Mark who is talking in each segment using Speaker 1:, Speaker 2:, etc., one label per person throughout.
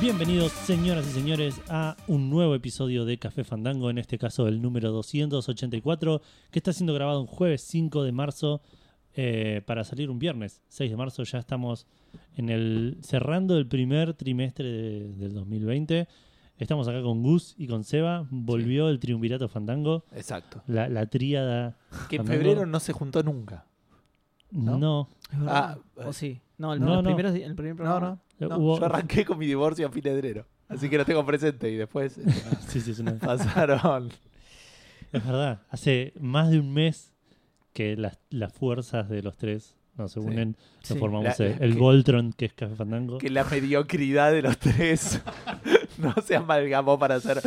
Speaker 1: Bienvenidos, señoras y señores, a un nuevo episodio de Café Fandango, en este caso el número 284, que está siendo grabado un jueves 5 de marzo eh, para salir un viernes 6 de marzo. Ya estamos en el cerrando el primer trimestre de- del 2020. Estamos acá con Gus y con Seba. Volvió el triunvirato Fandango,
Speaker 2: Exacto.
Speaker 1: la, la tríada.
Speaker 2: Que en
Speaker 1: Fandango.
Speaker 2: febrero no se juntó nunca.
Speaker 1: No,
Speaker 2: ¿No?
Speaker 3: Es verdad.
Speaker 2: Ah,
Speaker 3: o
Speaker 2: eh.
Speaker 3: sí. No, el,
Speaker 1: No,
Speaker 3: los
Speaker 1: no.
Speaker 3: primeros di- el primer
Speaker 2: No,
Speaker 3: programa.
Speaker 2: no. no.
Speaker 1: Hubo-
Speaker 2: Yo arranqué con mi divorcio a fin de enero. Así que lo tengo presente y después eh,
Speaker 1: Sí, sí, es una-
Speaker 2: pasaron.
Speaker 1: Es verdad, hace más de un mes que las, las fuerzas de los tres nos se
Speaker 2: Sí.
Speaker 1: unen, nos
Speaker 3: Sí.
Speaker 1: formamos
Speaker 2: La-
Speaker 1: el, el
Speaker 2: que-
Speaker 1: Voltron, que es Café Fandango.
Speaker 2: Que la mediocridad de los tres no se amalgamó para ser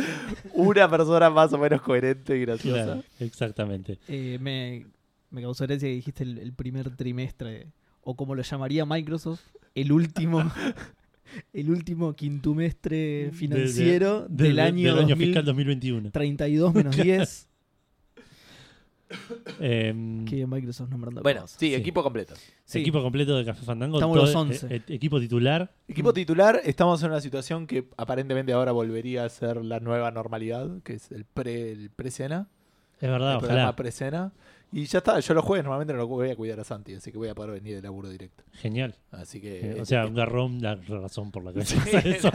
Speaker 2: una persona más o menos coherente y graciosa.
Speaker 1: Claro, exactamente.
Speaker 3: Eh, me, me causó gracia que dijiste el, el primer trimestre. O como lo llamaría Microsoft, el último. El último quintumestre financiero
Speaker 1: De-
Speaker 3: del
Speaker 1: de-
Speaker 3: año,
Speaker 1: fiscal 2021.
Speaker 3: 32 menos 10
Speaker 1: Em,
Speaker 3: que Microsoft nombrando.
Speaker 2: Bueno,
Speaker 3: cosas.
Speaker 2: sí,
Speaker 1: Sí.
Speaker 2: equipo completo.
Speaker 3: sí.
Speaker 1: Equipo completo de Café Fandango.
Speaker 3: Estamos los
Speaker 1: todo-
Speaker 3: 11.
Speaker 1: eh, eh, equipo titular.
Speaker 2: Equipo titular, estamos en una situación que aparentemente ahora volvería a ser la nueva normalidad, que es el pre el pre-cena.
Speaker 1: Es verdad,
Speaker 2: el
Speaker 1: ojalá.
Speaker 2: programa pre-cena. Y ya está, yo los jueves normalmente no lo voy a cuidar a Santi, así que voy a poder venir de laburo directo.
Speaker 1: Genial.
Speaker 2: Así que.
Speaker 1: Eh,
Speaker 2: este,
Speaker 1: o sea, un garrón, la razón por la que
Speaker 2: Sí.
Speaker 1: pasa eso.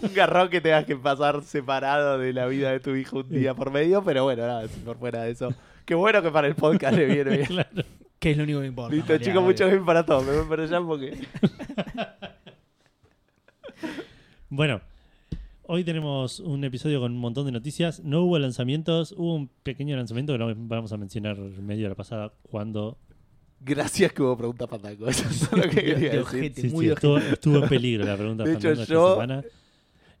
Speaker 2: un garrón que tengas que pasar separado de la vida de tu hijo un día por medio, pero bueno, nada, si por fuera de eso. Qué bueno que para el podcast le viene bien.
Speaker 1: Claro.
Speaker 3: Que es lo único que importa. en
Speaker 2: Listo,
Speaker 3: realidad,
Speaker 2: chicos, mucho
Speaker 3: obvio.
Speaker 2: bien para todos. Me voy para allá porque.
Speaker 1: Bueno, hoy tenemos un episodio con un montón de noticias. No hubo lanzamientos, hubo un pequeño lanzamiento que lo vamos a mencionar medio de la pasada cuando
Speaker 2: Gracias que hubo preguntas fandango. Eso es lo que
Speaker 3: De-
Speaker 2: quería
Speaker 3: de
Speaker 2: decir.
Speaker 3: ojete,
Speaker 1: Sí,
Speaker 3: muy
Speaker 1: sí,
Speaker 3: ojete.
Speaker 1: estuvo, estuvo en peligro la pregunta
Speaker 2: De hecho,
Speaker 1: Fernanda, esta
Speaker 2: yo-
Speaker 1: semana.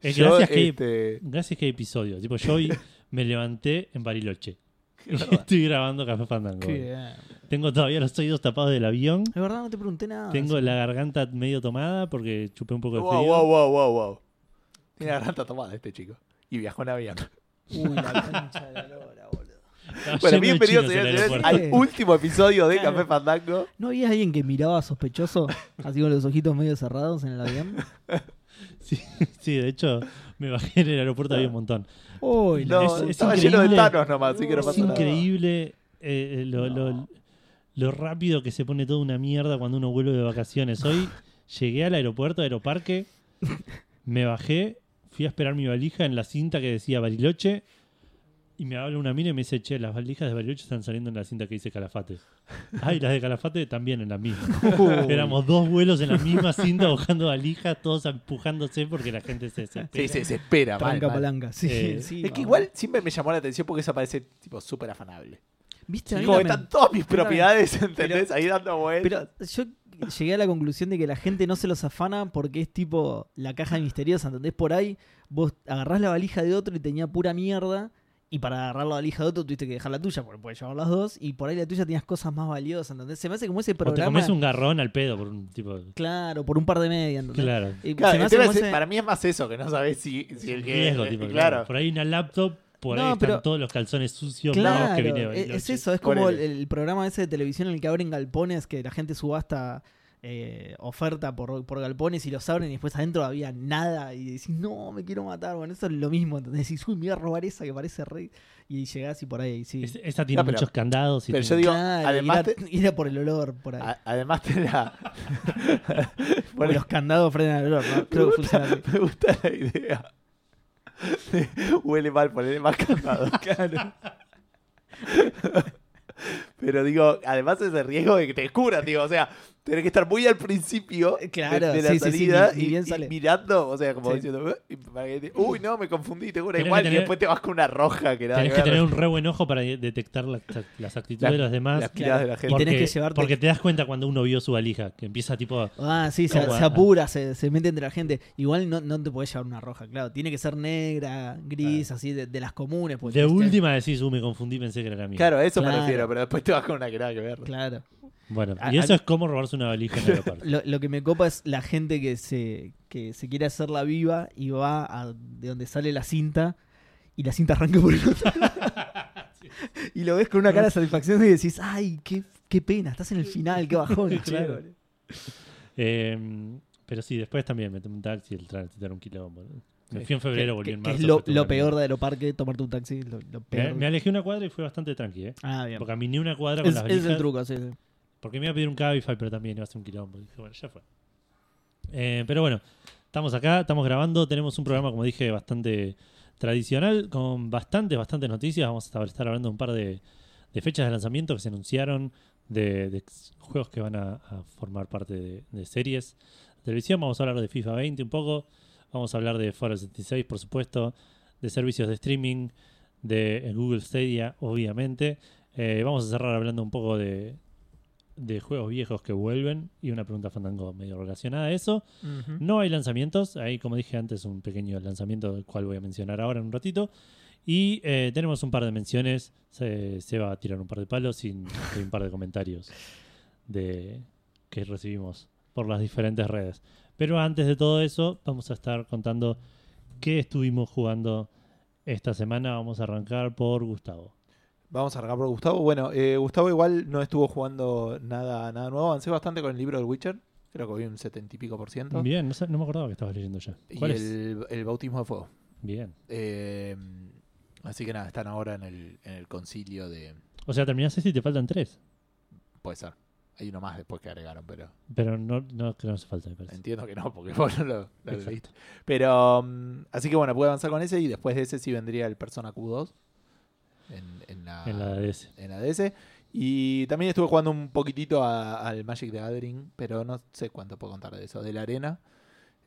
Speaker 1: Eh,
Speaker 2: Yo,
Speaker 1: gracias, que,
Speaker 2: este,
Speaker 1: gracias que hay episodio. Tipo, yo hoy me levanté en Bariloche.
Speaker 2: es verdad.
Speaker 1: Estoy grabando Café Fandango.
Speaker 3: Qué
Speaker 1: hoy.
Speaker 3: bien.
Speaker 1: Tengo todavía los oídos tapados del avión.
Speaker 3: Es verdad, no te pregunté
Speaker 2: Ah,
Speaker 3: nada.
Speaker 1: Tengo la garganta medio tomada porque chupé un poco de
Speaker 2: Wow,
Speaker 1: frío.
Speaker 2: wow, wow, wow, wow. Tiene la garganta tomada este chico. Y viajó en avión.
Speaker 3: Uy, la cancha de la lora, boludo.
Speaker 1: Estaba
Speaker 2: Bueno,
Speaker 1: lleno de
Speaker 2: bienvenidos,
Speaker 1: chinos en el
Speaker 2: señores y señores,
Speaker 1: aeropuerto.
Speaker 2: al último episodio de
Speaker 3: Claro.
Speaker 2: Café Fandango.
Speaker 3: ¿No había alguien que miraba sospechoso? Así con los ojitos medio cerrados en el avión.
Speaker 1: Sí, sí, de hecho, me bajé en el aeropuerto, había un montón.
Speaker 3: Uy, la-
Speaker 2: No,
Speaker 1: Es- es
Speaker 2: estaba lleno de
Speaker 1: increíble.
Speaker 2: Thanos nomás, así que no
Speaker 3: Es
Speaker 1: Es
Speaker 2: pasa nada.
Speaker 1: increíble eh, eh, lo, lo- lo rápido que se pone toda una mierda cuando uno vuelve de vacaciones. Hoy llegué al aeropuerto, aeroparque, me bajé, fui a esperar mi valija en la cinta que decía Bariloche y me habla una mina y me dice, che, las valijas de Bariloche están saliendo en la cinta que dice Calafate. Ay, las de Calafate también en la misma.
Speaker 3: Uy.
Speaker 1: Éramos dos vuelos en la misma cinta buscando valijas, todos empujándose porque la gente se desespera.
Speaker 2: Sí, se desespera, mal,
Speaker 3: Palanca,
Speaker 2: mal.
Speaker 3: palanca. Sí,
Speaker 1: Eh,
Speaker 3: sí,
Speaker 2: Es que
Speaker 3: vamos.
Speaker 2: igual siempre me llamó la atención porque eso parece tipo súper afanable.
Speaker 3: ¿Viste? A mí
Speaker 2: como que
Speaker 3: también.
Speaker 2: están todas mis
Speaker 3: Pero-
Speaker 2: propiedades, ¿entendés? Ahí dando vueltas.
Speaker 3: Pero yo llegué a la conclusión de que la gente no se los afana porque es tipo la caja misteriosa, ¿entendés? Por ahí vos agarrás la valija de otro y tenía pura mierda. Y para agarrar la valija de otro tuviste que dejar la tuya, porque puedes llevar las dos. Y por ahí la tuya tenías cosas más valiosas, ¿entendés? Se me hace como ese
Speaker 1: O te
Speaker 3: programa.
Speaker 1: comes un garrón al pedo por un tipo...
Speaker 3: Claro, por un par de medias, ¿entendés?
Speaker 1: Claro.
Speaker 3: Y
Speaker 2: Claro,
Speaker 3: se me
Speaker 2: el
Speaker 3: hace
Speaker 2: tema
Speaker 3: como
Speaker 2: es-
Speaker 3: ese-
Speaker 2: Para mí es más eso, que no sabés si, si el
Speaker 1: El
Speaker 2: que.
Speaker 1: riesgo,
Speaker 2: eh,
Speaker 1: tipo, claro.
Speaker 2: claro.
Speaker 1: Por ahí una laptop, por ahí
Speaker 3: No,
Speaker 1: están
Speaker 3: pero-
Speaker 1: todos los calzones sucios blancos
Speaker 3: Claro,
Speaker 1: que viene de
Speaker 3: es- es
Speaker 1: Bariloche.
Speaker 3: eso, es como el,
Speaker 2: Ponele.
Speaker 3: el programa ese de televisión en el que abren galpones, que la gente subasta eh, oferta por, por galpones y los abren y después adentro había nada y decís, no, me quiero matar, bueno, eso es lo mismo, entonces decís, uy, me voy a robar esa que parece rey y llegás y por ahí, sí.
Speaker 1: Es- esa tiene
Speaker 2: No, pero-
Speaker 1: muchos candados. Y
Speaker 2: pero
Speaker 1: tiene-
Speaker 2: yo digo,
Speaker 3: Claro,
Speaker 2: además
Speaker 3: ir a-
Speaker 2: te- Ah,
Speaker 3: ir a por el olor, por ahí.
Speaker 2: A- además te la.
Speaker 3: Porque los candados frenan el olor, ¿no? Creo que funciona así.
Speaker 2: Me gusta la idea. Huele mal, ponele más candado. Pero digo, además es el riesgo de que te descubran, digo, o sea, tenés que estar muy al principio de-
Speaker 3: Claro,
Speaker 2: de, la
Speaker 3: sí, sí, sí,
Speaker 2: salida
Speaker 3: ni- ni
Speaker 2: y-
Speaker 3: bien
Speaker 2: y,
Speaker 3: sale.
Speaker 2: mirando, o sea, como
Speaker 3: Sí.
Speaker 2: diciendo, "Eh", y para que te- uy, no, me confundí, te cura
Speaker 1: Tenés que
Speaker 2: igual,
Speaker 1: tener-
Speaker 2: y después te vas con una roja que nada
Speaker 1: tenés que
Speaker 2: que ver.
Speaker 1: tener un re buen ojo para de- detectar las, las actitudes
Speaker 2: Las-
Speaker 1: de los demás.
Speaker 2: las miradas de la
Speaker 3: Y
Speaker 2: gente.
Speaker 1: porque,
Speaker 3: tenés que llevarte
Speaker 1: porque te das cuenta cuando uno vio su valija, que empieza tipo... a-
Speaker 3: Ah, sí, se,
Speaker 1: Como-
Speaker 3: se apura, se, se mete entre la gente. Igual no, no te podés llevar una roja, claro. Tiene que ser negra, gris, así, de, de las comunes. pues, porque
Speaker 1: De
Speaker 3: tenés que-
Speaker 1: última decís, uh, me confundí, pensé que era la mía.
Speaker 2: Claro, a eso me
Speaker 3: Claro.
Speaker 2: refiero, pero después te vas con una que nada que ver.
Speaker 3: Claro.
Speaker 1: Bueno,
Speaker 3: A-
Speaker 1: y eso
Speaker 3: a-
Speaker 1: es como robarse una valija en el aeropuerto.
Speaker 3: Lo, lo que me copa es la gente que se, que se quiere hacer la viva y va a de donde sale la cinta y la cinta arranca por el otro. lado. y lo ves con una cara de satisfacción y decís, ay, qué, qué pena, estás en el final, qué bajón. che,
Speaker 1: Claro.
Speaker 3: boludo".
Speaker 1: Eh, Pero sí, después también me tomé un taxi, el tránsito era un quilombo. ¿no? Me fui en febrero, volví
Speaker 3: que,
Speaker 1: en
Speaker 3: que
Speaker 1: marzo.
Speaker 3: es lo,
Speaker 1: fue todo
Speaker 3: lo
Speaker 1: una
Speaker 3: peor
Speaker 1: mierda.
Speaker 3: de Aeroparque, tomarte un taxi, lo, lo
Speaker 1: Me,
Speaker 3: peor.
Speaker 1: me alejé una cuadra y fue bastante tranqui, ¿eh?
Speaker 3: ah, bien.
Speaker 1: Porque caminé una cuadra con
Speaker 3: Es,
Speaker 1: las
Speaker 3: es el
Speaker 1: valijas.
Speaker 3: truco, sí, sí.
Speaker 1: Porque me iba a pedir un Cabify, pero también iba a ser un quilombo. Dije, bueno, ya fue. Eh, pero bueno, estamos acá, estamos grabando. Tenemos un programa, como dije, bastante tradicional, con bastantes, bastantes noticias. Vamos a estar hablando de un par de, de fechas de lanzamiento que se anunciaron, de, de ex- juegos que van a, a formar parte de, de series de televisión. Vamos a hablar de FIFA 20 un poco. Vamos a hablar de Fallout 76, por supuesto, de servicios de streaming, de eh, Google Stadia, obviamente. Eh, vamos a cerrar hablando un poco de, de juegos viejos que vuelven y una pregunta fandango medio relacionada a eso. No hay lanzamientos, hay como dije antes un pequeño lanzamiento del cual voy a mencionar ahora en un ratito. Y eh, tenemos un par de menciones, se, se va a tirar un par de palos y hay un par de comentarios de, que recibimos por las diferentes redes. Pero antes de todo eso, vamos a estar contando qué estuvimos jugando esta semana. Vamos a arrancar por Gustavo.
Speaker 2: Vamos a arrancar por Gustavo. Bueno, eh, Gustavo igual no estuvo jugando nada, nada nuevo. Avancé bastante con el libro del Witcher. Creo que voy un 70 y pico por ciento.
Speaker 1: Bien, no, sé- no me acordaba que estabas leyendo ya.
Speaker 2: Y
Speaker 1: ¿Cuál es?
Speaker 2: el, el bautismo de fuego.
Speaker 1: Bien.
Speaker 2: Eh, así que nada, están ahora en el, en el concilio de.
Speaker 1: O sea, terminaste y te faltan tres.
Speaker 2: Puede ser. Hay uno más después que agregaron, pero
Speaker 1: Pero no, no, que no hace falta, me parece.
Speaker 2: entiendo que no, porque vos no lo, lo
Speaker 1: Exacto.
Speaker 2: leíste. Pero. mm, así que bueno, pude avanzar con ese y después de ese sí vendría el Persona Q2. En, en la,
Speaker 1: En la DS.
Speaker 2: en la DS. Y también estuve jugando un poquitito a- al Magic the Gathering, pero no sé cuánto puedo contar de eso. De la arena.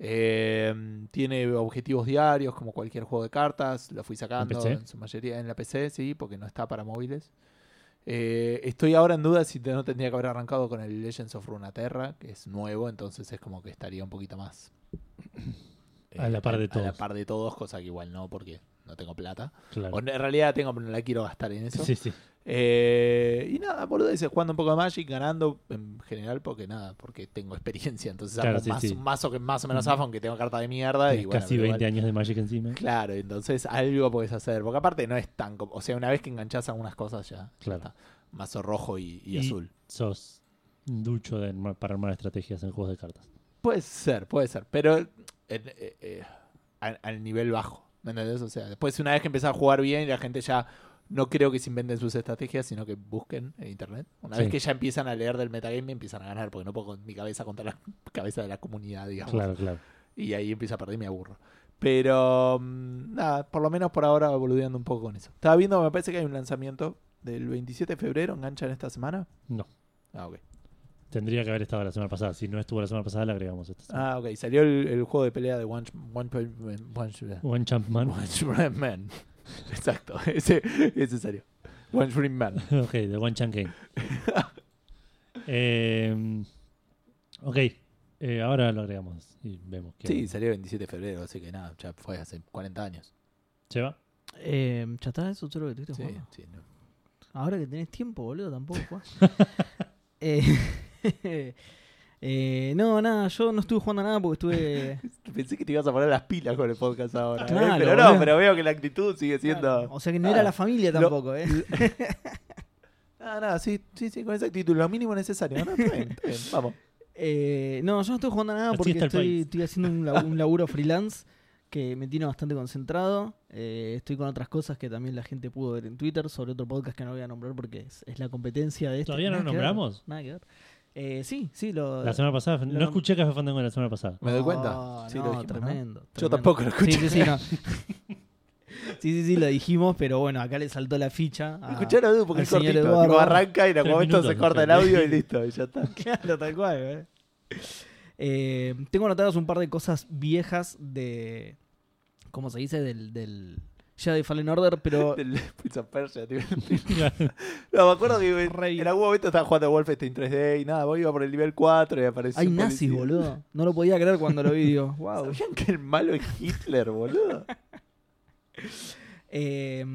Speaker 2: Eh, tiene objetivos diarios, como cualquier juego de cartas. Lo fui sacando
Speaker 1: PC?
Speaker 2: ¿En, su mayoría en la PC, sí, porque no está para móviles. Eh, estoy ahora en duda si te- no tendría que haber arrancado con el Legends of Runeterra, que es nuevo, entonces es como que estaría un poquito más. eh,
Speaker 1: A la par de
Speaker 2: A la
Speaker 1: todos.
Speaker 2: par de todos, cosa que igual no, porque no tengo plata.
Speaker 1: Claro.
Speaker 2: O no- en realidad tengo, pero no la quiero gastar en eso.
Speaker 1: Sí, sí.
Speaker 2: Eh, y nada, boludo, dice jugando un poco de Magic, ganando en general, porque nada, porque tengo experiencia. Entonces
Speaker 1: Claro,
Speaker 2: hago
Speaker 1: sí,
Speaker 2: más,
Speaker 1: sí.
Speaker 2: un mazo que más o menos zafa, aunque tengo carta de mierda.
Speaker 1: Tenés
Speaker 2: Y bueno,
Speaker 1: casi
Speaker 2: pero
Speaker 1: 20
Speaker 2: igual-
Speaker 1: años de Magic encima.
Speaker 2: Claro, entonces algo podés hacer. Porque aparte no es tan. com- O sea, una vez que enganchás algunas cosas ya. ya
Speaker 1: Claro.
Speaker 2: está. Mazo rojo y, y
Speaker 1: Y-
Speaker 2: azul.
Speaker 1: Sos un ducho de armar- para armar estrategias en juegos de cartas.
Speaker 2: Puede ser, puede ser. Pero eh, eh, eh, al, al nivel bajo. ¿Me entendés? O sea, después una vez que empezás a jugar bien y la gente ya. No creo que se inventen sus estrategias, sino que busquen en internet. Una
Speaker 1: Sí.
Speaker 2: vez que ya empiezan a leer del metagame, empiezan a ganar, porque no puedo con mi cabeza contra la cabeza de la comunidad, digamos.
Speaker 1: Claro, claro.
Speaker 2: Y ahí empiezo a perder y me aburro. Pero mm, nada, por lo menos por ahora boludeando un poco con eso. Estaba viendo, me parece que hay un lanzamiento del 27 de febrero, enganchan esta semana.
Speaker 1: No.
Speaker 2: Ah, ok.
Speaker 1: Tendría que haber estado la semana pasada. Si no estuvo la semana pasada, la agregamos esta semana.
Speaker 2: Ah, ok. Salió el, el juego de pelea de One, One, Punch- One, Punch-
Speaker 1: One Champ Man.
Speaker 2: One Punch Man. Exacto, ese, ese salió. One Punch Man.
Speaker 1: ok, de One Champ Game. Eh, ok. Eh, ahora lo agregamos y vemos que
Speaker 2: Sí, salió el 27 de febrero, así que nada, ya fue hace 40 años.
Speaker 1: se va.
Speaker 3: Eh, ¿Ya está eso? ¿Solo que tuviste
Speaker 2: Sí,
Speaker 3: jugando?
Speaker 2: sí, no.
Speaker 3: Ahora que tenés tiempo, boludo, tampoco jugás. Eh, eh, no, nada, yo no estuve jugando a nada porque estuve.
Speaker 2: Pensé que te ibas a poner las pilas con el podcast ahora. ¿eh?
Speaker 3: Claro,
Speaker 2: Pero no,
Speaker 3: boludo.
Speaker 2: pero veo que la actitud sigue siendo.
Speaker 3: O sea que no era
Speaker 1: Ah.
Speaker 3: la familia tampoco, ¿eh?
Speaker 2: Ah, nada, sí, sí, sí, con esa actitud, lo mínimo necesario. No, está bien, está bien, vamos.
Speaker 3: Eh, no, yo no estoy jugando a nada
Speaker 1: Así
Speaker 3: porque
Speaker 1: está el
Speaker 3: estoy,
Speaker 1: país.
Speaker 3: estoy haciendo un laburo, un laburo freelance que me tiene bastante concentrado. Eh, estoy con otras cosas que también la gente pudo ver en Twitter sobre otro podcast que no voy a nombrar porque es, es la competencia de este.
Speaker 1: ¿Todavía no
Speaker 3: Nada
Speaker 1: lo
Speaker 3: que ver,
Speaker 1: nombramos?
Speaker 3: nada que ver. Eh, sí, sí, lo.
Speaker 1: La semana pasada. No
Speaker 3: lo-
Speaker 1: escuché Café Fandango la semana pasada.
Speaker 2: Me doy
Speaker 3: No,
Speaker 2: cuenta. Sí,
Speaker 3: Ah, no,
Speaker 2: lo dijimos, Ah, ¿no?
Speaker 3: tremendo,
Speaker 2: Yo
Speaker 3: tremendo.
Speaker 2: tampoco lo escuché.
Speaker 3: Sí, sí, sí, no. sí, sí, sí, lo dijimos, pero bueno, acá le saltó la ficha. a-
Speaker 2: Escucharon Edu porque
Speaker 3: Ah. al
Speaker 2: es
Speaker 3: señor
Speaker 2: cortito.
Speaker 3: Eduardo.
Speaker 2: tipo, arranca y en algún
Speaker 1: Tres
Speaker 2: momento se
Speaker 1: minutos,
Speaker 2: corta el
Speaker 1: creo.
Speaker 2: audio y listo, y ya está.
Speaker 3: Claro, tal cual, eh. Eh, tengo anotadas un par de cosas viejas de. ¿Cómo se dice? Del. del Jedi Fallen Order, pero.
Speaker 2: Del Prince of Persia, tío. No, me acuerdo que
Speaker 3: Rey.
Speaker 2: en algún momento estaba jugando Wolfenstein 3D y nada, vos iba por el nivel 4 y apareció.
Speaker 3: Hay
Speaker 2: un
Speaker 3: nazis,
Speaker 2: policía.
Speaker 3: boludo. No lo podía creer cuando lo vi, digo. ¡Wow!
Speaker 2: ¿Sabían que el malo es Hitler, boludo?
Speaker 3: Eh,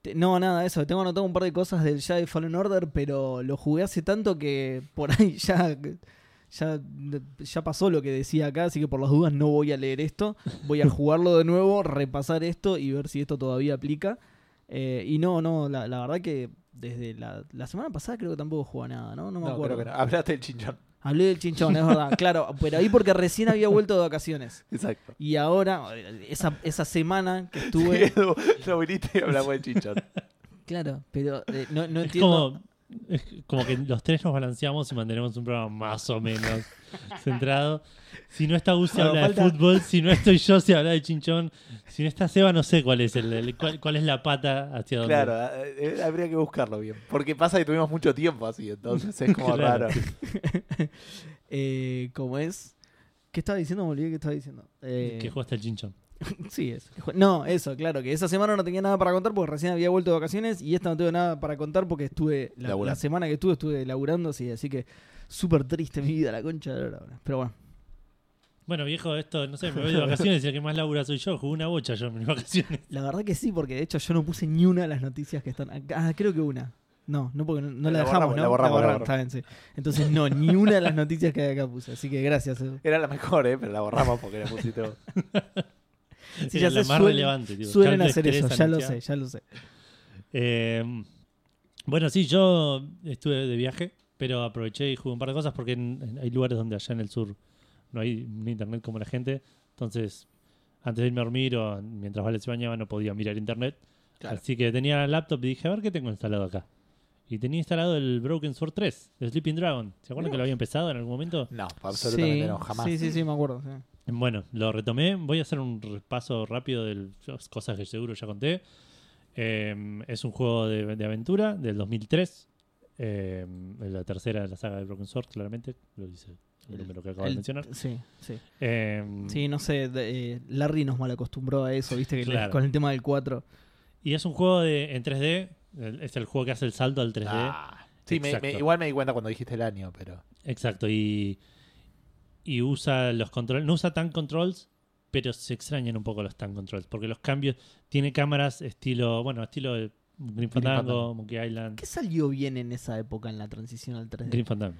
Speaker 3: te- no, nada, eso. Tengo anotado un par de cosas del Jedi Fallen Order, pero lo jugué hace tanto que por ahí ya, ya, ya pasó lo que decía acá, así que por las dudas no voy a leer esto. Voy a jugarlo de nuevo, repasar esto y ver si esto todavía aplica. Eh, y no, no, la, la verdad que desde la, la semana pasada creo que tampoco jugué a nada, ¿no? No me
Speaker 2: No,
Speaker 3: acuerdo.
Speaker 2: creo que no. Hablaste del chinchón.
Speaker 3: Hablé del chinchón, es verdad, claro. Pero ahí porque recién había vuelto de vacaciones.
Speaker 2: Exacto.
Speaker 3: Y ahora, esa, esa semana que estuve.
Speaker 2: Edu, no viniste y hablamos del chinchón.
Speaker 3: Claro, pero eh, no, no
Speaker 1: Es
Speaker 3: entiendo.
Speaker 1: como, es como que los tres nos balanceamos y mantenemos un programa más o menos centrado. Si no está Gus, se
Speaker 3: Bueno,
Speaker 1: habla de
Speaker 3: falta-
Speaker 1: fútbol. Si no estoy yo, se habla de chinchón. Si no está Seba, no sé cuál es el, el- cuál, cuál es la pata hacia donde.
Speaker 2: Claro, eh, eh, habría que buscarlo bien. Porque pasa que tuvimos mucho tiempo así, entonces es como
Speaker 1: Claro.
Speaker 2: raro.
Speaker 3: Eh, ¿Cómo es? ¿Qué estaba diciendo? Me olvidé que estaba diciendo. Eh,
Speaker 1: que juega hasta el chinchón.
Speaker 3: Sí, eso. Que jue- No, eso, claro, que esa semana no tenía nada para contar porque recién había vuelto de vacaciones y esta no tengo nada para contar porque estuve, la,
Speaker 2: Laburando.
Speaker 3: la semana que estuve, estuve laburando, así, así que súper triste mi vida, la concha de la lora. Pero bueno,
Speaker 1: Bueno, viejo, esto, no sé, me voy de vacaciones y el que más labura soy yo. Jugué una bocha yo en mis vacaciones.
Speaker 3: la verdad que sí, porque de hecho yo no puse ni una de las noticias que están acá. Ah, creo que una. No, no porque no, no la,
Speaker 2: La
Speaker 3: dejamos,
Speaker 2: borramos,
Speaker 3: ¿no?
Speaker 2: la borramos, la
Speaker 3: está bien, sí. Entonces, no, ni una de las noticias que hay acá puse. Así que gracias. Edu.
Speaker 2: Era la mejor, ¿eh? pero la borramos porque la pusiste vos.
Speaker 3: Sí,
Speaker 1: Era
Speaker 3: ya
Speaker 1: la
Speaker 3: sé,
Speaker 1: más
Speaker 3: suelen-
Speaker 1: relevante. tipo,
Speaker 3: Suelen
Speaker 1: Charles
Speaker 3: hacer
Speaker 1: tres
Speaker 3: eso, ya lo
Speaker 1: anunciaba.
Speaker 3: sé, ya lo sé.
Speaker 1: Eh, bueno, sí, yo estuve de viaje, pero aproveché y jugué un par de cosas porque en- en- hay lugares donde allá en el sur no hay un internet como la gente. Entonces, antes de irme a dormir o mientras Vale se bañaba no podía mirar internet.
Speaker 2: Claro.
Speaker 1: Así que tenía la laptop y dije, a ver qué tengo instalado acá. Y tenía instalado el Broken Sword 3 de Sleeping Dragon. ¿Se acuerdan que lo había empezado en algún momento?
Speaker 2: No, absolutamente
Speaker 3: Sí,
Speaker 2: no, jamás.
Speaker 3: Sí, sí, sí, me acuerdo. sí.
Speaker 1: Bueno, lo retomé. Voy a hacer un repaso rápido de las cosas que seguro ya conté. Eh, es un juego de, de aventura del 2003. Eh, la tercera de la saga de Broken Sword, claramente. Lo dice el número que acabo de
Speaker 3: El-
Speaker 1: mencionar.
Speaker 3: Sí, sí.
Speaker 2: Mm.
Speaker 1: Eh,
Speaker 3: Sí, no sé, de- eh, Larry nos malacostumbró a eso, viste, que le-
Speaker 1: Claro.
Speaker 3: con el tema del 4.
Speaker 1: Y es un juego de, en 3D. El- Es el juego que hace el salto al 3D.
Speaker 2: Ah. Sí, me- me-
Speaker 1: Exacto.
Speaker 2: igual me di cuenta cuando dijiste el año, pero.
Speaker 1: Exacto. Y, y usa los controles. No usa tan controls, pero se extrañan un poco los tan controls. Porque los cambios. Tiene cámaras estilo. Bueno, estilo de Green Fandango,
Speaker 2: Fandango.
Speaker 1: Monkey Island.
Speaker 3: ¿Qué salió bien en esa época en la transición al 3D?
Speaker 1: Green Fandango.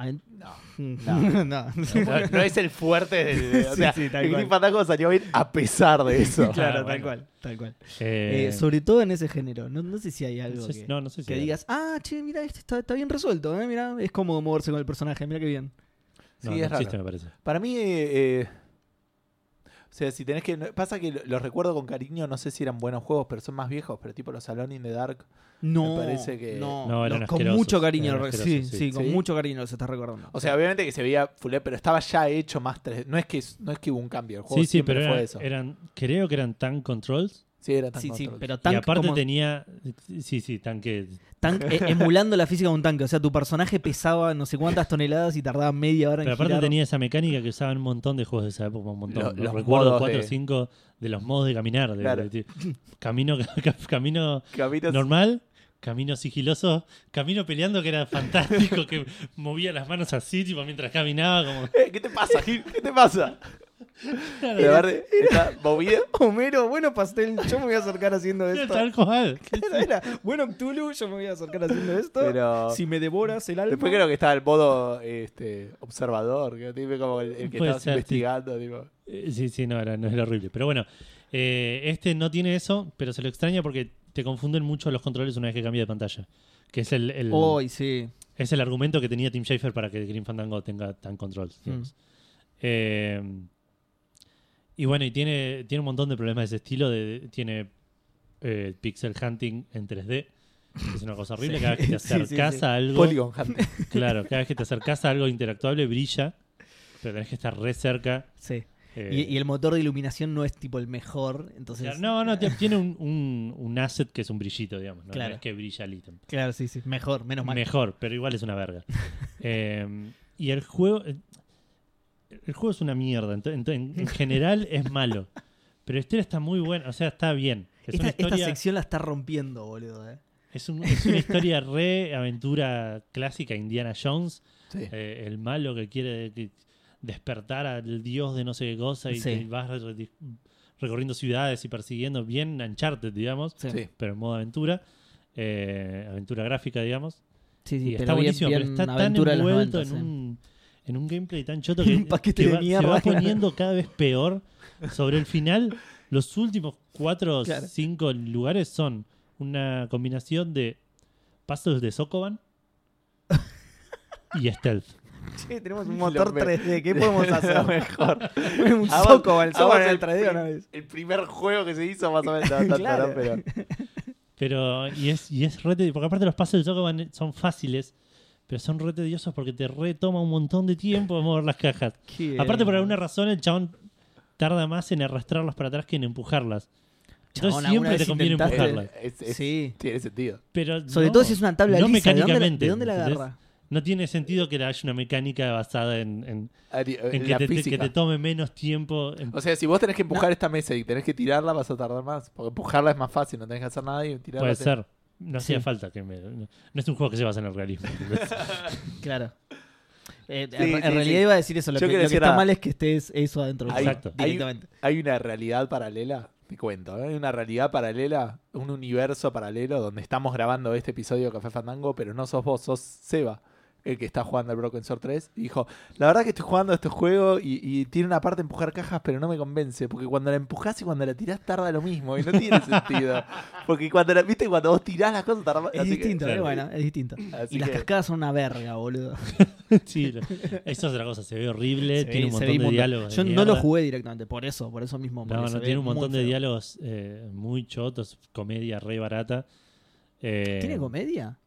Speaker 3: Ah, en-
Speaker 2: No.
Speaker 3: no.
Speaker 2: No, no es el fuerte de. de- o
Speaker 3: Sí,
Speaker 2: sea,
Speaker 3: sí, tal
Speaker 2: el
Speaker 3: cual.
Speaker 2: Green Fandango salió bien a pesar de eso.
Speaker 3: claro,
Speaker 1: Ah,
Speaker 3: tal
Speaker 1: bueno.
Speaker 3: cual, tal cual.
Speaker 1: Eh,
Speaker 3: Eh, sobre todo en ese género. No, no sé si hay algo
Speaker 1: no, sé, si-
Speaker 3: que,
Speaker 1: no, no sé si
Speaker 3: que
Speaker 1: era.
Speaker 3: digas, ah, che, mira, este está, está bien resuelto, ¿eh? mira, es cómodo moverse con el personaje, mira qué bien.
Speaker 1: No,
Speaker 2: Sí,
Speaker 1: no
Speaker 2: es raro.
Speaker 1: existe, me parece.
Speaker 2: Para mí. eh, eh, o sea, si tenés que. no- Pasa que lo- los recuerdo con cariño, no sé si eran buenos juegos, pero son más viejos, pero tipo los Alone in the Dark.
Speaker 3: No,
Speaker 2: Me parece que-
Speaker 3: no,
Speaker 1: No, eran
Speaker 3: lo- con
Speaker 1: asquerosos,
Speaker 3: mucho cariño,
Speaker 1: eran
Speaker 3: re- sí, sí,
Speaker 1: asquerosos, sí.
Speaker 3: con
Speaker 2: Sí.
Speaker 3: mucho cariño los estás recordando.
Speaker 2: O sea, obviamente que se veía fulé, pero estaba ya hecho más 3D. No es que, no es que hubo un cambio, el juego
Speaker 1: Sí, sí,
Speaker 2: siempre
Speaker 1: pero
Speaker 2: fue
Speaker 1: eran,
Speaker 2: eso.
Speaker 1: eran- creo que eran tank controls.
Speaker 2: sí, era tan
Speaker 3: sí, sí,
Speaker 2: control.
Speaker 3: pero tan
Speaker 1: y aparte
Speaker 3: como-
Speaker 1: tenía. Sí, sí, tanque.
Speaker 3: Tan- eh, emulando la física de un tanque. O sea, tu personaje pesaba no sé cuántas toneladas y tardaba media hora en
Speaker 1: Pero aparte
Speaker 3: girar.
Speaker 1: tenía esa mecánica que usaban un montón de juegos de esa época, un montón.
Speaker 2: Lo-
Speaker 1: los
Speaker 2: los
Speaker 1: recuerdo
Speaker 2: modos
Speaker 1: 4 o
Speaker 2: de-
Speaker 1: 5 de los modos de caminar. de-
Speaker 2: Claro.
Speaker 1: de- de- camino camino
Speaker 2: Capítulos-
Speaker 1: normal, camino sigiloso, camino peleando que era fantástico, que movía las manos así, tipo, mientras caminaba, como.
Speaker 2: Eh, ¿Qué te pasa, Gil? ¿Qué te pasa? La verdad, está movido.
Speaker 3: Homero, bueno pastel, yo me voy a acercar haciendo esto.
Speaker 1: Tal cual.
Speaker 3: Era, bueno Cthulhu, yo me voy a acercar haciendo esto.
Speaker 2: Pero
Speaker 3: Si me devoras el alma.
Speaker 2: después creo que estaba el modo este, observador, que tipo como el, el que
Speaker 1: Puede
Speaker 2: estabas
Speaker 1: ser, sí.
Speaker 2: investigando. Tipo.
Speaker 1: Eh, Sí, sí, no era, no era horrible. Pero bueno, eh, este no tiene eso, pero se lo extraña porque te confunden mucho los controles una vez que cambia de pantalla. Que es el, el-
Speaker 3: Hoy sí.
Speaker 1: es el argumento que tenía Tim Schafer para que Green Fandango tenga tan controls.
Speaker 3: Mm.
Speaker 1: digamos. Eh, y bueno, y tiene, tiene un montón de problemas de ese estilo. De, de- tiene eh, pixel hunting en 3D. que Es una cosa horrible.
Speaker 3: Sí.
Speaker 1: Cada vez que te
Speaker 3: Sí, sí,
Speaker 1: acercas
Speaker 3: sí.
Speaker 1: a algo.
Speaker 2: Polygon Hunter.
Speaker 1: Claro, cada vez que te acercas a algo interactuable brilla. Pero tenés que estar re cerca.
Speaker 3: Sí.
Speaker 1: eh,
Speaker 3: Y, y el motor de iluminación no es tipo el mejor. Entonces.
Speaker 1: Claro, no, no, tie- tiene un, un- un asset que es un brillito, digamos. ¿no? No
Speaker 3: eh. Claro.
Speaker 1: es que brilla el ítem.
Speaker 3: Claro, sí, sí. Mejor, menos mal.
Speaker 1: Mejor, pero igual es una verga. Eh, y el juego. eh, El juego es una mierda. ento- ento- En, en general es malo. Pero la historia está muy buena. O sea, está bien. Es
Speaker 3: Esta,
Speaker 1: una
Speaker 3: esta
Speaker 1: historia.
Speaker 3: sección la está rompiendo, boludo. eh.
Speaker 1: Es, un- es una historia re aventura clásica, Indiana Jones.
Speaker 2: Sí.
Speaker 1: eh, el malo que quiere que- despertar al dios de no sé qué cosa y
Speaker 3: Sí.
Speaker 1: que vas re- recorriendo ciudades y persiguiendo bien Uncharted, digamos
Speaker 3: Sí, sí,
Speaker 2: Sí.
Speaker 1: pero en modo aventura, eh, aventura gráfica, digamos.
Speaker 3: sí,
Speaker 1: Y
Speaker 3: pero
Speaker 1: está
Speaker 3: bien-
Speaker 1: buenísimo,
Speaker 3: bien
Speaker 1: pero está tan
Speaker 3: aventura de los
Speaker 1: envuelto
Speaker 3: 90,
Speaker 1: en,
Speaker 3: sí.
Speaker 1: un, en un gameplay tan choto que
Speaker 3: Un paquete
Speaker 1: te
Speaker 3: de
Speaker 1: va- se
Speaker 3: mierda,
Speaker 1: va
Speaker 3: claro.
Speaker 1: poniendo cada vez peor. Sobre el final, los últimos cuatro o
Speaker 3: Claro.
Speaker 1: cinco lugares son una combinación de pasos de Sokoban y stealth.
Speaker 3: Che, tenemos un
Speaker 2: Lo
Speaker 3: motor
Speaker 2: me-
Speaker 3: 3D, ¿qué podemos
Speaker 2: Lo
Speaker 3: hacer?
Speaker 2: mejor.
Speaker 3: un
Speaker 2: Avan-
Speaker 3: soco, el soco
Speaker 2: Avan
Speaker 3: era el
Speaker 2: el
Speaker 3: 3D una
Speaker 2: prim-
Speaker 3: vez.
Speaker 2: El primer juego que se hizo, más o menos, no, tanto,
Speaker 3: Claro.
Speaker 2: ¿no? pero.
Speaker 1: Pero, y es, y es re tedioso, porque aparte los pases de Chocoban son fáciles, pero son re tediosos porque te retoma un montón de tiempo mover las cajas.
Speaker 3: Qué-
Speaker 1: Aparte, por alguna razón, el chabón tarda más en arrastrarlas para atrás que en empujarlas.
Speaker 3: Chabón,
Speaker 1: Entonces
Speaker 3: ¿alguna
Speaker 1: siempre
Speaker 3: vez
Speaker 1: te conviene
Speaker 3: intentaste?
Speaker 1: empujarlas.
Speaker 2: Es- es-
Speaker 3: Sí.
Speaker 2: Tiene sentido.
Speaker 1: Pero
Speaker 3: Sobre
Speaker 1: no,
Speaker 3: todo si es una tabla
Speaker 1: no
Speaker 3: lisa. ¿De dónde, la-
Speaker 1: mecánicamente,
Speaker 3: de dónde la
Speaker 1: ¿entendés?
Speaker 3: agarra?
Speaker 1: No tiene sentido que haya una mecánica basada en, en-
Speaker 2: Ari-
Speaker 1: en que,
Speaker 2: Eh, Ah, la
Speaker 1: te, te-
Speaker 2: física.
Speaker 1: que te tome menos tiempo. en-
Speaker 2: O sea, si vos tenés que empujar esta mesa y tenés que tirarla, vas a tardar más. Porque empujarla es más fácil, no tenés que hacer nada y tirarla.
Speaker 1: puede
Speaker 2: te-
Speaker 1: ser. No hacía
Speaker 3: Sí.
Speaker 1: falta que me- No no es un juego que se basa en el realismo. ¿entendés?
Speaker 3: Claro. Eh,
Speaker 2: Sí,
Speaker 3: en, en
Speaker 2: sí,
Speaker 3: realidad
Speaker 2: sí.
Speaker 3: iba a decir eso. Lo
Speaker 2: Yo
Speaker 3: que,
Speaker 2: quiero
Speaker 3: lo que
Speaker 2: decir
Speaker 3: está
Speaker 2: a-
Speaker 3: mal es que estés eso adentro del
Speaker 2: Hay-
Speaker 3: juego,
Speaker 1: Exacto.
Speaker 3: Directamente.
Speaker 2: Hay una realidad paralela, te cuento. ¿eh? Hay una realidad paralela, un universo paralelo donde estamos grabando este episodio de Café Fandango, pero no sos vos, sos Seba, el que está jugando al Broken Sword 3. Y dijo: La verdad que estoy jugando este juego y, y tiene una parte de empujar cajas, pero no me convence. Porque cuando la empujás y cuando la tirás tarda lo mismo y no tiene sentido. Porque cuando la viste, cuando vos tirás las cosas tarda
Speaker 3: Es
Speaker 2: así que-
Speaker 3: distinto,
Speaker 1: claro.
Speaker 3: eh, bueno, es distinto.
Speaker 2: Así
Speaker 3: Y las
Speaker 2: que-
Speaker 3: cascadas son una verga, boludo.
Speaker 1: sí, lo- eso es otra cosa. Se ve horrible,
Speaker 3: Se ve-
Speaker 1: Eh, tiene un
Speaker 3: se ve
Speaker 1: montón de
Speaker 3: inmundo.
Speaker 1: diálogos. de
Speaker 3: Yo no
Speaker 1: mierda.
Speaker 3: lo jugué directamente, por eso, por eso mismo.
Speaker 1: No,
Speaker 3: porque se
Speaker 1: no,
Speaker 3: ve
Speaker 1: tiene un
Speaker 3: muy
Speaker 1: montón de
Speaker 3: feo.
Speaker 1: diálogos eh, muy chotos, comedia re barata. Eh,
Speaker 3: ¿Tiene comedia?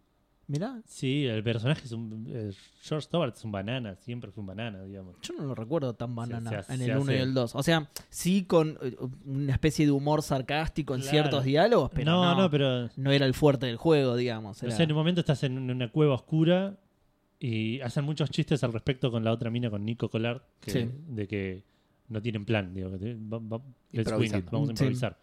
Speaker 3: Mirá,
Speaker 1: Sí, el personaje es un. eh, George Stobart es un banana, siempre fue un banana, digamos.
Speaker 3: yo no lo recuerdo tan banana
Speaker 1: se hace-
Speaker 3: en
Speaker 1: se
Speaker 3: el 1 y
Speaker 1: hace-
Speaker 3: el 2. O sea, sí con eh, una especie de humor sarcástico en
Speaker 1: Claro.
Speaker 3: ciertos diálogos, pero
Speaker 1: no,
Speaker 3: no,
Speaker 1: no, pero.
Speaker 3: no era el fuerte del juego, digamos.
Speaker 1: No
Speaker 3: era-
Speaker 1: sé, en un momento estás en una cueva oscura y hacen muchos chistes al respecto con la otra mina, con Nico Collard, que-
Speaker 3: Sí.
Speaker 1: de que no tienen plan. Digo, que te- va- va- let's wing it,
Speaker 2: Improvisando.
Speaker 1: vamos a
Speaker 3: Sí.
Speaker 1: improvisar.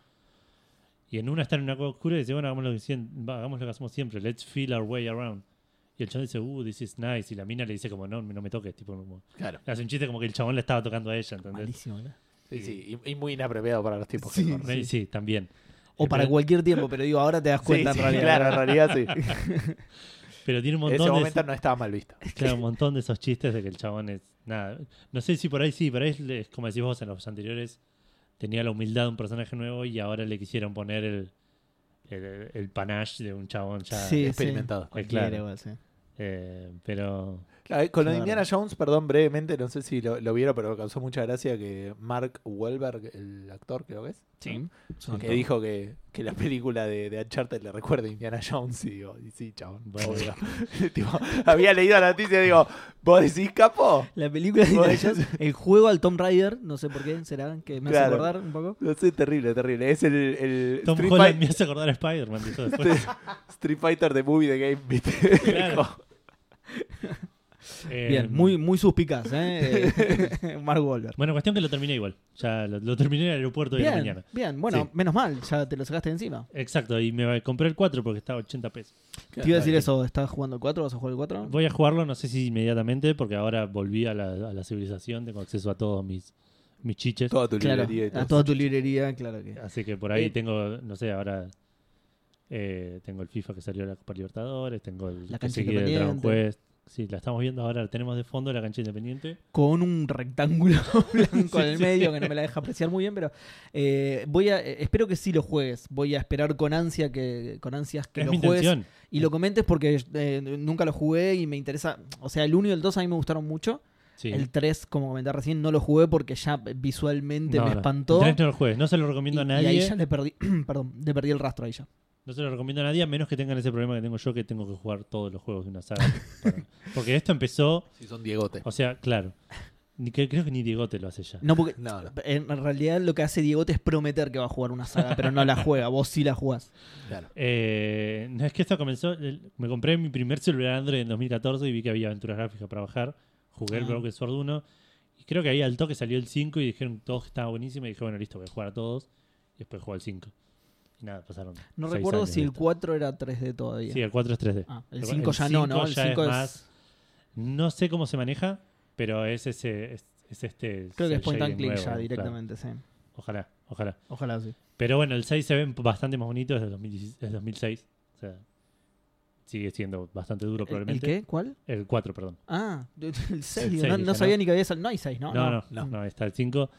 Speaker 1: Y en una están en una cueva oscura y dice, bueno, hagamos lo que, sien- va, hagamos lo que hacemos siempre, let's feel our way around. Y el chabón dice, uh, this is nice. Y la mina le dice como, no, no me toques. Tipo, como-
Speaker 2: Claro.
Speaker 1: le hace un chiste como que el chabón le estaba tocando a ella, ¿entendés?
Speaker 3: Malísimo, ¿verdad?
Speaker 2: Sí, sí, y, y muy inapropiado para los tipos
Speaker 3: Sí,
Speaker 2: que
Speaker 1: Sí,
Speaker 2: corren.
Speaker 1: sí, también.
Speaker 3: O para
Speaker 1: Pero-
Speaker 3: cualquier tiempo, pero digo, ahora te das cuenta
Speaker 2: Sí,
Speaker 3: en
Speaker 2: sí,
Speaker 3: realidad.
Speaker 2: Claro, en realidad sí.
Speaker 1: Pero tiene un
Speaker 2: En
Speaker 1: montón
Speaker 2: ese
Speaker 1: de...
Speaker 2: momento no estaba mal visto.
Speaker 1: Claro, un montón de esos chistes de que el chabón es. Nada. No sé si por ahí sí, por ahí es como decís vos en los anteriores. Tenía la humildad de un personaje nuevo y ahora le quisieron poner el, el, el panache de un chabón ya.
Speaker 3: Sí,
Speaker 2: experimentado.
Speaker 3: sí. Cualquiera
Speaker 1: Claro.
Speaker 3: igual, sí.
Speaker 1: Eh, pero.
Speaker 2: Claro, eh, con lo de
Speaker 3: Claro.
Speaker 2: Indiana Jones, perdón, brevemente, no sé si lo, lo vieron, pero me causó mucha gracia que Mark Wahlberg, el actor, creo que es,
Speaker 3: Sí.
Speaker 2: que dijo que, que la película de, de Uncharted le recuerda a Indiana Jones. Y digo, y sí, chabón,
Speaker 1: Bueno.
Speaker 2: obvio. Tipo, había leído la noticia y digo, ¿vos decís capo?
Speaker 3: La película de
Speaker 2: Bueno,
Speaker 3: Indiana Jones, el juego al Tomb Raider, no sé por qué, será que me hace
Speaker 2: Claro.
Speaker 3: acordar un poco.
Speaker 2: No sé, terrible, terrible. Es el, el
Speaker 1: Tom
Speaker 2: Street,
Speaker 1: Holland
Speaker 2: Fight-
Speaker 1: me hace acordar a Spider-Man. dijo después.
Speaker 2: Street Fighter de Movie de Game, ¿viste?
Speaker 1: Claro. Eh,
Speaker 3: Bien, muy, muy suspicaz, ¿eh? Mark Wahlberg.
Speaker 1: Bueno, cuestión que lo terminé igual. Ya lo, lo terminé en el aeropuerto de la
Speaker 3: Bien,
Speaker 1: mañana.
Speaker 3: bien, bueno,
Speaker 1: Sí.
Speaker 3: menos mal, ya te lo sacaste de encima.
Speaker 1: Exacto, y me compré el 4 porque estaba a 80 pesos.
Speaker 3: Te iba a decir eso, ¿estás jugando el 4? ¿Vas a jugar el 4?
Speaker 1: Voy a jugarlo, no sé si inmediatamente, porque ahora volví a la, a la civilización, tengo acceso a todos mis, mis chiches.
Speaker 2: Toda tu
Speaker 3: claro,
Speaker 2: librería y todo.
Speaker 3: a toda tu librería, claro que.
Speaker 1: Así que por ahí
Speaker 3: Eh,
Speaker 1: tengo, no sé, ahora eh, tengo el FIFA que salió de la Copa Libertadores, tengo el que
Speaker 3: La cancha
Speaker 1: seguí del Dragon
Speaker 3: Independiente.
Speaker 1: Quest. Sí, la estamos viendo ahora, la tenemos de fondo la cancha independiente.
Speaker 3: Con un rectángulo blanco en el medio que no me la deja apreciar muy bien, pero eh, voy a, eh, espero que sí lo juegues. Voy a esperar con ansia que, con ansias que
Speaker 1: es
Speaker 3: lo
Speaker 1: mi
Speaker 3: juegues.
Speaker 1: intención.
Speaker 3: Y lo comentes porque eh, nunca lo jugué y me interesa. O sea, el 1 y el 2 a mí me gustaron mucho.
Speaker 1: Sí.
Speaker 3: El 3, como comenté recién, no lo jugué porque ya visualmente
Speaker 1: No,
Speaker 3: me
Speaker 1: no,
Speaker 3: espantó.
Speaker 1: el tres no lo juegues, no se lo recomiendo
Speaker 3: y,
Speaker 1: a
Speaker 3: y ahí
Speaker 1: nadie.
Speaker 3: ya le perdí, perdón, le perdí el rastro a ella.
Speaker 1: No se lo recomiendo a nadie, a menos que tengan ese problema que tengo yo, que tengo que jugar todos los juegos de una saga. para- Porque esto empezó,
Speaker 2: Si son Diegote.
Speaker 1: o sea, claro. Ni, que- creo que ni Diego te lo hace ya.
Speaker 3: No, porque
Speaker 2: No, no,
Speaker 3: en realidad lo que hace Diegote es prometer que va a jugar una saga, pero no la juega. Vos sí la jugás.
Speaker 2: claro.
Speaker 1: Eh, no es que esto comenzó. el- me compré mi primer celular Android en 2014 y vi que había aventuras gráficas para bajar. Jugué el
Speaker 3: Ah.
Speaker 1: Broken Sword 1. Y creo que ahí al toque salió el 5 y dijeron todos que estaba buenísimo. Y dije, bueno, listo, voy a jugar a todos. Y después jugué al 5. Y nada, pasaron.
Speaker 3: No
Speaker 1: seis
Speaker 3: recuerdo
Speaker 1: años
Speaker 3: si
Speaker 1: de
Speaker 3: el
Speaker 1: esto.
Speaker 3: 4 era 3D todavía.
Speaker 1: Sí, el 4 es 3D.
Speaker 3: Ah, el
Speaker 1: El
Speaker 3: 5 ya no, ¿no? El
Speaker 1: ya es
Speaker 3: 5 es.
Speaker 1: más- No sé cómo se maneja, pero es ese. Es, es este.
Speaker 3: creo que
Speaker 1: cel
Speaker 3: es point and
Speaker 1: shading
Speaker 3: click
Speaker 1: nuevo,
Speaker 3: ya
Speaker 1: claro.
Speaker 3: directamente, sí.
Speaker 1: Ojalá, ojalá.
Speaker 3: Ojalá sí.
Speaker 1: Pero bueno, el 6 se ve bastante más bonito desde el 2016 desde el 2006. O sea, sigue siendo bastante duro
Speaker 3: ¿El,
Speaker 1: probablemente.
Speaker 3: qué? ¿Cuál?
Speaker 1: El 4, perdón.
Speaker 3: Ah, el 6.
Speaker 1: El
Speaker 3: no,
Speaker 1: seis,
Speaker 3: no
Speaker 1: ya,
Speaker 3: sabía
Speaker 1: ¿no?
Speaker 3: ni que había salido. No hay 6, ¿no?
Speaker 1: No, no, no,
Speaker 2: no.
Speaker 1: está el 5.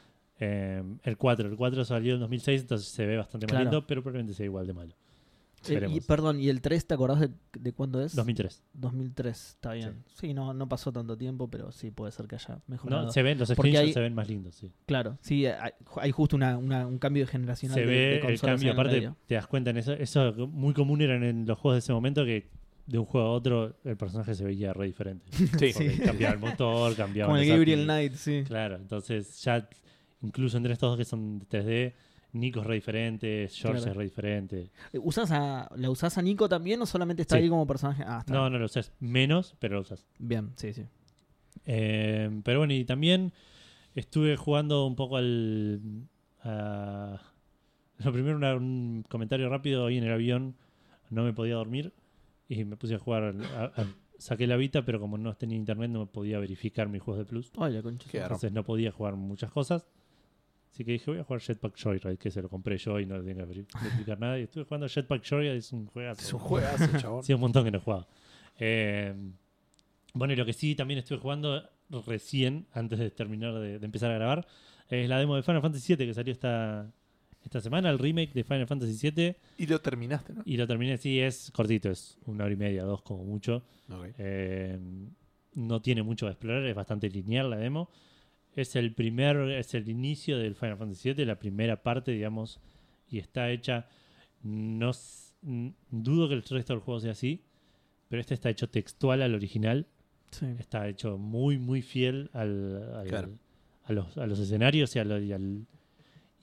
Speaker 1: Eh, el 4, el 4 salió en 2006, entonces se ve bastante más
Speaker 3: Claro.
Speaker 1: lindo, pero probablemente sea igual de malo.
Speaker 3: Eh, y,
Speaker 1: Esperemos.
Speaker 3: perdón, ¿y el 3 te acordás de, de cuándo es?
Speaker 1: 2003.
Speaker 3: 2003, está bien. Sí, no, no pasó tanto tiempo, pero sí puede ser que haya mejorado.
Speaker 1: No, se ven, los
Speaker 3: Porque
Speaker 1: screenshots
Speaker 3: hay-
Speaker 1: se ven más lindos, sí.
Speaker 3: Claro, sí, hay, hay justo una- una- un cambio generacional.
Speaker 1: Se
Speaker 3: de- de
Speaker 1: ve el
Speaker 3: consolas en
Speaker 1: cambio, aparte
Speaker 3: medio.
Speaker 1: te das cuenta en eso, eso muy común eran en los juegos de ese momento que de un juego a otro el personaje se veía re diferente.
Speaker 2: Sí.
Speaker 1: Porque Cambiaba el motor, cambiaba
Speaker 3: Como el
Speaker 1: las
Speaker 3: Gabriel
Speaker 1: API.
Speaker 3: Knight, sí.
Speaker 1: Claro, entonces ya incluso entre estos dos que son de 3D, Nico es re diferente, George
Speaker 3: Claro.
Speaker 1: es re diferente.
Speaker 3: Eh, ¿Usás a, ¿La usás a Nico también o solamente está
Speaker 1: Sí.
Speaker 3: ahí como personaje? Ah, está.
Speaker 1: No, no lo usas menos, pero lo usas.
Speaker 3: Bien, sí, sí.
Speaker 1: Eh, pero bueno, y también estuve jugando un poco al. a- lo primero, una- un comentario rápido. Hoy en el avión no me podía dormir y me puse a jugar. al- a- a- saqué la Vita, pero como no tenía internet, no podía verificar mis juegos de Plus.
Speaker 3: Ay, la concha.
Speaker 2: Qué
Speaker 1: Entonces no podía jugar muchas cosas. Así que dije, voy a jugar Jetpack Joyride, que se lo compré yo y no le tenía que veri- verificar nada. Y estuve jugando Jetpack Joyride, es un juegazo.
Speaker 2: Es un juegazo, chabón.
Speaker 1: Sí, un montón que no jugaba. Eh, bueno, y lo que sí también estuve jugando recién, antes de terminar de, de empezar a grabar, es la demo de Final Fantasy VII que salió esta, esta semana, el remake de Final Fantasy VII.
Speaker 2: Y lo terminaste, ¿no?
Speaker 1: Y lo terminé así, es cortito, es una hora y media, dos como mucho. Eh, no tiene mucho que explorar, es bastante lineal la demo. Es el primer, es el inicio del Final Fantasy VII, la primera parte, digamos, y está hecha. No s- n- dudo que el resto del juego sea así, pero este está hecho textual al original,
Speaker 3: Sí.
Speaker 1: está hecho muy, muy fiel al, al-
Speaker 2: Claro.
Speaker 1: a, los, a los escenarios y, a lo- y al,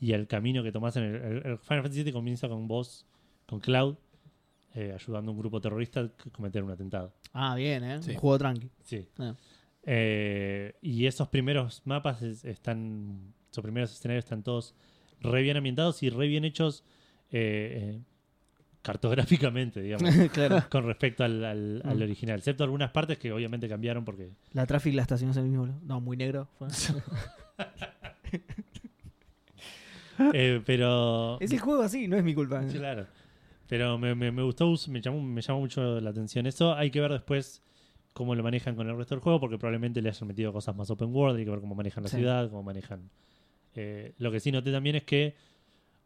Speaker 1: y al camino que tomás en el, el- el Final Fantasy VII comienza con vos, con Cloud, eh, ayudando a un grupo terrorista a cometer un atentado.
Speaker 3: Ah, bien, ¿eh?
Speaker 2: Sí.
Speaker 3: Un juego tranqui.
Speaker 1: Sí.
Speaker 3: Ah.
Speaker 1: Eh, y esos primeros mapas es- están, esos primeros escenarios están todos re bien ambientados y re bien hechos eh, eh, cartográficamente, digamos,
Speaker 3: claro.
Speaker 1: con respecto al, al- al
Speaker 3: Mm.
Speaker 1: original. Excepto algunas partes que obviamente cambiaron porque...
Speaker 3: La Traffic la estación es el mismo. boludo. No, muy negro. fue.
Speaker 1: eh, pero...
Speaker 3: es el juego así, no es mi culpa.
Speaker 1: Claro. Pero me, me- me gustó, me llamó, me llamó mucho la atención eso. Hay que ver después cómo lo manejan con el resto del juego, porque probablemente le hayan metido cosas más open world, hay que ver cómo manejan la
Speaker 3: Sí.
Speaker 1: ciudad, cómo manejan... eh, lo que sí noté también es que,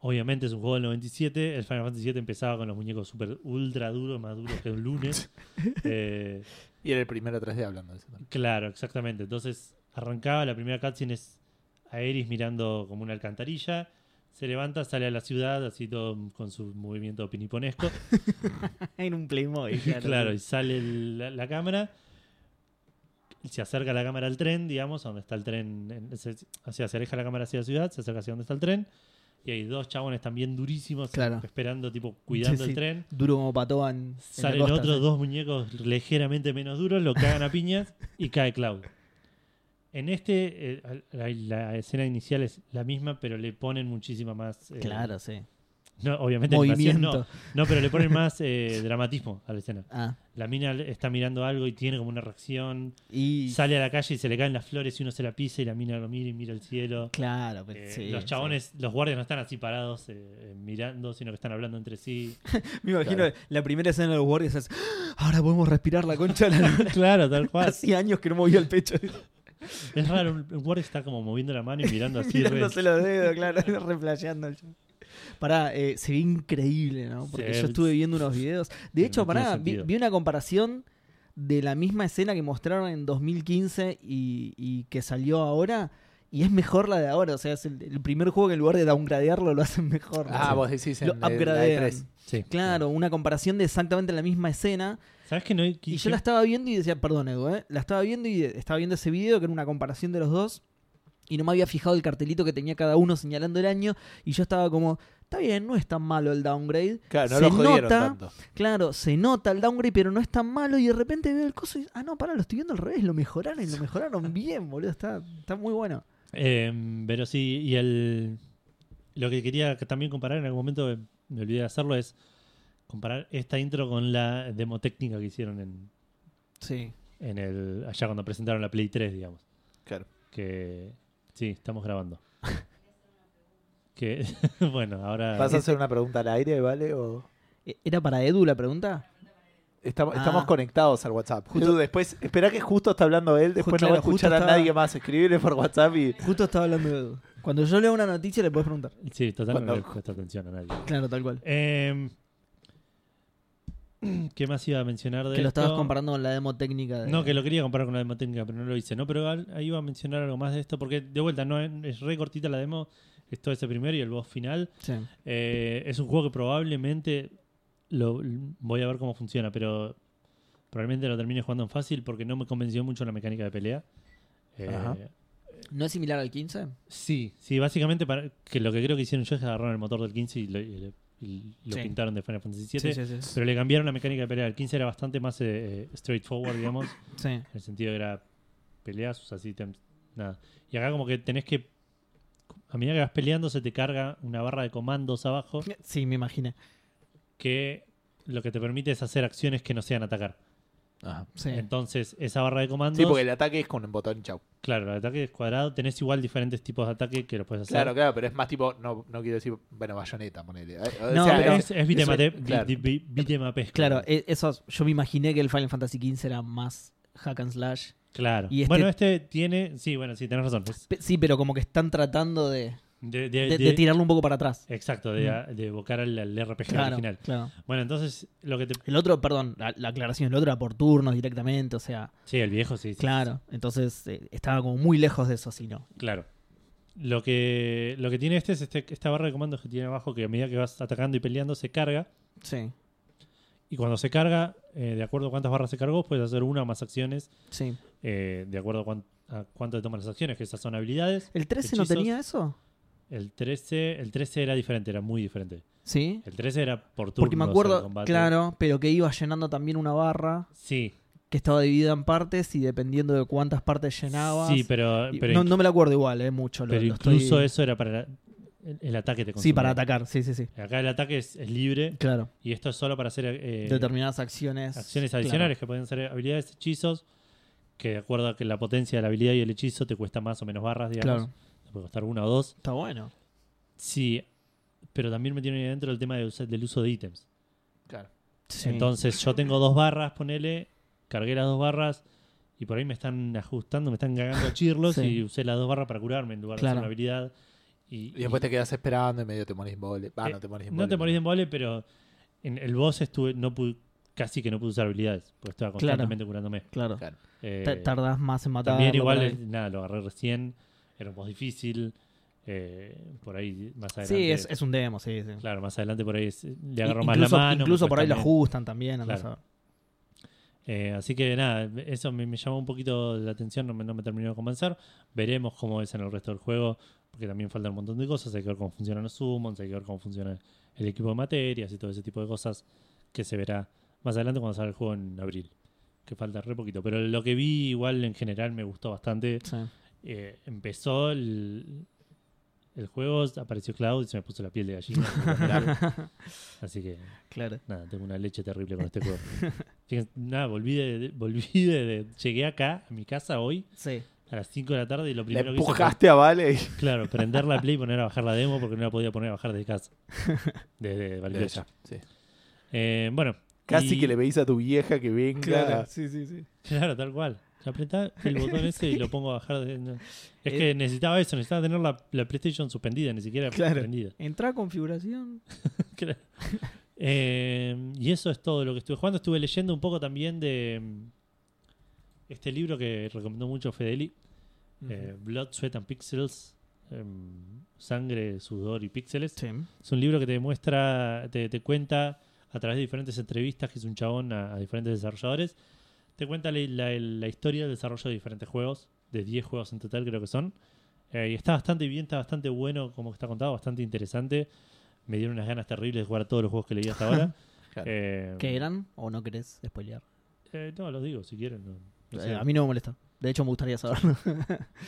Speaker 1: obviamente es un juego del 97, el Final Fantasy VII empezaba con los muñecos super ultra duros, más duros que un lunes. Eh,
Speaker 2: Y era el primero 3D hablando de eso. también.
Speaker 1: Claro, exactamente. Entonces arrancaba, la primera cutscene es a Eris mirando como una alcantarilla. Se levanta, sale a la ciudad, así todo con su movimiento piniponesco.
Speaker 3: en un Playmobil.
Speaker 1: claro, y sale el- la, la cámara. Se acerca la cámara al tren, digamos, a donde está el tren. en- se, o sea, se aleja la cámara hacia la ciudad, se acerca hacia donde está el tren. Y hay dos chabones también durísimos,
Speaker 3: Claro.
Speaker 1: esperando, tipo, cuidando
Speaker 3: Sí,
Speaker 1: el
Speaker 3: sí.
Speaker 1: tren.
Speaker 3: Duro como patoa en- en, la
Speaker 1: Salen
Speaker 3: costa,
Speaker 1: otros
Speaker 3: sí.
Speaker 1: dos muñecos ligeramente menos duros, lo cagan a piñas y cae Cloud. En este, eh, al- la, la escena inicial es la misma, pero le ponen muchísima más. eh,
Speaker 3: Claro, sí.
Speaker 1: No, obviamente, animación
Speaker 3: Movimiento.
Speaker 1: no, no, pero le ponen más eh, dramatismo a la escena.
Speaker 3: Ah,
Speaker 1: La mina está mirando algo y tiene como una reacción.
Speaker 3: y.
Speaker 1: Sale a la calle y se le caen las flores y uno se la pisa y la mina lo mira y mira el cielo.
Speaker 3: Claro, pero
Speaker 1: Eh,
Speaker 3: sí,
Speaker 1: los chabones, los guardias no están así parados eh, eh, mirando, sino que están hablando entre sí.
Speaker 3: sí. Me imagino la primera escena de los guardias es. "Ah, Ahora podemos respirar la concha de la luna".
Speaker 1: claro, tal cual.
Speaker 3: Hace años que no movía el pecho.
Speaker 1: Es raro, un un guardia está como moviendo la mano y mirando así. re-
Speaker 3: Tirándose los dedos, claro, replayando. el show. Pará, eh, se ve increíble, ¿no? Porque
Speaker 1: Se-
Speaker 3: yo estuve viendo unos videos. De
Speaker 1: no
Speaker 3: hecho,
Speaker 1: tiene
Speaker 3: pará, vi,
Speaker 1: sentido.
Speaker 3: vi una comparación de la misma escena que mostraron en 2015 y, y que salió ahora. Y es mejor la de ahora. O sea, es el, el primer juego que en lugar de downgradearlo lo hacen mejor. ¿no?
Speaker 2: Ah,
Speaker 3: Sí.
Speaker 2: vos decís en
Speaker 3: Lo
Speaker 2: el- la
Speaker 3: upgradean.
Speaker 2: E3.
Speaker 1: Sí.
Speaker 3: Claro, una comparación de exactamente la misma escena.
Speaker 1: ¿Sabes que no hay
Speaker 3: Y yo la estaba viendo y decía, perdón, Edu, ¿eh? la estaba viendo y estaba viendo ese video que era una comparación de los dos. Y no me había fijado el cartelito que tenía cada uno señalando el año. Y yo estaba como, está bien, no es tan malo el downgrade.
Speaker 2: Claro, no
Speaker 3: Se
Speaker 2: lo jodieron
Speaker 3: nota-
Speaker 2: tanto.
Speaker 3: Claro, se nota el downgrade, pero no es tan malo. Y de repente veo el coso y, ah, no, pará, lo estoy viendo al revés. Lo mejoraron y lo mejoraron bien, boludo. Está, está muy bueno.
Speaker 1: Eh, pero sí, y el. Lo que quería que también comparar en algún momento, eh, me olvidé de hacerlo, es comparar esta intro con la demo técnica que hicieron en,
Speaker 3: Sí.
Speaker 1: en el allá cuando presentaron la Play 3, digamos.
Speaker 2: Claro.
Speaker 1: Que. Sí, estamos grabando. que. bueno, ahora.
Speaker 2: ¿Vas a hacer una pregunta al aire, vale? O...
Speaker 3: E, ¿Era para Edu la pregunta?
Speaker 2: Estamos,
Speaker 3: Ah.
Speaker 2: estamos conectados al WhatsApp. Edu, después, espera que justo está hablando él, después
Speaker 3: Justo,
Speaker 2: no va a
Speaker 3: claro, justo
Speaker 2: escuchar a
Speaker 3: estaba-
Speaker 2: nadie más. Escribirle por WhatsApp y.
Speaker 3: Justo estaba hablando de Edu. Cuando yo leo una noticia le puedes preguntar.
Speaker 1: Sí, total, no
Speaker 2: Bueno.
Speaker 1: le presta atención a nadie.
Speaker 3: Claro, tal cual.
Speaker 1: Eh, ¿Qué más iba a mencionar de
Speaker 3: Que lo estabas
Speaker 1: esto?
Speaker 3: comparando con la demo técnica. de-
Speaker 1: No, que lo quería comparar con la demo técnica, pero no lo hice. No, pero al- ahí iba a mencionar algo más de esto, porque de vuelta, no es- es re cortita la demo. Es todo ese primero y el boss final.
Speaker 3: Sí.
Speaker 1: Eh, es un juego que probablemente lo voy a ver cómo funciona, pero probablemente lo termine jugando en fácil porque no me convenció mucho la mecánica de pelea. Eh,
Speaker 2: Ajá.
Speaker 3: ¿No es similar al 15?
Speaker 1: sí, sí, básicamente para, que lo que creo que hicieron yo es que agarraron el motor del 15 y lo, y le- y lo
Speaker 3: Sí.
Speaker 1: pintaron de Final Fantasy VII.
Speaker 3: sí, sí.
Speaker 1: Pero le cambiaron la mecánica de pelea. El 15 era bastante más eh, eh, straightforward, digamos.
Speaker 3: Sí.
Speaker 1: En el sentido de era peleas, usas ítems, nada. Y acá como que tenés que... A medida que vas peleando se te carga una barra de comandos abajo
Speaker 3: Sí, me imaginé.
Speaker 1: que lo que te permite es hacer acciones que no sean atacar.
Speaker 2: Ajá.
Speaker 3: Sí.
Speaker 1: Eh, Entonces, esa barra de comandos...
Speaker 2: Sí, porque el ataque es con un botón y chau.
Speaker 1: Claro, el ataque es cuadrado. Tenés igual diferentes tipos de ataque que los puedes hacer.
Speaker 2: Claro, claro, pero es más tipo, no, no quiero decir, bueno, bayoneta, ponele. Eh, o
Speaker 3: No,
Speaker 2: sea,
Speaker 1: Pero
Speaker 3: pero-
Speaker 1: es, es beat 'em
Speaker 2: eso-
Speaker 1: up, eh,
Speaker 2: claro.
Speaker 1: beat- beat- beat 'em up es,
Speaker 3: Claro, e- eso, yo me imaginé que el Final Fantasy XV era más hack and slash.
Speaker 1: Claro.
Speaker 3: y este-
Speaker 1: Bueno, este tiene... Sí, bueno, sí, tenés razón. Es
Speaker 3: Pe- Sí, pero como que están tratando de,
Speaker 1: de- de-
Speaker 3: de-
Speaker 1: Eh, de-
Speaker 3: de tirarlo un poco para atrás.
Speaker 1: Exacto, de, de evocar al, al RPG
Speaker 3: Claro,
Speaker 1: original.
Speaker 3: claro.
Speaker 1: Bueno, entonces lo que te...
Speaker 3: El otro, perdón, la, la aclaración, el otro era por turnos directamente, o sea,
Speaker 1: Sí, el viejo, sí. sí,
Speaker 3: claro. Entonces eh, estaba como muy lejos de eso, si no.
Speaker 1: Claro. Lo que, lo que tiene este es este- esta barra de comandos que tiene abajo que a medida que vas atacando y peleando se carga.
Speaker 3: Sí,
Speaker 1: Y cuando se carga, eh, de acuerdo a cuántas barras se cargó, puedes hacer una o más acciones,
Speaker 3: sí.
Speaker 1: eh, de acuerdo a, cuán- a cuánto te toman las acciones, que esas son habilidades.
Speaker 3: ¿El 13
Speaker 1: Hechizos.
Speaker 3: no tenía eso?
Speaker 1: El 13, el 13 era diferente, era muy diferente.
Speaker 3: Sí.
Speaker 1: El 13 era por turnos
Speaker 3: Porque me
Speaker 1: el
Speaker 3: acuerdo,
Speaker 1: combate.
Speaker 3: claro, pero que iba llenando también una barra
Speaker 1: Sí,
Speaker 3: que estaba dividida en partes y dependiendo de cuántas partes llenabas.
Speaker 1: sí, pero,
Speaker 3: Y-
Speaker 1: pero,
Speaker 3: no,
Speaker 1: inc-
Speaker 3: no me lo acuerdo igual, eh, mucho. lo-
Speaker 1: pero
Speaker 3: lo
Speaker 1: incluso
Speaker 3: estoy-
Speaker 1: eso era para la- el, el ataque te
Speaker 3: Sí, para
Speaker 1: consumía.
Speaker 3: atacar, sí, sí, sí.
Speaker 1: Acá el ataque es, es libre
Speaker 3: Claro.
Speaker 1: y esto es solo para hacer eh,
Speaker 3: Determinadas acciones.
Speaker 1: acciones
Speaker 3: claro.
Speaker 1: adicionales que pueden ser habilidades, hechizos, que de acuerdo a que la potencia de la habilidad y el hechizo te cuesta más o menos barras, digamos.
Speaker 3: Claro.
Speaker 1: Te puede costar una o dos.
Speaker 3: Está bueno.
Speaker 1: Sí, pero también me tiene dentro el tema de usar- del uso de ítems.
Speaker 2: claro.
Speaker 3: Sí.
Speaker 1: Entonces yo tengo dos barras, ponele, cargué las dos barras y por ahí me están ajustando, me están cagando a chirlos
Speaker 3: Sí.
Speaker 1: y usé las dos barras para curarme en lugar de
Speaker 3: Claro.
Speaker 1: hacer una habilidad. Y,
Speaker 2: Y después te quedas esperando y medio te morís en vole. Ah,
Speaker 1: Eh,
Speaker 2: no te morís en
Speaker 1: no te
Speaker 2: vole,
Speaker 1: morís de embole, pero en el boss estuve, no pude- casi que no pude usar habilidades, porque estaba
Speaker 3: Claro.
Speaker 1: constantemente curándome.
Speaker 3: Claro.
Speaker 2: Claro.
Speaker 1: Eh,
Speaker 3: Ta- Tardás más en matar.
Speaker 1: También igual, eh, nada, lo agarré recién, era un boss difícil, eh, por ahí más adelante.
Speaker 3: Sí, es, es un demo, sí. sí.
Speaker 1: Claro, más adelante por ahí es- le agarro
Speaker 3: I-
Speaker 1: más la
Speaker 3: incluso,
Speaker 1: mano. pues, me
Speaker 3: Incluso por ahí lo
Speaker 1: cuesta
Speaker 3: ajustan también. andás
Speaker 1: Claro.
Speaker 3: a ver.
Speaker 1: menos. Eh, así que nada, eso me, me llamó un poquito la atención, no me, no me terminó de convencer. Veremos cómo es en el resto del juego, porque también faltan un montón de cosas. Hay que ver cómo funcionan los summons, hay que ver cómo funciona el equipo de materias y todo ese tipo de cosas que se verá más adelante cuando salga el juego en abril. Que falta re poquito. Pero lo que vi igual en general me gustó bastante.
Speaker 3: Sí.
Speaker 1: Eh, empezó el, el juego, apareció Cloud y se me puso la piel de gallina. Así que
Speaker 3: Claro.
Speaker 1: nada, tengo una leche terrible con este juego. Fíjense, nada, volví de, de- volví de, de- llegué acá a mi casa hoy
Speaker 3: Sí.
Speaker 1: a las 5 de la tarde y lo
Speaker 2: Le
Speaker 1: primero que hice fue,
Speaker 2: empujaste a Vale y
Speaker 1: claro, prender la play y poner a bajar la demo porque no la podía poner a bajar desde casa. Desde Valdepeña.
Speaker 2: Sí.
Speaker 1: Eh, bueno.
Speaker 2: Casi
Speaker 1: y-
Speaker 2: que le pedís a tu vieja que venga.
Speaker 3: Sí, sí, sí.
Speaker 1: Claro, tal cual. Apretá el botón ese y lo pongo a bajar. de- no. Es que
Speaker 3: Eh,
Speaker 1: necesitaba eso, necesitaba tener la, la PlayStation suspendida, ni siquiera
Speaker 3: Claro.
Speaker 1: prendida.
Speaker 3: Entrá a configuración.
Speaker 1: Claro. Eh, y eso es todo lo que estuve jugando. Estuve leyendo un poco también de mm, este libro que recomendó mucho Fedeli,
Speaker 2: Mm.
Speaker 1: eh, Blood, Sweat and Pixels, em, Sangre, Sudor y Píxeles.
Speaker 3: Sí.
Speaker 1: Es un libro que te muestra, te, te cuenta a través de diferentes entrevistas que hizo un chabón a, a diferentes desarrolladores, te cuenta la, la- la historia del desarrollo de diferentes juegos, de 10 juegos en total creo que son. Eh, y está bastante bien, está bastante bueno como está contado, bastante interesante. Me dieron unas ganas terribles de jugar a todos los juegos que leí hasta ahora.
Speaker 2: Claro.
Speaker 1: Eh,
Speaker 3: ¿Qué eran? ¿O no querés spoilear?
Speaker 1: eh, no, los digo si quieren. no- no sé.
Speaker 3: Eh, a mí no me molesta. De hecho, me gustaría saberlo.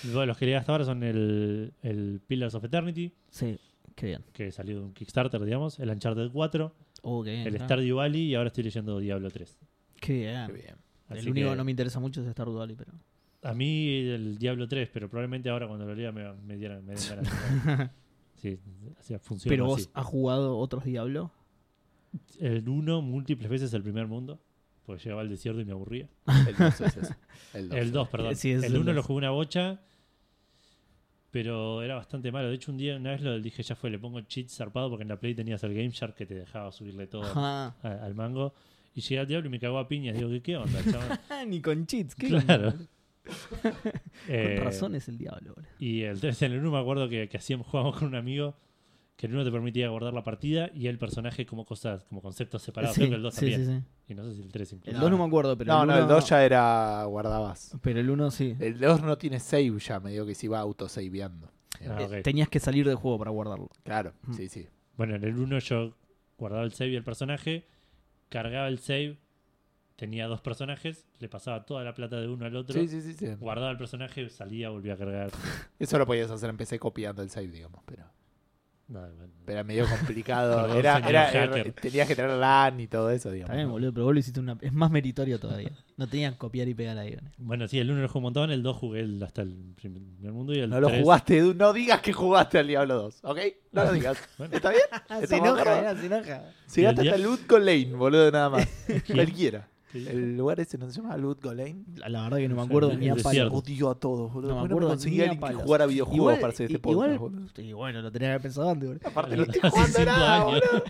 Speaker 1: Bueno, los que leí hasta ahora son el, el Pillars of Eternity,
Speaker 3: sí. Qué bien.
Speaker 1: que salió de un Kickstarter, digamos, el Uncharted 4,
Speaker 3: Oh, qué bien.
Speaker 1: el
Speaker 3: claro.
Speaker 1: Stardew Valley y ahora estoy leyendo Diablo 3.
Speaker 3: Qué bien.
Speaker 1: Eh,
Speaker 2: Qué bien.
Speaker 1: Así
Speaker 3: el único
Speaker 1: que-
Speaker 3: que no me interesa mucho es Star Valley, pero.
Speaker 1: A mí el Diablo 3, pero probablemente ahora cuando lo lea me, me dieran me den ganas. de jugar. sí, o sea, funciona
Speaker 3: pero vos
Speaker 1: así.
Speaker 3: has jugado otros Diablo.
Speaker 1: El 1 múltiples veces el primer mundo, porque llegaba al desierto y me aburría.
Speaker 2: El 2 es ese. El 2.
Speaker 1: el 2, perdón.
Speaker 3: Sí, es
Speaker 1: el
Speaker 3: el
Speaker 1: 1 lo
Speaker 3: dos.
Speaker 1: jugué una bocha, pero era bastante malo. De hecho, un día, una vez lo dije, ya fue, le pongo cheat zarpado porque en la Play tenías el Game Shark que te dejaba subirle todo
Speaker 3: Ajá.
Speaker 1: a- al mango. Y llegué al diablo y me cagó a piñas. Digo, ¿qué, qué onda, chaval?
Speaker 3: Ah, Ni con cheats, ¿qué?
Speaker 1: claro.
Speaker 3: Con
Speaker 1: Eh,
Speaker 3: razones el diablo, boludo.
Speaker 1: Y el 3 en el 1 me acuerdo que, que hacíamos, jugábamos con un amigo que el 1 te permitía guardar la partida y el personaje como cosas, como conceptos separados. Creo que el 2
Speaker 3: sí,
Speaker 1: también.
Speaker 3: sí, sí.
Speaker 1: Y no sé si el 3 incluso.
Speaker 3: El
Speaker 2: No,
Speaker 3: 2 no,
Speaker 2: no.
Speaker 3: me acuerdo, pero
Speaker 2: No,
Speaker 3: el
Speaker 2: no,
Speaker 3: 1
Speaker 2: el 2 ya era guardabas.
Speaker 3: Pero el 1 sí.
Speaker 1: Eh,
Speaker 2: El 2 no tiene save ya, medio que se iba autosaveando.
Speaker 1: Ah,
Speaker 3: Eh,
Speaker 1: ok.
Speaker 3: Tenías que salir del juego para guardarlo.
Speaker 2: Claro,
Speaker 3: Mm.
Speaker 2: sí, sí.
Speaker 1: Bueno, en el 1 yo guardaba el save y el personaje, cargaba el save, tenía dos personajes, le pasaba toda la plata de uno al otro,
Speaker 2: Sí, sí, sí, sí.
Speaker 1: guardaba el personaje, salía, volvía a cargar.
Speaker 2: Eso lo podías hacer en PC copiando el save, digamos, pero,
Speaker 1: Nada, bueno.
Speaker 2: pero era medio complicado.
Speaker 1: Perdón,
Speaker 2: era,
Speaker 1: señor
Speaker 2: era-
Speaker 1: hacker.
Speaker 2: era- tenías que tener LAN y todo eso, digamos.
Speaker 3: Está bien,
Speaker 2: ¿no?
Speaker 3: boludo, pero vos lo hiciste una. Es más meritorio todavía. No tenían que copiar y pegar ahí. ¿no?
Speaker 1: Bueno, sí, el 1 lo jugué un montón, el 2 jugué el- hasta el primer mundo y el
Speaker 2: No lo
Speaker 1: 3
Speaker 2: jugaste, Edu, no digas que jugaste al Diablo 2, ¿ok? No lo digas.
Speaker 1: Bueno.
Speaker 2: ¿Está bien? Se
Speaker 3: Estamos
Speaker 2: enoja,
Speaker 3: acá, Ah, se enoja.
Speaker 1: ¿Y
Speaker 2: Llegaste
Speaker 1: el
Speaker 2: hasta
Speaker 1: dia-
Speaker 2: Ludco Lane, boludo, nada más.
Speaker 1: ¿Quién?
Speaker 2: Cualquiera.
Speaker 1: ¿Qué dijo?
Speaker 2: El lugar ese no se llama Ludco Lane.
Speaker 3: La, la verdad que no me acuerdo
Speaker 1: El
Speaker 3: ni a
Speaker 1: desierto.
Speaker 3: palo.
Speaker 2: Odio a todos, boludo.
Speaker 3: No me
Speaker 2: Bueno,
Speaker 3: acuerdo
Speaker 2: conseguí
Speaker 3: ni a
Speaker 2: alguien que
Speaker 3: palos.
Speaker 2: jugara videojuegos
Speaker 3: Igual-
Speaker 2: para hacer este
Speaker 3: i-
Speaker 2: podcast,
Speaker 3: igual-
Speaker 2: boludo.
Speaker 3: Y bueno, lo tenía que haber pensado antes, boludo.
Speaker 2: Aparte no estoy
Speaker 1: Hace
Speaker 2: jugando
Speaker 1: cinco
Speaker 2: nada,
Speaker 1: años.
Speaker 2: boludo.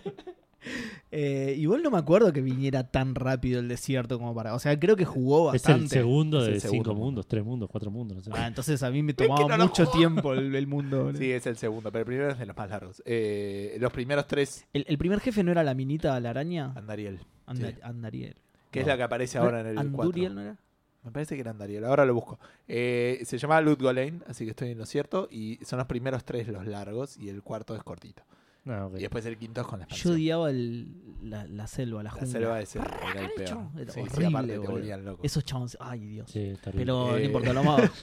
Speaker 3: Eh, igual no me acuerdo que viniera tan rápido el desierto como para. O sea, creo que jugó
Speaker 1: Es
Speaker 3: bastante.
Speaker 1: el segundo
Speaker 2: Es el
Speaker 1: de
Speaker 2: segundo
Speaker 1: 5
Speaker 2: mundo.
Speaker 1: mundos, 3 mundos, 4 mundos, no sé.
Speaker 3: Ah, entonces a mí me
Speaker 2: que
Speaker 3: tomaba
Speaker 2: no lo
Speaker 3: mucho
Speaker 2: jugó.
Speaker 3: tiempo el, el mundo. boludo.
Speaker 2: Sí, es el segundo, pero el primero es de los más largos. Eh, los primeros tres,
Speaker 3: El, el primer jefe no era la minita, la araña.
Speaker 2: Andariel.
Speaker 3: Anda-
Speaker 2: Ah, sí.
Speaker 3: Andariel.
Speaker 2: Que es
Speaker 1: No.
Speaker 2: la que aparece ahora en el 4.
Speaker 3: ¿Anduriel no era?
Speaker 2: Me parece que era Andariel, ahora lo busco. Eh, se llama Ludgo Lane, así que estoy en lo cierto. Y son los primeros tres los largos y el cuarto es cortito.
Speaker 1: Ah, ok.
Speaker 2: Y después el quinto es con la
Speaker 3: Yo
Speaker 2: expansión.
Speaker 3: odiaba el- la, la selva, la
Speaker 2: la
Speaker 3: jungla.
Speaker 2: selva ese era el peor.
Speaker 3: Era
Speaker 2: Sí, sí,
Speaker 3: horrible,
Speaker 2: aparte te
Speaker 3: boludo.
Speaker 2: volvían loco.
Speaker 3: Esos chavos. Ay, Dios.
Speaker 1: Sí, está bien.
Speaker 3: Pero
Speaker 2: Eh.
Speaker 3: no importa, lo amaba. Así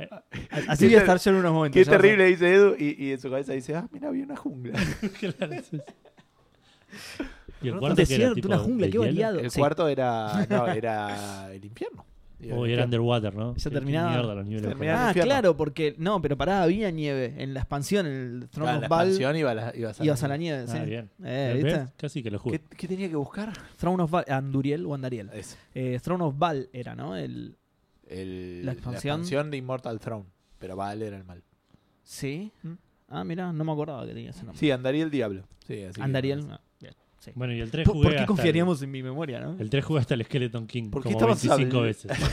Speaker 2: Qué
Speaker 3: voy a
Speaker 2: ter-
Speaker 3: estar yo en unos momentos.
Speaker 2: Qué
Speaker 3: ya vas a-
Speaker 2: terrible, dice Edu, y, y en su cabeza dice, ah, mira, había una jungla.
Speaker 1: Claro, sí, sí. Y
Speaker 3: Un
Speaker 1: el cuarto que era
Speaker 3: desierto,
Speaker 1: tipo
Speaker 3: una jungla,
Speaker 1: de
Speaker 3: qué
Speaker 1: hielo.
Speaker 3: variado.
Speaker 2: El
Speaker 3: Sí.
Speaker 2: cuarto era, no, era el infierno.
Speaker 1: O Oh, era underwater, ¿no?
Speaker 3: Ya
Speaker 1: Qué
Speaker 3: terminaba.
Speaker 1: mierda los niveles de
Speaker 2: Terminaba.
Speaker 1: juego.
Speaker 3: Ah,
Speaker 2: infierno.
Speaker 3: claro, porque. No, pero pará, había nieve. En la expansión, en el Throne
Speaker 2: Ah, la
Speaker 3: of Val,
Speaker 2: expansión iba a la, ibas a
Speaker 3: ibas a
Speaker 2: la-
Speaker 3: la nieve. sí.
Speaker 1: Ah, bien.
Speaker 3: Eh,
Speaker 1: ¿Ves?
Speaker 3: ¿viste?
Speaker 1: Casi que lo jugué.
Speaker 2: ¿Qué, qué tenía que buscar?
Speaker 3: Throne of Val, Anduriel o Andariel.
Speaker 2: Eso.
Speaker 3: Eh, Throne of Val era, ¿no? El.
Speaker 2: El-
Speaker 3: La
Speaker 2: la,
Speaker 3: expansión.
Speaker 2: expansión. de Immortal Throne. Pero Val era el mal.
Speaker 3: Sí.
Speaker 2: ¿Mm?
Speaker 3: Ah, mira, no me acordaba que tenía ese nombre.
Speaker 2: Sí, Andariel Diablo. Sí, así que-
Speaker 3: Andariel. ah, bien, sí.
Speaker 1: Bueno, y el 3
Speaker 3: ¿Por,
Speaker 1: jugué.
Speaker 3: por qué
Speaker 1: hasta
Speaker 3: confiaríamos en mi memoria, no?
Speaker 1: El, el 3 jugué hasta el Skeleton King
Speaker 2: ¿Por qué
Speaker 1: como
Speaker 2: estabas
Speaker 1: 25
Speaker 2: hablando?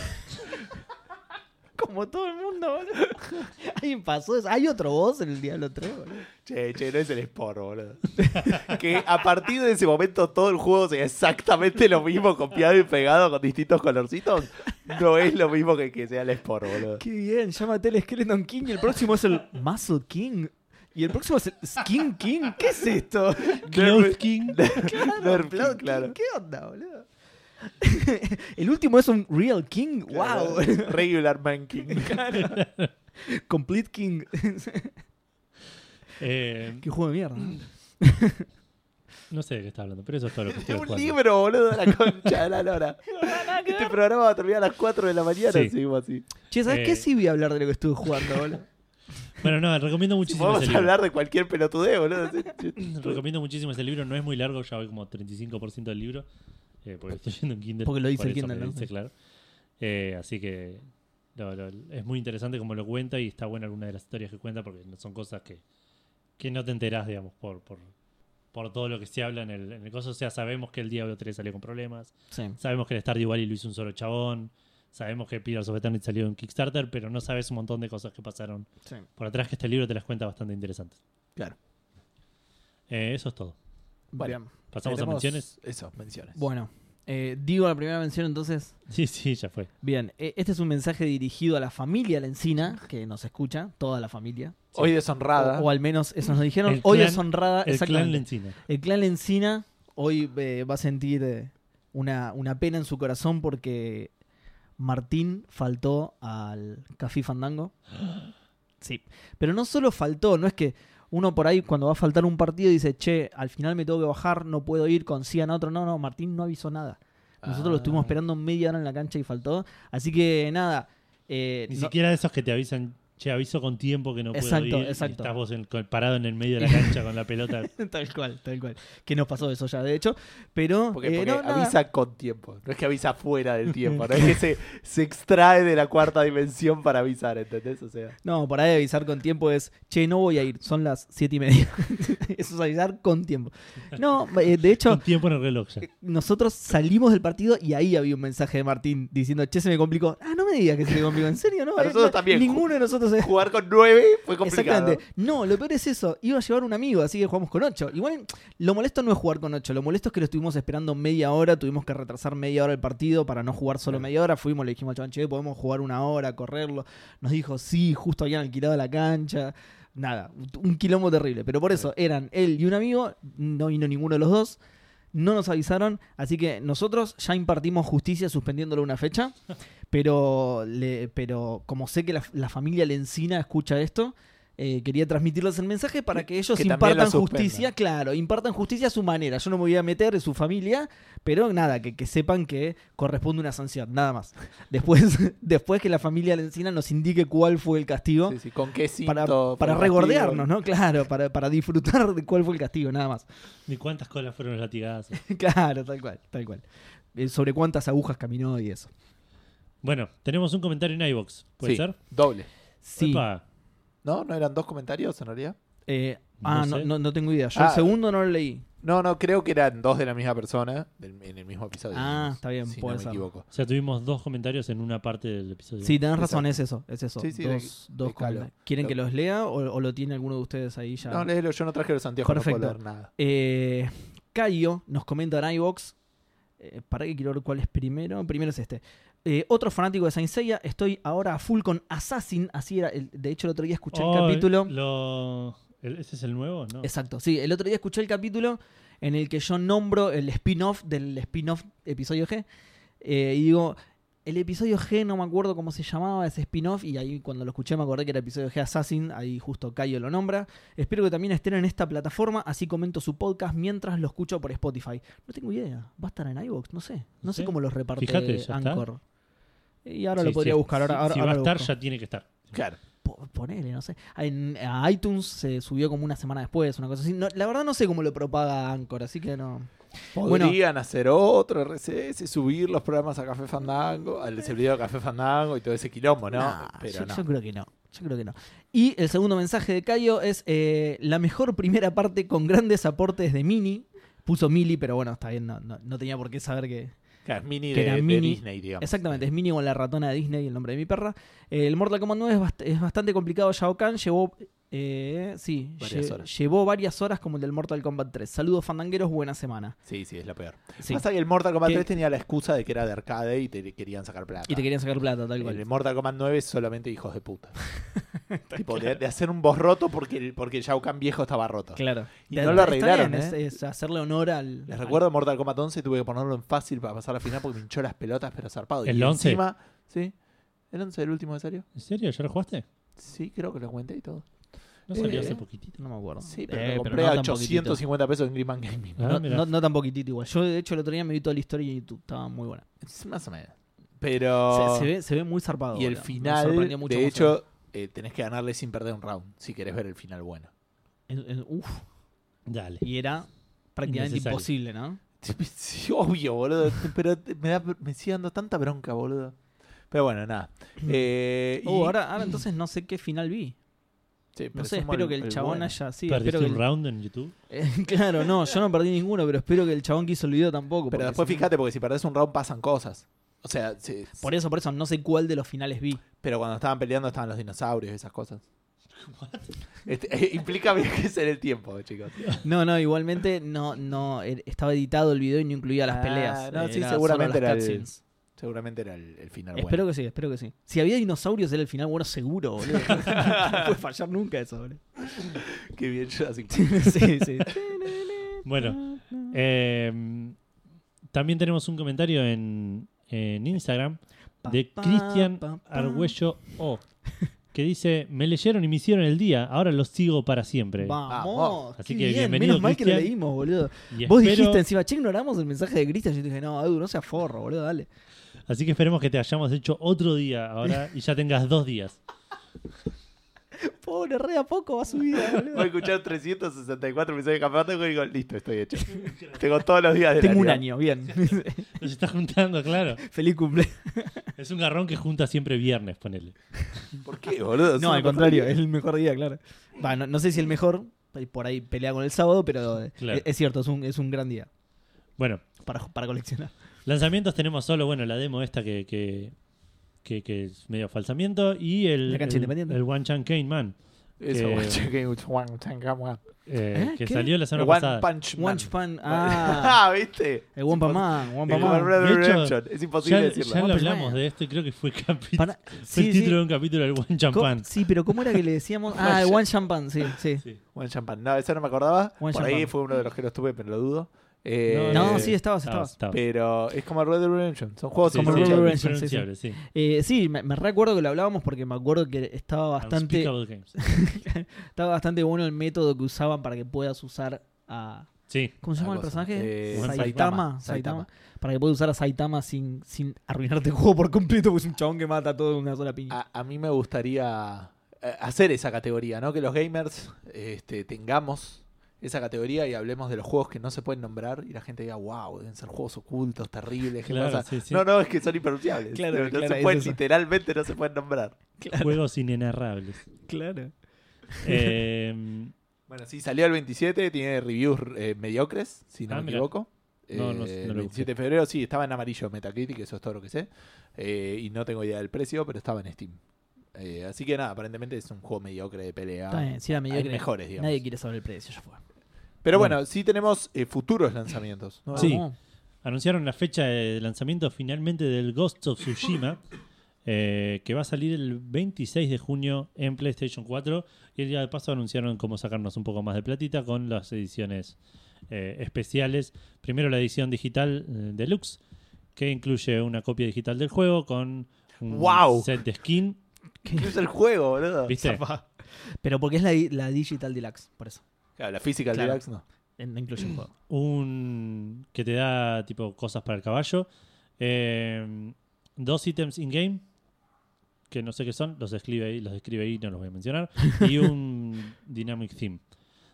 Speaker 1: veces.
Speaker 3: Como todo el mundo, boludo. Alguien pasó eso. Hay otro boss en el Diablo 3, boludo.
Speaker 2: Che, che, no es el Spore, boludo. que a partir de ese momento todo el juego sea exactamente lo mismo, copiado y pegado con distintos colorcitos. No es lo mismo que que sea el Spore, boludo.
Speaker 3: Qué bien, llámate el Skeleton King y el próximo es el Muscle King. Y el próximo es el Skin King. ¿Qué es esto?
Speaker 1: Cloud King.
Speaker 2: Nerf King,
Speaker 3: Blood King,
Speaker 2: claro.
Speaker 3: ¿Qué onda, boludo? el último es un Real King. ¡Wow!
Speaker 2: Regular Man King.
Speaker 3: Complete King.
Speaker 1: Eh,
Speaker 3: Qué juego de mierda.
Speaker 1: no sé de qué está hablando, pero eso es todo lo que estoy
Speaker 2: Es
Speaker 1: jugando.
Speaker 2: un libro, boludo, de la concha de la lora. Este programa va a terminar a las 4 de la mañana,
Speaker 1: Sí.
Speaker 2: seguimos así.
Speaker 3: Che, ¿sabes
Speaker 1: Eh.
Speaker 3: qué? Sí voy a hablar de lo que estuve jugando, boludo.
Speaker 1: Bueno, no, recomiendo
Speaker 2: Si
Speaker 1: muchísimo
Speaker 2: podemos
Speaker 1: ese libro.
Speaker 2: hablar de cualquier pelotudeo, boludo. Sí, sí.
Speaker 1: Recomiendo muchísimo ese libro. No es muy largo, ya voy como 35% del libro. eh, porque estoy yendo en Kindle.
Speaker 3: Porque lo dice
Speaker 1: por
Speaker 3: el
Speaker 1: eso
Speaker 3: Kindle,
Speaker 1: me
Speaker 3: ¿no?
Speaker 1: dice, claro. Eh, así que lo- lo- es muy interesante como lo cuenta y está buena alguna de las historias que cuenta porque no- son cosas que, que no te enterás, digamos, por, por, por todo lo que se habla en el, en el coso. O sea, sabemos que el Diablo 3 salió con problemas.
Speaker 3: Sí.
Speaker 1: Sabemos que el Stardew Valley lo hizo un solo chabón. Sabemos que Pillars of Eternity salió en Kickstarter, pero no sabes un montón de cosas que pasaron
Speaker 3: sí.
Speaker 1: por atrás que este libro te las cuenta bastante interesantes.
Speaker 2: Claro.
Speaker 1: Eh, eso es todo.
Speaker 2: Bueno.
Speaker 3: Bien.
Speaker 1: ¿Pasamos a
Speaker 2: Tenemos
Speaker 1: menciones?
Speaker 2: Eso, menciones.
Speaker 3: Bueno, eh, digo la primera mención entonces.
Speaker 1: Sí, sí, ya fue.
Speaker 3: Bien, eh, este es un mensaje dirigido a la familia La Encina, que nos escucha, toda la familia.
Speaker 2: Hoy deshonrada.
Speaker 3: O, o al menos eso nos dijeron.
Speaker 1: El
Speaker 3: hoy
Speaker 1: clan-
Speaker 3: es honrada.
Speaker 1: El clan
Speaker 3: Ah, exactamente.
Speaker 1: Lencina.
Speaker 3: El clan Lencina hoy eh, va a sentir eh, una, una pena en su corazón porque Martín faltó al Café Fandango. Sí. Pero no solo faltó, no es que uno por ahí cuando va a faltar un partido dice, che, al final me tengo que bajar, no puedo ir, consigan otro. No, no, Martín no avisó nada. Nosotros lo
Speaker 2: Ah.
Speaker 3: estuvimos esperando media hora en la cancha y faltó. Así que nada. eh,
Speaker 1: Ni
Speaker 3: no-
Speaker 1: siquiera de esos que te avisan, Che, aviso con tiempo que no puedo
Speaker 3: Exacto,
Speaker 1: ir. y
Speaker 3: exacto.
Speaker 1: Estás vos en- con- parado en el medio de la cancha con la pelota.
Speaker 3: tal cual, tal cual. Que nos pasó eso ya, de hecho. Pero.
Speaker 2: Porque,
Speaker 3: eh,
Speaker 2: porque
Speaker 3: no, nada.
Speaker 2: avisa con tiempo, no es que avisa fuera del tiempo, no es que se, se extrae de la cuarta dimensión para avisar, ¿entendés? O sea,
Speaker 3: No, por ahí avisar con tiempo es, che, no voy a ir, son las siete y media. Eso es avisar con tiempo. No, eh, de hecho,
Speaker 1: Con tiempo en el reloj ya.
Speaker 3: nosotros salimos del partido y ahí había un mensaje de Martín diciendo, che, se me complicó. Ah, no me digas que se me complicó, en serio, ¿no?
Speaker 2: A
Speaker 3: Eh,
Speaker 2: nosotros
Speaker 3: no,
Speaker 2: también.
Speaker 3: Ninguno de nosotros... es-
Speaker 2: jugar con nueve fue complicado.
Speaker 3: Exactamente. No, lo peor es eso. Iba a llevar un amigo, así que jugamos con 8. Igual, lo molesto no es jugar con 8. Lo molesto es que lo estuvimos esperando media hora. Tuvimos que retrasar media hora el partido para no jugar solo
Speaker 2: Claro.
Speaker 3: media hora. Fuimos, le dijimos al chabón, che, podemos jugar una hora, correrlo. Nos dijo, sí, justo habían alquilado la cancha. Nada, un quilombo terrible. Pero por eso, eran él y un amigo. No vino ninguno de los dos. No nos avisaron, así que nosotros ya impartimos justicia suspendiéndole una fecha. Pero, le- pero como sé que la, la familia Lencina escucha esto, eh, quería transmitirles el mensaje para que ellos
Speaker 2: Que también
Speaker 3: impartan
Speaker 2: la suspendan.
Speaker 3: justicia, claro, impartan justicia a su manera. Yo no me voy a meter en su familia, pero nada, que, que sepan que corresponde una sanción, nada más. Después, después que la familia Lencina nos indique cuál fue el castigo
Speaker 2: Sí, sí, con qué cinto.
Speaker 3: para,
Speaker 2: fue
Speaker 3: para
Speaker 2: el
Speaker 3: regordearnos,
Speaker 2: castigo.
Speaker 3: ¿no? Claro, para, para disfrutar de cuál fue el castigo, nada más.
Speaker 1: Ni cuántas colas fueron los latigazos.
Speaker 3: Claro, tal cual, tal cual. Eh, sobre cuántas agujas caminó y eso.
Speaker 1: Bueno, tenemos un comentario en iVox. ¿Puede
Speaker 2: Sí,
Speaker 1: ser?
Speaker 2: Doble.
Speaker 3: Sí.
Speaker 1: Epa,
Speaker 2: ¿No? ¿No eran dos comentarios en realidad?
Speaker 3: Eh,
Speaker 1: No
Speaker 3: ah, no,
Speaker 1: sé.
Speaker 3: no- no tengo idea. Yo
Speaker 2: Ah.
Speaker 3: el segundo no lo leí.
Speaker 2: No, no, creo que eran dos de la misma persona del- en el mismo episodio.
Speaker 3: Ah,
Speaker 2: digamos,
Speaker 3: está bien,
Speaker 2: si
Speaker 3: puede
Speaker 2: no me
Speaker 3: ser.
Speaker 2: equivoco.
Speaker 1: O sea, tuvimos dos comentarios en una parte del episodio.
Speaker 3: Sí, tenés razón,
Speaker 2: Exacto.
Speaker 3: es eso, es eso.
Speaker 2: Sí, sí, de-
Speaker 3: dos dos
Speaker 2: de Calo.
Speaker 3: comentarios. ¿Quieren que los lea o, o lo tiene alguno de ustedes ahí ya?
Speaker 2: No, léelo, yo no traje los anteojos, no
Speaker 3: Perfecto.
Speaker 2: puedo leer nada.
Speaker 3: Eh, Cayo nos comenta en iBox. para que quiero ver cuál es primero. Primero es este. Eh, otro fanático de Saint Seiya. Estoy ahora a full con Assassin. Así era. el- de hecho, el otro día escuché
Speaker 1: Oh,
Speaker 3: el capítulo.
Speaker 1: lo- el- ¿Ese es el nuevo? No.
Speaker 3: Exacto, sí. El otro día escuché el capítulo en el que yo nombro el spin-off del spin-off episodio G. eh, y digo, el episodio G no me acuerdo cómo se llamaba ese spin-off. Y ahí cuando lo escuché me acordé que era episodio G Assassin. Ahí justo Cayo lo nombra. Espero que también estén en esta plataforma. Así comento su podcast mientras lo escucho por Spotify. No tengo idea. ¿Va a estar en iBox? No sé. No sé
Speaker 1: Sí.
Speaker 3: cómo los reparte
Speaker 1: Fíjate, ya está.
Speaker 3: Anchor. Y ahora
Speaker 1: Sí,
Speaker 3: lo podría
Speaker 1: sí.
Speaker 3: buscar. Ahora,
Speaker 1: Si-
Speaker 3: ahora-
Speaker 1: si
Speaker 3: ahora
Speaker 1: va a
Speaker 3: lo
Speaker 1: estar,
Speaker 3: busco
Speaker 1: ya tiene que estar.
Speaker 2: Claro.
Speaker 3: po- ponele, no sé. En, a iTunes se subió como una semana después, una cosa así. No, la verdad no sé cómo lo propaga Anchor, así que no. Bueno.
Speaker 2: Podrían hacer otro RSS, subir los programas a Café Fandango, al servidor de Café Fandango y todo ese quilombo, ¿no?
Speaker 3: Eh. Nah,
Speaker 2: Pero
Speaker 3: yo,
Speaker 2: no.
Speaker 3: yo creo que no. Yo creo que no. Y el segundo mensaje de Cayo es eh, la mejor primera parte con grandes aportes de Mini. Puso Mili, pero bueno, está bien, no, no- no tenía por qué saber que,
Speaker 2: Claro, es mini
Speaker 3: que
Speaker 2: de,
Speaker 3: era
Speaker 2: de
Speaker 3: mini.
Speaker 2: Disney, digamos.
Speaker 3: Exactamente, es Mini con la ratona de Disney, el nombre de mi perra. Eh, el Mortal Kombat 9 es, bast- es bastante complicado. Shao Kahn llevó. eh, sí,
Speaker 2: Varias
Speaker 3: lle-
Speaker 2: horas.
Speaker 3: llevó varias horas como el del Mortal Kombat 3. Saludos, fandangueros, buena semana.
Speaker 2: Sí, sí, es la peor.
Speaker 3: Sí.
Speaker 2: Pasa que el Mortal Kombat
Speaker 3: Que-
Speaker 2: 3 tenía la excusa de que era de arcade y te querían sacar plata.
Speaker 3: Y te querían sacar plata, tal
Speaker 1: Eh,
Speaker 3: cual.
Speaker 2: el Mortal Kombat 9 es solamente hijos de puta. tipo, de, de hacer un boss roto porque, el- porque el Shao Kahn viejo estaba roto.
Speaker 3: Claro.
Speaker 2: Y
Speaker 3: Está-
Speaker 2: no lo
Speaker 3: está bien,
Speaker 2: arreglaron,
Speaker 3: es,
Speaker 2: ¿eh?
Speaker 3: es hacerle honor al.
Speaker 2: Les recuerdo Mortal Kombat 11, tuve que ponerlo en fácil para pasar la final porque me hinchó las pelotas, pero zarpado.
Speaker 1: ¿El
Speaker 2: y
Speaker 1: 11?
Speaker 2: encima, sí. ¿El 11, el último de serio?
Speaker 1: ¿En serio? ¿Ya lo jugaste?
Speaker 2: Sí, creo que lo cuenté y todo.
Speaker 1: No salió
Speaker 2: Eh,
Speaker 1: hace poquitito.
Speaker 3: al- No me acuerdo.
Speaker 2: Sí, pero
Speaker 3: Eh,
Speaker 2: lo compré
Speaker 3: no
Speaker 2: a
Speaker 3: tan
Speaker 2: 850 pesos en Grimman Gaming.
Speaker 1: Ah,
Speaker 3: poquitito.
Speaker 1: mirá.
Speaker 3: No, no- no tan poquitito igual. Yo, de hecho, el otro día me vi toda la historia en YouTube. Estaba muy buena.
Speaker 2: Es más o menos.
Speaker 3: Se,
Speaker 2: Pero.
Speaker 3: se ve, se ve muy zarpado.
Speaker 2: Oh. y el
Speaker 3: boludo. Me
Speaker 2: final,
Speaker 3: sorprendió mucho
Speaker 2: de
Speaker 3: cómo se ve.
Speaker 2: hecho, eh, tenés que ganarle sin perder un round si querés ver el final bueno.
Speaker 3: En- en- uf,
Speaker 1: Dale.
Speaker 3: y era prácticamente
Speaker 1: Innecesario.
Speaker 3: imposible, ¿no?
Speaker 2: Sí, obvio, boludo. Pero te- me, da, me sigue dando tanta bronca, boludo. Pero bueno, nada. Eh, y-
Speaker 3: Oh, Uh, ahora, ahora entonces no sé qué final vi.
Speaker 2: Sí,
Speaker 3: No sé,
Speaker 2: presumo
Speaker 3: espero que el, chabón
Speaker 2: bueno.
Speaker 3: haya. Sí,
Speaker 1: ¿Perdiste
Speaker 3: espero que
Speaker 1: un
Speaker 3: el-
Speaker 1: round en YouTube?
Speaker 3: Eh, claro, no, yo no perdí ninguno, pero espero que el chabón que hizo el video tampoco.
Speaker 2: Pero
Speaker 3: porque
Speaker 2: después
Speaker 3: si no-
Speaker 2: fíjate, porque si perdés un round pasan cosas. O sea, sí, sí.
Speaker 3: Por e-, eso, por eso, no sé cuál de los finales vi.
Speaker 2: pero cuando estaban peleando estaban los dinosaurios y esas cosas. Este, eh, implica viajes en el tiempo, chicos.
Speaker 3: No, no, igualmente no, no eh, estaba editado el video y no incluía las
Speaker 2: Ah,
Speaker 3: peleas. Eh,
Speaker 2: no, sí,
Speaker 3: Era
Speaker 2: seguramente
Speaker 3: solo
Speaker 2: era
Speaker 3: las
Speaker 2: el-
Speaker 3: cutscenes.
Speaker 2: Seguramente era el, el final
Speaker 3: Espero que sí, espero que sí. Si había dinosaurios era el final bueno seguro, boludo. no puede fallar nunca eso, boludo.
Speaker 2: bueno. Qué bien, Jurassic Park.
Speaker 3: sí, sí.
Speaker 1: Bueno. Eh, también tenemos un comentario en, en Instagram de
Speaker 3: Pa, pa,
Speaker 1: Cristian
Speaker 3: pa, pa.
Speaker 1: Argüello O. Que dice, me leyeron y me hicieron el día, ahora los sigo para siempre.
Speaker 3: Vamos.
Speaker 2: Vamos.
Speaker 1: Así
Speaker 3: qué
Speaker 1: que
Speaker 3: bien,
Speaker 1: bienvenido,
Speaker 3: Menos mal que lo
Speaker 1: Cristian.
Speaker 3: leímos, boludo.
Speaker 1: Y
Speaker 3: Vos
Speaker 1: espero-
Speaker 3: dijiste encima, che, ignoramos el mensaje de Cristian. Yo te dije, no, Edu, no seas forro, boludo, dale.
Speaker 1: Así que esperemos que te hayamos hecho otro día ahora y ya tengas dos días.
Speaker 3: Pobre, re a poco va su vida, boludo.
Speaker 2: Voy a escuchar 364 episodios de Café Fandango y digo, listo, estoy hecho. Tengo todos los días de
Speaker 3: Tengo un
Speaker 2: Darío.
Speaker 3: año, bien.
Speaker 1: Nos está juntando, claro.
Speaker 3: Feliz cumple.
Speaker 1: Es un garrón que junta siempre viernes, ponele.
Speaker 2: ¿Por qué, boludo?
Speaker 3: No,
Speaker 2: Sí,
Speaker 3: al contrario, es el mejor día, claro. Va, no, no sé si el mejor, por ahí pelea con el sábado, pero eh,
Speaker 1: Claro.
Speaker 3: es, cierto, es un, es un gran día
Speaker 1: Bueno,
Speaker 3: para, para coleccionar.
Speaker 1: lanzamientos tenemos solo, bueno, la demo esta que, que, que- que es medio falsamiento y el,
Speaker 3: La cancha
Speaker 1: el,
Speaker 3: independiente.
Speaker 1: el One Chan Kane Man,
Speaker 2: Eso,
Speaker 1: que-
Speaker 2: One Punch Man.
Speaker 1: eh,
Speaker 3: ¿Eh?
Speaker 1: que
Speaker 3: ¿Qué?
Speaker 1: salió la semana
Speaker 2: One
Speaker 1: pasada.
Speaker 2: Punch Man.
Speaker 3: One Pan, ah,
Speaker 2: ¿viste?
Speaker 3: el One Pan Man, One
Speaker 2: El
Speaker 3: Pan
Speaker 1: One
Speaker 2: One
Speaker 3: Man.
Speaker 1: Pan-
Speaker 2: Red
Speaker 1: De hecho,
Speaker 2: Redemption. Es imposible
Speaker 1: Ya,
Speaker 2: decirlo.
Speaker 1: ya lo
Speaker 3: One Punch
Speaker 1: hablamos
Speaker 3: Man.
Speaker 1: de esto y creo que fue, capi-
Speaker 3: Para-
Speaker 1: fue
Speaker 3: sí,
Speaker 1: el
Speaker 3: sí.
Speaker 1: título de un capítulo del One Chan
Speaker 3: Co-
Speaker 1: Pan.
Speaker 3: Sí, pero ¿cómo era que le decíamos? Ah, el One Champán, sí, sí.
Speaker 1: Sí.
Speaker 2: One Champagne. No, eso no me acordaba.
Speaker 3: One
Speaker 2: Por ahí
Speaker 3: Champagne.
Speaker 2: fue uno de los que lo estuve, pero lo dudo. Eh,
Speaker 3: No, sí, estabas, estabas.
Speaker 1: estabas.
Speaker 2: Pero es como Red Dead Redemption. Son juegos
Speaker 1: Sí,
Speaker 3: como
Speaker 1: sí,
Speaker 3: Red Dead
Speaker 2: improvisables.
Speaker 3: Redemption, sí, sí.
Speaker 1: impronunciable, sí.
Speaker 3: Eh, sí, me, me recuerdo que lo hablábamos porque me acuerdo que estaba bastante,
Speaker 1: Unspeakable Games.
Speaker 3: estaba bastante bueno el método que usaban para que puedas usar a...
Speaker 1: Sí,
Speaker 3: ¿Cómo se llama
Speaker 2: Ah,
Speaker 3: el
Speaker 2: cosa.
Speaker 3: personaje?
Speaker 2: Eh,
Speaker 1: Saitama.
Speaker 3: Saitama.
Speaker 2: Saitama.
Speaker 3: Saitama. Para que puedas usar a Saitama sin, sin arruinarte el juego por completo, porque es un chabón que mata a todo de una sola piña.
Speaker 2: A, a mí me gustaría eh, hacer esa categoría, ¿no? Que los gamers este, tengamos esa categoría y hablemos de los juegos que no se pueden nombrar y la gente diga, wow, deben ser juegos ocultos, terribles. que no
Speaker 1: Claro,
Speaker 2: sa-
Speaker 1: sí, sí.
Speaker 2: No, no, es que son impronunciables.
Speaker 3: Claro,
Speaker 2: no, no
Speaker 3: claro,
Speaker 2: se
Speaker 3: es
Speaker 2: pueden,
Speaker 3: eso.
Speaker 2: literalmente no se pueden nombrar.
Speaker 1: juegos inenarrables.
Speaker 3: Claro.
Speaker 1: Eh,
Speaker 2: Bueno, sí, salió el 27, tiene reviews eh, mediocres, si no
Speaker 1: Ah,
Speaker 2: me
Speaker 1: mira.
Speaker 2: equivoco.
Speaker 1: No, no, no lo busqué.
Speaker 2: Eh, el 27 de febrero, sí, estaba en amarillo Metacritic, eso es todo lo que sé. Eh, y no tengo idea del precio, pero estaba en Steam. Eh, así que nada, aparentemente es un juego mediocre de pelea.
Speaker 3: Está bien, sí, era mediocre.
Speaker 2: Hay mejores, digamos.
Speaker 3: Nadie quiere saber el precio, ya fue.
Speaker 2: Pero
Speaker 1: Bueno.
Speaker 2: bueno, sí tenemos eh, futuros lanzamientos. ¿no?
Speaker 1: Sí.
Speaker 3: Vamos.
Speaker 1: anunciaron la fecha de lanzamiento finalmente del Ghost of Tsushima, eh, que va a salir el 26 de junio en PlayStation 4. Y el día de paso anunciaron cómo sacarnos un poco más de platita con las ediciones eh, especiales. Primero la edición digital eh, deluxe, que incluye una copia digital del juego con un
Speaker 2: ¡Guau!
Speaker 1: set de skin.
Speaker 2: Incluso el juego, boludo.
Speaker 1: ¿Viste?
Speaker 3: Pero porque es la, di- la Digital Deluxe, por eso.
Speaker 2: Claro, la física del
Speaker 3: Claro.
Speaker 2: Deluxe no.
Speaker 3: Eh, No incluye el juego.
Speaker 1: un que te da tipo cosas para el caballo. Eh, dos ítems in-game, que no sé qué son, los escribe ahí, los describe ahí, no los voy a mencionar. Y un Dynamic Theme.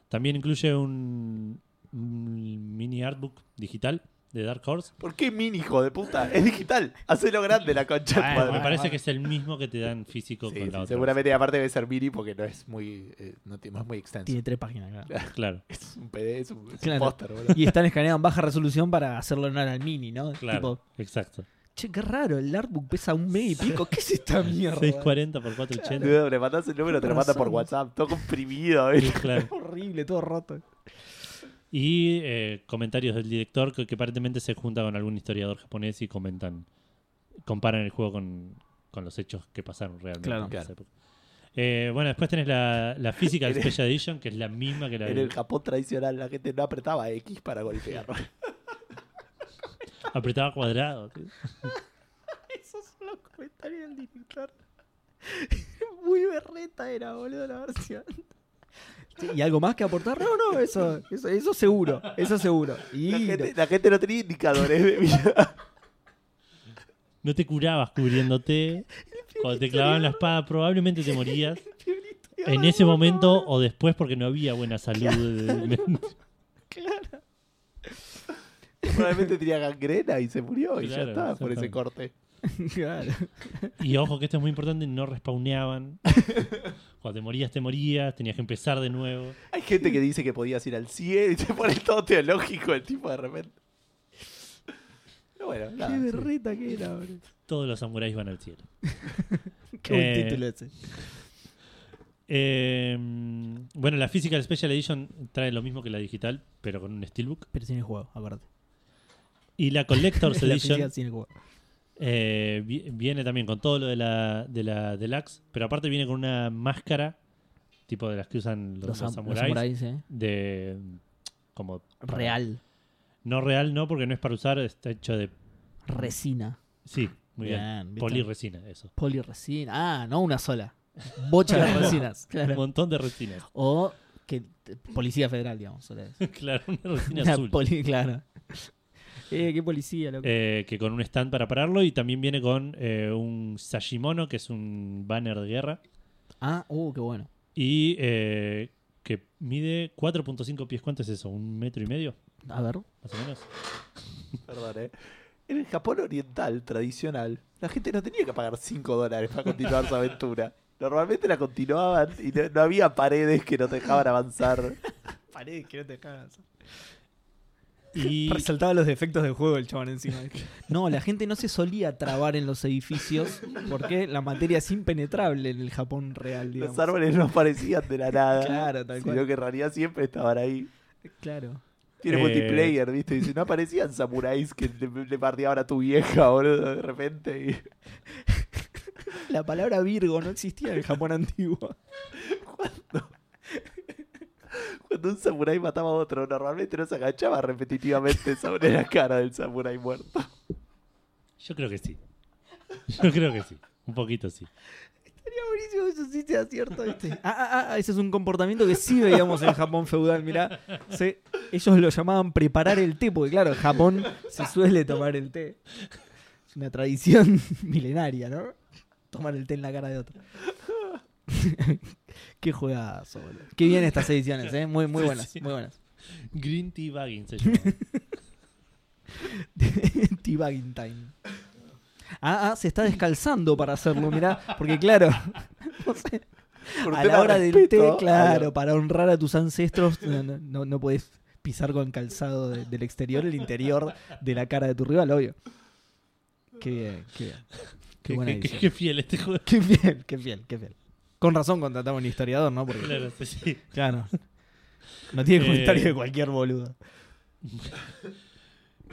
Speaker 1: También incluye un, un mini artbook digital de Dark Horse.
Speaker 2: ¿Por qué mini, hijo de puta? Es digital. Hacelo grande la concha. de tu
Speaker 3: Bueno,
Speaker 2: madre.
Speaker 1: Me
Speaker 3: bueno,
Speaker 1: parece que es el mismo que te dan físico
Speaker 2: Sí,
Speaker 1: con
Speaker 2: sí,
Speaker 1: la otra.
Speaker 2: seguramente aparte debe ser mini porque no es muy, eh, no, ti- no es muy extenso.
Speaker 3: Tiene tres páginas, claro.
Speaker 1: Claro.
Speaker 2: Es un PDF, es un, es un
Speaker 3: Claro.
Speaker 2: póster, boludo.
Speaker 3: Y están escaneados en baja resolución para hacerlo honor al mini, ¿no?
Speaker 1: Claro,
Speaker 3: Tipo,
Speaker 1: exacto.
Speaker 3: che, qué raro, el artbook pesa un mega y pico. ¿Qué es esta mierda?
Speaker 1: 640 por 480.
Speaker 2: Boludo, Le mandás el número, te lo manda por
Speaker 3: Razón.
Speaker 2: WhatsApp, todo comprimido. ¿viste?
Speaker 1: Claro.
Speaker 3: Horrible, todo roto.
Speaker 1: Y eh, comentarios del director que, que aparentemente se junta con algún historiador japonés y comentan, comparan el juego con, con los hechos que pasaron realmente
Speaker 3: Claro.
Speaker 1: en esa
Speaker 2: Claro.
Speaker 1: época. Eh, bueno, después tenés la, la Physical Special Edition, que es la misma que la
Speaker 2: En
Speaker 1: del-
Speaker 2: el Japón tradicional la gente no apretaba X para golpear.
Speaker 1: apretaba cuadrado.
Speaker 3: Esos son los comentarios del director. Muy berreta era, boludo, la versión. ¿Y algo más que aportar? No, no, eso, eso, eso seguro, eso seguro. Y
Speaker 2: La gente, la gente no tenía indicadores de vida.
Speaker 1: No te curabas cubriéndote. Cuando te clavaban la espada, probablemente te morías. En ese momento o después, porque no había buena salud.
Speaker 3: Claro.
Speaker 2: Probablemente tenía gangrena y se murió y
Speaker 1: Claro,
Speaker 2: ya está por ese
Speaker 1: exactamente.
Speaker 2: corte.
Speaker 3: claro.
Speaker 1: Y ojo que esto es muy importante, no respawneaban. Cuando te morías, te morías, tenías que empezar de nuevo.
Speaker 2: Hay gente que dice que podías ir al cielo y te pone todo teológico el tipo de repente. Pero bueno, nada,
Speaker 3: Qué
Speaker 2: sí.
Speaker 3: berreta que era, boludo.
Speaker 1: Todos los samuráis van al cielo.
Speaker 3: Qué buen
Speaker 1: Eh,
Speaker 3: título ese.
Speaker 1: Eh, bueno, la Physical Special Edition trae lo mismo que la digital, pero con un steelbook.
Speaker 3: Pero sin el juego, aparte.
Speaker 1: Y la Collector's
Speaker 3: La física
Speaker 1: Edition
Speaker 3: sin el juego.
Speaker 1: eh, vi- viene también con todo lo de la, de la Deluxe, pero aparte viene con una máscara, tipo de las que usan los, los
Speaker 3: sam-
Speaker 1: samuráis,
Speaker 3: samuráis, eh.
Speaker 1: de como para-
Speaker 3: Real.
Speaker 1: No real, no, porque no es para usar, está hecho de...
Speaker 3: Resina.
Speaker 1: Sí, muy bien.
Speaker 3: Bien, ¿viste?
Speaker 1: Poliresina, eso.
Speaker 3: Poliresina. Ah, no una sola. Bocha de resinas.
Speaker 1: Un
Speaker 3: Claro.
Speaker 1: montón de resinas.
Speaker 3: O que te- policía federal, digamos. solo es.
Speaker 1: claro, una resina
Speaker 3: Una
Speaker 1: azul.
Speaker 3: poli- claro. Eh, qué policía, loco.
Speaker 1: eh, que con un stand para pararlo y también viene con eh, un Sashimono, que es un banner de guerra,
Speaker 3: Ah, uh, qué bueno.
Speaker 1: Y eh, que mide 4.5 pies. ¿Cuánto es eso? ¿Un metro y medio?
Speaker 3: A ver.
Speaker 1: Más o menos.
Speaker 2: Perdón, ¿eh? En el Japón oriental tradicional, la gente no tenía que pagar 5 dólares para continuar su aventura. Normalmente la continuaban y no, no había paredes que no te dejaban avanzar.
Speaker 3: Paredes que no te cagas.
Speaker 1: Y
Speaker 4: Resaltaba los defectos del juego el chabón encima.
Speaker 3: No, la gente no se solía trabar en los edificios porque la materia es impenetrable en el Japón real, digamos.
Speaker 2: Los árboles no aparecían de la nada.
Speaker 3: Claro, tal
Speaker 2: sino
Speaker 3: cual.
Speaker 2: que en realidad siempre estaban ahí.
Speaker 3: Claro.
Speaker 2: Tiene
Speaker 1: Eh.
Speaker 2: multiplayer, ¿viste? Dice, no aparecían samuráis que le, le bardeaban a tu vieja, boludo, de repente. Y...
Speaker 3: La palabra Virgo no existía en el Japón antiguo.
Speaker 2: Cuando un samurái mataba a otro, normalmente no se agachaba repetitivamente sobre la cara del samurái muerto.
Speaker 1: yo creo que sí. Yo creo que sí. Un poquito sí.
Speaker 3: Sería buenísimo eso sí sea cierto. ¿viste? Ah, ah, ah, ese es un comportamiento que sí veíamos en Japón feudal, mirá. Se- ellos lo llamaban preparar el té, porque claro, en Japón se suele tomar el té. Es una tradición milenaria, ¿no? Tomar el té en la cara de otro. Qué juegazo, boludo. Qué bien estas ediciones, ¿eh? Muy, muy
Speaker 1: Sí,
Speaker 3: buenas,
Speaker 1: sí.
Speaker 3: muy buenas.
Speaker 1: Green Tea Bagging se llama.
Speaker 3: T-Bagging Time. Ah, ah, se está descalzando para hacerlo, mirá. Porque claro, no sé,
Speaker 2: Por
Speaker 3: a
Speaker 2: tema
Speaker 3: la
Speaker 2: de
Speaker 3: hora del té,
Speaker 2: respeto,
Speaker 3: claro,
Speaker 2: a
Speaker 3: para honrar a tus ancestros, no, no, no- no podés pisar con calzado de- del exterior el interior de la cara de tu rival, obvio. Qué bien, qué bien. Qué
Speaker 1: Qué,
Speaker 3: buena
Speaker 1: qué-
Speaker 3: edición.
Speaker 1: qué fiel este juego.
Speaker 3: Qué fiel, qué fiel, qué fiel. Con razón contratamos a un historiador, ¿no? Porque,
Speaker 1: Claro, sí, sí.
Speaker 3: claro. No tiene
Speaker 1: Eh.
Speaker 3: comentario de cualquier boludo.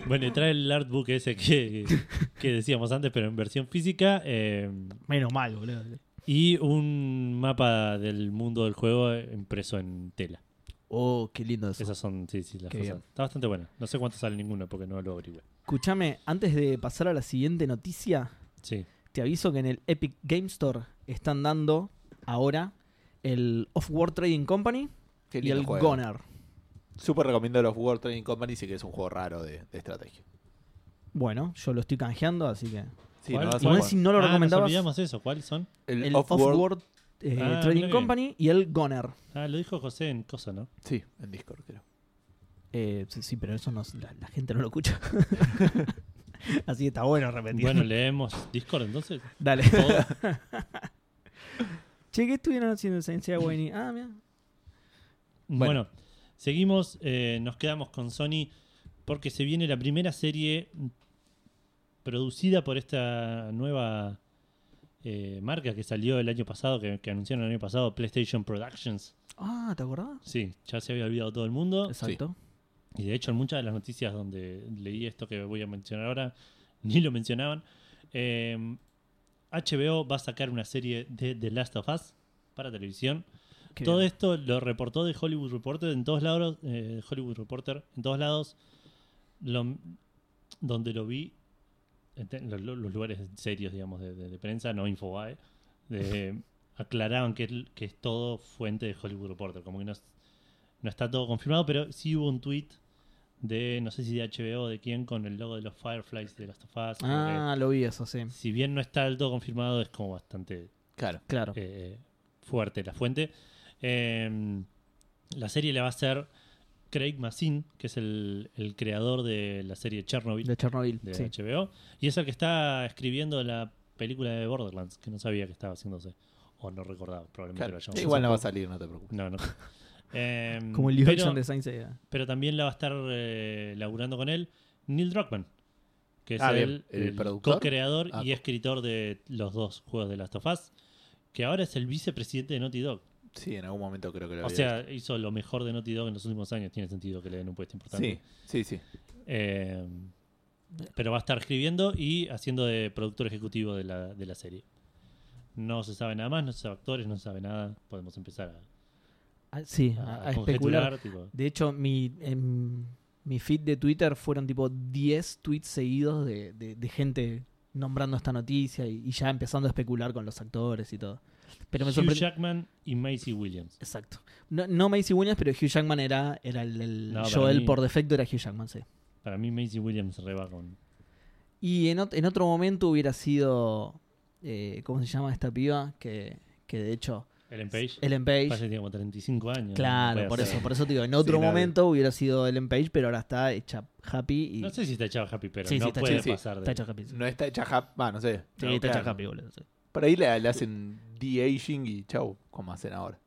Speaker 1: Bueno, y trae el artbook ese que, que decíamos antes, pero en versión física. eh,
Speaker 3: Menos mal, boludo.
Speaker 1: y un mapa del mundo del juego eh, impreso en tela.
Speaker 3: Oh, qué lindo eso.
Speaker 1: Esas son, sí, sí, las
Speaker 3: Qué
Speaker 1: cosas.
Speaker 3: bien.
Speaker 1: Está bastante buena. No sé cuánto sale ninguno porque no lo averigüé.
Speaker 3: Escúchame, antes de pasar a la siguiente noticia,
Speaker 1: Sí.
Speaker 3: te aviso que en el Epic Game Store están dando ahora el Off-World Trading Company
Speaker 2: Qué
Speaker 3: y
Speaker 2: lindo
Speaker 3: el
Speaker 2: juego.
Speaker 3: Goner.
Speaker 2: Súper recomiendo los World Trading Company, sí que es un juego raro de, de estrategia.
Speaker 3: Bueno, yo lo estoy canjeando, así que.
Speaker 2: Sí,
Speaker 1: ¿Cuál?
Speaker 2: no vas a
Speaker 3: Igual
Speaker 2: jugar.
Speaker 3: si no lo
Speaker 1: Ah, nos
Speaker 3: recomendabas,
Speaker 1: olvidamos eso. ¿Cuáles son?
Speaker 2: El,
Speaker 3: el
Speaker 2: Off World,
Speaker 3: Off-World eh,
Speaker 1: Ah,
Speaker 3: Trading
Speaker 1: mira que
Speaker 3: Company y el Goner.
Speaker 1: Ah, lo dijo José en Cosa, ¿no?
Speaker 2: sí, en Discord creo.
Speaker 3: Eh, sí, sí, pero eso no, la, la gente no lo escucha. así que está bueno repetir.
Speaker 1: Bueno, leemos Discord entonces.
Speaker 3: Dale.
Speaker 1: Todo.
Speaker 3: che, ¿qué estuvieron haciendo en Ciencia Wayne? Ah, mira.
Speaker 1: Bueno, seguimos, eh, nos quedamos con Sony porque se viene la primera serie producida por esta nueva eh, marca que salió el año pasado, que, que anunciaron el año pasado, PlayStation Productions.
Speaker 3: Ah, ¿te acordás?
Speaker 1: Sí, ya se había olvidado todo el mundo.
Speaker 3: Exacto.
Speaker 1: Y de hecho en muchas de las noticias donde leí esto que voy a mencionar ahora, ni lo mencionaban. Eh, HBO va a sacar una serie de The Last of Us para televisión.
Speaker 3: Qué
Speaker 1: Todo
Speaker 3: bien.
Speaker 1: esto lo reportó de Hollywood Reporter en todos lados, eh, Hollywood Reporter en todos lados, Lo- donde lo vi, ente- lo- lo- los lugares serios, digamos, de, de- de prensa, no Infobae, de- aclaraban que, es- que es todo fuente de Hollywood Reporter, como que no, es- no está todo confirmado, pero sí hubo un tweet de, no sé si de HBO o de quién, con el logo de los Fireflies de Last of Us. como
Speaker 3: Ah, lo vi eso, sí.
Speaker 1: que, si bien no está del todo confirmado, es como bastante
Speaker 2: Claro.
Speaker 3: Claro.
Speaker 1: eh, fuerte la fuente. Eh, la serie la va a hacer Craig Mazin, que es el, el creador de la serie Chernobyl
Speaker 3: De Chernobyl.
Speaker 1: de
Speaker 3: sí.
Speaker 1: HBO, y es el que está escribiendo la película de Borderlands, que no sabía que estaba haciéndose, o no recordaba, probablemente
Speaker 2: claro.
Speaker 1: lo hayamos
Speaker 2: Igual no va a salir, no te preocupes.
Speaker 1: No, no. Eh,
Speaker 3: Como el
Speaker 1: pero,
Speaker 3: Destruction de Saints Seiya.
Speaker 1: pero también la va a estar eh, laburando con él Neil Druckmann, que es
Speaker 2: Ah,
Speaker 1: el,
Speaker 2: bien. ¿El
Speaker 1: el
Speaker 2: productor?
Speaker 1: co-creador
Speaker 2: Ah,
Speaker 1: y escritor de los dos juegos de Last of Us, que ahora es el vicepresidente de Naughty Dog.
Speaker 2: Sí, en algún momento creo que lo
Speaker 1: O
Speaker 2: había
Speaker 1: sea, hizo lo mejor de Naughty Dog en los últimos años. Tiene sentido que le den un puesto
Speaker 2: visto.
Speaker 1: importante.
Speaker 2: Sí, sí, sí.
Speaker 1: Eh, pero va a estar escribiendo y haciendo de productor ejecutivo de la, de la serie. No se sabe nada más, no se sabe actores, no se sabe nada. Podemos empezar a-
Speaker 3: Ah, Sí,
Speaker 1: a,
Speaker 3: a,
Speaker 1: a
Speaker 3: a especular.
Speaker 1: conjeturar. tipo,
Speaker 3: De hecho, mi, em, mi feed de Twitter fueron tipo 10 tweets seguidos de, de- de gente nombrando esta noticia y, y ya empezando a especular con los actores y todo. Pero me
Speaker 1: Hugh
Speaker 3: sorprendió.
Speaker 1: Jackman y Macy Williams.
Speaker 3: Exacto. No, no Macy Williams, pero Hugh Jackman era, era el, el
Speaker 1: No, para
Speaker 3: Joel
Speaker 1: mí-
Speaker 3: por defecto, era Hugh Jackman, sí.
Speaker 1: Para mí, Macy Williams reba con.
Speaker 3: Y en, ot- en otro momento hubiera sido. eh, ¿Cómo se llama esta piba? Que, que de hecho
Speaker 1: Ellen Page.
Speaker 3: Ellen Page.
Speaker 1: Pasa que tiene como 35 años.
Speaker 3: Claro,
Speaker 1: no puede
Speaker 3: por
Speaker 1: hacer.
Speaker 3: eso, por eso te digo, en otro
Speaker 2: nadie.
Speaker 3: momento hubiera sido Ellen Page, pero ahora está hecha happy y
Speaker 1: No sé si está echado Happy, pero
Speaker 3: Sí, sí,
Speaker 1: no
Speaker 3: está
Speaker 1: puede
Speaker 2: hecha- sí,
Speaker 1: pasar
Speaker 3: está
Speaker 1: de.
Speaker 3: hecha happy. Sí,
Speaker 2: No está hecha happy. Va, no sé.
Speaker 3: Sí,
Speaker 2: No,
Speaker 3: está hecha
Speaker 2: claro.
Speaker 3: happy, boludo. sí.
Speaker 2: Por ahí le, le hacen de-aging y chau, como hacen ahora.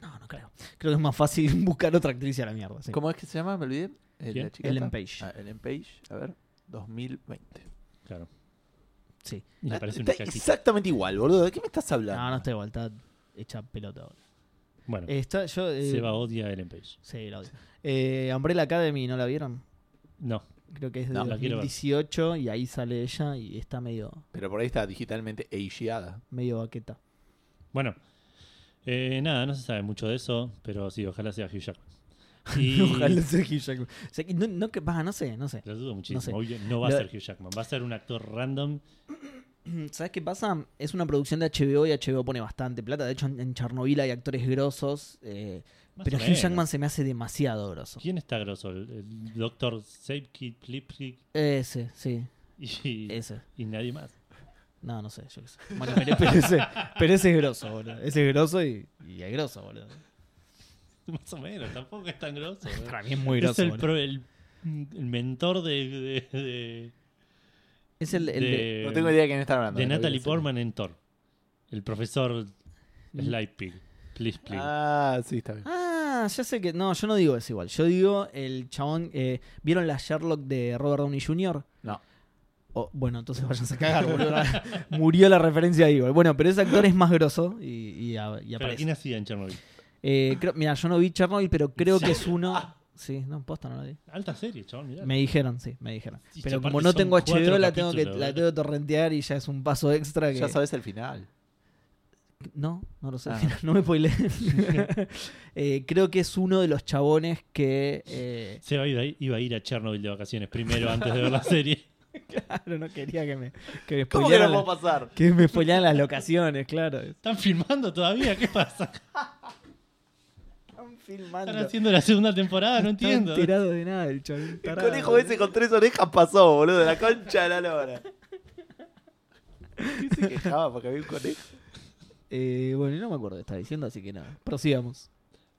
Speaker 3: No, no creo. Creo que es más fácil buscar otra actriz a la mierda. sí.
Speaker 2: ¿Cómo es que se llama? Me olvidé. Eh,
Speaker 1: ¿Quién?
Speaker 2: la chica
Speaker 3: Ellen
Speaker 2: esta.
Speaker 3: Page.
Speaker 2: Ah, Ellen Page, a ver, 2020.
Speaker 1: Claro.
Speaker 3: Sí.
Speaker 1: Y le
Speaker 2: Ah,
Speaker 1: parece
Speaker 2: está
Speaker 1: una cajita. Ah.
Speaker 2: exactamente igual, boludo. ¿De qué me estás hablando?
Speaker 3: No, no está igual, está hecha pelota ahora.
Speaker 1: Bueno,
Speaker 3: Está, yo, eh,
Speaker 1: Seba odia a Ellen Page.
Speaker 3: Sí, la odio. Eh, Umbrella Academy, ¿no la vieron?
Speaker 1: No,
Speaker 3: Creo que es de
Speaker 2: No,
Speaker 1: la quiero ver.
Speaker 3: 2018 y ahí sale ella y está medio,
Speaker 2: Pero por ahí está digitalmente ageada.
Speaker 3: medio baqueta.
Speaker 1: bueno. Eh, nada, no se sabe mucho de eso, pero sí, ojalá sea Hugh Jackman. Y
Speaker 3: Ojalá sea Hugh Jackman. O sea, que no, no, que- bah, no sé, no sé.
Speaker 1: Lo dudo muchísimo.
Speaker 3: sé.
Speaker 1: Obvio, no va a
Speaker 3: Lo-
Speaker 1: ser Hugh Jackman, va a ser un actor random.
Speaker 3: ¿Sabes qué pasa? Es una producción de HBO y HBO pone bastante plata. De hecho, en, en Chernobyl hay actores grosos, eh,
Speaker 1: más
Speaker 3: pero
Speaker 1: o
Speaker 3: Hugh
Speaker 1: menos.
Speaker 3: Jackman se me hace demasiado grosso.
Speaker 1: ¿Quién está grosso? El, el doctor Seipkid, Plipkid
Speaker 3: Ese, sí,
Speaker 1: y,
Speaker 3: ese.
Speaker 1: y nadie más.
Speaker 3: No, no sé, yo qué sé. Bueno, pero, pero ese, pero ese es grosso, boludo. Ese es grosso y, y es grosso, boludo.
Speaker 1: Más o menos, tampoco es tan grosso. ¿eh?
Speaker 3: Para mí es muy
Speaker 1: Es
Speaker 3: grosso,
Speaker 1: el,
Speaker 3: boludo.
Speaker 1: pro- el- el mentor de- de- de,
Speaker 3: Es el, el de-
Speaker 1: de,
Speaker 2: No tengo idea de quién están hablando.
Speaker 1: Eh, de
Speaker 2: no lo vi
Speaker 1: Natalie
Speaker 2: hace-
Speaker 1: Portman en Thor. El profesor
Speaker 3: Mm.
Speaker 1: Slightpig. Please, please.
Speaker 2: Ah, sí, está bien.
Speaker 3: Ah, ya sé que... No, yo no digo eso igual. Yo digo el chabón... eh, ¿Vieron la Sherlock de Robert Downey Jr.?
Speaker 2: No.
Speaker 3: O- bueno, entonces vayas a cagar, boludo. Murió la referencia ahí, igual. Bueno, pero ese actor es más grosso y, y a- y
Speaker 1: Pero ¿quién
Speaker 3: aparece.
Speaker 1: hacía en Chernobyl?
Speaker 3: Eh, creo- mira, yo no vi Chernobyl, pero creo que es uno...
Speaker 1: Ah.
Speaker 3: Sí, no, posta, no lo vi.
Speaker 1: Alta serie, chaval, mirá.
Speaker 3: Me dijeron, sí, me dijeron.
Speaker 1: Sí,
Speaker 3: Pero
Speaker 1: aparte
Speaker 3: como no
Speaker 1: son
Speaker 3: tengo
Speaker 1: cuatro
Speaker 3: HBO, la tengo, que,
Speaker 1: capítulos,
Speaker 3: la
Speaker 1: ¿verdad?
Speaker 3: tengo que torrentear y ya es un paso extra que...
Speaker 2: Ya sabes el final.
Speaker 3: No, no lo sé.
Speaker 2: Ah.
Speaker 3: No me spoilé. Eh, creo que es uno de los chabones que... eh,
Speaker 1: Seba iba, a- iba a ir a Chernobyl de vacaciones primero antes de ver la serie.
Speaker 3: Claro, no quería que me, que me
Speaker 2: ¿Cómo que no
Speaker 3: spoilearan,
Speaker 2: puedo
Speaker 3: la-
Speaker 2: pasar?
Speaker 3: que me spoilearan las locaciones, claro.
Speaker 1: ¿Están filmando todavía? ¿Qué pasa?
Speaker 3: Están filmando.
Speaker 1: ¿Están haciendo la segunda temporada? No entiendo.
Speaker 3: enterado de nada el chabón,
Speaker 2: El
Speaker 3: tarado.
Speaker 2: conejo ese con tres orejas pasó, boludo, de la concha de la lora. ¿Qué se quejaba porque había un conejo?
Speaker 3: Eh, bueno, y no me acuerdo qué estaba diciendo, así que nada. Prosigamos.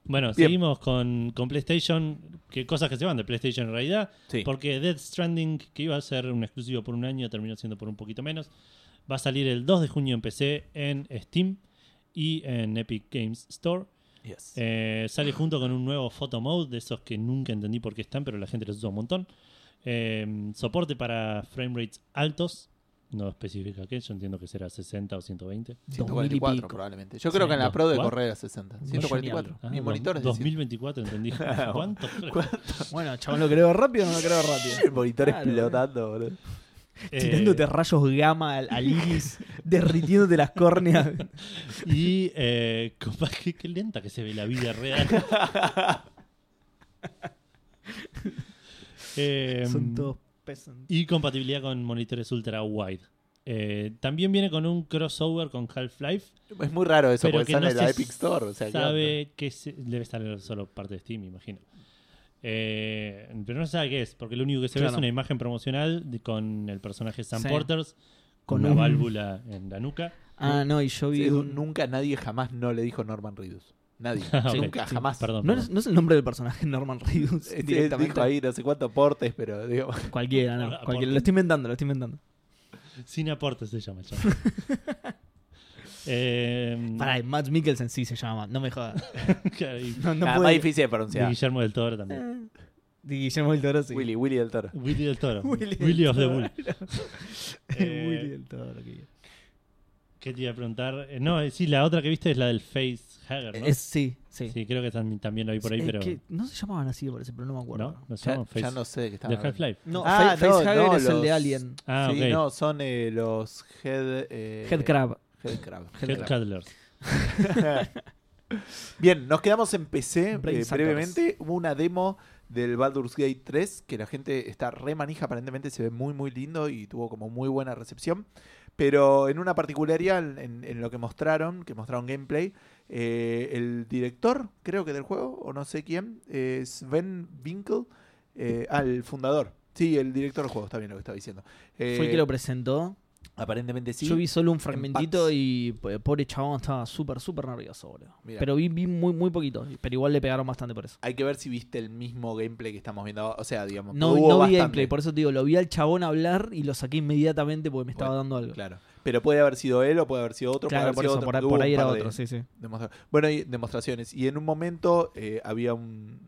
Speaker 1: Bueno,
Speaker 2: Bien.
Speaker 1: seguimos con, con PlayStation. Que cosas que se van de PlayStation en realidad.
Speaker 2: Sí.
Speaker 1: Porque Death Stranding, que iba a ser un exclusivo por un año, terminó siendo por un poquito menos. Va a salir el 2 de junio en PC, en Steam y en Epic Games Store.
Speaker 2: Yes.
Speaker 1: Eh, sale junto con un nuevo photo mode, de esos que nunca entendí por qué están, pero la gente los usa un montón. Eh, soporte para frame rates altos. No especifica qué, yo entiendo que será 60 o 120.
Speaker 3: 2000 y
Speaker 2: 144
Speaker 3: pico.
Speaker 2: probablemente. Yo creo que en la Pro de correr a 60. 144.
Speaker 1: Ah,
Speaker 2: Mi
Speaker 1: dos-
Speaker 2: monitor es de
Speaker 1: 2024, entendí. ¿Cuánto?
Speaker 3: Bueno, chabón, ¿lo creo rápido o no lo creo rápido?
Speaker 2: El monitor
Speaker 3: Claro.
Speaker 2: explotando, boludo.
Speaker 1: Eh,
Speaker 3: Tirándote rayos gamma al, al iris, derritiéndote las córneas.
Speaker 1: Y eh, compa, qué, qué lenta que se ve la vida real. Em,
Speaker 3: Son todos pesantes.
Speaker 1: Y compatibilidad con monitores ultra wide. Eh, también viene con un crossover con Half-Life.
Speaker 2: Es muy raro eso,
Speaker 1: pero
Speaker 2: porque
Speaker 1: que
Speaker 2: sale
Speaker 1: no
Speaker 2: en la
Speaker 1: se
Speaker 2: Epic Store. O sea, ¿qué onda?
Speaker 1: sabe que se- debe estar solo parte de Steam, imagino. Eh, pero no se sabe qué es, porque lo único que se ve
Speaker 3: Claro.
Speaker 1: es una imagen promocional de- con el personaje Sam
Speaker 3: Sí.
Speaker 1: Porters con
Speaker 3: Con
Speaker 1: una
Speaker 3: un-
Speaker 1: válvula en la nuca.
Speaker 3: Ah, no, y yo vi.
Speaker 2: Sí,
Speaker 3: un-
Speaker 2: Nunca nadie jamás no le dijo Norman Reedus. Nadie.
Speaker 1: Ah, ok.
Speaker 2: Nunca,
Speaker 1: Sí,
Speaker 2: jamás.
Speaker 1: Perdón.
Speaker 3: No
Speaker 1: perdón.
Speaker 3: es, no es el nombre del personaje, Norman Reedus.
Speaker 2: Este,
Speaker 3: directamente.
Speaker 2: dijo ahí no sé cuántos portes, pero digo,
Speaker 3: Cualquiera, no.
Speaker 1: Por-
Speaker 3: cualquiera.
Speaker 1: por-
Speaker 3: Lo estoy inventando, lo estoy inventando.
Speaker 1: Sin aporte se llama el chabón. Eh,
Speaker 3: Pará, y Matt Mikkelsen sí se llama, no me jodas.
Speaker 1: claro, y
Speaker 3: No, no
Speaker 2: nada, más
Speaker 3: puede.
Speaker 2: difícil de
Speaker 1: de
Speaker 2: pronunciar.
Speaker 1: Guillermo del Toro también.
Speaker 3: De Guillermo del Toro, sí.
Speaker 2: Willy, Willy del Toro.
Speaker 1: Willy del Toro.
Speaker 3: Willy
Speaker 1: Willy,
Speaker 3: del
Speaker 1: of the
Speaker 3: Toro.
Speaker 1: Bull. Eh,
Speaker 3: Willy del Toro, que quiero.
Speaker 1: ¿Qué te iba a preguntar? Eh, no, eh, sí, la otra que viste es la del Face Hagger, ¿no?
Speaker 3: Es- Eh, sí, sí.
Speaker 1: Sí, creo que tam- también la vi por ahí,
Speaker 3: Es
Speaker 1: pero.
Speaker 3: que no se llamaban así, parece, pero no me acuerdo.
Speaker 1: ¿No? ¿No se
Speaker 2: Ya,
Speaker 1: llaman Face
Speaker 2: ya no sé de qué
Speaker 1: ¿De
Speaker 2: estaba hablando.
Speaker 1: Half-Life?
Speaker 3: No,
Speaker 2: Ah,
Speaker 3: Fa-
Speaker 2: no,
Speaker 3: Facehugger
Speaker 2: no,
Speaker 3: es el de
Speaker 2: los-
Speaker 3: Alien.
Speaker 1: Ah,
Speaker 2: sí,
Speaker 1: ok.
Speaker 2: no, son eh, los head... Eh,
Speaker 3: Headcrab.
Speaker 2: Headcrab.
Speaker 1: Head Cuddlers.
Speaker 2: Bien, nos quedamos en PC eh,
Speaker 3: Brain suckers.
Speaker 2: brevemente. Hubo una demo del Baldur's Gate 3 que la gente está re manija, aparentemente se ve muy muy lindo y tuvo como muy buena recepción. Pero en una particularidad, en, en lo que mostraron, que mostraron gameplay, eh, el director, creo que del juego, o no sé quién, eh, Sven Winkel, eh, ah, el fundador. Sí, el director del juego, está bien lo que estaba diciendo.
Speaker 3: Fue el que lo
Speaker 2: Eh,
Speaker 3: presentó.
Speaker 2: Aparentemente sí.
Speaker 3: Yo vi solo un
Speaker 2: packs.
Speaker 3: fragmentito y po- pobre chabón estaba súper, súper nervioso, boludo.
Speaker 2: Mirá.
Speaker 3: Pero vi, vi muy, muy poquito. Pero igual le pegaron bastante por eso.
Speaker 2: Hay que ver si viste el mismo gameplay que estamos viendo ahora. O sea, digamos,
Speaker 3: No,
Speaker 2: hubo
Speaker 3: no vi
Speaker 2: bastante.
Speaker 3: gameplay, por eso te digo, lo vi al chabón hablar y lo saqué inmediatamente porque me estaba
Speaker 2: Bueno,
Speaker 3: dando algo.
Speaker 2: Claro. Pero puede haber sido él o puede haber sido otro. puede haber
Speaker 3: Claro, por
Speaker 2: sido
Speaker 3: eso,
Speaker 2: otro,
Speaker 3: por,
Speaker 2: porque
Speaker 3: por
Speaker 2: hubo
Speaker 3: ahí
Speaker 2: un
Speaker 3: era
Speaker 2: par de
Speaker 3: otro, sí, sí.
Speaker 2: demostra- Bueno, hay demostraciones. Y en un momento eh, había un,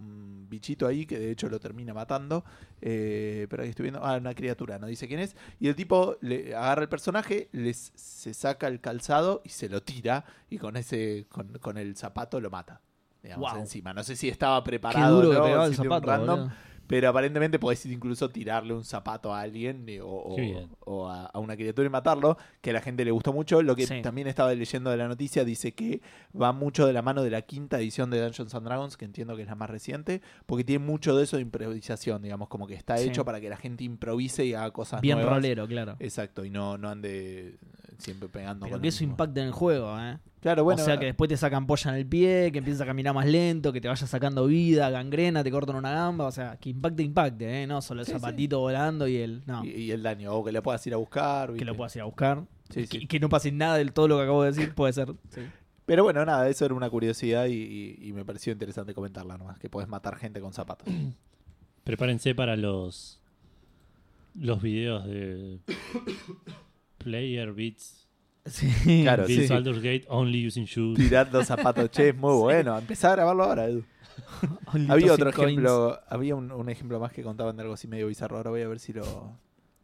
Speaker 2: un bichito ahí que de hecho lo termina matando. Eh, pero ahí estoy viendo. Ah, una criatura, no dice quién es. Y el tipo le agarra el personaje, les, se saca el calzado y se lo tira. Y con ese con, con el zapato lo mata. Digamos,
Speaker 3: Guau.
Speaker 2: encima. No sé si estaba
Speaker 3: Qué
Speaker 2: preparado
Speaker 3: duro que
Speaker 2: ¿no?
Speaker 3: pegaba el
Speaker 2: si tiene un
Speaker 3: zapato,
Speaker 2: random,
Speaker 3: boludo.
Speaker 2: pero aparentemente podés incluso tirarle un zapato a alguien eh, o, o-
Speaker 1: Qué bien.
Speaker 2: o a, a una criatura y matarlo, que a la gente le gustó mucho. Lo que
Speaker 3: Sí.
Speaker 2: también estaba leyendo de la noticia dice que va mucho de la mano de la quinta edición de Dungeons and Dragons, que entiendo que es la más reciente, porque tiene mucho de eso de improvisación, digamos, como que está
Speaker 3: Sí.
Speaker 2: hecho para que la gente improvise y haga cosas
Speaker 3: Bien
Speaker 2: nuevas.
Speaker 3: rolero, claro.
Speaker 2: Exacto, y no, no ande siempre pegando
Speaker 3: Pero
Speaker 2: con
Speaker 3: que
Speaker 2: el
Speaker 3: eso
Speaker 2: mismo.
Speaker 3: impacta en el juego, ¿eh?
Speaker 2: Claro, bueno,
Speaker 3: o sea, que después te sacan polla en el pie, que empiezas a caminar más lento, que te vayas sacando vida, gangrena, te cortan una gamba. O sea, que impacte, impacte, ¿eh? No solo el
Speaker 2: Sí, sí.
Speaker 3: zapatito volando y el. No,
Speaker 2: y, y el daño, o que lo puedas ir a buscar.
Speaker 3: que lo
Speaker 2: ¿viste?
Speaker 3: puedas ir a buscar.
Speaker 2: Sí,
Speaker 3: y,
Speaker 2: sí.
Speaker 3: Que, y que no pase nada de todo lo que acabo de decir, puede ser.
Speaker 2: Pero bueno, nada, eso era una curiosidad y, y- y me pareció interesante comentarla nomás, que podés matar gente con zapatos.
Speaker 1: Prepárense para los los videos de Player Beats,
Speaker 3: Sí.
Speaker 2: Claro,
Speaker 1: Beats
Speaker 2: sí, sí.
Speaker 1: Baldur's Gate Only Using Shoes.
Speaker 2: Tirando zapatos, che, es muy bueno. Empezá a grabarlo ahora, Edu.
Speaker 3: Only
Speaker 2: Había
Speaker 3: tossing
Speaker 2: otro
Speaker 3: coins.
Speaker 2: ejemplo, había un, un ejemplo más que contaban de algo así medio bizarro. Ahora voy a ver si lo,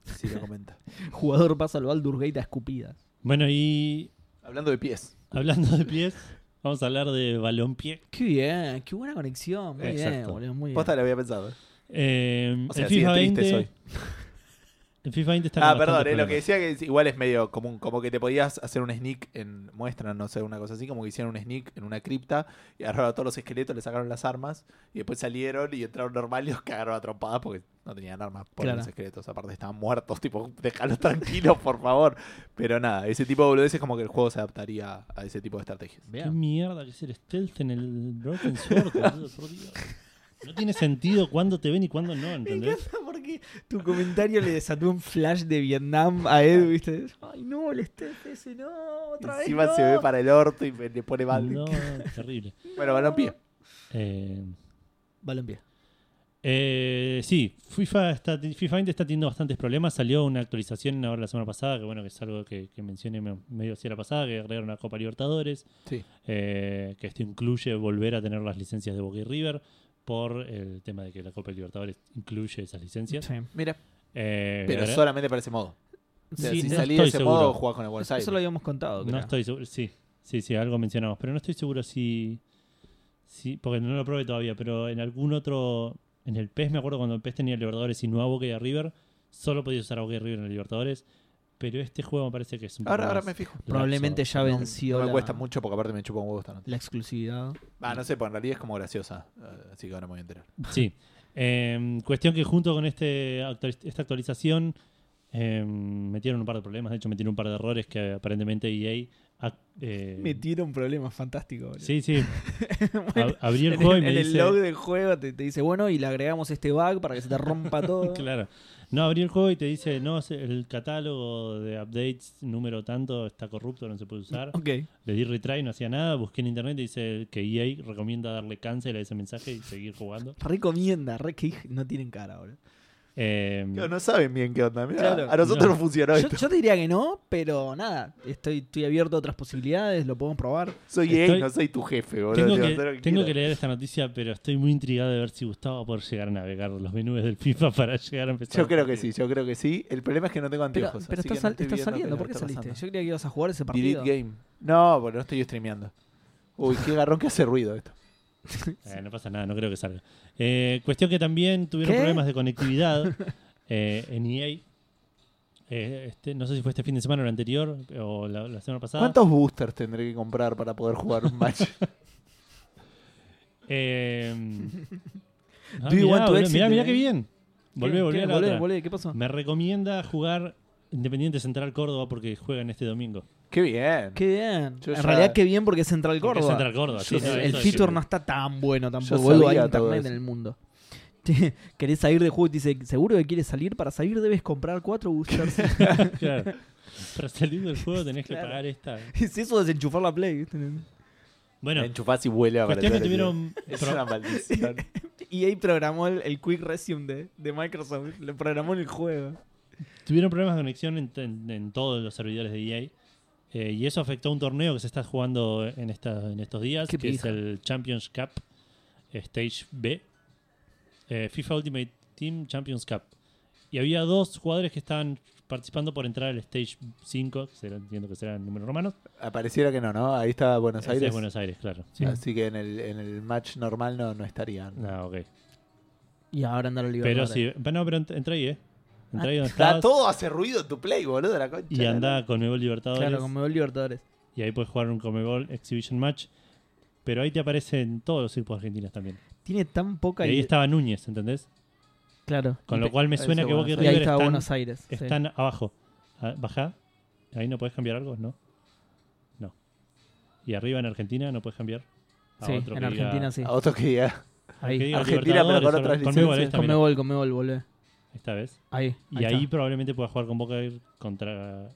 Speaker 2: si lo comenta.
Speaker 3: Jugador pasa al Baldur Gate a escupidas.
Speaker 1: Bueno, y
Speaker 2: Hablando de pies.
Speaker 1: hablando de pies, vamos a hablar de balompié.
Speaker 3: Qué bien, qué buena conexión. Muy bien,
Speaker 1: Exacto.
Speaker 3: boludo, muy bien.
Speaker 2: Posta lo había pensado. ¿eh?
Speaker 1: Eh,
Speaker 2: O sea,
Speaker 1: el
Speaker 2: sí,
Speaker 1: FIFA
Speaker 2: de triste
Speaker 1: 20.
Speaker 2: soy.
Speaker 1: El FIFA 20 está
Speaker 2: Ah,
Speaker 1: con
Speaker 2: perdón,
Speaker 1: bastantes
Speaker 2: eh, lo que
Speaker 1: problemas.
Speaker 2: decía que es- igual es medio común, como que te podías hacer un sneak en muestra, no sé, una cosa así, como que hicieron un sneak en una cripta y agarraron a todos los esqueletos, le sacaron las armas y después salieron y entraron normales y los cagaron a trompadas porque no tenían armas por
Speaker 3: Claro.
Speaker 2: los esqueletos, aparte estaban muertos, tipo, déjalos tranquilos, por favor. Pero nada, ese tipo de boludeces como que el juego se adaptaría a ese tipo de estrategias.
Speaker 1: Qué mierda que es el stealth en el Broken Sword, boludo, por Dios. No tiene sentido cuándo te ven y cuándo no, ¿entendés?
Speaker 3: Porque tu comentario le desató un flash de Vietnam a Edu, ¿viste? Ay, no, el estrés ese, no, otra
Speaker 2: Encima
Speaker 3: vez.
Speaker 2: se ve
Speaker 3: no.
Speaker 2: para el orto y me- le pone mal.
Speaker 1: No, terrible.
Speaker 2: Bueno, balón pie.
Speaker 1: Eh,
Speaker 3: Balompié.
Speaker 1: Eh, sí, FIFA, está, FIFA 20 está teniendo bastantes problemas. Salió una actualización ahora la semana pasada, que bueno, que es algo que, que mencioné me- medio hacia la pasada, que agregaron una Copa Libertadores,
Speaker 2: Sí.
Speaker 1: eh, que esto incluye volver a tener las licencias de Boca y River por el tema de que la Copa Libertadores incluye esas licencias.
Speaker 3: Sí.
Speaker 2: Mira,
Speaker 1: Eh,
Speaker 2: pero
Speaker 1: agre-
Speaker 2: solamente para ese modo. O sea,
Speaker 1: Sí,
Speaker 2: si
Speaker 1: no
Speaker 2: salí de
Speaker 1: estoy
Speaker 2: ese
Speaker 1: seguro.
Speaker 2: modo, jugás con el Buenos
Speaker 3: Eso,
Speaker 2: Aires.
Speaker 3: lo habíamos contado.
Speaker 1: no
Speaker 3: creo.
Speaker 1: estoy seguro, sí, sí, sí, algo mencionamos, pero no estoy seguro si, si, porque no lo probé todavía, pero en algún otro, en el PES me acuerdo cuando el PES tenía Libertadores y no a Boca y a River, solo podías usar a Boca y River en el Libertadores, pero este juego me parece que es un poco
Speaker 2: Ahora, ahora
Speaker 1: más
Speaker 2: me fijo.
Speaker 1: laxo.
Speaker 3: Probablemente ya
Speaker 2: No,
Speaker 3: venció
Speaker 2: no me
Speaker 3: la,
Speaker 2: cuesta mucho porque aparte me chupa un huevo esta noticia.
Speaker 3: la exclusividad.
Speaker 2: Ah, no sé, pues en realidad es como graciosa. eh, Así que ahora me voy a enterar.
Speaker 1: Sí. Em, cuestión que junto con este actualiz- esta actualización em, metieron un par de problemas, de hecho metieron un par de errores que aparentemente EA... ac- eh,
Speaker 4: Metieron problemas fantásticos. boludo.
Speaker 1: Sí, sí. Ab- abrí el
Speaker 3: en
Speaker 1: juego y
Speaker 3: el,
Speaker 1: me
Speaker 3: en el
Speaker 1: dice-
Speaker 3: log del juego te, te dice, bueno, y le agregamos este bug para que se te rompa todo.
Speaker 1: Claro. No, abrí el juego y te dice, no, es el catálogo de updates número tanto está corrupto, no se puede usar.
Speaker 3: Ok.
Speaker 1: Le di retry, no hacía nada, busqué en internet y dice que EA recomienda darle cancel a ese mensaje y seguir jugando.
Speaker 3: Recomienda, re que hij- no tienen cara ahora.
Speaker 1: Eh,
Speaker 2: Claro, no saben bien qué onda. mirá,
Speaker 3: Claro.
Speaker 2: a nosotros
Speaker 1: No.
Speaker 2: no, funcionó
Speaker 3: Yo,
Speaker 2: esto.
Speaker 3: yo te diría que no, pero nada, estoy, estoy abierto a otras posibilidades, lo podemos probar.
Speaker 2: Soy EA,
Speaker 1: Estoy-
Speaker 2: no soy tu jefe, boludo.
Speaker 1: tengo
Speaker 2: te voy a
Speaker 1: que,
Speaker 2: hacer lo que
Speaker 1: tengo que
Speaker 2: quieras.
Speaker 1: leer esta noticia, pero estoy muy intrigado de ver si Gustavo va a poder llegar a navegar los menús del FIFA para llegar a empezar.
Speaker 2: Yo creo que sí, yo creo que sí. El problema es que no tengo
Speaker 3: Pero,
Speaker 2: anteojos.
Speaker 3: pero
Speaker 2: así que no
Speaker 3: estás, sal-
Speaker 2: estoy
Speaker 3: estás
Speaker 2: viendo
Speaker 3: saliendo,
Speaker 2: lo
Speaker 3: ¿por
Speaker 2: que
Speaker 3: qué
Speaker 2: está
Speaker 3: saliste?
Speaker 2: pasando.
Speaker 3: Yo creía que ibas a jugar ese partido.
Speaker 2: Delete game. No, porque no estoy streameando. Uy, qué garrón que hace ruido esto.
Speaker 1: Eh, no pasa nada, no creo que salga. Eh, cuestión que también tuvieron
Speaker 3: ¿Qué?
Speaker 1: problemas de conectividad eh, en EA. Eh, este, no sé si fue este fin de semana o el anterior o la, la semana pasada.
Speaker 2: ¿Cuántos boosters tendré que comprar para poder jugar un match?
Speaker 1: Eh, ah,
Speaker 3: Do you
Speaker 1: mirá,
Speaker 3: want to
Speaker 1: boludo,
Speaker 3: exit
Speaker 1: mirá,
Speaker 3: the
Speaker 1: mirá
Speaker 3: game?
Speaker 1: qué bien. Volvé,
Speaker 3: ¿Qué-
Speaker 1: volvé
Speaker 3: qué-
Speaker 1: a la
Speaker 3: volvé,
Speaker 1: otra.
Speaker 3: volvé, ¿Qué pasó?
Speaker 1: Me recomienda jugar Independiente Central Córdoba porque juegan este domingo.
Speaker 2: qué bien.
Speaker 3: Qué bien.
Speaker 2: Yo
Speaker 3: en
Speaker 2: ya-
Speaker 3: realidad, qué bien porque es Central
Speaker 1: Porque
Speaker 3: Córdoba.
Speaker 1: es Central Córdoba, sí,
Speaker 3: el
Speaker 1: no,
Speaker 3: el
Speaker 1: eso es
Speaker 3: feature
Speaker 1: simple.
Speaker 3: no está tan bueno tampoco.
Speaker 2: Yo
Speaker 3: boludo, hay
Speaker 2: sabía todo
Speaker 3: internet
Speaker 2: eso.
Speaker 3: en el mundo. querés salir de juego y te dice, seguro que quieres salir, para salir debes comprar cuatro boosters.
Speaker 1: claro. Para salir del juego tenés que
Speaker 3: Claro.
Speaker 1: pagar esta.
Speaker 3: es eso desenchufar la play. ¿viste?
Speaker 1: Bueno,
Speaker 2: Enchufás y vuelve a
Speaker 1: cuestión que
Speaker 2: aparecer.
Speaker 1: tuvieron.
Speaker 2: Es
Speaker 1: pro-
Speaker 2: una maldición.
Speaker 3: Y ahí programó el, el Quick Resume de, de Microsoft. Lo programó en el juego.
Speaker 1: Tuvieron problemas de conexión en, en- en todos los servidores de EA. eh, y eso afectó a un torneo que se está jugando en, esta- en estos días,
Speaker 3: Qué
Speaker 1: que es
Speaker 3: pija.
Speaker 1: el Champions Cup eh, Stage B. Eh, FIFA Ultimate Team Champions Cup. Y había dos jugadores que estaban participando por entrar al Stage 5, que será- entiendo que serán números romanos.
Speaker 2: Apareciera que no, ¿no? Ahí está Buenos
Speaker 1: Ese es
Speaker 2: Aires.
Speaker 1: Buenos Aires, claro. sí.
Speaker 2: Así que en el, en el match normal no, no estarían.
Speaker 1: Ah, ok.
Speaker 3: Y ahora andar al
Speaker 1: Pero sí, bueno, pero ent- entra ahí, ¿eh? Entra ahí donde
Speaker 2: Da,
Speaker 1: estabas
Speaker 2: todo hace ruido en tu play, boludo. La concha
Speaker 1: y
Speaker 2: de la
Speaker 1: anda con Nuevo Libertadores.
Speaker 3: Claro, como Libertadores.
Speaker 1: Y ahí puedes jugar un Comebol Exhibition Match. Pero ahí te aparecen todos los equipos argentinos también.
Speaker 3: Tiene tan poca.
Speaker 1: Y ahí
Speaker 3: ide-
Speaker 1: estaba Núñez, ¿entendés?
Speaker 3: Claro.
Speaker 1: Con
Speaker 3: Y
Speaker 1: lo
Speaker 3: pe-
Speaker 1: cual me
Speaker 2: ahí
Speaker 1: suena
Speaker 2: está
Speaker 1: que Boca y
Speaker 2: Buenos
Speaker 3: Y ahí
Speaker 1: River
Speaker 3: está
Speaker 1: están,
Speaker 3: Buenos Aires. sí.
Speaker 1: están abajo. A- Bajá. Ahí no puedes cambiar algo, ¿no? No. Y arriba en Argentina no puedes cambiar. a
Speaker 3: Sí,
Speaker 1: otro
Speaker 3: en
Speaker 1: que diga-
Speaker 3: Argentina sí.
Speaker 2: A otro que diga.
Speaker 1: que
Speaker 3: Ahí.
Speaker 1: diga
Speaker 2: Argentina, pero con
Speaker 1: Libertadores,
Speaker 2: otras
Speaker 1: Conmebol,
Speaker 2: licencias.
Speaker 1: ahí está, mira.
Speaker 3: Comebol, Comebol, volvé.
Speaker 1: Esta vez.
Speaker 3: Ahí.
Speaker 1: Y ahí,
Speaker 3: ahí está.
Speaker 1: probablemente puedas jugar con Boca contra.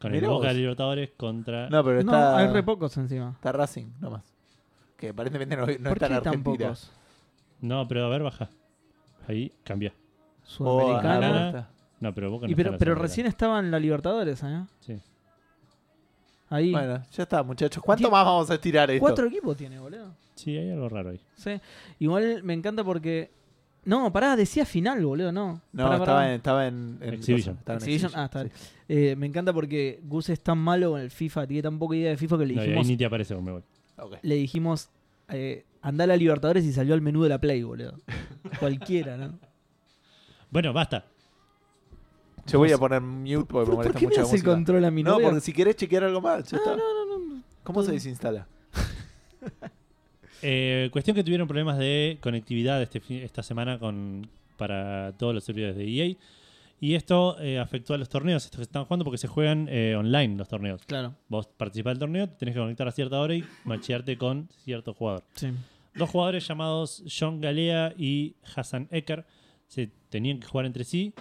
Speaker 1: Con el
Speaker 2: Mirá
Speaker 1: Boca
Speaker 2: vos.
Speaker 1: Libertadores contra.
Speaker 2: No, pero
Speaker 3: No,
Speaker 2: está,
Speaker 3: hay re pocos encima.
Speaker 2: está Racing nomás. Que aparentemente no, no
Speaker 3: ¿Por
Speaker 2: está en
Speaker 3: qué tan
Speaker 2: Argentina.
Speaker 3: pocos?
Speaker 1: No, pero a ver, baja. Ahí cambia.
Speaker 2: Oh, ah,
Speaker 3: Sudamericana.
Speaker 1: Americana.
Speaker 2: no está.
Speaker 1: No, pero Boca no está
Speaker 3: y
Speaker 1: en
Speaker 3: pero,
Speaker 1: la
Speaker 3: pero
Speaker 1: Sudamericana.
Speaker 3: recién estaba en la Libertadores, ¿eh?
Speaker 1: Sí.
Speaker 3: Ahí.
Speaker 2: Bueno, ya está, muchachos. ¿Cuánto
Speaker 3: Die-
Speaker 2: más vamos a estirar esto?
Speaker 3: Cuatro equipos tiene, boludo.
Speaker 1: Sí, hay algo raro ahí.
Speaker 3: Sí. Igual me encanta porque. No, pará, decía final, boludo, no.
Speaker 2: No,
Speaker 3: Pará, pará.
Speaker 2: estaba en, estaba en, en-
Speaker 1: Exhibition.
Speaker 2: estaba en
Speaker 3: Exhibition. Ah, está bien. Eh, me encanta porque Gus es tan malo con el FIFA, tiene tan poca idea de FIFA que le
Speaker 1: No, y ahí
Speaker 3: dijimos,
Speaker 1: ni te aparece Conmebol.
Speaker 2: Ok.
Speaker 3: le dijimos eh, andá a la Libertadores y salió al menú de la Play, boludo. Cualquiera, ¿no?
Speaker 1: Bueno, basta.
Speaker 2: Yo voy a poner mute porque me
Speaker 3: ¿Por,
Speaker 2: molesta
Speaker 3: qué me
Speaker 2: mucho la
Speaker 3: hace el
Speaker 2: música.
Speaker 3: control a mi
Speaker 2: no,
Speaker 3: novia?
Speaker 2: porque si querés chequear algo más, ya está.
Speaker 3: no, no, no, no.
Speaker 2: ¿Cómo se desinstala?
Speaker 1: Eh, cuestión que tuvieron problemas de conectividad este fin- esta semana con para todos los servidores de EA. Y esto eh, afectó a los torneos, estos que están jugando, porque se juegan eh, online los torneos.
Speaker 3: Claro,
Speaker 1: Vos participás del torneo, te tenés que conectar a cierta hora y machearte con cierto jugador.
Speaker 3: sí.
Speaker 1: Dos jugadores llamados John Galea y Hassan Ecker se tenían que jugar entre sí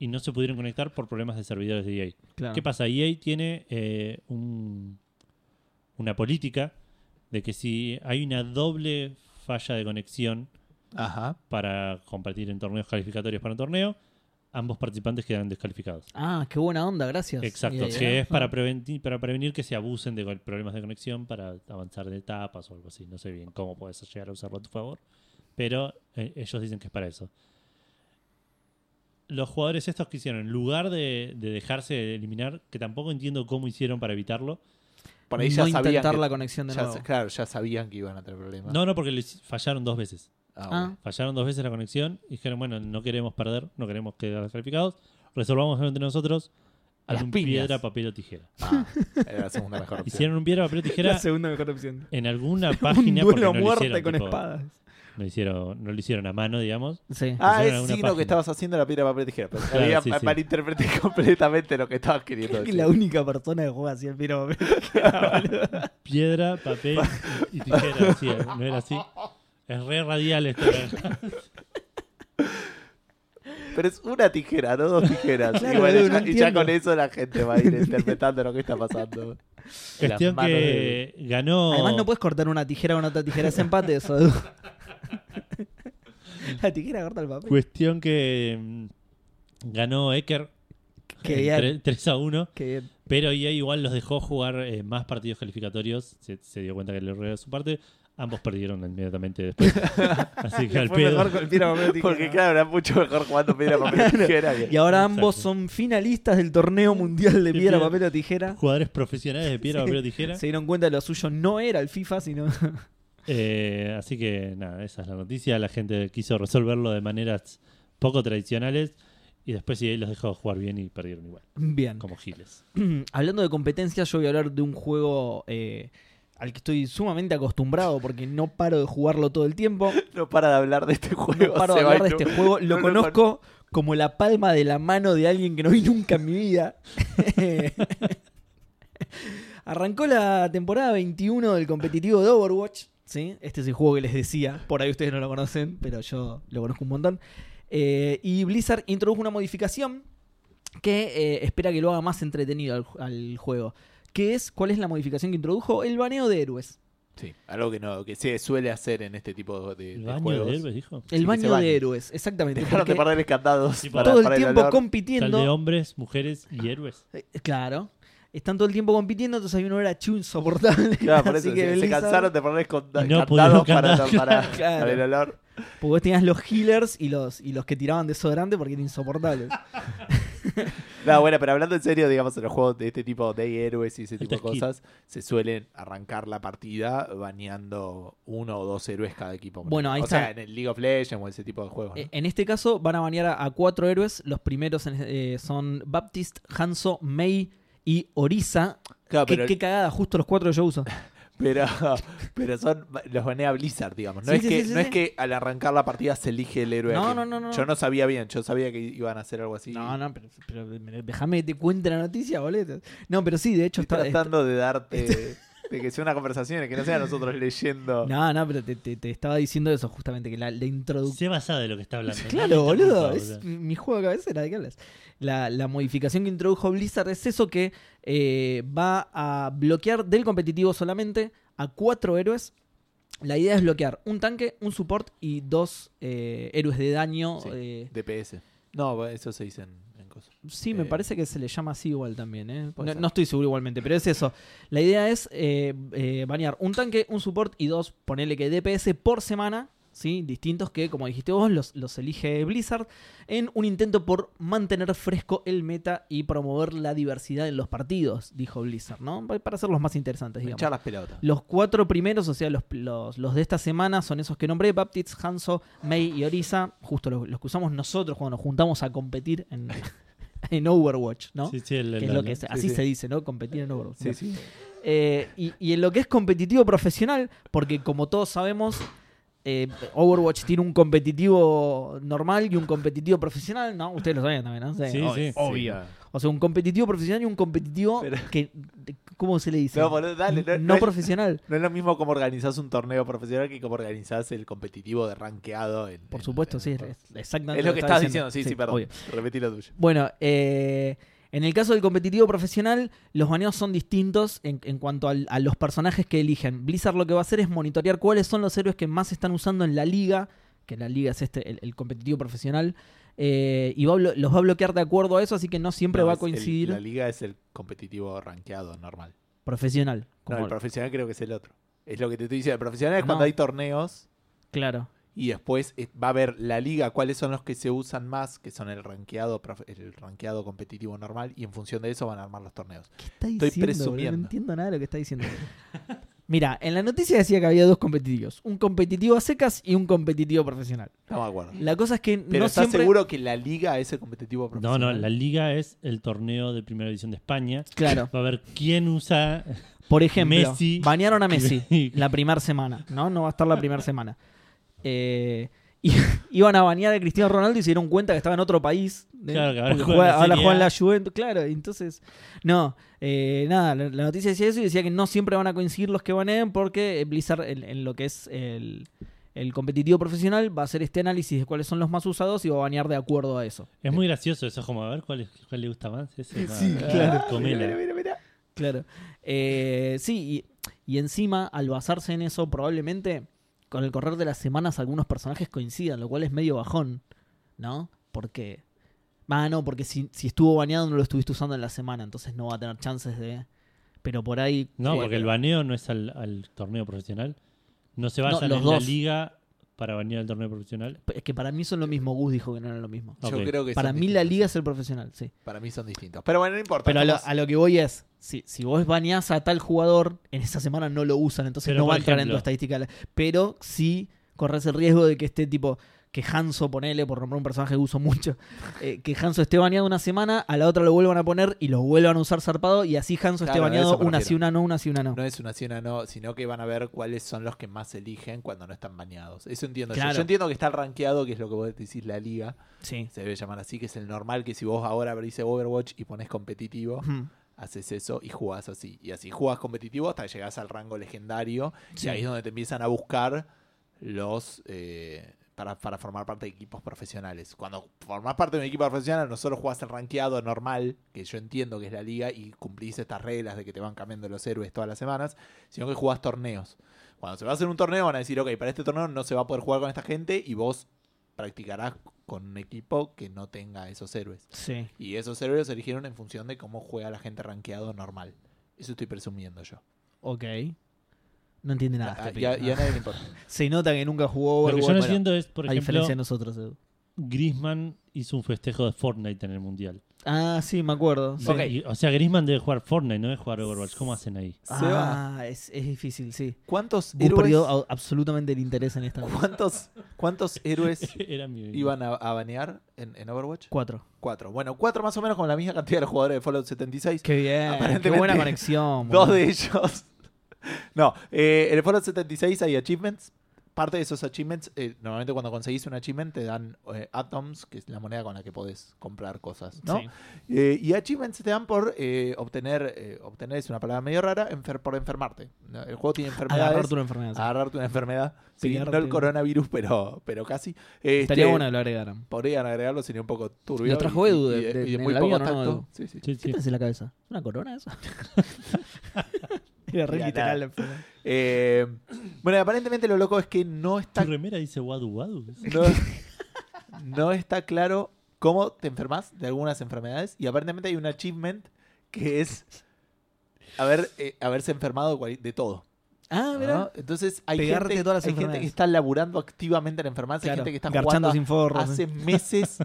Speaker 1: y no se pudieron conectar por problemas de servidores de EA.
Speaker 3: Claro.
Speaker 1: ¿Qué pasa? EA tiene eh, un- una política de que si hay una doble falla de conexión
Speaker 2: Ajá.
Speaker 1: para compartir en torneos calificatorios para un torneo, ambos participantes quedan descalificados.
Speaker 3: Ah, qué buena onda, gracias.
Speaker 1: Exacto,
Speaker 3: Y- y-
Speaker 1: que es para,
Speaker 3: ah.
Speaker 1: prevenir, para prevenir que se abusen de problemas de conexión para avanzar de etapas o algo así. No sé bien cómo puedes llegar a usarlo a tu favor, pero eh, ellos dicen que es para eso. Los jugadores estos que hicieron, en lugar de, de dejarse de eliminar, que tampoco entiendo cómo hicieron para evitarlo.
Speaker 2: Por ahí
Speaker 3: no
Speaker 2: ya sabían.
Speaker 3: intentar
Speaker 2: que-
Speaker 3: la conexión de
Speaker 2: ya
Speaker 3: nuevo.
Speaker 2: sa- claro, ya sabían que iban a tener problemas.
Speaker 1: No, no, porque les fallaron dos veces.
Speaker 2: Ah,
Speaker 3: Ah.
Speaker 2: bueno.
Speaker 1: Fallaron dos veces la conexión y dijeron, bueno, no queremos perder, no queremos quedar descalificados, resolvamos entre nosotros
Speaker 2: Las
Speaker 1: algún
Speaker 2: piñas.
Speaker 1: piedra, papel o tijera.
Speaker 2: Ah, era la segunda mejor opción.
Speaker 1: Hicieron un piedra, papel o tijera
Speaker 3: segunda mejor opción.
Speaker 1: en alguna página
Speaker 3: Un
Speaker 1: porque
Speaker 3: duelo a
Speaker 1: no
Speaker 3: muerte
Speaker 1: lo hicieron, tipo,
Speaker 3: con espadas.
Speaker 1: No, hicieron, no lo hicieron a mano, digamos.
Speaker 3: Sí.
Speaker 2: Ah,
Speaker 1: Hicieron
Speaker 2: es
Speaker 1: alguna
Speaker 2: signo
Speaker 1: página.
Speaker 2: que estabas haciendo la piedra papel tijera. Pero
Speaker 1: Claro,
Speaker 2: había-
Speaker 1: sí, sí.
Speaker 2: malinterpreté completamente lo que estabas queriendo
Speaker 3: Creo que
Speaker 2: decir.
Speaker 3: la única persona que juega así el piro.
Speaker 1: Piedra, papel y y tijera. así, no era así. Es re radial esto. ¿verdad?
Speaker 2: Pero es una tijera, no dos tijeras.
Speaker 3: Claro,
Speaker 2: y, bueno,
Speaker 3: boludo,
Speaker 2: ya,
Speaker 3: no
Speaker 2: y ya
Speaker 3: entiendo.
Speaker 2: con eso la gente va a ir interpretando lo que está pasando.
Speaker 1: Cuestión
Speaker 2: manos
Speaker 1: que ganó.
Speaker 3: Además, no puedes cortar una tijera con otra tijera. Es empate eso. Edu. la tijera corta el papel.
Speaker 1: Cuestión que mm, ganó Ecker
Speaker 3: Qué bien.
Speaker 1: 3 a 1.
Speaker 3: Qué bien.
Speaker 1: Pero EA igual los dejó jugar eh, más partidos calificatorios. Se, se dio cuenta que le erró de su parte. Ambos perdieron inmediatamente después. Así que al
Speaker 3: Fue mejor
Speaker 1: pedo.
Speaker 3: con el piro papel tijera.
Speaker 2: Porque claro, era mucho mejor jugando piedra papel tijera. que-
Speaker 3: Y ahora
Speaker 1: Exacto.
Speaker 3: ambos son finalistas del torneo mundial de
Speaker 1: Sí,
Speaker 3: piedra,
Speaker 1: piedra.
Speaker 3: papel o tijera.
Speaker 1: Jugadores profesionales de piedra, papel o tijera.
Speaker 3: Se dieron cuenta de lo suyo no era el FIFA, sino.
Speaker 1: Eh, así que nada, esa es la noticia. La gente quiso resolverlo de maneras poco tradicionales. Y después EA los dejó jugar bien y perdieron igual,
Speaker 3: Bien.
Speaker 1: como giles.
Speaker 3: Hablando de competencias, yo voy a hablar de un juego eh, al que estoy sumamente acostumbrado porque no paro de jugarlo todo el tiempo.
Speaker 2: No para de hablar de este juego.
Speaker 3: No paro de
Speaker 2: Seba,
Speaker 3: hablar de
Speaker 2: y no-
Speaker 3: este juego.
Speaker 2: no
Speaker 3: Lo
Speaker 2: lo
Speaker 3: conozco como la palma de la mano de alguien que no vi nunca en mi vida. Arrancó la temporada 21 del competitivo de Overwatch. ¿sí? Este es el juego que les decía. Por ahí ustedes no lo conocen, pero yo lo conozco un montón. Eh, y Blizzard introdujo una modificación que eh, espera que lo haga más entretenido al, al juego. Que es, ¿cuál es la modificación que introdujo? El baneo de héroes.
Speaker 2: Sí, algo que no que se suele hacer en este tipo de,
Speaker 1: El
Speaker 2: de
Speaker 1: baño
Speaker 2: juegos.
Speaker 1: de héroes, dijo.
Speaker 3: El
Speaker 2: que se
Speaker 3: baño
Speaker 2: bañe.
Speaker 3: de héroes, exactamente.
Speaker 2: Dejaron de
Speaker 3: porque
Speaker 2: perder candados
Speaker 1: Sí,
Speaker 2: para,
Speaker 1: para-
Speaker 3: todo el
Speaker 2: para
Speaker 3: tiempo
Speaker 2: olor.
Speaker 1: Tal de
Speaker 3: compitiendo.
Speaker 1: hombres, mujeres y héroes.
Speaker 3: Eh, Claro. Están todo el tiempo compitiendo, entonces hay una hora chu insoportable.
Speaker 2: Claro, por
Speaker 3: Así
Speaker 2: eso
Speaker 3: que
Speaker 2: se, se
Speaker 3: Blizzard-
Speaker 2: cansaron de poner
Speaker 1: Y
Speaker 2: conda-
Speaker 1: no
Speaker 2: candados
Speaker 1: pudieron
Speaker 2: para,
Speaker 1: cantar.
Speaker 2: para-
Speaker 3: Claro.
Speaker 2: para el olor.
Speaker 3: Porque vos tenías los healers y los, y los que tiraban desodorante porque eran insoportables.
Speaker 2: No, bueno, pero hablando en serio, digamos, en los juegos de este tipo de héroes y ese tipo de
Speaker 1: Alto skill.
Speaker 2: cosas, se suelen arrancar la partida baneando uno o dos héroes cada equipo.
Speaker 3: Bueno, ahí
Speaker 2: o
Speaker 3: está.
Speaker 2: sea, en el League of Legends o ese tipo de juegos. ¿no?
Speaker 3: Eh, En este caso van a banear a, a cuatro héroes. Los primeros en- eh, son Baptist, Hanzo, Mei y Orisa.
Speaker 2: claro,
Speaker 3: Qué,
Speaker 2: Ah, pero,
Speaker 3: qué cagada, justo los cuatro que yo uso.
Speaker 2: pero, pero son los banea Blizzard, digamos. No,
Speaker 3: Sí,
Speaker 2: es,
Speaker 3: sí,
Speaker 2: que,
Speaker 3: sí, sí,
Speaker 2: no es
Speaker 3: sí.
Speaker 2: que al arrancar la partida se elige el héroe. a
Speaker 3: No,
Speaker 2: quien-
Speaker 3: no, no, no, no.
Speaker 2: Yo no sabía bien, yo sabía que iban a hacer algo así.
Speaker 3: No, no, pero, pero me- déjame que te cuente la noticia, boludo. No, pero sí, de hecho
Speaker 2: Estoy
Speaker 3: está. está-
Speaker 2: tratando de darte. de que sea una conversación y que no sea nosotros leyendo.
Speaker 3: No, no, pero te, te- te estaba diciendo eso justamente, que la, la introducción.
Speaker 1: Se basada de lo que está hablando.
Speaker 3: Claro,
Speaker 1: No me interrumpa,
Speaker 3: boludo. Es mi juego de cabecera, ¿de qué hablas? La, la modificación que introdujo Blizzard es eso que eh, va a bloquear del competitivo solamente a cuatro héroes. La idea es bloquear un tanque, un support y dos eh, héroes de daño.
Speaker 2: Sí.
Speaker 3: eh,
Speaker 2: DPS. No, pues, eso se dice en, en cosas.
Speaker 3: Sí, me
Speaker 2: Eh,
Speaker 3: parece que se le llama así igual también, ¿eh?
Speaker 2: Puede
Speaker 3: No,
Speaker 2: ser.
Speaker 3: no estoy seguro igualmente, pero es eso. La idea es eh, eh, banear un tanque, un support y dos, ponele que DPS por semana, ¿sí? Distintos que, como dijiste vos, los, los elige Blizzard en un intento por mantener fresco el meta y promover la diversidad en los partidos, dijo Blizzard, ¿no? Pa- Para hacerlos más interesantes, digamos.
Speaker 2: Echar las pelotas.
Speaker 3: Los cuatro primeros, o sea, los, los, los de esta semana son esos que nombré, Baptist, Hanso, May y Orisa, justo los, los que usamos nosotros cuando nos juntamos a competir en, en Overwatch, ¿no?
Speaker 1: Sí, sí, el-
Speaker 3: Que
Speaker 1: el-
Speaker 3: es lo
Speaker 1: el-
Speaker 3: que es- así
Speaker 2: sí.
Speaker 3: se dice, ¿no? Competir en Overwatch.
Speaker 2: Sí, sí.
Speaker 3: Eh, y, y en lo que es competitivo profesional, porque como todos sabemos, eh, Overwatch tiene un competitivo normal y un competitivo profesional, ¿no? Ustedes lo saben también, ¿no?
Speaker 1: Sí, sí.
Speaker 3: obvio.
Speaker 2: claro.
Speaker 3: O sea, un competitivo profesional y un competitivo
Speaker 2: Pero-
Speaker 3: que... ¿Cómo se le dice?
Speaker 2: No, boludo, dale, no-
Speaker 3: no,
Speaker 2: no es-
Speaker 3: profesional.
Speaker 2: No es lo mismo como organizás un torneo profesional que como organizás el competitivo de rankeado. en-
Speaker 3: Por
Speaker 2: en-
Speaker 3: supuesto,
Speaker 2: en-
Speaker 3: sí,
Speaker 2: Es,
Speaker 3: es exactamente.
Speaker 2: lo que
Speaker 3: estaba
Speaker 2: estás diciendo. Sí, sí, perdón.
Speaker 3: obvio.
Speaker 2: Repetí lo tuyo.
Speaker 3: Bueno, eh, en el caso del competitivo profesional, los baneos son distintos en, en cuanto al- a los personajes que eligen. Blizzard lo que va a hacer es monitorear cuáles son los héroes que más están usando en la liga, que la liga es este, el, el competitivo profesional, eh, y va a blo- los va a bloquear de acuerdo a eso, así que no siempre
Speaker 2: No,
Speaker 3: va a
Speaker 2: es el-
Speaker 3: coincidir
Speaker 2: la liga es el competitivo rankeado normal.
Speaker 3: profesional.
Speaker 2: No,
Speaker 3: como-
Speaker 2: el profesional creo que es el otro. Es lo que te estoy diciendo. El profesional es cuando
Speaker 3: No.
Speaker 2: hay torneos
Speaker 3: claro.
Speaker 2: y después eh, va a ver la liga, cuáles son los que se usan más, que son el rankeado, profe- el rankeado competitivo normal, y en función de eso van a armar los torneos.
Speaker 3: ¿Qué está
Speaker 2: Estoy
Speaker 3: diciendo, boludo?
Speaker 2: presumiendo.
Speaker 3: No entiendo nada de lo que está diciendo. Mira, en la noticia decía que había dos competitivos, un competitivo a secas y un competitivo profesional.
Speaker 2: Estamos de acuerdo.
Speaker 3: La cosa es que
Speaker 2: Pero
Speaker 3: no
Speaker 2: ¿estás
Speaker 3: siempre...
Speaker 2: seguro que la liga es el competitivo
Speaker 1: No,
Speaker 2: profesional?
Speaker 1: no, la liga es el torneo de primera división de España.
Speaker 3: Claro.
Speaker 1: Va a ver quién usa.
Speaker 3: Por ejemplo,
Speaker 1: Messi.
Speaker 3: banearon a Messi la primera semana, ¿no? No va a estar la primera semana. Eh, y- iban a banear a Cristiano Ronaldo y se dieron cuenta que estaba en otro país. ¿eh?
Speaker 1: Claro, que ahora
Speaker 3: Porque
Speaker 1: juega en la
Speaker 3: ahora
Speaker 1: Serie
Speaker 3: juega en
Speaker 1: A.
Speaker 3: la Juventus. Claro, entonces... No, eh, nada, la, la noticia decía eso y decía que no siempre van a coincidir los que baneen porque eh, Blizzard en, en lo que es el... el competitivo profesional va a hacer este análisis de cuáles son los más usados y va a banear de acuerdo a eso.
Speaker 1: Es muy gracioso eso, es como a ver cuál, es- cuál le gusta más. Ese,
Speaker 3: Sí,
Speaker 1: va-
Speaker 3: claro.
Speaker 1: comela.
Speaker 3: Claro. Eh, sí, y, y encima, al basarse en eso, probablemente con el correr de las semanas algunos personajes coincidan, lo cual es medio bajón, ¿no? Porque. Ah, no, porque si, si estuvo baneado no lo estuviste usando en la semana, entonces no va a tener chances de. Pero por ahí. eh,
Speaker 1: No,
Speaker 3: Sí,
Speaker 1: porque el
Speaker 3: pero-
Speaker 1: baneo no es al, al torneo profesional. No se basan
Speaker 3: los
Speaker 1: en la
Speaker 3: dos.
Speaker 1: liga para banear el torneo profesional.
Speaker 3: Es que para mí son lo mismo, Gus dijo que no eran lo mismo.
Speaker 2: Yo
Speaker 1: Ok.
Speaker 2: creo que
Speaker 3: Para
Speaker 2: son
Speaker 3: mí la
Speaker 2: distintos.
Speaker 3: liga es el profesional, sí.
Speaker 2: Para mí son distintos. Pero bueno, no importa.
Speaker 3: Pero a lo,
Speaker 2: estamos-
Speaker 3: a lo que voy es, si, si vos baneás a tal jugador, en esa semana no lo usan, entonces
Speaker 1: Pero,
Speaker 3: no
Speaker 1: por
Speaker 3: va a entrar en
Speaker 1: ejemplo.
Speaker 3: tu estadística. Pero sí corres el riesgo de que esté tipo, que Hanso, ponele, por nombrar un personaje que uso mucho, eh, que Hanso esté baneado una semana, a la otra lo vuelvan a poner y lo vuelvan a usar zarpado y así Hanso esté
Speaker 2: Claro, a
Speaker 3: baneado
Speaker 2: eso me
Speaker 3: una
Speaker 2: refiero.
Speaker 3: sí, una no, una sí, una no.
Speaker 2: No es una cena, no, sino que van a ver cuáles son los que más eligen cuando no están baneados. Eso entiendo yo.
Speaker 3: Claro.
Speaker 2: yo. entiendo que está el rankeado, que es lo que vos decís la liga,
Speaker 3: Sí.
Speaker 2: se debe llamar así, que es el normal, que si vos ahora abrís Overwatch y pones competitivo,
Speaker 3: Ujú.
Speaker 2: haces eso y jugás así. Y así jugás competitivo hasta que llegás al rango legendario.
Speaker 1: Sí.
Speaker 2: Y ahí es donde te empiezan a buscar los. eh, para, para formar parte de equipos profesionales. Cuando formás parte de un equipo profesional, no solo jugás el rankeado normal, que yo entiendo que es la liga, y cumplís estas reglas de que te van cambiando los héroes todas las semanas, sino que jugás torneos. Cuando se va a hacer un torneo, van a decir, ok, para este torneo no se va a poder jugar con esta gente, y vos practicarás con un equipo que no tenga esos héroes.
Speaker 3: Sí.
Speaker 2: Y esos héroes se eligieron en función de cómo juega la gente rankeado normal. Eso estoy presumiendo yo.
Speaker 3: Ok. No entiende nada.
Speaker 2: Ah,
Speaker 3: este
Speaker 2: y, a,
Speaker 3: pibe.
Speaker 2: y a nadie le importa.
Speaker 3: Se nota que nunca jugó
Speaker 1: Lo que
Speaker 3: Overwatch.
Speaker 1: yo no
Speaker 3: bueno,
Speaker 1: entiendo es, por
Speaker 3: a
Speaker 1: ejemplo,
Speaker 3: diferencia de nosotros, Edu.
Speaker 1: Griezmann hizo un festejo de Fortnite en el Mundial.
Speaker 3: Ah, sí, me acuerdo. sí.
Speaker 2: Ok.
Speaker 1: Y- o sea, Griezmann debe jugar Fortnite, no debe jugar Overwatch. ¿Cómo hacen ahí?
Speaker 2: Seba,
Speaker 3: Ah, es, es difícil, sí.
Speaker 2: ¿cuántos
Speaker 3: Gus perdió
Speaker 2: héroes,
Speaker 3: au- absolutamente el interés en esta.
Speaker 2: cuántos, cuántos héroes
Speaker 1: Era mi...
Speaker 2: iban a, a banear en, en Overwatch?
Speaker 3: Cuatro.
Speaker 2: Cuatro. Bueno, cuatro más o menos con la misma cantidad de los jugadores de Fallout 76.
Speaker 3: Qué bien. Qué
Speaker 2: Aparentemente,
Speaker 3: buena conexión.
Speaker 2: Dos
Speaker 3: boludo.
Speaker 2: de ellos. No, eh, en el Fallout 76 hay achievements. Parte de esos achievements, eh, normalmente cuando conseguís un achievement te dan eh, atoms, que es la moneda con la que podés comprar cosas, ¿no?
Speaker 3: Sí.
Speaker 2: Eh, y achievements te dan por eh, obtener, eh, obtener es una palabra medio rara, enfer- por enfermarte. ¿no? El juego tiene enfermedades.
Speaker 3: Agarrarte una enfermedad. sí.
Speaker 2: Agarrarte una enfermedad. Sí,
Speaker 3: Pegarte.
Speaker 2: no el coronavirus, pero, pero casi. Este,
Speaker 3: Estaría bueno que lo agregaran.
Speaker 2: Podrían agregarlo, sería un poco turbio.
Speaker 3: Lo trajo
Speaker 2: y-
Speaker 3: Edu de-
Speaker 2: y- y
Speaker 3: de- en
Speaker 2: muy
Speaker 3: el
Speaker 2: poco
Speaker 3: avión, ¿o no,
Speaker 2: tacto.
Speaker 3: Edu?
Speaker 2: Sí, sí.
Speaker 1: Sí,
Speaker 3: ¿Qué
Speaker 1: sí.
Speaker 3: tenés en la cabeza? ¿Una corona eso? Era re
Speaker 2: Ya, nada.
Speaker 3: literal la enfermedad.
Speaker 2: Eh, bueno, aparentemente lo loco es que no
Speaker 1: Tu
Speaker 2: está,
Speaker 1: remera dice Wadu Wadu.
Speaker 2: no, no está claro cómo te enfermas de algunas enfermedades. Y aparentemente hay un achievement que es haber, eh, haberse enfermado cual- de todo.
Speaker 3: Ah,
Speaker 2: ¿no?
Speaker 3: mirá.
Speaker 2: Entonces hay,
Speaker 3: Pegarte
Speaker 2: gente,
Speaker 3: todas las
Speaker 2: hay gente
Speaker 3: enfermedades.
Speaker 2: que está laburando activamente en enfermarse, hay
Speaker 3: Claro,
Speaker 2: gente que está jugando
Speaker 3: garchando
Speaker 2: a-
Speaker 3: sin forro.
Speaker 2: hace meses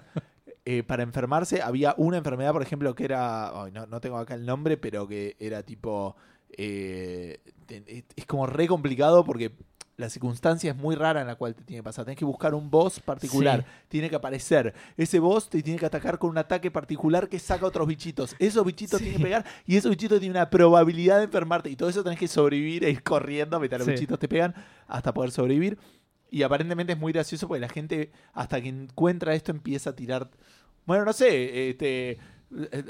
Speaker 2: eh, para enfermarse. Había una enfermedad, por ejemplo, que era. ay, no, no tengo acá el nombre, pero que era tipo. eh, te- es- es como re complicado porque la circunstancia es muy rara en la cual te tiene que pasar. Tienes que buscar un boss particular. Tiene que aparecer. Ese boss te tiene que atacar con un ataque particular que saca otros bichitos. Esos bichitos
Speaker 3: Sí.
Speaker 2: tienen que pegar y esos bichitos tienen una probabilidad de enfermarte. Y todo eso tenés que sobrevivir e ir corriendo mientras los
Speaker 3: Sí.
Speaker 2: bichitos te pegan hasta poder sobrevivir. Y aparentemente es muy gracioso porque la gente, hasta que encuentra esto, empieza a tirar. Bueno, no sé, este.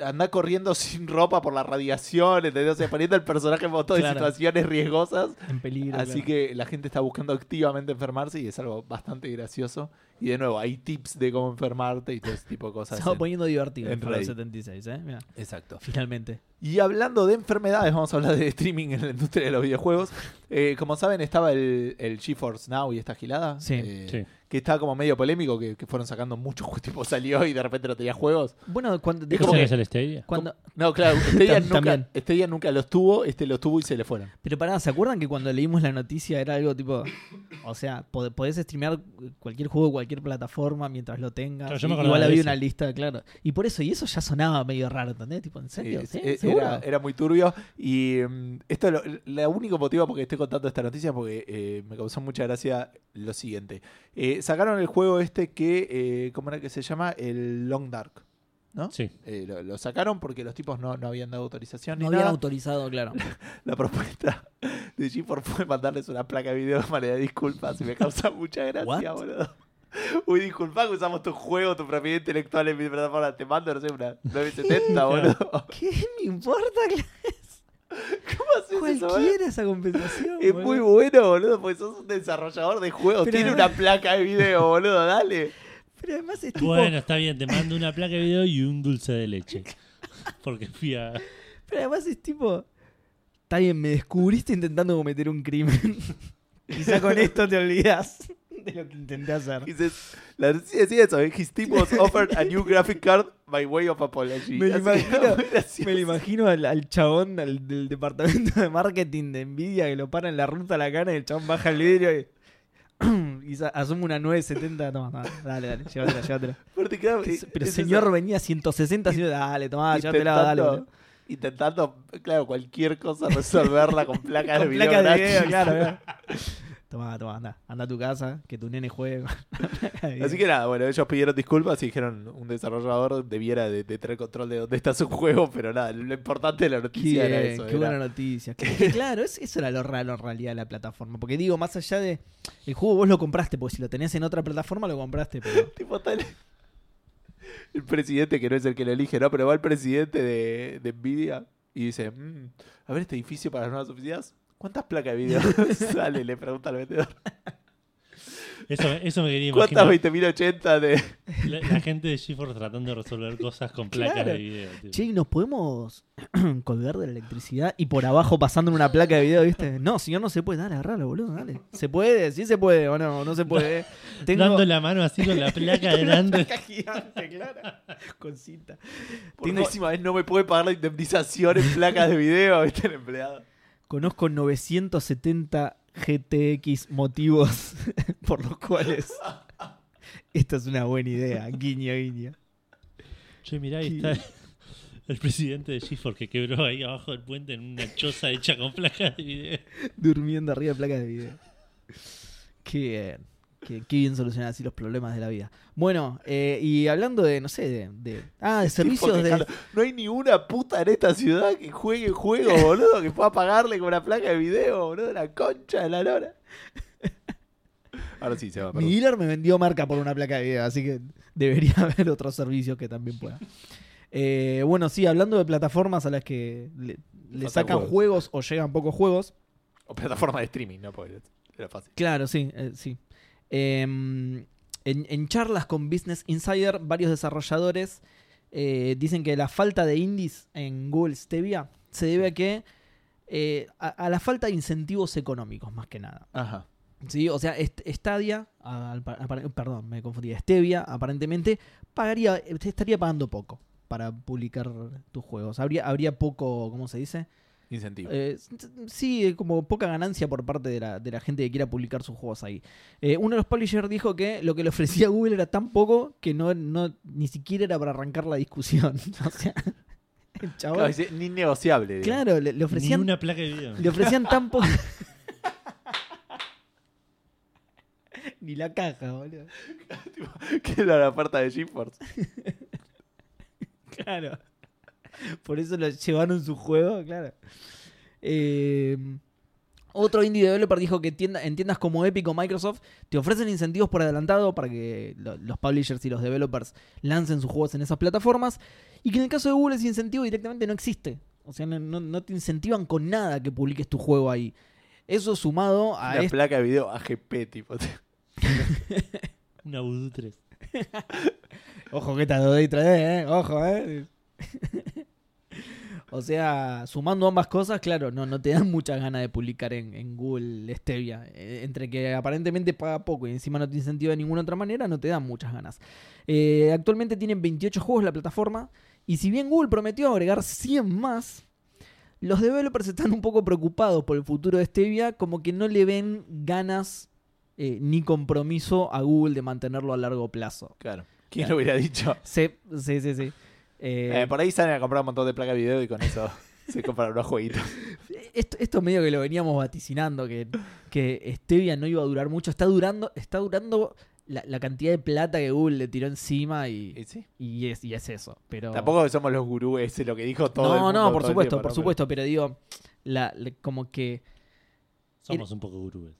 Speaker 2: Anda corriendo sin ropa por la radiación, ¿entendés? O sea, poniendo el personaje en un montón de
Speaker 3: Claro.
Speaker 2: situaciones riesgosas.
Speaker 3: En peligro.
Speaker 2: Así que la gente está buscando activamente enfermarse y es algo bastante gracioso. Y de nuevo, hay tips de cómo enfermarte y todo ese tipo de
Speaker 3: Se
Speaker 2: cosas.
Speaker 3: va
Speaker 2: en-
Speaker 3: poniendo divertido
Speaker 2: en
Speaker 3: en Fallout
Speaker 2: Reddit.
Speaker 3: 76, ¿eh? Mirá.
Speaker 2: Exacto.
Speaker 3: Finalmente.
Speaker 2: Y hablando de enfermedades, vamos a hablar de streaming en la industria de los videojuegos. Eh, como saben, estaba el, el GeForce Now y esta gilada.
Speaker 3: Sí.
Speaker 2: eh,
Speaker 1: Sí.
Speaker 2: Que estaba como medio polémico, que, que fueron sacando muchos juegos. Tipo salió y de repente no tenía juegos.
Speaker 3: Bueno, cuando. de
Speaker 2: Es
Speaker 1: ¿Cómo
Speaker 2: como
Speaker 3: hecho,
Speaker 1: que es
Speaker 2: que-
Speaker 1: el Stadia?
Speaker 3: cuando-
Speaker 2: No, claro, Stadia,
Speaker 3: Tam- también.
Speaker 2: nunca, Stadia nunca los tuvo, este los tuvo y se le fueron.
Speaker 3: Pero pará, ¿se acuerdan que cuando leímos la noticia era algo tipo. O sea, pod- podés streamear cualquier juego, cualquier plataforma mientras lo tengas.
Speaker 1: Claro, yo me acordaba
Speaker 3: Igual
Speaker 1: de
Speaker 3: había
Speaker 1: eso.
Speaker 3: una lista, claro. Y por eso, y eso ya sonaba medio raro, ¿entendés? Tipo, ¿en serio?
Speaker 2: Es-
Speaker 3: ¿Sí?
Speaker 2: e-
Speaker 3: ¿Seguro?
Speaker 2: Era, era muy turbio. Y mm, esto, lo, la único motivo por que estoy contando esta noticia es porque eh, me causó mucha gracia lo siguiente. Eh, sacaron el juego este que, eh, ¿cómo era que se llama? El Long Dark. ¿No?
Speaker 1: Sí.
Speaker 2: Eh, lo, lo sacaron porque los tipos no, no habían dado autorización
Speaker 3: no
Speaker 2: ni
Speaker 3: habían
Speaker 2: nada.
Speaker 3: autorizado, claro.
Speaker 2: La propuesta de GeForce fue mandarles una placa de video de manera de disculpas y me causa mucha gracia,
Speaker 3: What?
Speaker 2: boludo. Uy, disculpa que usamos tu juego, tu propiedad intelectual en mi plataforma. Te mando, no sé, una 970, boludo.
Speaker 3: ¿Qué me importa? Claro,
Speaker 2: ¿Cómo haces eso, boludo?
Speaker 3: Cualquiera esa compensación.
Speaker 2: Es
Speaker 3: boludo.
Speaker 2: muy bueno, boludo, porque sos un desarrollador de juegos.
Speaker 3: Pero
Speaker 2: Tiene
Speaker 3: además-
Speaker 2: una placa de video, boludo, dale.
Speaker 3: Pero además es tipo.
Speaker 1: Bueno, está bien, te mando una placa de video y un dulce de leche. Porque fui a.
Speaker 3: Pero además es tipo. Está bien, me descubriste intentando cometer un crimen. Quizá con esto te olvidas de lo que intenté hacer.
Speaker 2: Dices, la noticia decía eso, ¿eh? His team was offered a new graphic card by way of apology.
Speaker 3: Me lo
Speaker 2: Así que
Speaker 3: imagino,
Speaker 2: era muy gracioso.
Speaker 3: Me lo imagino al, al chabón al- del departamento de marketing de Nvidia que lo para en la ruta a la cara y el chabón baja el vidrio y. y sa- asume una 970. Toma, toma, dale, dale, llévatela, llévatela.
Speaker 2: Aparte, claro,
Speaker 3: Que
Speaker 2: eh,
Speaker 3: se- Pero
Speaker 2: es
Speaker 3: señor
Speaker 2: eso,
Speaker 3: venía a 160 haciendo, dale, tomá, llévatela, dale.
Speaker 2: intentando,
Speaker 3: boludo".
Speaker 2: intentando, claro, cualquier cosa resolverla con placas de
Speaker 3: Con
Speaker 2: video.
Speaker 3: placa de
Speaker 2: gratis.
Speaker 3: video, claro. claro. Tomá, tomá, anda. Anda a tu casa, que tu nene juegue. con la placa de video.
Speaker 2: Así que nada, bueno, ellos pidieron disculpas y dijeron un desarrollador debiera de, de tener control de dónde está su juego, pero nada, lo importante de la noticia era
Speaker 3: Bien,
Speaker 2: eso.
Speaker 3: qué
Speaker 2: era-
Speaker 3: buena noticia. Que- que claro, es- eso era lo raro en realidad de la plataforma. Porque digo, más allá de. El juego vos lo compraste, porque si lo tenés en otra plataforma lo compraste, pero.
Speaker 2: Tipo tal. El presidente, que no es el que lo elige, ¿no? Pero va el presidente de, de Nvidia y dice, "Mm, a ver este edificio para las nuevas oficinas, ¿cuántas placas de video sale? Le pregunta al vendedor.
Speaker 1: Eso, eso me quería
Speaker 2: ¿Cuántas
Speaker 1: imaginar.
Speaker 2: 20.080 de...?
Speaker 1: La, la gente de GeForce tratando de resolver cosas con placas de
Speaker 3: Claro.
Speaker 1: video. tipo.
Speaker 3: Che, ¿y nos podemos colgar de la electricidad y por abajo pasando en una placa de video, viste? No, señor, no se puede. Dale, agarralo, boludo, dale. ¿Se puede? Sí se puede o no, no se puede. Tengo
Speaker 1: Dando la mano así con la placa
Speaker 3: una
Speaker 1: delante.
Speaker 3: placa gigante, claro. Con cinta.
Speaker 2: Por
Speaker 3: Tengo-
Speaker 2: décima vez no me puede pagar la indemnización en placas de video, ¿viste? El empleado.
Speaker 3: Conozco 970 GTX motivos por los cuales esta es una buena idea. Guiño, guiño.
Speaker 1: Che, mirá, ahí está el presidente de GeForce que quebró ahí abajo del puente en una choza hecha con placas de video.
Speaker 3: Durmiendo arriba de placas de video. Qué bien. Qué, qué bien solucionar así los problemas de la vida. Bueno, eh, y hablando de, no sé, de. de- ah, de servicios
Speaker 2: Porque,
Speaker 3: de.
Speaker 2: Carlos, No hay ni una puta en esta ciudad que juegue juegos, boludo, que pueda pagarle con una placa de video, boludo, la concha de la lora. Ahora sí, se va,
Speaker 3: Mi
Speaker 2: perdón.
Speaker 3: dealer me vendió marca por una placa de video, así que debería haber otros servicios que también pueda. Eh, bueno, sí, hablando de plataformas a las que le, le
Speaker 2: Faltan
Speaker 3: sacan
Speaker 2: juegos.
Speaker 3: juegos o llegan pocos juegos.
Speaker 2: O plataforma de streaming, no puede. Era fácil.
Speaker 3: Claro, sí, eh, sí. Eh, en, en charlas con Business Insider, varios desarrolladores eh, dicen que la falta de indies en Google Stadia se debe a que eh, a, a la falta de incentivos económicos, más que nada.
Speaker 2: Ajá.
Speaker 3: ¿Sí? O sea, est- Stadia, al- apar- perdón, me confundí, Stevia, aparentemente, pagaría, eh, estaría pagando poco para publicar tus juegos. Habría, habría poco, ¿cómo se dice?
Speaker 2: Incentivo.
Speaker 3: Eh, s- s- sí, eh, como poca ganancia por parte de la, de la gente que quiera publicar sus juegos ahí. Eh, uno de los publishers dijo que lo que le ofrecía Google era tan poco que no, no ni siquiera era para arrancar la discusión. O sea, el chabón-
Speaker 2: Claro, dice, ni negociable. digo.
Speaker 3: claro, le, le
Speaker 1: Ni
Speaker 3: ofrecían,
Speaker 1: una placa de video.
Speaker 3: le ofrecían tan poco. ni la caja, boludo.
Speaker 2: Que era la oferta de GeForce.
Speaker 3: Claro. Por eso lo llevaron su juego, claro. Eh, otro indie developer dijo que tienda- en tiendas como Epic o Microsoft te ofrecen incentivos por adelantado para que lo- los publishers y los developers lancen sus juegos en esas plataformas. Y que en el caso de Google ese incentivo directamente no existe. O sea, no, no- no te incentivan con nada que publiques tu juego ahí. Eso sumado a este
Speaker 2: Una
Speaker 3: esto-
Speaker 2: placa de video AGP, tipo.
Speaker 1: Una Voodoo 3.
Speaker 3: Ojo que esta 2D y 3D, ¿eh? Ojo, ¿eh? o sea, sumando ambas cosas, claro, no, no te dan muchas ganas de publicar en, en Google Stevia. Eh, entre que aparentemente paga poco y encima no te incentiva de ninguna otra manera, no te dan muchas ganas. Eh, actualmente tienen 28 juegos la plataforma y si bien Google prometió agregar 100 más... Los developers están un poco preocupados por el futuro de Stevia, como que no le ven ganas eh, ni compromiso a Google de mantenerlo a largo plazo.
Speaker 2: Claro. ¿Quién lo hubiera dicho?
Speaker 3: Sí, sí, sí, sí. Eh,
Speaker 2: Eh, por ahí salen a comprar un montón de placas de video y con eso se compran unos jueguitos.
Speaker 3: esto, esto medio que lo veníamos vaticinando, que, que Stevia no iba a durar mucho. Está durando, está durando la, la cantidad de plata que Google le tiró encima
Speaker 2: Y
Speaker 3: y,
Speaker 2: sí.
Speaker 3: y es, y es eso. Pero...
Speaker 2: Eh. Tampoco somos los gurúes, es lo que dijo todo. el
Speaker 3: No,
Speaker 2: mundo
Speaker 3: no, por
Speaker 2: todo el
Speaker 3: supuesto,
Speaker 2: tiempo,
Speaker 3: por
Speaker 2: ¿no?
Speaker 3: supuesto, pero digo, la- la- como que...
Speaker 1: Somos un poco gurúes.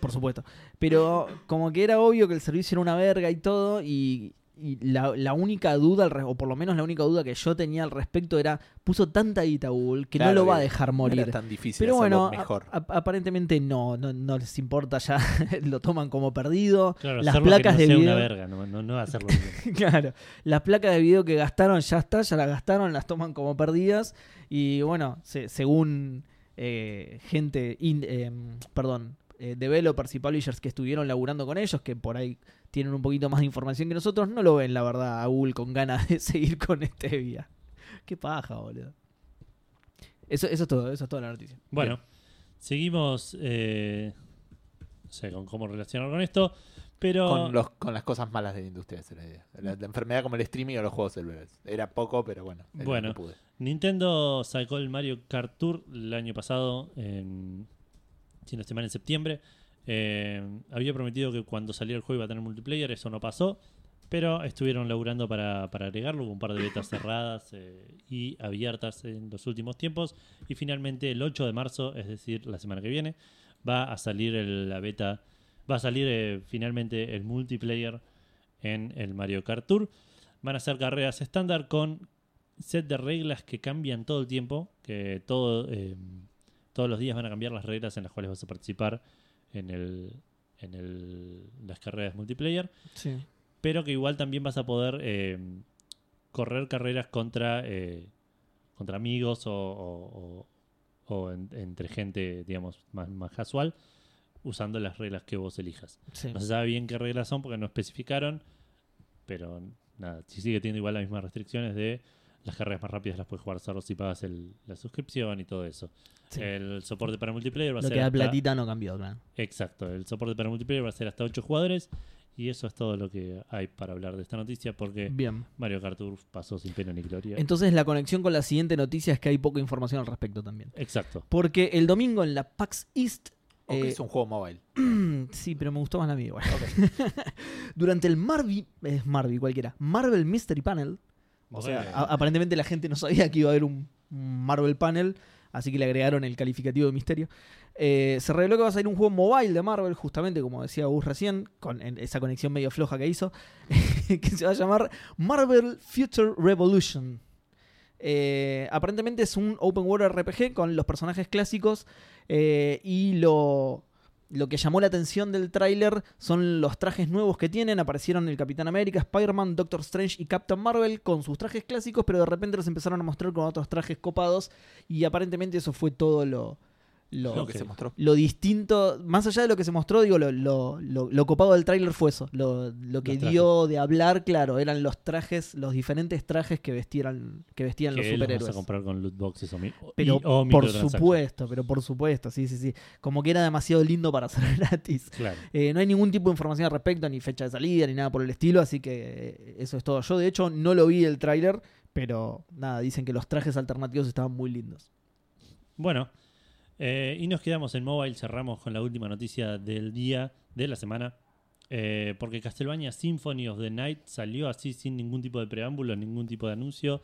Speaker 3: Por supuesto. Pero como que era obvio que el servicio era una verga y todo, y, y la, la única duda, al re- o por lo menos la única duda que yo tenía al respecto era, puso tanta guita Google que
Speaker 2: Claro,
Speaker 3: no lo va a
Speaker 2: digo,
Speaker 3: dejar
Speaker 2: No era
Speaker 3: morir.
Speaker 2: tan difícil
Speaker 3: Pero bueno, ah,
Speaker 2: hacerlo mejor.
Speaker 3: a- a- aparentemente no, no, no les importa ya, lo toman como perdido.
Speaker 1: Claro,
Speaker 3: las
Speaker 1: hacerlo
Speaker 3: placas
Speaker 1: que no
Speaker 3: de
Speaker 1: sea
Speaker 3: video.
Speaker 1: una verga, no, no, no hacerlo bien.
Speaker 3: Claro, las placas de video que gastaron ya está, ya las gastaron, las toman como perdidas. Y bueno, se- según eh, gente, in- eh, perdón, eh, developers y publishers que estuvieron laburando con ellos, que por ahí tienen un poquito más de información que nosotros, no lo ven, la verdad, a Google con ganas de seguir con este vía. Qué paja, boludo. Eso, eso es todo, eso es toda la noticia.
Speaker 1: Bueno, seguimos. eh, no sé con cómo relacionar con esto. Pero.
Speaker 2: Con, los, con las cosas malas de la industria, esa es la idea. La, la enfermedad como el streaming o los juegos celulares. Era poco, pero bueno. era lo que
Speaker 1: Bueno.
Speaker 2: pude.
Speaker 1: Nintendo sacó el Mario Kart Tour el año pasado, en, si no estoy mal, en septiembre. Eh, había prometido que cuando saliera el juego iba a tener multiplayer, eso no pasó. Pero estuvieron laburando para, para agregarlo. Hubo un par de betas cerradas eh, y abiertas en los últimos tiempos. Y finalmente, el 8 de marzo, es decir, la semana que viene, va a salir el- la beta. Va a salir eh, finalmente el multiplayer en el Mario Kart Tour. Van a ser carreras estándar con set de reglas que cambian todo el tiempo, que todo, eh, todos los días van a cambiar las reglas en las cuales vas a participar en, el, en el- las carreras multiplayer,
Speaker 3: Sí.
Speaker 1: pero que igual también vas a poder eh, correr carreras contra, eh, contra amigos o, o- o- o en- entre gente, digamos, más, más casual, usando las reglas que vos elijas.
Speaker 3: sí.
Speaker 1: No se sabe bien qué reglas son porque no especificaron, pero nada, si sigue teniendo igual las mismas restricciones de las carreras más rápidas las puedes jugar solo si pagas el- la suscripción y todo eso.
Speaker 3: Sí.
Speaker 1: El soporte para multiplayer va a
Speaker 3: Lo
Speaker 1: ser
Speaker 3: que da
Speaker 1: hasta-
Speaker 3: platita no cambió, claro.
Speaker 1: Exacto, el soporte para multiplayer va a ser hasta 8 jugadores y eso es todo lo que hay para hablar de esta noticia porque
Speaker 3: Bien.
Speaker 1: Mario Kart Tour pasó sin pena ni gloria.
Speaker 3: Entonces la conexión con la siguiente noticia es que hay poca información al respecto también.
Speaker 1: Exacto.
Speaker 3: Porque el domingo en la PAX East...
Speaker 2: O que
Speaker 3: eh,
Speaker 2: es un juego mobile.
Speaker 3: Mm, sí, pero me gustó más la mía igual. Durante el Marvel... Es Marvel cualquiera. Marvel Mystery Panel. O sea,
Speaker 1: Bueno.
Speaker 3: a- aparentemente la gente no sabía que iba a haber un un Marvel Panel, así que le agregaron el calificativo de misterio. Eh, se reveló que va a salir un juego mobile de Marvel, justamente como decía Gus recién, con en- esa conexión medio floja que hizo, que se va a llamar Marvel Future Revolution. Eh, aparentemente es un open world RPG con los personajes clásicos eh, y lo, lo que llamó la atención del tráiler son los trajes nuevos que tienen. Aparecieron el Capitán América, Spider-Man, Doctor Strange y Captain Marvel con sus trajes clásicos, pero de repente los empezaron a mostrar con otros trajes copados y aparentemente eso fue todo lo... Lo,
Speaker 2: Lo que
Speaker 1: ok.
Speaker 2: se mostró.
Speaker 3: lo distinto, más allá de lo que se mostró, digo, lo, lo- lo- lo copado del tráiler fue eso. Lo, lo que
Speaker 1: Los trajes.
Speaker 3: dio de hablar, claro, eran los trajes, los diferentes trajes que vestían, que vestían los
Speaker 1: Que los vas a
Speaker 3: superhéroes.
Speaker 1: comprar con loot boxes o, mi-
Speaker 3: Pero
Speaker 1: y- o
Speaker 3: por
Speaker 1: microtransacciones.
Speaker 3: supuesto, pero por supuesto, sí, sí, sí. Como que era demasiado lindo para ser gratis.
Speaker 1: Claro.
Speaker 3: Eh, no hay ningún tipo de información al respecto, ni fecha de salida, ni nada por el estilo, así que eh, eso es todo. Yo, de hecho, no lo vi el tráiler, pero nada, dicen que los trajes alternativos estaban muy lindos.
Speaker 1: Bueno, eh, y nos quedamos en mobile, cerramos con la última noticia del día, de la semana, eh, porque Castlevania Symphony of the Night salió así sin ningún tipo de preámbulo, ningún tipo de anuncio,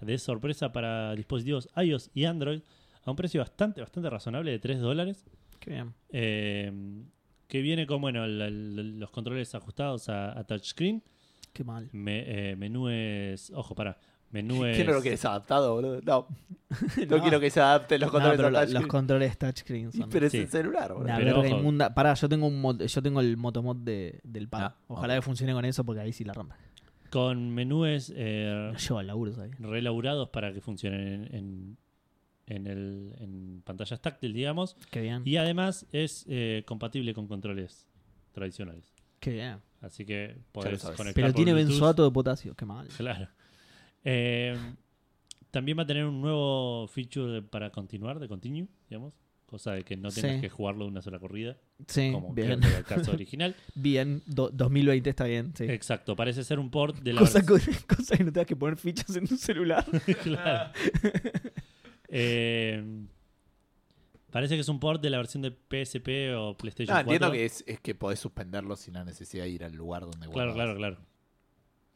Speaker 1: de sorpresa para dispositivos iOS y Android, a un precio bastante, bastante razonable de 3 dólares,
Speaker 3: Qué bien.
Speaker 1: eh, que viene con bueno, el- el- los controles ajustados a, a touchscreen,
Speaker 3: Qué mal.
Speaker 1: me- eh, menúes, ojo, para, menúes...
Speaker 2: Quiero que es adaptado, boludo. No, no,
Speaker 3: No.
Speaker 2: quiero que se adapten los
Speaker 3: No,
Speaker 2: controles
Speaker 3: pero
Speaker 2: a
Speaker 3: lo-
Speaker 2: touchscreen.
Speaker 3: los controles touchscreen
Speaker 2: Y,
Speaker 3: son
Speaker 2: Pero es
Speaker 1: Sí.
Speaker 2: el celular, boludo.
Speaker 3: Una
Speaker 1: Pero
Speaker 3: verga
Speaker 1: ojo.
Speaker 3: inmunda. Pará, yo tengo un mot- yo tengo el motomod de, del pad.
Speaker 2: Ah,
Speaker 3: Ojalá que funcione con eso porque ahí sí la rompe.
Speaker 1: Con menúes... eh,
Speaker 3: No lleva el laburo todavía.
Speaker 1: relaurados para que funcionen en, en- en el, en pantallas táctil, digamos.
Speaker 3: Qué bien.
Speaker 1: Y además es eh, compatible con controles tradicionales.
Speaker 3: Qué bien.
Speaker 1: Así que podés
Speaker 2: sabes.
Speaker 1: conectar.
Speaker 3: Pero
Speaker 1: por
Speaker 3: tiene
Speaker 1: Bluetooth.
Speaker 3: benzoato de potasio. Qué mal.
Speaker 1: Claro. Eh, también va a tener un nuevo feature de- para continuar, de continue, digamos. Cosa de que no tengas
Speaker 3: Sí.
Speaker 1: que jugarlo de una sola corrida,
Speaker 3: Sí,
Speaker 1: como
Speaker 3: bien.
Speaker 1: era el caso original.
Speaker 3: Bien. do- 2020 está bien. Sí.
Speaker 1: Exacto, parece ser un port de la
Speaker 3: Cosa,
Speaker 1: vers-
Speaker 3: co- cosa que no tengas que poner fichas en tu celular.
Speaker 1: Claro. Eh, parece que es un port de la versión de PSP o PlayStation
Speaker 2: No, Ah, entiendo
Speaker 1: 4.
Speaker 2: que es, es que podés suspenderlo sin la necesidad de ir al lugar donde
Speaker 1: Claro,
Speaker 2: guardabas.
Speaker 1: claro, claro.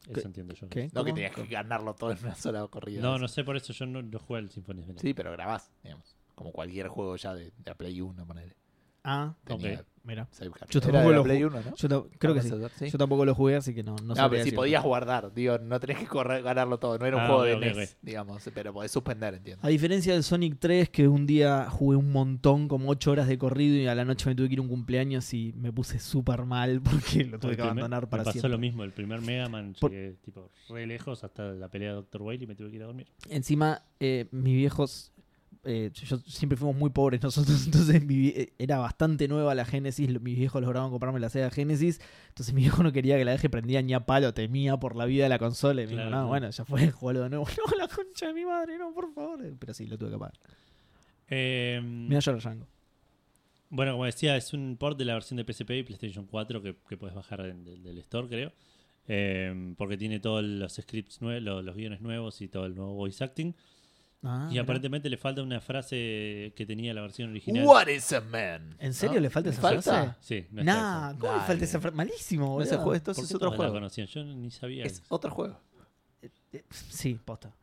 Speaker 1: Eso
Speaker 3: ¿Qué-
Speaker 1: entiendo yo.
Speaker 3: ¿Qué?
Speaker 2: No que
Speaker 3: ¿Cómo?
Speaker 2: tenías que ganarlo todo en una sola corrida.
Speaker 1: No, no sé por eso. Yo no, no jugué al Symphony of the Night.
Speaker 2: Sí, pero grabás, digamos. Como cualquier juego ya de, de la Play 1, ponele.
Speaker 3: Ah,
Speaker 2: Tenía
Speaker 1: Ok.
Speaker 3: mira.
Speaker 2: safeguard.
Speaker 3: Yo
Speaker 2: Era
Speaker 3: tampoco
Speaker 2: de la
Speaker 3: lo
Speaker 2: Play
Speaker 3: ju-
Speaker 2: 1, ¿no?
Speaker 3: Yo tam- creo que sí.
Speaker 2: Ambassador, sí.
Speaker 3: Yo tampoco lo jugué, así que no. No,
Speaker 2: No,
Speaker 3: sabría
Speaker 2: pero si
Speaker 3: decirte.
Speaker 2: podías guardar, digo, no tenés que correr, ganarlo todo, no era un
Speaker 1: Ah,
Speaker 2: juego
Speaker 1: ok,
Speaker 2: de
Speaker 1: ok,
Speaker 2: NES, digamos, pero podés suspender, entiendo.
Speaker 3: A diferencia del Sonic 3, que un día jugué un montón, como 8 horas de corrido, y a la noche me tuve que ir a un cumpleaños y me puse súper mal porque lo
Speaker 1: Porque
Speaker 3: tuve que
Speaker 1: me-
Speaker 3: abandonar
Speaker 1: me
Speaker 3: para
Speaker 1: pasó
Speaker 3: siempre.
Speaker 1: lo mismo. El primer Mega Man
Speaker 3: Por-
Speaker 1: llegué tipo re lejos hasta la pelea de Dr. Wily y me tuve que ir a dormir.
Speaker 3: Encima, eh, mis viejos. eh, yo siempre fuimos muy pobres nosotros, entonces mi vie- eh, era bastante nueva la Genesis. lo- Mis viejos lograban comprarme la Sega Genesis, entonces mi viejo no quería que la deje prendida ni a palo, temía por la vida de la consola. Y me dijo,
Speaker 1: Claro,
Speaker 3: no,
Speaker 1: claro.
Speaker 3: bueno, ya fue, jugalo de nuevo. No, la concha de mi madre, no, por favor. Pero sí, lo tuve que pagar.
Speaker 1: Eh,
Speaker 3: Me da llorar, Django.
Speaker 1: Bueno, como decía, es un port de la versión de PSP y PlayStation 4 que, que puedes bajar en- del, del store, creo. Eh, porque tiene todos los scripts nuevos, los, los guiones nuevos y todo el nuevo voice acting.
Speaker 3: Ah,
Speaker 1: y
Speaker 3: mirá.
Speaker 1: aparentemente le falta una frase que tenía la versión original.
Speaker 2: What is a man?
Speaker 3: ¿En serio le falta esa frase?
Speaker 1: Sí, no está
Speaker 3: Nah,
Speaker 1: eso.
Speaker 3: ¿cómo le
Speaker 2: Dale.
Speaker 3: falta esa frase? Malísimo,
Speaker 2: No
Speaker 3: boludo.
Speaker 2: es el juego, esto
Speaker 1: ¿Por
Speaker 2: es
Speaker 1: qué
Speaker 2: otro
Speaker 1: todos la
Speaker 2: juego.
Speaker 1: conocían? Yo ni sabía.
Speaker 2: Es
Speaker 1: eso.
Speaker 2: otro juego.
Speaker 3: Eh, Sí, posta.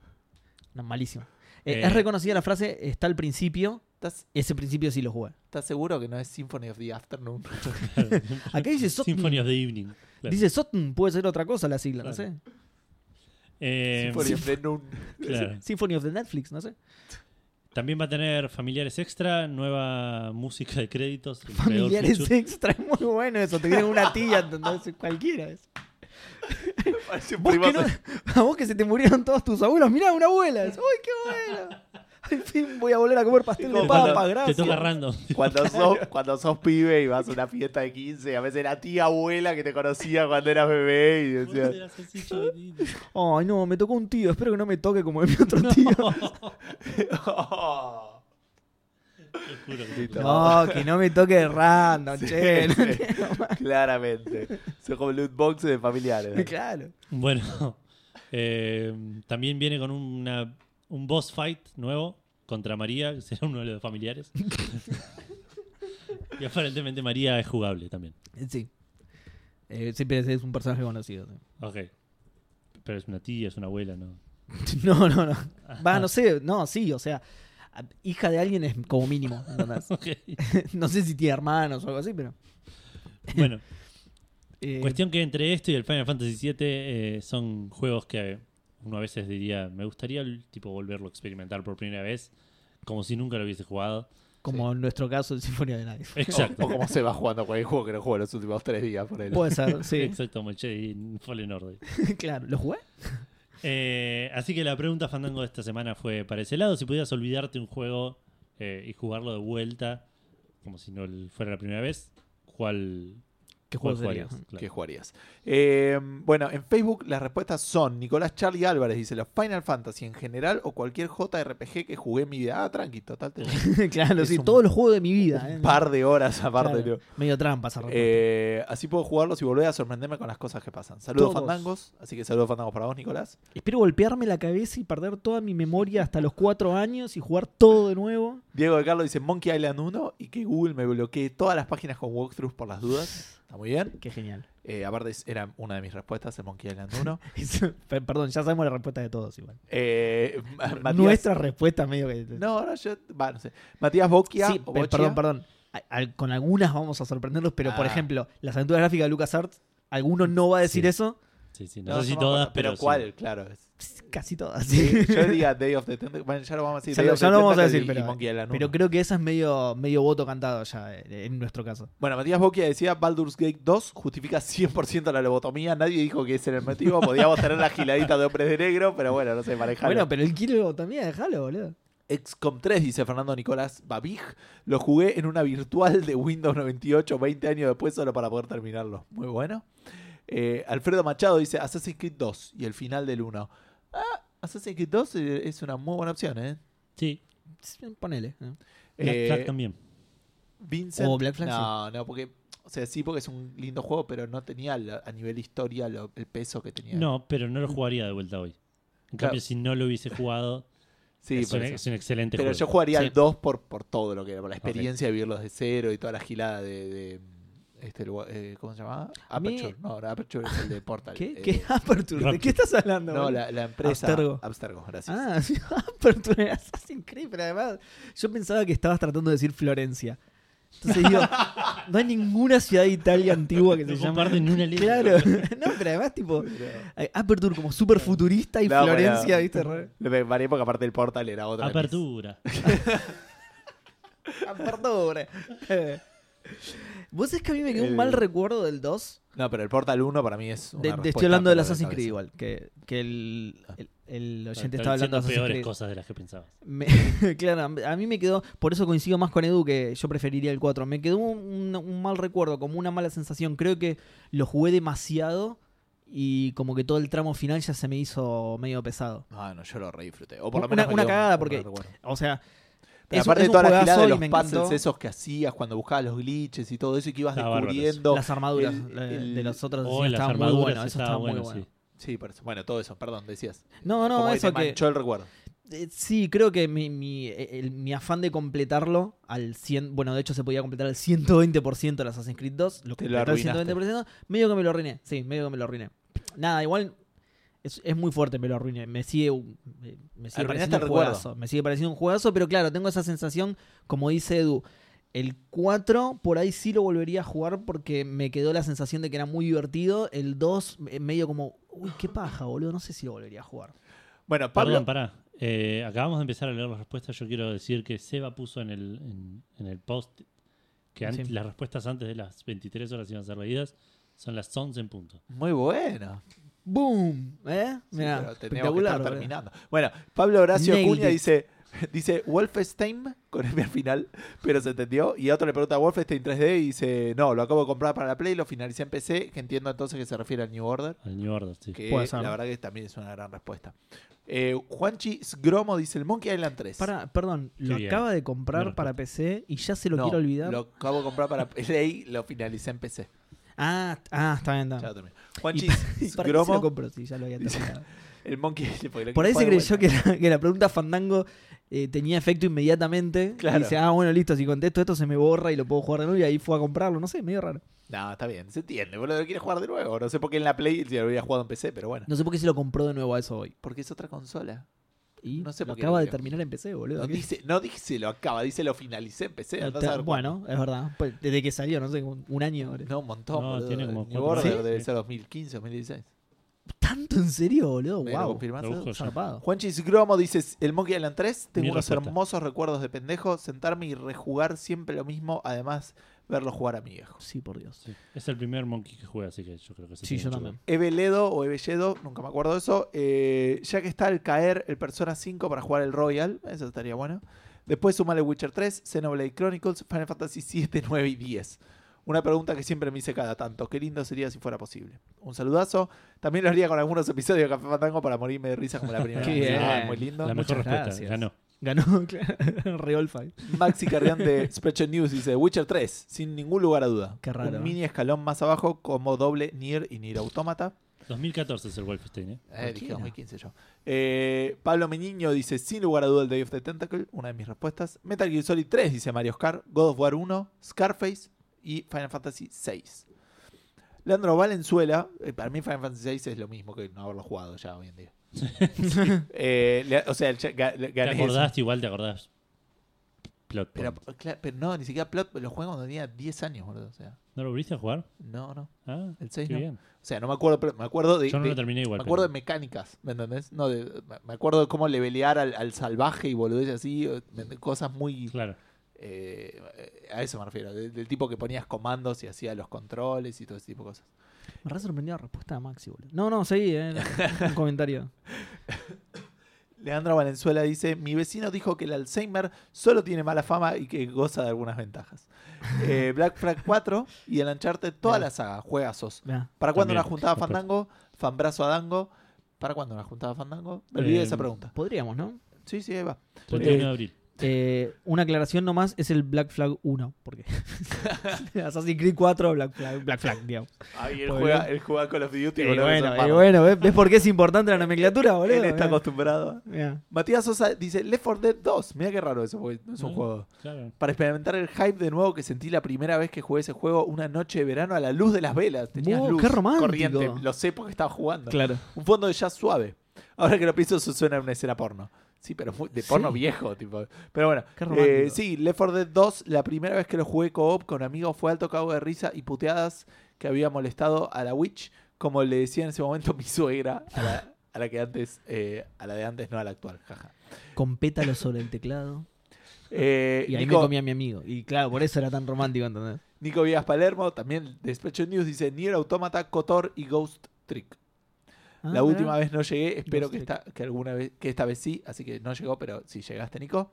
Speaker 3: No, malísimo. Eh,
Speaker 1: Eh,
Speaker 3: es reconocida la frase, está al principio.
Speaker 2: ¿Estás,
Speaker 3: Ese principio sí lo jugué.
Speaker 2: estás seguro que no es Symphony of the Afternoon?
Speaker 3: Acá dice Sotn.
Speaker 1: Symphony of the Evening. Claro.
Speaker 3: Dice Sotn, puede ser otra cosa la sigla, no
Speaker 1: Claro.
Speaker 3: sé.
Speaker 1: Eh,
Speaker 2: Symphony of the Nun.
Speaker 1: claro.
Speaker 3: Symphony of the Netflix, no sé.
Speaker 1: También va a tener familiares extra, nueva música de créditos. el creador
Speaker 3: Familiares
Speaker 1: Future.
Speaker 3: extra, es muy bueno eso. Te tienen una tía, ¿entendés? Cualquiera. es.
Speaker 2: Parece un
Speaker 3: Vos que
Speaker 2: primazo.
Speaker 3: no- a vos que se te murieron todos tus abuelos, mirá, una abuela. Es, ¡Ay, qué bueno! Al fin voy a volver a comer pastel de
Speaker 2: Te
Speaker 3: papa,
Speaker 2: toca-
Speaker 1: Te
Speaker 3: gracias.
Speaker 1: toca random.
Speaker 2: Cuando sos, cuando sos pibe y vas a una fiesta de 15, a veces la tía abuela que te conocía cuando eras bebé y
Speaker 1: Vos
Speaker 2: decía,
Speaker 1: eras el chicho de-
Speaker 3: Ay, no, me tocó un tío. Espero que no me toque como el mi otro tío.
Speaker 2: "Oh".
Speaker 1: Te juro que-
Speaker 2: Listo.
Speaker 3: No, que no me toque de random, che. no
Speaker 2: Sí, claramente. Son como loot boxes de
Speaker 3: te-
Speaker 2: familiares.
Speaker 3: Claro.
Speaker 1: Bueno, eh, también viene con una- un boss fight nuevo contra María, que será uno de los familiares. y aparentemente María es jugable también.
Speaker 3: Sí. Eh, siempre es un personaje conocido. sí.
Speaker 1: Ok. Pero es una tía, es una abuela, ¿no?
Speaker 3: No, no, no. Va, no sé. No, sí, o sea. a- Hija de alguien es como mínimo. ¿entendés?
Speaker 1: Ok.
Speaker 3: no sé si tiene hermanos o algo así, pero.
Speaker 1: Bueno,
Speaker 3: eh,
Speaker 1: cuestión que entre esto y el Final Fantasy VII eh, son juegos que uno a veces diría, me gustaría tipo volverlo a experimentar por primera vez, como si nunca lo hubiese jugado.
Speaker 3: Como en nuestro caso, el Sinfonía de Nadie.
Speaker 1: Exacto.
Speaker 2: O como se va jugando cualquier juego que no juego los últimos tres días por él.
Speaker 3: Puede ser, sí.
Speaker 1: Exacto, como el Jedi Fallen Order.
Speaker 3: claro. ¿Lo jugué?
Speaker 1: Eh, así que la pregunta fandango de esta semana fue para ese lado, si pudieras olvidarte un juego eh, y jugarlo de vuelta, como si no fuera la primera vez, ¿cuál,
Speaker 3: ¿Qué
Speaker 1: cuál
Speaker 3: juego sería?
Speaker 1: jugarías? Claro.
Speaker 2: ¿Qué jugarías? Eh, bueno, en Facebook las respuestas son Nicolás Charlie Álvarez dice los Final Fantasy en general o cualquier JRPG que jugué en mi vida. Ah, tranqui, total. tengo
Speaker 3: claro,
Speaker 2: Es
Speaker 3: sí.
Speaker 2: un-
Speaker 3: Todos los juegos de mi vida. ¿eh?
Speaker 2: Un par de horas aparte.
Speaker 3: Claro,
Speaker 2: digo.
Speaker 3: Medio trampa esa respuesta.
Speaker 2: Eh, así puedo jugarlos y volver a sorprenderme con las cosas que pasan. Saludos
Speaker 3: Todos.
Speaker 2: fandangos, así que saludos fandangos para vos, Nicolás.
Speaker 3: Espero golpearme la cabeza y perder toda mi memoria hasta los cuatro años y jugar todo de nuevo.
Speaker 2: Diego de Carlos dice Monkey Island 1 y que Google me bloquee todas las páginas con walkthroughs por las dudas. Está muy bien.
Speaker 3: Qué genial.
Speaker 2: Eh, aparte, es- era una de mis respuestas, el Monkey Island 1.
Speaker 3: Eso- per- perdón, ya sabemos la respuesta de todos igual.
Speaker 2: Eh, Ma- Matías-
Speaker 3: Nuestra respuesta medio que...
Speaker 2: No, no, yo. va, no sé. Matías Bocchia.
Speaker 3: sí,
Speaker 2: o
Speaker 3: pe-
Speaker 2: Boccia.
Speaker 3: perdón, perdón. A- al- con algunas vamos a sorprenderlos, pero por
Speaker 2: Ah.
Speaker 3: ejemplo, las aventuras gráficas de LucasArts, alguno no va a decir
Speaker 1: Sí.
Speaker 3: eso.
Speaker 1: Sí, sí, no,
Speaker 2: No,
Speaker 1: sé si
Speaker 2: no me acuerdo,
Speaker 1: todas, pero, sí.
Speaker 2: ¿cuál? Claro. es-
Speaker 3: Pss, Casi todas.
Speaker 2: Sí, yo diría Day of the Tentacle. Bueno, ya lo vamos a decir.
Speaker 3: Ya
Speaker 2: Day
Speaker 3: lo-
Speaker 2: of
Speaker 3: ya
Speaker 2: the
Speaker 3: lo vamos a
Speaker 2: Tentacle
Speaker 3: decir,
Speaker 2: y- y
Speaker 3: pero-
Speaker 2: Monkey Island
Speaker 3: Pero
Speaker 2: 1.
Speaker 3: creo que esa es medio, medio voto cantado ya eh, en nuestro caso.
Speaker 2: Bueno, Matías Bocchia decía Baldur's Gate 2 justifica 100% la lobotomía. Nadie dijo que ese era el motivo. Podíamos tener la giladita de hombres de negro, pero bueno, no sé, manejar.
Speaker 3: Bueno, pero él quiere también, déjalo, boludo.
Speaker 2: XCOM 3, dice Fernando Nicolás Babij. Lo jugué en una virtual de Windows 98, 20 años después, solo para poder terminarlo. Muy bueno. Eh, Alfredo Machado dice Assassin's Creed 2 y el final del 1. Ah, Assassin's Creed 2 eh, es una muy buena opción, ¿eh?
Speaker 1: Sí,
Speaker 3: Sí, Ponele. ¿no?
Speaker 1: Black
Speaker 2: Eh,
Speaker 1: Flag también. Oh,
Speaker 2: Vincent.
Speaker 3: O Black Flag,
Speaker 2: no, no, porque. O sea, sí, porque es un lindo juego, pero no tenía la- a nivel historia lo- el peso que tenía.
Speaker 1: No, pero no lo jugaría de vuelta hoy. En
Speaker 2: Claro.
Speaker 1: cambio, si no lo hubiese jugado,
Speaker 2: sí,
Speaker 1: es,
Speaker 2: por
Speaker 1: un,
Speaker 2: eso.
Speaker 1: es un excelente
Speaker 2: Pero
Speaker 1: juego.
Speaker 2: yo jugaría
Speaker 3: Sí.
Speaker 2: al 2 por, por todo lo que era, por la experiencia de vivirlos de cero y toda la gilada de. de, este, lugar- eh, ¿Cómo se llamaba?
Speaker 3: A mí-
Speaker 2: Aperture. No, no, Aperture es el de Portal.
Speaker 3: ¿Qué?
Speaker 2: Eh,
Speaker 3: ¿Qué Aperture? ¿De
Speaker 1: Rapture.
Speaker 3: qué estás hablando?
Speaker 2: No,
Speaker 3: boludo?
Speaker 2: la, la empresa.
Speaker 3: Abstergo.
Speaker 2: Abstergo, gracias.
Speaker 3: Ah, sí, Aperture era Assassin's Creed, pero además yo pensaba que estabas tratando de decir Florencia. Entonces digo, no hay ninguna ciudad de Italia antigua que se
Speaker 1: No
Speaker 3: llame.
Speaker 1: comparten ni una letra.
Speaker 3: Claro, no, pero además tipo eh, Aperture como súper futurista y
Speaker 2: No, pero-
Speaker 3: Florencia, ¿viste? re-
Speaker 2: Lo que varié porque aparte el Portal era otra.
Speaker 1: Apertura.
Speaker 3: Aperture. Eh. ¿Vos sabés que a mí me quedó un
Speaker 2: El-
Speaker 3: mal recuerdo del 2?
Speaker 2: No, pero el Portal 1 para mí es. Una
Speaker 3: De- de- estoy
Speaker 2: respuesta
Speaker 3: hablando del
Speaker 2: por la
Speaker 3: Assassin's
Speaker 2: cabeza. Ah,
Speaker 3: Creed igual, que, que el, el, el oyente
Speaker 1: Estaba
Speaker 3: estaba hablando
Speaker 1: diciendo
Speaker 3: de Assassin's
Speaker 1: peores
Speaker 3: Creed.
Speaker 1: cosas de las que pensabas.
Speaker 3: Me- claro, a mí me quedó, por eso coincido más con Edu que yo preferiría el 4. Me quedó un, un mal recuerdo, como una mala sensación. Creo que lo jugué demasiado y como que todo el tramo final ya se me hizo medio pesado.
Speaker 2: Ah, no, yo lo re disfruté. O por lo
Speaker 3: Una-
Speaker 2: menos me
Speaker 3: una
Speaker 2: quedó un-
Speaker 3: cagada,
Speaker 2: un
Speaker 3: porque-
Speaker 2: buen recuerdo.
Speaker 3: O sea,
Speaker 2: Pero
Speaker 3: es un-
Speaker 2: aparte
Speaker 3: es un
Speaker 2: toda la gilada
Speaker 3: juegazo
Speaker 2: de
Speaker 3: y
Speaker 2: los
Speaker 3: me
Speaker 2: puzzles
Speaker 3: encantó.
Speaker 2: esos que hacías cuando buscabas los glitches y todo eso y que ibas
Speaker 1: Estaba bárbaro eso.
Speaker 2: descubriendo.
Speaker 3: las armaduras
Speaker 2: el-
Speaker 3: la-
Speaker 2: el-
Speaker 3: de los otros
Speaker 1: Oh,
Speaker 3: asesinos
Speaker 1: en las
Speaker 3: estaban muy
Speaker 1: armaduras
Speaker 3: buenas, eso
Speaker 1: estaba
Speaker 3: estaba muy
Speaker 1: bueno,
Speaker 3: bueno.
Speaker 1: sí.
Speaker 2: Sí, por eso. Bueno, todo eso, perdón, decías.
Speaker 3: No, no,
Speaker 2: Como que
Speaker 3: eso
Speaker 2: te
Speaker 3: que...
Speaker 2: manchó el recuerdo.
Speaker 3: Eh, Sí, creo que mi, mi- eh, el- mi afán de completarlo al 100, bueno, de hecho se podía completar al 120% de Assassin's Creed 2, lo
Speaker 2: Te lo
Speaker 3: completé al
Speaker 2: arruinaste.
Speaker 3: 120%, medio que me lo arruiné, sí, medio que me lo arruiné. Nada, igual es, es muy fuerte me lo arruiné, me sigue, un- me- me sigue
Speaker 2: Arruinaste
Speaker 3: pareciendo
Speaker 2: el
Speaker 3: un
Speaker 2: recuerdo.
Speaker 3: juegazo, me sigue pareciendo un juegazo, pero claro, tengo esa sensación, como dice Edu, El 4, por ahí sí lo volvería a jugar porque me quedó la sensación de que era muy divertido. El 2, eh, medio como, uy, qué paja, boludo, no sé si lo volvería a jugar.
Speaker 2: Bueno,
Speaker 1: Perdón,
Speaker 2: Pablo.
Speaker 1: pará. Eh, acabamos de empezar a leer las respuestas. Yo quiero decir que Seba puso en el, en, en el post que an-
Speaker 3: Sí.
Speaker 1: las respuestas antes de las 23 horas iban a ser leídas. Son las 11 en punto.
Speaker 2: Muy bueno.
Speaker 3: ¡Boom! ¿Eh?
Speaker 2: Sí, pero
Speaker 3: Mirá,
Speaker 2: teníamos que
Speaker 3: espectacular.
Speaker 2: estar
Speaker 3: boludo.
Speaker 2: terminando. Bueno, Pablo Horacio
Speaker 3: Nailed
Speaker 2: Acuña
Speaker 3: it.
Speaker 2: dice, dice Wolfenstein con el al final, pero se entendió. Y otro le pregunta Wolfenstein 3D y dice, no, lo acabo de comprar para la Play, lo finalicé en PC, que entiendo entonces que se refiere al New Order.
Speaker 1: Al New Order, sí.
Speaker 2: Que
Speaker 3: Puede ser.
Speaker 2: la verdad que también es una gran respuesta. Eh, Juanchi Sgromo dice el Monkey Island 3.
Speaker 3: Pará, perdón, lo
Speaker 1: bien.
Speaker 3: acaba de comprar
Speaker 1: Buena
Speaker 3: para PC y ya se lo
Speaker 2: No,
Speaker 3: quiero olvidar.
Speaker 2: Lo acabo de comprar para Play, lo finalicé en PC.
Speaker 3: Ah, ah, está bien,
Speaker 2: Ya lo
Speaker 3: está.
Speaker 2: terminé. Juanchi
Speaker 3: bien. ¿Para qué se lo
Speaker 2: Sgromo,
Speaker 3: compro? Sí, ya lo había
Speaker 2: Dice-
Speaker 3: terminado.
Speaker 2: el Monkey Island. porque lo
Speaker 3: Por ahí
Speaker 2: que
Speaker 3: se
Speaker 2: fue de
Speaker 3: creyó que la, que la pregunta fandango eh, tenía efecto inmediatamente.
Speaker 2: Claro.
Speaker 3: Y dice, ah, bueno, listo, si contesto esto se me borra y lo puedo jugar de nuevo. Y ahí fue a comprarlo, no sé, medio raro.
Speaker 2: No, está bien, se entiende, boludo, lo quiere jugar de nuevo. No sé por qué en la Play si lo había jugado en PC, pero bueno.
Speaker 3: No sé por qué se lo compró de nuevo a eso hoy.
Speaker 2: Porque es otra consola.
Speaker 3: Y
Speaker 2: No sé
Speaker 3: lo
Speaker 2: por qué
Speaker 3: acaba
Speaker 2: lo
Speaker 3: de
Speaker 2: creo.
Speaker 3: terminar en PC, boludo.
Speaker 2: No
Speaker 3: ¿Qué?
Speaker 2: dice, no dice lo acaba, dice lo finalicé en PC.
Speaker 3: Eh,
Speaker 2: andá a
Speaker 3: te-
Speaker 2: saber cuándo.
Speaker 3: bueno, es verdad. Pues, desde que salió, no sé, un, un año. boludo.
Speaker 2: No, un montón.
Speaker 1: No,
Speaker 2: boludo.
Speaker 1: tiene como
Speaker 2: New
Speaker 1: cuatro
Speaker 2: Order
Speaker 1: años,
Speaker 2: debe
Speaker 1: sí.
Speaker 2: ser 2015, 2016.
Speaker 3: ¿Tanto en serio, boludo?
Speaker 2: ¿Me lo
Speaker 3: Oh, Wow.
Speaker 2: confirmás,
Speaker 1: Lo
Speaker 2: Edu?
Speaker 1: busco.
Speaker 3: Zarpado.
Speaker 2: Juanchis Gromo dice, el Monkey Island 3, tengo
Speaker 1: Mi
Speaker 2: unos
Speaker 1: respuesta.
Speaker 2: hermosos recuerdos de pendejo, sentarme y rejugar siempre lo mismo, además verlo jugar a mi viejo.
Speaker 3: Sí, por Dios.
Speaker 1: Sí. Es el primer Monkey que juega, así que yo creo que se
Speaker 3: Sí,
Speaker 1: tiene
Speaker 3: yo
Speaker 1: mucho
Speaker 3: también.
Speaker 2: Eveledo o Evelledo, nunca me acuerdo de eso. eh, ya que está al caer el Persona 5 para jugar el Royal, eso estaría bueno. Después sumale Witcher 3, Xenoblade Chronicles, Final Fantasy 7, 9 y 10. Una pregunta que siempre me hice cada tanto. Qué lindo sería si fuera posible. Un saludazo. También lo haría con algunos episodios de Café Fandango para morirme de risa como la primera
Speaker 3: Qué
Speaker 2: vez.
Speaker 3: bien.
Speaker 2: Ah, muy
Speaker 1: que ver.
Speaker 2: lindo.
Speaker 1: La mejor
Speaker 3: Muchas
Speaker 1: respuesta,
Speaker 3: gracias.
Speaker 1: ganó.
Speaker 3: Ganó, claro. Reolfa.
Speaker 2: Maxi Carrión de Spreadshot News dice Witcher 3, sin ningún lugar a duda.
Speaker 3: Qué raro,
Speaker 2: Un
Speaker 3: ¿eh?
Speaker 2: mini escalón más abajo como doble Nier y Nier Automata.
Speaker 1: 2014 es el Wolfenstein, ¿eh?
Speaker 2: Eh, dije
Speaker 3: Cualquiera.
Speaker 2: 2015 yo. Eh, Pablo Meniño dice, sin lugar a duda, el Day of the Tentacle, una de mis respuestas. Metal Gear Solid 3, dice Mario Oscar. God of War 1, Scarface y Final Fantasy 6. Leandro Valenzuela, eh, para mí Final Fantasy 6 es lo mismo que no haberlo jugado ya hoy en día. Eh, le- o sea, el- ga- le-
Speaker 1: Te
Speaker 2: gané eso.
Speaker 1: acordás, igual te acordás. Plot
Speaker 2: Pero,
Speaker 1: point.
Speaker 2: claro, pero no, ni siquiera Plot, lo juego cuando tenía 10 años, boludo. O sea,
Speaker 1: ¿No lo volviste a jugar?
Speaker 2: no, no.
Speaker 1: Ah,
Speaker 2: El 6
Speaker 1: qué
Speaker 2: no.
Speaker 1: bien.
Speaker 2: O sea, no me acuerdo, pero me acuerdo de,
Speaker 1: Yo no
Speaker 2: de-
Speaker 1: lo terminé igual.
Speaker 2: Me acuerdo de
Speaker 1: pero-
Speaker 2: mecánicas, ¿me entendés? No, de- me acuerdo de cómo levelear al, al salvaje y boludez así, eh, de- cosas muy...
Speaker 1: Claro.
Speaker 2: eh, eh, a eso me refiero, de- del tipo que ponías comandos y hacía los controles y todo ese tipo de cosas.
Speaker 3: Me re sorprendió la respuesta de Maxi, boludo. No, no, seguí, eh. Un comentario.
Speaker 2: Leandro Valenzuela dice, mi vecino dijo que el Alzheimer solo tiene mala fama y que goza de algunas ventajas. Eh, Black Flag 4 y el Uncharted, toda
Speaker 3: Bien.
Speaker 2: la saga, juegazos.
Speaker 3: Mirá.
Speaker 2: ¿Para cuándo
Speaker 1: También,
Speaker 2: una juntada
Speaker 1: después.
Speaker 2: Fandango? Fanbrazo a Dango. ¿Para cuándo una juntada Fandango? Me olvidé de esa
Speaker 1: Eh,
Speaker 2: pregunta.
Speaker 3: Podríamos, ¿no?
Speaker 2: Sí, sí, ahí va.
Speaker 1: 31 de abril.
Speaker 3: Eh, una aclaración nomás es el Black Flag 1, porque Assassin's Creed 4, Black Flag, Black Flag digamos.
Speaker 2: Ahí él
Speaker 3: Muy
Speaker 2: juega, él juega Call of Duty.
Speaker 3: Eh,
Speaker 2: boludo,
Speaker 3: bueno,
Speaker 2: esos
Speaker 3: eh,
Speaker 2: bardos.
Speaker 3: bueno, ¿ves, ¿Ves por qué es importante la nomenclatura, boludo? ¿eh?
Speaker 2: Él está
Speaker 3: Mirá,
Speaker 2: acostumbrado.
Speaker 3: mirá.
Speaker 2: Matías Sosa dice Left 4 Dead 2. Mira qué raro eso, porque no es un
Speaker 3: Mm.
Speaker 1: Ah.
Speaker 2: juego.
Speaker 1: Claro.
Speaker 2: Para experimentar el hype de nuevo que sentí la primera vez que jugué ese juego una noche de verano a la luz de las velas. Tenías
Speaker 3: Wow,
Speaker 2: luz,
Speaker 3: qué romántico.
Speaker 2: corriente, lo sé porque estaba jugando.
Speaker 3: Claro.
Speaker 2: Un fondo de jazz suave. Ahora que lo pienso, eso suena a una escena porno. Sí, pero muy- de
Speaker 3: Sí.
Speaker 2: porno viejo, tipo. Pero bueno,
Speaker 3: Qué romántico.
Speaker 2: eh, sí, Left 4 Dead 2, la primera vez que lo jugué co-op con amigos fue alto cago de risa y puteadas que había molestado a la Witch, como le decía en ese momento mi suegra, a la, a la que antes, eh, a la de antes, no a la actual, jaja.
Speaker 3: Con pétalos sobre el teclado.
Speaker 2: Eh,
Speaker 3: Y ahí
Speaker 2: Nico-
Speaker 3: me comía mi amigo. Y claro, por eso era tan romántico, ¿entendés?
Speaker 2: Nico Villas Palermo, también Despecho News, dice Nier Automata, Cotor y Ghost Trick.
Speaker 3: Ah,
Speaker 2: la
Speaker 3: mirá.
Speaker 2: última vez no llegué, espero
Speaker 3: Ghost
Speaker 2: que,
Speaker 3: Trick.
Speaker 2: esta, que alguna vez, que esta vez sí, así que no llegó, pero si llegaste, Nico.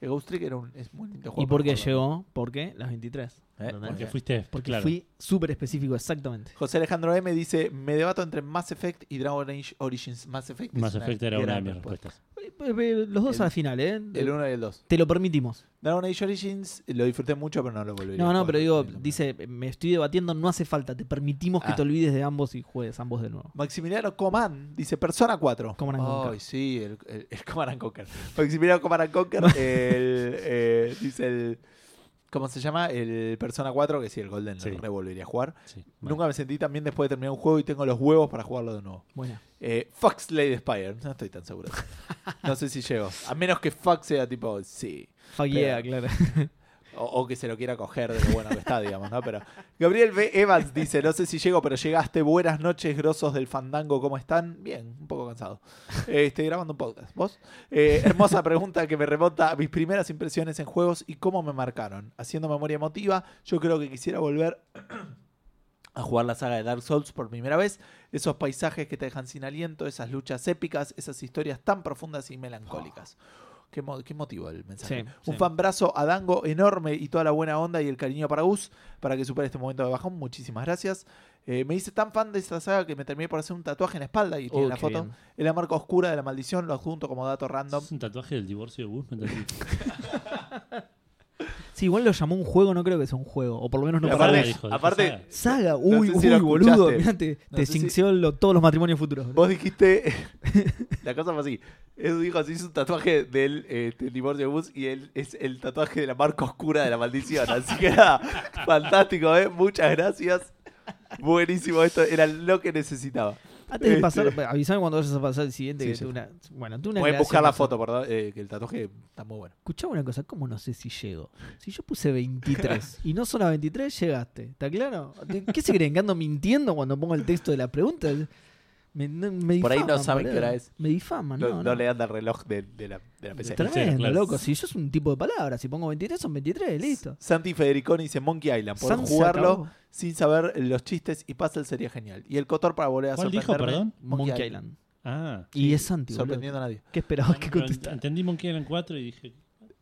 Speaker 2: El Ghost Trick era un, es muy lindo juego.
Speaker 3: ¿Y por
Speaker 2: para
Speaker 3: qué
Speaker 2: jugarlo.
Speaker 3: llegó? ¿Por qué? Las 23.
Speaker 2: Eh,
Speaker 3: ¿entendés?
Speaker 1: Porque
Speaker 2: bien.
Speaker 1: fuiste.
Speaker 3: Porque
Speaker 1: claro.
Speaker 3: fui súper específico, exactamente.
Speaker 2: José Alejandro M dice, me debato entre Mass Effect y Dragon Age Origins. Mass Effect, es
Speaker 1: Más
Speaker 2: una
Speaker 1: efecto era una de
Speaker 2: gran
Speaker 1: mis
Speaker 2: respuesta.
Speaker 1: respuestas.
Speaker 3: Eh, eh, Los dos
Speaker 2: El-
Speaker 3: a la final, ¿eh?
Speaker 2: El 1 y el 2.
Speaker 3: Te lo permitimos.
Speaker 2: Dragon Age Origins lo disfruté mucho, pero no lo volvería
Speaker 3: No,
Speaker 2: a
Speaker 3: no,
Speaker 2: jugar.
Speaker 3: pero digo,
Speaker 2: Ni lo-
Speaker 3: dice, me estoy debatiendo, no hace falta, te permitimos que
Speaker 2: Ah.
Speaker 3: te olvides de ambos y juegues ambos de nuevo.
Speaker 2: Maximiliano Coman dice Persona 4.
Speaker 3: Command and
Speaker 2: Ay,
Speaker 3: Conquer.
Speaker 2: sí, el, el, el Command and Conquer. Maximiliano Coman and Conquer el, eh, dice el. ¿Cómo se llama? El Persona 4, que sí, el Golden
Speaker 1: Sí.
Speaker 2: lo revolvería a jugar.
Speaker 1: Sí,
Speaker 2: Nunca me sentí tan bien después de terminar un juego y tengo los huevos para jugarlo de nuevo.
Speaker 3: Buena.
Speaker 2: Eh, Fox Lady Spire, no estoy tan seguro. No sé si llego. A menos que Fox sea tipo, sí.
Speaker 3: Fuck
Speaker 2: Pero-
Speaker 3: yeah, claro.
Speaker 2: O, O, o que se lo quiera coger de lo bueno que está, digamos, ¿no? Pero Gabriel B. Evans dice, no sé si llego, pero llegaste. Buenas noches, grosos del fandango, ¿cómo están? Bien, un poco cansado. Eh, estoy grabando un podcast. ¿Vos? Eh, hermosa pregunta que me remonta a mis primeras impresiones en juegos y cómo me marcaron. Haciendo memoria emotiva, yo creo que quisiera volver a jugar la saga de Dark Souls por primera vez. Esos paisajes que te dejan sin aliento, esas luchas épicas, esas historias tan profundas y melancólicas. Qué, mo- qué motivo el mensaje.
Speaker 3: Sí,
Speaker 2: Un
Speaker 3: sí.
Speaker 2: fanbrazo a Dango enorme y toda la buena onda y el cariño para Gus para que supere este momento de bajón. Muchísimas gracias. Eh, me hice tan fan de esta saga que me terminé por hacer un tatuaje en la espalda y tiene
Speaker 3: Oh,
Speaker 2: la
Speaker 3: qué
Speaker 2: foto.
Speaker 3: bien.
Speaker 2: En la marca oscura de la maldición lo adjunto como dato random.
Speaker 1: Es un tatuaje del divorcio de Gus, no entendí.
Speaker 3: Sí, igual lo llamó un juego, no creo que sea un juego. O por lo menos no
Speaker 1: Y
Speaker 3: para
Speaker 1: aparte-
Speaker 3: vos.
Speaker 1: hijo de Ah. saga.
Speaker 3: Saga,
Speaker 2: no
Speaker 3: uy,
Speaker 2: sé si lo
Speaker 3: uy, boludo.
Speaker 2: escuchaste.
Speaker 3: mirá, te,
Speaker 2: No
Speaker 3: te
Speaker 2: sé si-
Speaker 3: cinceó lo- todos los matrimonios futuros.
Speaker 2: Vos dijiste. la cosa fue así. Edu dijo así: es un tatuaje del este, divorcio de Bus y él es el tatuaje de la marca oscura de la maldición. Así que nada, fantástico, ¿eh? Muchas gracias. Buenísimo, esto era lo que necesitaba.
Speaker 3: Antes de
Speaker 2: Este-
Speaker 3: pasar, avísame cuando vayas a pasar el siguiente.
Speaker 2: Sí,
Speaker 3: que
Speaker 2: sí.
Speaker 3: tuve una- bueno, tú una
Speaker 2: Voy a
Speaker 3: gracia,
Speaker 2: buscar la
Speaker 3: Marzo.
Speaker 2: foto, perdón, eh, que el tatuaje está muy bueno.
Speaker 3: Escuchame una cosa, ¿cómo no sé si llego? Si yo puse 23 y no son las 23, llegaste. ¿Está claro? ¿De- ¿Qué se creen? ¿Que ando mintiendo cuando pongo el texto de la pregunta? Me, no- me
Speaker 2: Por ahí no
Speaker 3: difaman,
Speaker 2: saben qué
Speaker 3: boludo.
Speaker 2: hora es.
Speaker 3: Me difaman,
Speaker 2: No,
Speaker 3: no,
Speaker 2: no
Speaker 3: no.
Speaker 2: le anda el reloj de, de la, de la PC.
Speaker 1: Tra-
Speaker 3: Tremendo,
Speaker 1: Sí, claro.
Speaker 3: loco. Si yo es un tipo de palabra, si pongo 23 son 23, listo.
Speaker 2: Santi Federiconi dice Monkey Island. Por
Speaker 3: Sans se
Speaker 2: jugarlo
Speaker 3: acabó.
Speaker 2: sin saber los chistes y puzzles sería genial. Y el Cotor para volver a
Speaker 1: ¿Cuál
Speaker 2: sorprenderme.
Speaker 1: dijo, perdón?
Speaker 3: Monkey, Island.
Speaker 1: Ah.
Speaker 3: Y es Santi, boludo.
Speaker 2: Sorprendiendo a nadie.
Speaker 3: ¿Qué esperabas
Speaker 1: No,
Speaker 3: que
Speaker 1: pero
Speaker 3: contestara?
Speaker 1: entendí Monkey Island 4 y dije,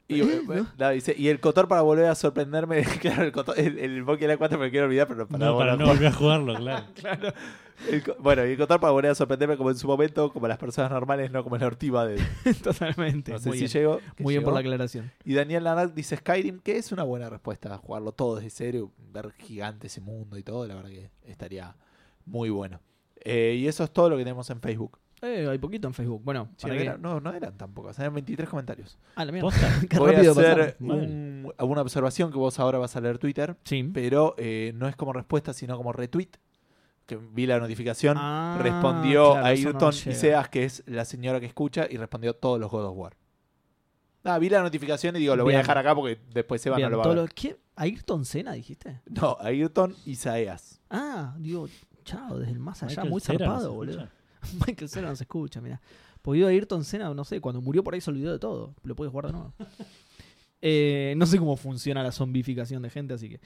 Speaker 2: Y, eh, nada, dice, y el Cotor para volver a sorprenderme. Claro, el, Cotor, el, el Monkey Island 4 me lo quiero olvidar, pero para
Speaker 1: no, para
Speaker 2: volver-
Speaker 1: no volver a jugarlo, claro.
Speaker 2: el co- bueno, y el Cotor para volver a sorprenderme como en su momento, como las personas normales, no como la ortiva de.
Speaker 3: Totalmente.
Speaker 2: No sé
Speaker 3: muy
Speaker 2: si
Speaker 3: bien.
Speaker 2: llego. que
Speaker 3: Muy bien por la
Speaker 2: llegó.
Speaker 3: aclaración.
Speaker 2: Y Daniel Lanac dice Skyrim, que es una buena respuesta, jugarlo todo desde cero, ver gigante ese mundo y todo, la verdad que estaría muy bueno. Eh, y eso es todo lo que tenemos en Facebook.
Speaker 3: Eh, hay poquito en Facebook. Bueno,
Speaker 2: Sí,
Speaker 3: para que-
Speaker 2: era- no, no eran tan pocas, eran 23 comentarios.
Speaker 3: Ah, la mierda.
Speaker 1: Posta.
Speaker 3: Qué
Speaker 2: Voy a
Speaker 3: rápido pasaron.
Speaker 2: hacer
Speaker 1: pasaron.
Speaker 2: un- una observación que vos ahora vas a leer Twitter.
Speaker 3: Sí.
Speaker 2: pero eh, no es como respuesta, sino como retweet. Que vi la notificación,
Speaker 3: Ah,
Speaker 2: respondió
Speaker 3: claro,
Speaker 2: a
Speaker 3: eso no
Speaker 2: Ayrton
Speaker 3: llega.
Speaker 2: Iseas, que es la señora que escucha, y respondió todos los God of War. Nada, vi la notificación y digo, lo voy a
Speaker 3: Bien.
Speaker 2: dejar acá porque después se van
Speaker 3: Bien,
Speaker 2: a lo va a
Speaker 3: todo
Speaker 2: ver.
Speaker 3: lo- ¿Qué? ¿Ayrton Senna dijiste?
Speaker 2: No, Ayrton Isaeas.
Speaker 3: Ah, digo, chao, desde el más allá,
Speaker 1: Michael
Speaker 3: muy
Speaker 1: Cera, ¿no
Speaker 3: zarpado,
Speaker 1: se
Speaker 3: boludo.
Speaker 1: escucha?
Speaker 3: Michael Cera no se escucha, mira. Porque iba a Ayrton Senna, no sé, cuando murió por ahí se olvidó de todo. Lo puedes jugar de nuevo. Eh, no sé cómo funciona la zombificación de gente, así que.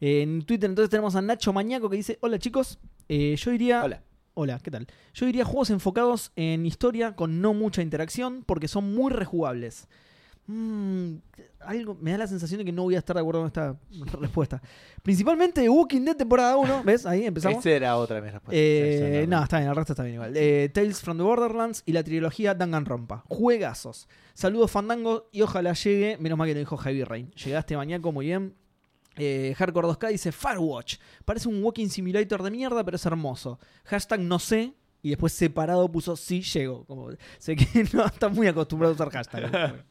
Speaker 3: Eh, en Twitter entonces tenemos a Nacho Mañaco que dice: Hola chicos, eh, yo iría.
Speaker 2: Hola.
Speaker 3: Hola, ¿qué tal? Yo diría juegos enfocados en historia con no mucha interacción porque son muy rejugables. Mm, algo, me da la sensación de que no voy a estar de acuerdo con esta respuesta. Principalmente de Walking Dead temporada 1, ¿ves? Ahí empezamos.
Speaker 2: Esa era otra de mis respuestas.
Speaker 3: Eh,
Speaker 1: esa es la
Speaker 3: no,
Speaker 1: verdad.
Speaker 3: está bien, el resto está bien igual. Eh, Tales from the Borderlands y la trilogía Danganronpa. Juegazos. Saludos Fandango y ojalá llegue, menos mal que lo dijo Heavy Rain. Llegaste mañana, muy bien. Eh, Hardcore 2K dice Firewatch. Parece un walking simulator de mierda, pero es hermoso. Hashtag no sé. Y después separado puso sí llego. Como, sé que no está muy acostumbrado a usar hashtag.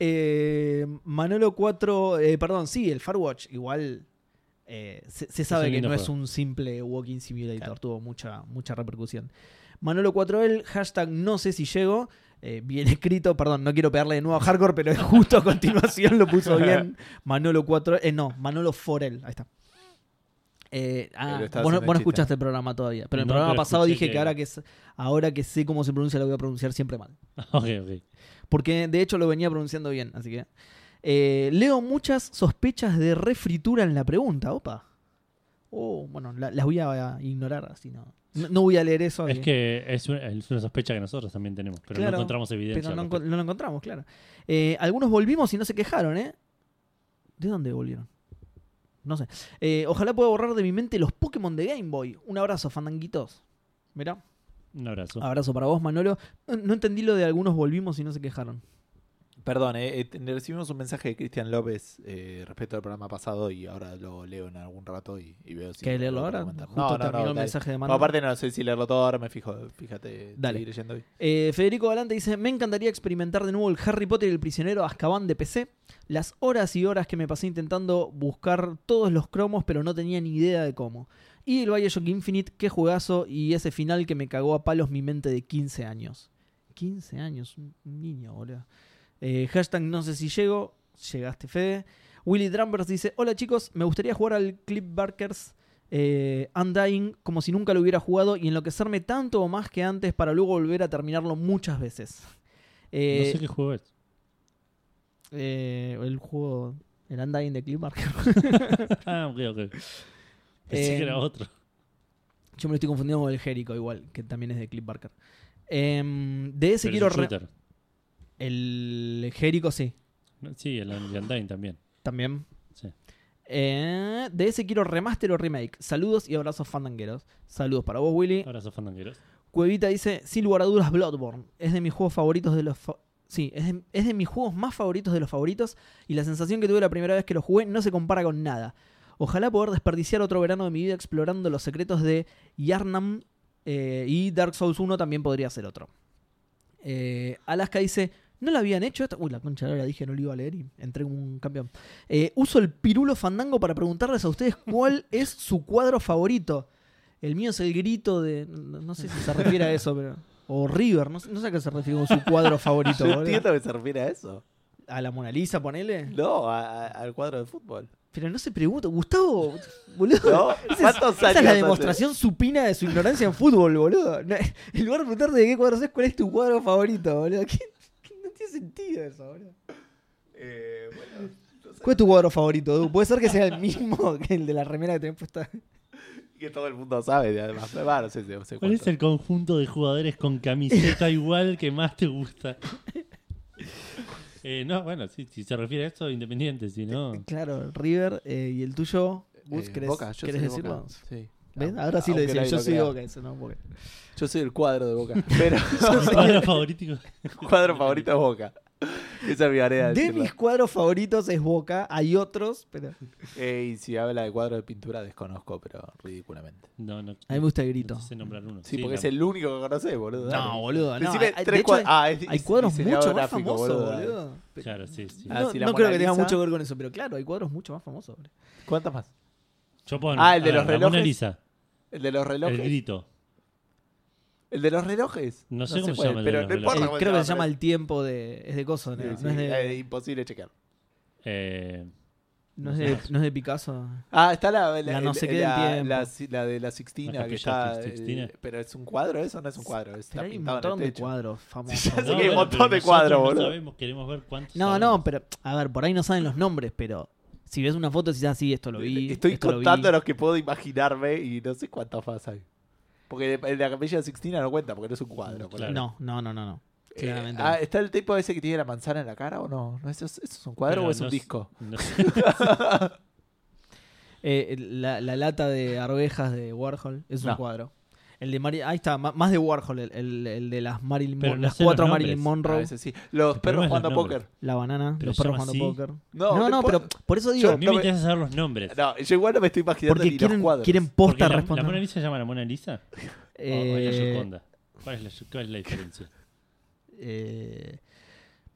Speaker 3: Eh, Manolo 4. eh, perdón, sí, el Firewatch. Igual eh, se, se
Speaker 1: un
Speaker 3: sabe que no
Speaker 1: lindo
Speaker 3: es
Speaker 1: juego.
Speaker 3: un simple walking simulator. Tuvo mucha, mucha repercusión. Manolo 4L, hashtag no sé si llego. eh, bien escrito, perdón, no quiero pegarle de nuevo a Hardcore, pero justo a continuación lo puso bien. Manolo 4, eh, no, Manolo Forel, ahí está. Eh, ah,
Speaker 2: Pero estaba
Speaker 3: vos no,
Speaker 2: haciendo
Speaker 3: vos no
Speaker 2: el chiste.
Speaker 3: escuchaste el programa todavía, pero en el
Speaker 1: No,
Speaker 3: programa
Speaker 1: pero
Speaker 3: pasado
Speaker 1: escuché
Speaker 3: dije que,
Speaker 1: que-
Speaker 3: ahora que s- ahora que sé cómo se pronuncia lo voy a pronunciar siempre mal.
Speaker 1: Ok, ok.
Speaker 3: Porque de hecho lo venía pronunciando bien, así que. Eh, leo muchas sospechas de refritura en la pregunta, opa. Oh, bueno, la- las voy a, ignorar, así no. No, no voy a leer eso.
Speaker 1: Es
Speaker 3: eh,
Speaker 1: que es una, es una sospecha que nosotros también tenemos, pero
Speaker 3: Claro,
Speaker 1: no encontramos evidencia.
Speaker 3: pero
Speaker 1: al
Speaker 3: no, encon-
Speaker 1: respecto.
Speaker 3: no lo encontramos, claro. Eh, algunos volvimos y no se quejaron, ¿eh? ¿De dónde volvieron? No sé. Eh, ojalá pueda borrar de mi mente los Pokémon de Game Boy. Un abrazo, fandanguitos. Mirá.
Speaker 1: Un abrazo.
Speaker 3: Abrazo para vos, Manolo. No, no entendí lo de algunos volvimos y no se quejaron.
Speaker 2: Perdón, eh, eh, te- recibimos un mensaje de Cristian López eh, respecto al programa pasado y ahora lo leo en algún rato y, y veo si.
Speaker 3: ¿Querés leerlo
Speaker 2: lo
Speaker 3: ahora?
Speaker 2: puedo comentar.
Speaker 3: Justo
Speaker 2: No, no,
Speaker 3: terminó
Speaker 2: no,
Speaker 3: el
Speaker 2: dale.
Speaker 3: mensaje de
Speaker 2: No,
Speaker 3: Manolo.
Speaker 2: aparte, no sé si leerlo todo ahora, me fijo. Fíjate,
Speaker 3: Dale.
Speaker 2: seguir leyendo hoy.
Speaker 3: Eh, Federico Galante dice: Me encantaría experimentar de nuevo el Harry Potter y el prisionero Azkaban de PC. Las horas y horas que me pasé intentando buscar todos los cromos, pero no tenía ni idea de cómo. Y el Bioshock Infinite, qué juegazo, y ese final que me cagó a palos mi mente de 15 años. 15 años, un un niño, boludo. Eh, hashtag no sé si llego, llegaste Fede. Willy Drumbers dice: Hola chicos, me gustaría jugar al Clip Barkers eh, Undying como si nunca lo hubiera jugado y enloquecerme tanto o más que antes para luego volver a terminarlo muchas veces. Eh,
Speaker 1: no sé qué juego es.
Speaker 3: eh, el juego. El Undying de Clip Barker.
Speaker 1: ah, ok, ok. Pensé
Speaker 3: Eh,
Speaker 1: que era otro.
Speaker 3: Yo me lo estoy confundiendo con el Jericho, igual, que también es de Clip Barker. Em, de ese
Speaker 1: Pero
Speaker 3: quiero.
Speaker 1: es un
Speaker 3: re-
Speaker 1: shooter.
Speaker 3: El Jericho, sí.
Speaker 1: Sí, el Undyne también.
Speaker 3: También.
Speaker 1: Sí.
Speaker 3: Eh, de ese quiero remaster o remake. Saludos y abrazos fandangueros. Saludos para vos, Willy.
Speaker 1: Abrazos fandangueros.
Speaker 3: Cuevita dice, sin lugar a dudas, Bloodborne. Es de mis juegos favoritos de los... fa- sí, es de, es de mis juegos más favoritos de los favoritos y la sensación que tuve la primera vez que lo jugué no se compara con nada. Ojalá poder desperdiciar otro verano de mi vida explorando los secretos de Yarnam eh, y Dark Souls 1 también podría ser otro. Eh, Alaska dice, ¿no lo habían hecho esto? Uy, la concha, ahora dije, no lo iba a leer y entré como un campeón. Eh, uso el pirulo fandango para preguntarles a ustedes cuál es su cuadro favorito. El mío es el grito de. No no sé si se refiere a eso, pero. O River, no, sé- no sé a qué se refiere con su cuadro favorito,
Speaker 2: Yo
Speaker 3: boludo.
Speaker 2: entiendo que se refiere a eso.
Speaker 3: A la Mona Lisa, ponele.
Speaker 2: No, a- a- al cuadro de fútbol.
Speaker 3: Pero no se pregunta, Gustavo, boludo.
Speaker 2: No,
Speaker 3: Esa es,
Speaker 2: ¿cuántos
Speaker 3: esa es
Speaker 2: años
Speaker 3: la
Speaker 2: hace?
Speaker 3: demostración supina de su ignorancia en fútbol, boludo. No, en lugar de preguntarte de qué cuadro es, cuál es tu cuadro favorito, boludo. ¿Qué- qué- no tiene sentido eso, boludo.
Speaker 2: Eh, bueno, no sé.
Speaker 3: ¿Cuál es tu cuadro favorito, Edu? Puede ser que sea el mismo que el de la remera que tenés puesta.
Speaker 2: Que todo el mundo sabe, y además. Pero, bueno, no sé, no sé
Speaker 1: ¿Cuál es
Speaker 2: cuánto.
Speaker 1: el conjunto de jugadores con camiseta igual que más te gusta? Eh, no, bueno, sí, si se refiere a esto, independiente, si no.
Speaker 3: Claro, River eh, y el tuyo, Gus,
Speaker 2: Eh,
Speaker 3: ¿querés,
Speaker 2: Boca, yo
Speaker 3: querés
Speaker 2: soy de
Speaker 3: decirlo?
Speaker 2: Boca, Sí.
Speaker 3: ¿Ves? Ahora sí lo
Speaker 2: Aunque
Speaker 3: decía,
Speaker 2: nadie
Speaker 3: yo
Speaker 2: lo
Speaker 3: soy
Speaker 2: crea.
Speaker 3: Boca, eso no, porque...
Speaker 2: Yo soy el cuadro de Boca. Pero
Speaker 1: ¿Cuadro favorito?
Speaker 2: cuadro favorito es Boca. Esa es mi tarea.
Speaker 3: De mis cuadros favoritos es Boca, hay otros, pero...
Speaker 2: Eh, y si habla de cuadro de pintura, desconozco, pero ridículamente.
Speaker 1: No, no.
Speaker 3: A mí me gusta el
Speaker 1: no
Speaker 3: grito.
Speaker 1: sé nombrar uno.
Speaker 2: Sí, porque
Speaker 1: la-
Speaker 2: es el único que conocés, boludo.
Speaker 3: No, boludo, no.
Speaker 2: Decime
Speaker 3: Hay-
Speaker 2: tres
Speaker 3: de hecho,
Speaker 2: cuad- ah, es-
Speaker 3: hay
Speaker 2: es
Speaker 3: cuadros mucho
Speaker 2: diseñador
Speaker 3: más
Speaker 2: gráfico,
Speaker 3: famosos,
Speaker 2: boludo.
Speaker 3: boludo.
Speaker 1: Claro, sí, sí.
Speaker 2: Ah,
Speaker 3: no
Speaker 2: sí, la
Speaker 3: no creo
Speaker 2: Mona
Speaker 3: que tenga
Speaker 2: Lisa.
Speaker 3: mucho que ver con eso, pero claro, hay cuadros mucho más famosos. boludo.
Speaker 2: ¿Cuántas más?
Speaker 1: Yo pongo,
Speaker 2: Ah, el de
Speaker 1: a
Speaker 2: los
Speaker 1: ver, la Mona
Speaker 2: relojes.
Speaker 1: Lisa,
Speaker 2: ¿El de los
Speaker 1: el
Speaker 2: relojes? ¿El,
Speaker 1: grito.
Speaker 2: de los relojes?
Speaker 1: No sé cómo se
Speaker 2: cuál,
Speaker 1: llama el de
Speaker 2: pero
Speaker 1: los
Speaker 2: no
Speaker 1: relojes.
Speaker 2: importa
Speaker 3: El-
Speaker 2: cómo
Speaker 3: Eh, creo que se llama
Speaker 2: pero-
Speaker 3: El Tiempo de... Es de Coso, no,
Speaker 2: Sí,
Speaker 3: no es
Speaker 2: sí,
Speaker 3: de,
Speaker 2: eh, imposible chequear.
Speaker 1: Eh,
Speaker 3: no es de- no es de Picasso.
Speaker 2: Ah, está la,
Speaker 3: La no
Speaker 2: el-
Speaker 3: sé qué
Speaker 2: la-
Speaker 3: del tiempo.
Speaker 2: la si- la de la Sixtina.
Speaker 1: La
Speaker 2: que
Speaker 1: capilla
Speaker 2: está, eh,
Speaker 1: Sixtina.
Speaker 2: pero es un cuadro, eso no es un cuadro. Está
Speaker 3: Pero hay un
Speaker 2: pintado
Speaker 3: montón
Speaker 2: en el
Speaker 3: de
Speaker 2: techo.
Speaker 3: cuadros
Speaker 2: Sí,
Speaker 3: famosos.
Speaker 2: ya sé
Speaker 3: boludo.
Speaker 2: que hay un
Speaker 1: bueno,
Speaker 2: montón
Speaker 1: pero
Speaker 2: de cuadros,
Speaker 1: nosotros no
Speaker 2: boludo.
Speaker 1: sabemos, queremos ver cuántos.
Speaker 3: No,
Speaker 1: sabemos.
Speaker 3: no, pero a ver, por ahí no saben los nombres, pero si ves una foto dices, ah, sí, esto lo vi.
Speaker 2: Eh, Estoy
Speaker 3: esto lo vi".
Speaker 2: contando los que puedo imaginarme y no sé cuántas más hay. Porque el de la capilla Sixtina no cuenta porque no es un cuadro. por
Speaker 1: Claro.
Speaker 2: ejemplo.
Speaker 3: No, no, no, no, no.
Speaker 2: Eh,
Speaker 3: claramente
Speaker 2: ah,
Speaker 3: no.
Speaker 2: ¿Está el tipo ese que tiene la manzana en la cara o no? ¿No ¿Eso, es, eso es un cuadro
Speaker 1: Pero
Speaker 2: o es
Speaker 1: no
Speaker 2: un
Speaker 1: sé-
Speaker 2: disco?
Speaker 1: no sé.
Speaker 3: Eh, la, la lata de arvejas de Warhol es un
Speaker 2: No.
Speaker 3: cuadro. El de Mari- ahí está, ma- más de Warhol, el, el- el de las Marilyn
Speaker 1: Pero
Speaker 3: Mon-
Speaker 1: no
Speaker 3: las
Speaker 1: sé los
Speaker 3: cuatro
Speaker 1: nombres.
Speaker 3: Marilyn
Speaker 2: A
Speaker 3: Monroe,
Speaker 2: veces sí. Los
Speaker 1: El
Speaker 2: perros
Speaker 1: problema es
Speaker 2: jugando
Speaker 1: los
Speaker 2: póker.
Speaker 3: la banana,
Speaker 1: Pero
Speaker 3: los
Speaker 1: se
Speaker 3: perros
Speaker 1: llama
Speaker 3: jugando
Speaker 1: así.
Speaker 3: póker.
Speaker 2: No,
Speaker 3: no,
Speaker 2: te
Speaker 3: no,
Speaker 2: puedo-
Speaker 3: pero por eso digo,
Speaker 1: A mí me interesa saber los nombres.
Speaker 2: No, yo igual no me estoy imaginando
Speaker 3: porque
Speaker 2: ni los
Speaker 3: quieren,
Speaker 2: cuadros.
Speaker 3: quieren
Speaker 1: Porque la,
Speaker 3: posta
Speaker 1: ¿La Mona
Speaker 3: responder.
Speaker 1: Lisa se llama la Mona Lisa? ¿O, o es la
Speaker 3: Eh,
Speaker 1: Gioconda? ¿Cuál es la, cuál es la diferencia?
Speaker 3: eh,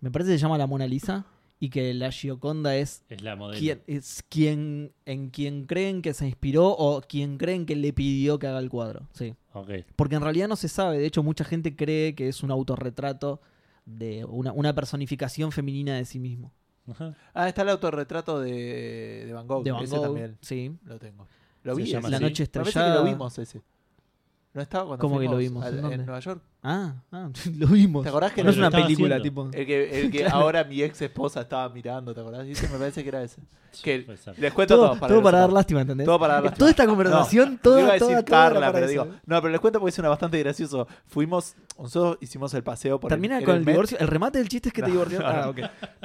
Speaker 3: me parece que se llama la Mona Lisa y que la Gioconda es
Speaker 1: Es la modelo.
Speaker 3: ¿Quién, es quien, en quien creen que se inspiró o quien creen que le pidió que haga el cuadro. Sí.
Speaker 1: Ok.
Speaker 3: Porque en realidad no se sabe. De hecho, mucha gente cree que es un autorretrato de una, una personificación femenina de sí mismo.
Speaker 1: Ajá.
Speaker 2: Ah, está el autorretrato de, de Van Gogh.
Speaker 3: De Van
Speaker 2: Ese
Speaker 3: Gogh,
Speaker 2: también
Speaker 3: Sí.
Speaker 2: lo tengo. Lo
Speaker 1: Se
Speaker 2: vi.
Speaker 1: llama
Speaker 2: ese.
Speaker 3: La
Speaker 1: así?
Speaker 3: noche
Speaker 2: Me parece que
Speaker 3: estrellada.
Speaker 2: lo vimos ese. ¿No estaba cuando
Speaker 3: ¿Cómo que lo
Speaker 2: fuimos
Speaker 3: vimos?
Speaker 2: al-
Speaker 3: ¿En dónde?
Speaker 2: en Nueva York.
Speaker 3: Ah, ah, lo vimos.
Speaker 2: ¿Te acordás que
Speaker 3: No
Speaker 1: Cuando
Speaker 3: es
Speaker 1: lo
Speaker 3: una
Speaker 1: estaba
Speaker 3: película,
Speaker 1: haciendo.
Speaker 3: tipo.
Speaker 2: El que, el que ahora mi ex esposa estaba mirando, ¿te acordás? Dice, me parece que era ese. Que
Speaker 1: Puede ser.
Speaker 2: les cuento todo,
Speaker 3: Todo,
Speaker 2: para
Speaker 3: todo
Speaker 2: que
Speaker 3: para
Speaker 2: lo
Speaker 3: dar
Speaker 2: sepan.
Speaker 3: lástima, ¿entendés?
Speaker 2: Todo para dar
Speaker 3: Toda
Speaker 2: lástima.
Speaker 3: esta conversación,
Speaker 2: Yo
Speaker 3: toda,
Speaker 2: iba a
Speaker 3: toda,
Speaker 2: decir
Speaker 3: toda era
Speaker 2: Carla,
Speaker 3: para
Speaker 2: pero
Speaker 3: eso.
Speaker 2: digo. No, pero les cuento porque es una bastante gracioso. Fuimos, nosotros hicimos el paseo por
Speaker 3: Termina
Speaker 2: el,
Speaker 3: con
Speaker 2: en
Speaker 3: el
Speaker 2: Met.
Speaker 3: divorcio. El remate del chiste es que te
Speaker 2: No,
Speaker 3: divorció.
Speaker 2: no,
Speaker 3: Ah,
Speaker 2: no.
Speaker 3: ok.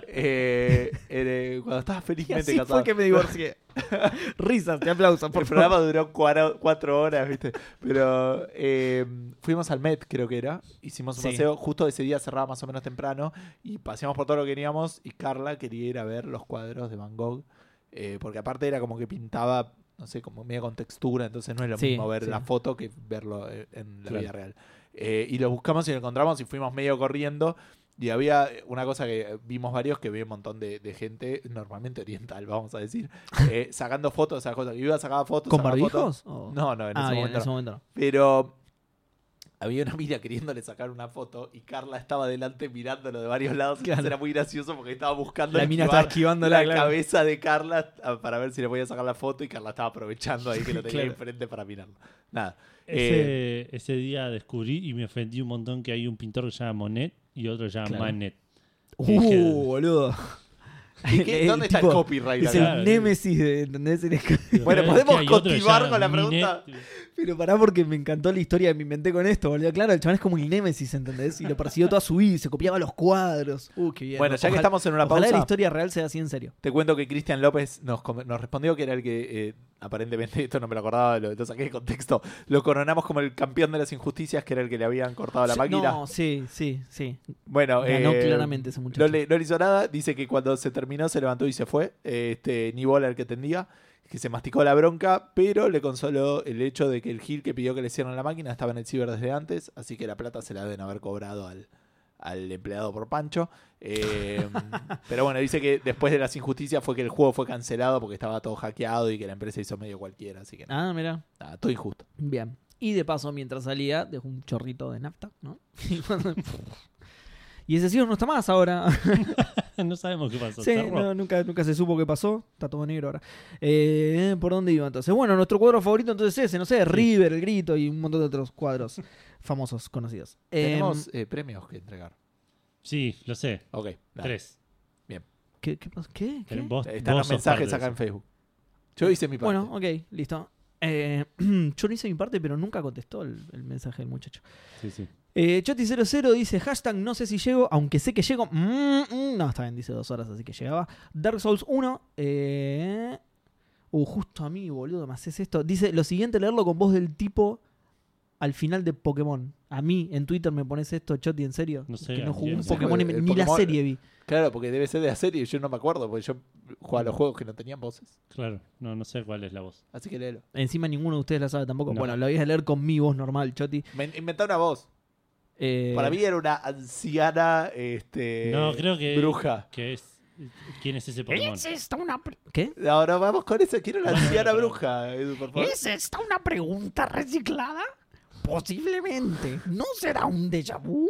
Speaker 2: Eh, en el- cuando estaba
Speaker 3: Y
Speaker 2: felizmente
Speaker 3: así
Speaker 2: casado.
Speaker 3: fue que me divorcié. Risas, te aplauso, por
Speaker 2: el
Speaker 3: favor.
Speaker 2: programa duró cuara- cuatro horas, ¿viste? Pero eh, fuimos al Met, creo que era. Hicimos un
Speaker 3: Sí.
Speaker 2: paseo. Justo ese día cerraba más o menos temprano. Y paseamos por todo lo que queríamos. Y Carla quería ir a ver los cuadros de Van Gogh. eh, porque aparte era como que pintaba, no sé, como media con textura. Entonces no es lo
Speaker 3: Sí,
Speaker 2: mismo ver
Speaker 3: sí.
Speaker 2: la foto que verlo eh, en la
Speaker 1: Claro.
Speaker 2: vida real. Eh, y lo buscamos y lo encontramos y fuimos medio corriendo. Y había una cosa que eh, vimos varios, que había un montón de, de gente, normalmente oriental, vamos a decir, eh, sacando fotos, esas cosas. Yo iba, sacaba fotos.
Speaker 3: ¿Con
Speaker 2: sacaba fotos.
Speaker 3: barbijos? o-
Speaker 2: No, no, en
Speaker 3: Ah,
Speaker 2: ese
Speaker 3: bien,
Speaker 2: momento.
Speaker 3: en ese
Speaker 2: no.
Speaker 3: momento no.
Speaker 2: Pero había una mina queriéndole sacar una foto y Carla estaba delante mirándolo de varios lados. Entonces
Speaker 4: Claro.
Speaker 2: Era muy gracioso porque estaba buscando
Speaker 4: La mina estaba
Speaker 2: esquivar
Speaker 4: esquivando
Speaker 2: la
Speaker 4: la clave.
Speaker 2: cabeza de Carla ah, para ver si le podía sacar la foto y Carla estaba aprovechando ahí que lo tenía
Speaker 1: Claro.
Speaker 2: enfrente para mirarlo. Nada. Eh,
Speaker 1: Ese, ese día descubrí y me ofendí un montón que hay un pintor que se llama Monet y otro que se llama
Speaker 4: Claro.
Speaker 1: Manet.
Speaker 4: Uh, boludo.
Speaker 2: ¿y qué-
Speaker 4: Eh,
Speaker 2: ¿Dónde está el
Speaker 4: tipo,
Speaker 2: copyright
Speaker 4: Es
Speaker 2: acá?
Speaker 1: Claro,
Speaker 4: el némesis de, ¿entendés? El esca-
Speaker 2: Bueno,
Speaker 1: Pero
Speaker 2: ¿podemos
Speaker 1: hay otro que se llama
Speaker 2: continuar con la pregunta?
Speaker 1: Minet.
Speaker 4: Pero
Speaker 3: Pará porque me encantó la historia, me inventé con esto, boludo. Claro, el chaval es como el Némesis, ¿entendés? Y lo persiguió toda su vida, y se copiaba los cuadros. Uh, qué bien.
Speaker 2: Bueno, ya que
Speaker 3: Ojalá-
Speaker 2: estamos en una
Speaker 3: ojalá la
Speaker 2: pausa,
Speaker 3: historia real sea así en serio.
Speaker 2: te cuento que Cristian López nos, com- nos respondió que era el que, eh, aparentemente, esto no me lo acordaba, lo, lo saqué de contexto, lo coronamos como el campeón de las injusticias, que era el que le habían cortado la
Speaker 3: Sí,
Speaker 2: máquina.
Speaker 3: No, sí, sí, sí.
Speaker 2: Bueno,
Speaker 3: Ganó
Speaker 2: eh,
Speaker 3: claramente ese muchacho.
Speaker 2: No le, no le hizo nada. Dice que cuando se terminó se levantó y se fue. Eh, Este, ni bola el que tendía. Que se masticó la bronca, pero le consoló el hecho de que el Gil que pidió que le hicieran la máquina estaba en el ciber desde antes, así que la plata se la deben haber cobrado al, al empleado por Pancho. Eh, pero bueno, dice que después de las injusticias fue que el juego fue cancelado porque estaba todo hackeado y que la empresa hizo medio cualquiera, así que nada,
Speaker 3: Ah, mira.
Speaker 2: nada, todo injusto.
Speaker 3: Bien. Y de paso, mientras salía, dejó un chorrito de nafta, ¿no? Y cuando- y ese cielo no está más ahora.
Speaker 1: no sabemos qué pasó.
Speaker 3: Sí,
Speaker 1: cerró.
Speaker 3: no, nunca, nunca se supo qué pasó. Está todo negro ahora. Eh, ¿Por dónde iba entonces? Bueno, nuestro cuadro favorito entonces es ese, no sé, River, El Grito y un montón de otros cuadros famosos, conocidos. Em,
Speaker 2: Tenemos eh, premios que entregar.
Speaker 1: Sí, lo sé.
Speaker 2: Ok, dale.
Speaker 1: Tres.
Speaker 3: ¿Qué? ¿Qué? pas- qué, qué?
Speaker 1: Vos-
Speaker 2: Están
Speaker 1: vos
Speaker 2: los
Speaker 1: sos
Speaker 2: mensajes
Speaker 1: parte
Speaker 2: acá
Speaker 1: de
Speaker 2: en Facebook. Yo hice mi parte.
Speaker 3: Bueno, ok, listo. Eh, yo no hice mi parte, pero nunca contestó el, el mensaje del muchacho.
Speaker 1: eso. Sí, sí.
Speaker 3: Eh, Choti00 dice hashtag no sé si llego, aunque sé que llego. Mm, mm, no, está bien, dice dos horas, así que llegaba. Dark Souls 1. Eh, uh, justo a mí, boludo, me haces esto. Dice lo siguiente, leerlo con voz del tipo al final de Pokémon. A mí en Twitter me pones esto, Choti, en serio.
Speaker 1: No sé,
Speaker 3: que no jugué
Speaker 1: bien,
Speaker 3: un
Speaker 1: bien.
Speaker 3: Pokémon,
Speaker 2: El
Speaker 3: ni la
Speaker 2: Pokémon-
Speaker 3: serie vi.
Speaker 2: Claro, porque debe ser de la serie. Yo no me acuerdo, porque yo jugaba a los juegos que no tenían voces.
Speaker 1: Claro, no, no sé cuál es la voz.
Speaker 2: Así que léelo.
Speaker 3: Encima ninguno de ustedes la sabe tampoco.
Speaker 1: No.
Speaker 3: Bueno, lo voy a leer con mi voz normal, Choti.
Speaker 2: Me inventé una voz.
Speaker 3: Eh,
Speaker 2: Para mí era una anciana este,
Speaker 1: no, creo que.
Speaker 2: bruja.
Speaker 1: que es, ¿Quién es ese Pokémon?
Speaker 5: está una, pre-
Speaker 3: ¿Qué?
Speaker 2: Ahora vamos con eso. Quiero una
Speaker 1: Bueno,
Speaker 2: anciana
Speaker 1: pero-
Speaker 2: bruja, Edu, por favor.
Speaker 5: ¿Es esta una pregunta reciclada? Posiblemente. ¿No será un déjà vu?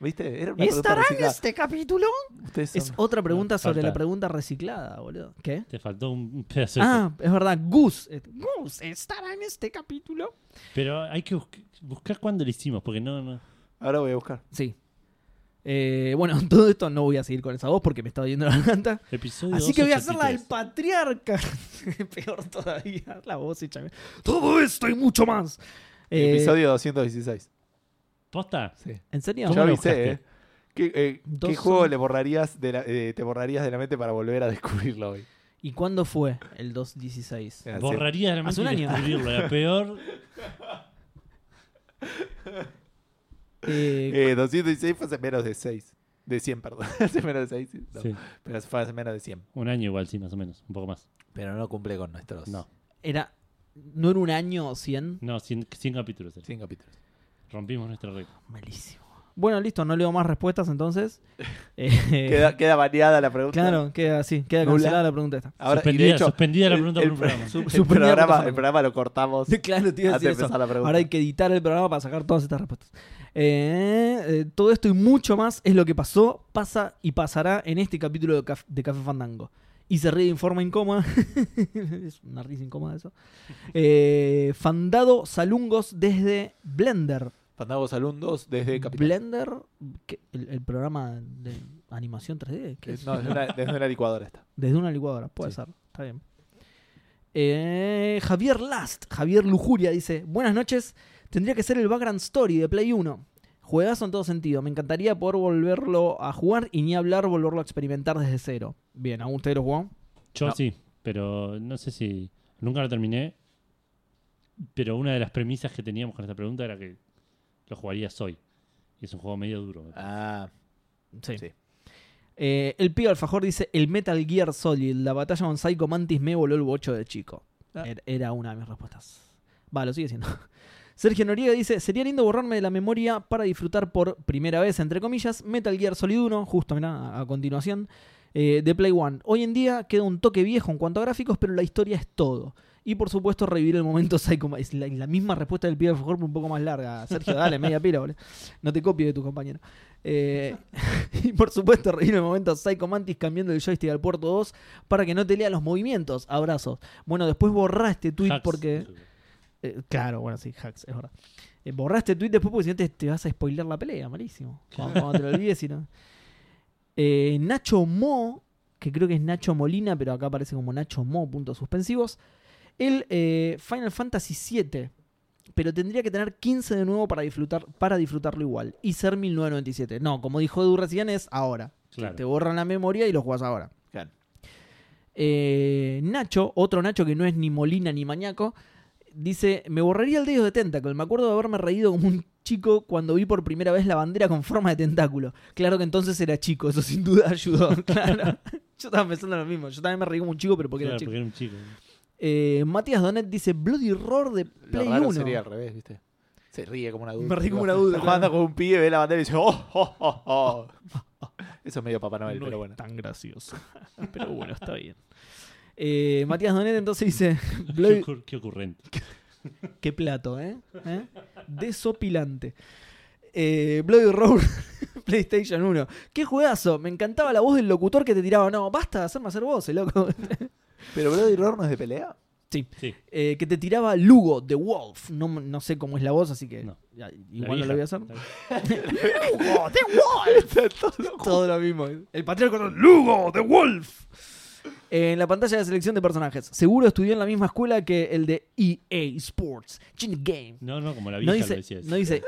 Speaker 2: ¿Viste? Era una pregunta
Speaker 5: ¿Estará en
Speaker 2: reciclada.
Speaker 5: este capítulo?
Speaker 2: Ustedes son-
Speaker 3: Es otra pregunta sobre
Speaker 1: falta.
Speaker 3: la pregunta reciclada, boludo. ¿Qué?
Speaker 1: Te faltó un pedazo. de
Speaker 3: Ah, es verdad, Gus. Eh,
Speaker 5: Gus, ¿estará en este capítulo?
Speaker 1: Pero hay que busc- buscar cuándo lo hicimos, porque no. no.
Speaker 2: Ahora voy a buscar.
Speaker 3: Sí. Eh, bueno, todo esto no voy a seguir con esa voz porque me está oyendo la garganta.
Speaker 1: Episodio
Speaker 3: Así que voy a hacer la
Speaker 1: 283.
Speaker 3: del patriarca. Peor todavía. La voz hecha. mierda. Todo esto y mucho más. Eh,
Speaker 2: Episodio 216.
Speaker 1: ¿Posta?
Speaker 2: Sí.
Speaker 3: ¿En serio?
Speaker 1: ¿Cómo
Speaker 2: Yo
Speaker 1: lo
Speaker 2: avisé,
Speaker 1: buscaste?
Speaker 2: ¿eh? ¿Qué, eh,
Speaker 3: Dos
Speaker 2: qué juego
Speaker 3: son-
Speaker 2: le borrarías de la- eh, te borrarías de la mente para volver a descubrirlo hoy?
Speaker 3: ¿Y cuándo fue el 216?
Speaker 2: Era así.
Speaker 1: Borraría la mente
Speaker 3: Hace un
Speaker 1: y
Speaker 3: año.
Speaker 1: descubrirlo. La peor.
Speaker 3: Eh,
Speaker 2: Eh, 216 fue hace menos de 6. De 100, perdón. hace menos de 6. no.
Speaker 1: Sí,
Speaker 2: Pero fue hace menos de 100.
Speaker 1: un año igual, sí, más o menos. Un poco más.
Speaker 2: Pero no cumple con nuestros
Speaker 1: No,
Speaker 3: era, ¿No era un año o 100?
Speaker 1: no, 100, capítulos. era.
Speaker 2: 100 capítulos.
Speaker 1: Rompimos nuestra regla.
Speaker 3: Malísimo. Bueno, listo, no leo más respuestas entonces. Eh,
Speaker 2: Queda, queda baneada la pregunta.
Speaker 3: claro, queda así, queda
Speaker 2: Nula.
Speaker 3: cancelada la pregunta esta.
Speaker 2: Ahora, y
Speaker 1: suspendida,
Speaker 2: de hecho,
Speaker 1: suspendida la
Speaker 2: el-
Speaker 1: pregunta
Speaker 2: el-
Speaker 1: por un programa.
Speaker 2: el
Speaker 3: Suspendida la
Speaker 2: programa,
Speaker 3: pregunta.
Speaker 2: el programa lo cortamos
Speaker 3: Claro, te iba a
Speaker 2: antes de
Speaker 3: decir eso.
Speaker 2: empezar la pregunta.
Speaker 3: Ahora hay que editar el programa para sacar todas estas respuestas. Eh, eh, todo esto y mucho más es lo que pasó, pasa y pasará en este capítulo de, Caf- de Café Fandango. Y se ríe en forma incómoda. es una risa incómoda eso. Eh, Fandado Salungos desde Blender.
Speaker 2: Fandango Salón 2 desde Capital.
Speaker 3: Blender, ¿qué? el, el programa de animación 3D. ¿qué
Speaker 2: Eh,
Speaker 3: es?
Speaker 2: No, desde una, desde una licuadora está.
Speaker 3: Desde una licuadora, puede
Speaker 2: Sí.
Speaker 3: ser, está bien. Eh, Javier Last, Javier Lujuria dice: Buenas noches, tendría que ser el background story de Play 1. Juegazo en todo sentido, me encantaría poder volverlo a jugar y ni hablar, volverlo a experimentar desde cero. Bien, ¿aún ustedes lo jugó?
Speaker 1: Yo
Speaker 2: No.
Speaker 1: sí, pero no sé si. Nunca lo terminé. Pero una de las premisas que teníamos con esta pregunta era que lo jugarías hoy. Y es un juego medio duro. me parece.
Speaker 2: Ah, Sí.
Speaker 3: Eh, el Pío Alfajor dice: El Metal Gear Solid, la batalla con Psycho Mantis me voló el bocho de chico.
Speaker 2: Ah.
Speaker 3: Era- Era una de mis respuestas. Va, lo sigue siendo. Sergio Noriega dice: Sería lindo borrarme de la memoria para disfrutar por primera vez, entre comillas, Metal Gear Solid 1, justo mirá, a, a continuación. eh, de Play One. Hoy en día queda un toque viejo en cuanto a gráficos, pero la historia es todo. Y por supuesto, revivir el momento Psycho Ma- Es la, la misma respuesta del pibe de Corp un poco más larga. Sergio, dale, media pila, boludo. No te copies de tu compañero. Eh, y por supuesto, revivir el momento Psycho Mantis cambiando el joystick al puerto 2 para que no te lea los movimientos. Abrazos. Bueno, después borra este tweet
Speaker 1: Hacks.
Speaker 3: porque. Eh, claro, bueno, sí, hacks, es verdad. Eh, borraste el tweet después porque si no te, te vas a spoiler la pelea, malísimo. Cuando, cuando te lo olvides, si no. Eh, Nacho Mo, que creo que es Nacho Molina, pero acá aparece como Nacho Mo, puntos suspensivos. El eh, Final Fantasy VII, pero tendría que tener 15 de nuevo para, disfrutar, para disfrutarlo igual y ser 1997. No, como dijo Edu recién, es ahora.
Speaker 1: Claro.
Speaker 3: Te borran la memoria y lo jugás ahora.
Speaker 2: Claro.
Speaker 3: Eh, Nacho, otro Nacho que no es ni Molina ni Mañaco, dice, me borraría el dedo de Tentacle. Me acuerdo de haberme reído como un chico cuando vi por primera vez la bandera con forma de tentáculo. Claro que entonces era chico, eso sin duda ayudó. Claro. Yo estaba pensando lo mismo. Yo también me reí como un chico, pero porque
Speaker 1: Claro,
Speaker 3: era chico.
Speaker 1: porque era un chico.
Speaker 3: Eh, Matías Donet dice, Bloody Roar de
Speaker 2: Lo
Speaker 3: Play
Speaker 2: raro
Speaker 3: 1.
Speaker 2: sería al revés, ¿viste? Se ríe como una duda.
Speaker 3: Me ríe como una adulto,
Speaker 2: Está jugando con un pibe, ve la bandera y dice, oh, oh, oh, oh. Eso es medio Papá Noel, pero bueno.
Speaker 3: tan gracioso. Pero bueno, está bien. Eh, Matías Donet entonces dice, Bloody,
Speaker 1: Qué, ocur- qué ocurrente.
Speaker 3: Qué plato, ¿eh? ¿Eh? Desopilante. Eh, Bloody Roar, PlayStation 1. Qué juegazo. Me encantaba la voz del locutor que te tiraba. No, basta de hacerme hacer voces, loco.
Speaker 2: ¿Pero Brody Roar no es de pelea?
Speaker 1: Sí.
Speaker 3: Eh, que te tiraba Lugo, The Wolf. No, no sé cómo es la voz, así que
Speaker 1: No.
Speaker 3: ya,
Speaker 1: La
Speaker 3: igual no la voy a
Speaker 1: vieja.
Speaker 3: hacer.
Speaker 5: ¡Lugo, The Wolf!
Speaker 3: Todo lo mismo. El patriarca con Lugo, The Wolf. Eh, En la pantalla de selección de personajes. Seguro estudió en la misma escuela que el de EA Sports. Chin Game.
Speaker 1: No, no, como la vieja
Speaker 3: No
Speaker 1: lo decía.
Speaker 3: dice.
Speaker 1: eso.
Speaker 3: No dice.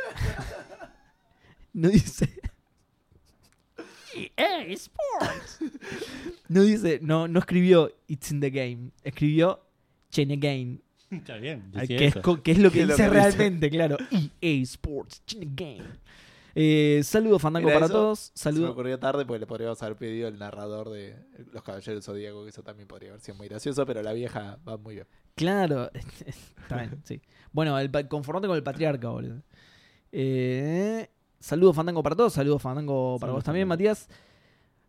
Speaker 3: No dice.
Speaker 5: EA Sports!
Speaker 3: No dice, no, no escribió It's in the game. Escribió Chain Again.
Speaker 1: Está bien.
Speaker 3: Ay,
Speaker 1: decía
Speaker 3: Que es,
Speaker 1: eso.
Speaker 3: co- que es lo
Speaker 2: Que
Speaker 3: que
Speaker 2: es lo
Speaker 3: dice
Speaker 2: que dice.
Speaker 3: realmente, claro. EA Sports, Chain Again. Eh, saludos, Fandango,
Speaker 2: Mira,
Speaker 3: para
Speaker 2: eso
Speaker 3: todos.
Speaker 2: Se me
Speaker 3: Saludos.
Speaker 2: ocurrió tarde porque le podríamos haber pedido el narrador de Los Caballeros Zodíaco, que eso también podría haber sido muy gracioso, pero la vieja va muy bien.
Speaker 3: Claro. Está bien, sí. Bueno, el pa- conformate con el patriarca, boludo. Eh, saludos, Fandango, para todos. Saludos, Fandango, para
Speaker 1: Saludos,
Speaker 3: vos también,
Speaker 1: Fandango.
Speaker 3: Matías.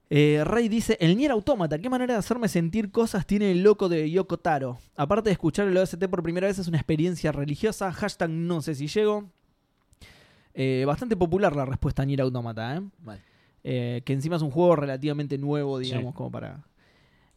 Speaker 3: Eh, Rey dice, el Nier Autómata, qué manera de hacerme sentir cosas tiene el loco de Yoko Taro. Aparte de escuchar el OST por primera vez es una experiencia religiosa, hashtag no sé si llego. Eh, bastante popular la respuesta a Nier Autómata, ¿eh?
Speaker 2: Mal.
Speaker 3: Eh, que encima es un juego relativamente nuevo, digamos,
Speaker 1: Sí.
Speaker 3: como para...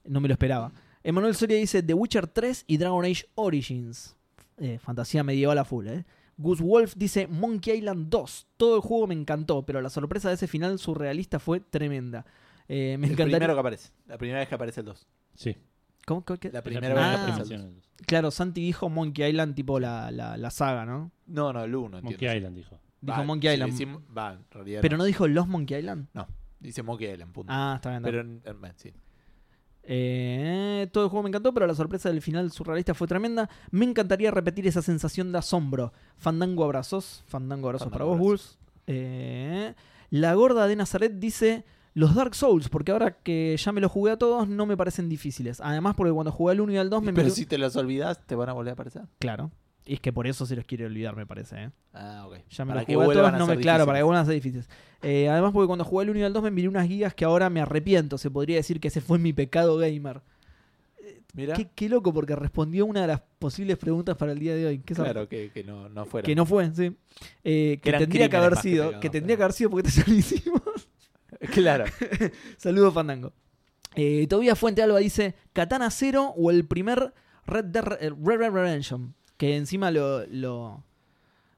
Speaker 3: No me lo esperaba. Emanuel Soria dice The Witcher 3 y Dragon Age Origins. Eh, fantasía medieval a full, ¿eh? Gus Wolf dice Monkey Island 2. Todo el juego me encantó, pero la sorpresa de ese final surrealista fue tremenda. Eh, me
Speaker 2: El primero
Speaker 3: encantaría...
Speaker 2: que aparece. La primera vez que aparece el 2.
Speaker 1: Sí. es
Speaker 3: ¿Cómo? ¿Cómo? ¿Qué?
Speaker 2: La
Speaker 1: la
Speaker 2: primera
Speaker 1: primera
Speaker 2: vez que
Speaker 3: Ah.
Speaker 2: aparece el 2.
Speaker 1: aparición.
Speaker 3: Claro, Santi dijo Monkey Island, tipo la, la- la saga, ¿no?
Speaker 2: No, no, el 1.
Speaker 1: Monkey Island dijo.
Speaker 3: Dijo Monkey Island.
Speaker 2: va, en realidad.
Speaker 3: Pero
Speaker 2: no.
Speaker 3: no dijo los Monkey Island.
Speaker 2: Dice Monkey Island, punto.
Speaker 3: Ah, está bien. está bien.
Speaker 2: pero en- en- sí.
Speaker 3: Eh, todo el juego me encantó, pero la sorpresa del final surrealista fue tremenda. Me encantaría repetir esa sensación de asombro. Fandango abrazos. Fandango abrazos
Speaker 2: Fandango
Speaker 3: para vos, Bulls. Eh, la gorda de Nazaret dice los Dark Souls, porque ahora que ya me los jugué a todos, no me parecen difíciles. Además, porque cuando jugué al 1 y al 2 me
Speaker 2: Pero
Speaker 3: metí-
Speaker 2: si te los olvidas, te van a volver a aparecer.
Speaker 3: Claro. Y es que por eso se los quiere olvidar, me parece, ¿eh.
Speaker 2: Ah, ok.
Speaker 3: Ya me
Speaker 2: Para
Speaker 3: los
Speaker 2: que
Speaker 3: jugué a
Speaker 2: vuelvan
Speaker 3: todos,
Speaker 2: a
Speaker 3: no me,
Speaker 2: ser
Speaker 3: claro, para que
Speaker 2: difíciles.
Speaker 3: vuelvan a ser difíciles. Eh, además, porque cuando jugué el 1 y el 2 me miré unas guías que ahora me arrepiento. Se podría decir que ese fue mi pecado gamer.
Speaker 2: Mira,
Speaker 3: Qué, qué loco, porque respondió una de las posibles preguntas para el día de hoy. Qué zarpa.
Speaker 2: claro que, que no, no fuera.
Speaker 3: que no fue, sí. Eh, que
Speaker 2: eran
Speaker 3: tendría que
Speaker 2: crímenes
Speaker 3: haber
Speaker 2: más que
Speaker 3: sido, que,
Speaker 2: pecados,
Speaker 3: tendría
Speaker 2: pero-
Speaker 3: que haber sido porque te salimos.
Speaker 2: Claro.
Speaker 3: Saludos, Fandango. Eh, Tobías Fuente Alba dice: Katana Zero o el primer Red Dead Re- eh, Red Dead Redemption. Que encima lo, lo,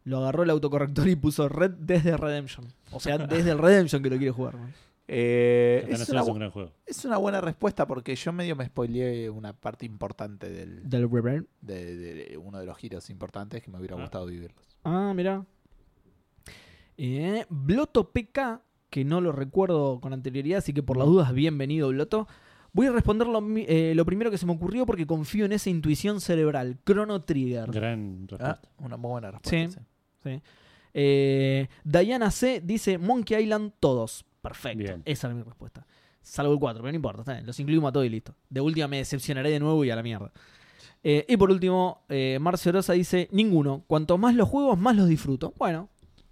Speaker 3: lo agarró el autocorrector y puso Red desde Redemption. O sea, desde el Redemption que lo quiere jugar. ¿no?
Speaker 2: Eh,
Speaker 1: Katana
Speaker 2: es,
Speaker 1: Zero
Speaker 2: una,
Speaker 1: es un
Speaker 2: bu-
Speaker 1: gran juego.
Speaker 2: es una buena respuesta porque yo medio me spoileé una parte importante del,
Speaker 3: Del Red Dead.
Speaker 2: de, de uno de los giros importantes que me hubiera
Speaker 1: Ah.
Speaker 2: gustado vivirlos.
Speaker 3: Ah, mira. Eh, Bloto PK, que no lo recuerdo con anterioridad, así que por las dudas, bienvenido, Bloto. Voy a responder lo, mi- eh, lo primero que se me ocurrió porque confío en esa intuición cerebral. Chrono Trigger.
Speaker 1: Gran
Speaker 2: Ah,
Speaker 1: respuesta.
Speaker 2: una muy buena respuesta.
Speaker 3: Eh, Diana C dice Monkey Island todos. Perfecto.
Speaker 1: Bien.
Speaker 3: Esa era mi respuesta. Salvo el 4, pero no importa, está bien, Los incluimos a todos y listo. De última me decepcionaré de nuevo y a la mierda. Eh, y por último, eh, Marcio Rosa dice: Ninguno. Cuanto más los juegos, más los disfruto. Bueno,
Speaker 2: sí.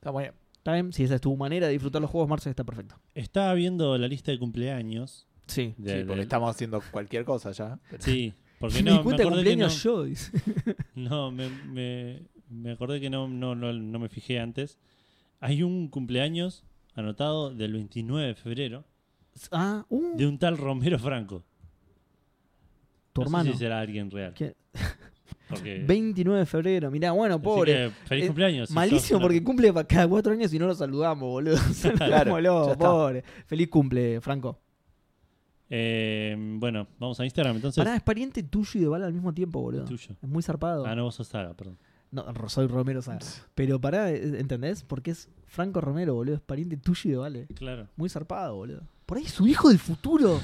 Speaker 2: Está muy bien.
Speaker 3: Está bien, si esa es tu manera de disfrutar los juegos, Marcel, está perfecto.
Speaker 1: Estaba viendo la lista de cumpleaños
Speaker 3: Sí.
Speaker 1: de-
Speaker 2: Sí,
Speaker 1: de-
Speaker 2: porque estamos haciendo cualquier cosa ya. pero-
Speaker 1: sí, porque
Speaker 3: Me
Speaker 1: no,
Speaker 3: di cuenta de
Speaker 1: acordé que
Speaker 3: cumpleaños
Speaker 1: no-
Speaker 3: yo, dice.
Speaker 1: No, me, me- me acordé que no, no, no, no me fijé antes. Hay un cumpleaños anotado del 29 de febrero
Speaker 3: Ah, uh,
Speaker 1: de un tal Romero Franco.
Speaker 3: tu
Speaker 1: No sé
Speaker 3: hermano.
Speaker 1: si será alguien real.
Speaker 3: ¿Qué?
Speaker 1: Porque-
Speaker 3: 29 de febrero, mirá, bueno,
Speaker 1: así
Speaker 3: pobre.
Speaker 1: que, feliz
Speaker 3: Eh,
Speaker 1: cumpleaños. si sos
Speaker 3: Malísimo
Speaker 1: una-
Speaker 3: porque cumple pa- cada cuatro años y no lo saludamos, boludo.
Speaker 2: Claro,
Speaker 3: Llámalo,
Speaker 2: ya está.
Speaker 3: pobre. Feliz cumple, Franco.
Speaker 1: Eh, bueno, vamos a Instagram entonces.
Speaker 3: Pará, es pariente tuyo y de Bala al mismo tiempo, boludo.
Speaker 1: Tuyo.
Speaker 3: Es muy zarpado.
Speaker 1: Ah, no, vos sos Saga, perdón.
Speaker 3: no. soy Romero Saga. Pero pará, eh, ¿entendés? Porque es Franco Romero, boludo. Es pariente tuyo y de Vale.
Speaker 1: Claro.
Speaker 3: Muy zarpado, boludo. Por ahí es su hijo del futuro.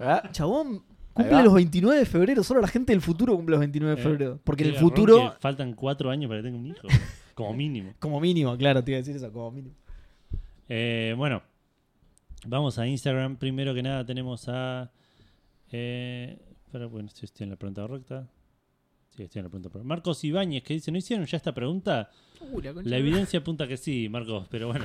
Speaker 2: ¿Ah?
Speaker 3: Chabón,
Speaker 2: Ahí
Speaker 3: cumple
Speaker 2: va.
Speaker 3: los 29 de febrero. Solo la gente del futuro cumple los 29 de
Speaker 1: Eh,
Speaker 3: febrero. Porque
Speaker 1: Sí,
Speaker 3: el
Speaker 1: garrón
Speaker 3: futuro,
Speaker 1: que faltan cuatro años para que tenga un hijo. como mínimo.
Speaker 3: como mínimo, claro, te iba a decir eso, como mínimo.
Speaker 1: Eh, bueno, vamos a Instagram. Primero que nada tenemos a... Eh, espera, bueno, si estoy en la pregunta correcta. Sí, estoy en la pregunta correcta. Marcos Ibáñez que dice, ¿no hicieron ya esta pregunta? La evidencia apunta que sí, Marcos, pero bueno.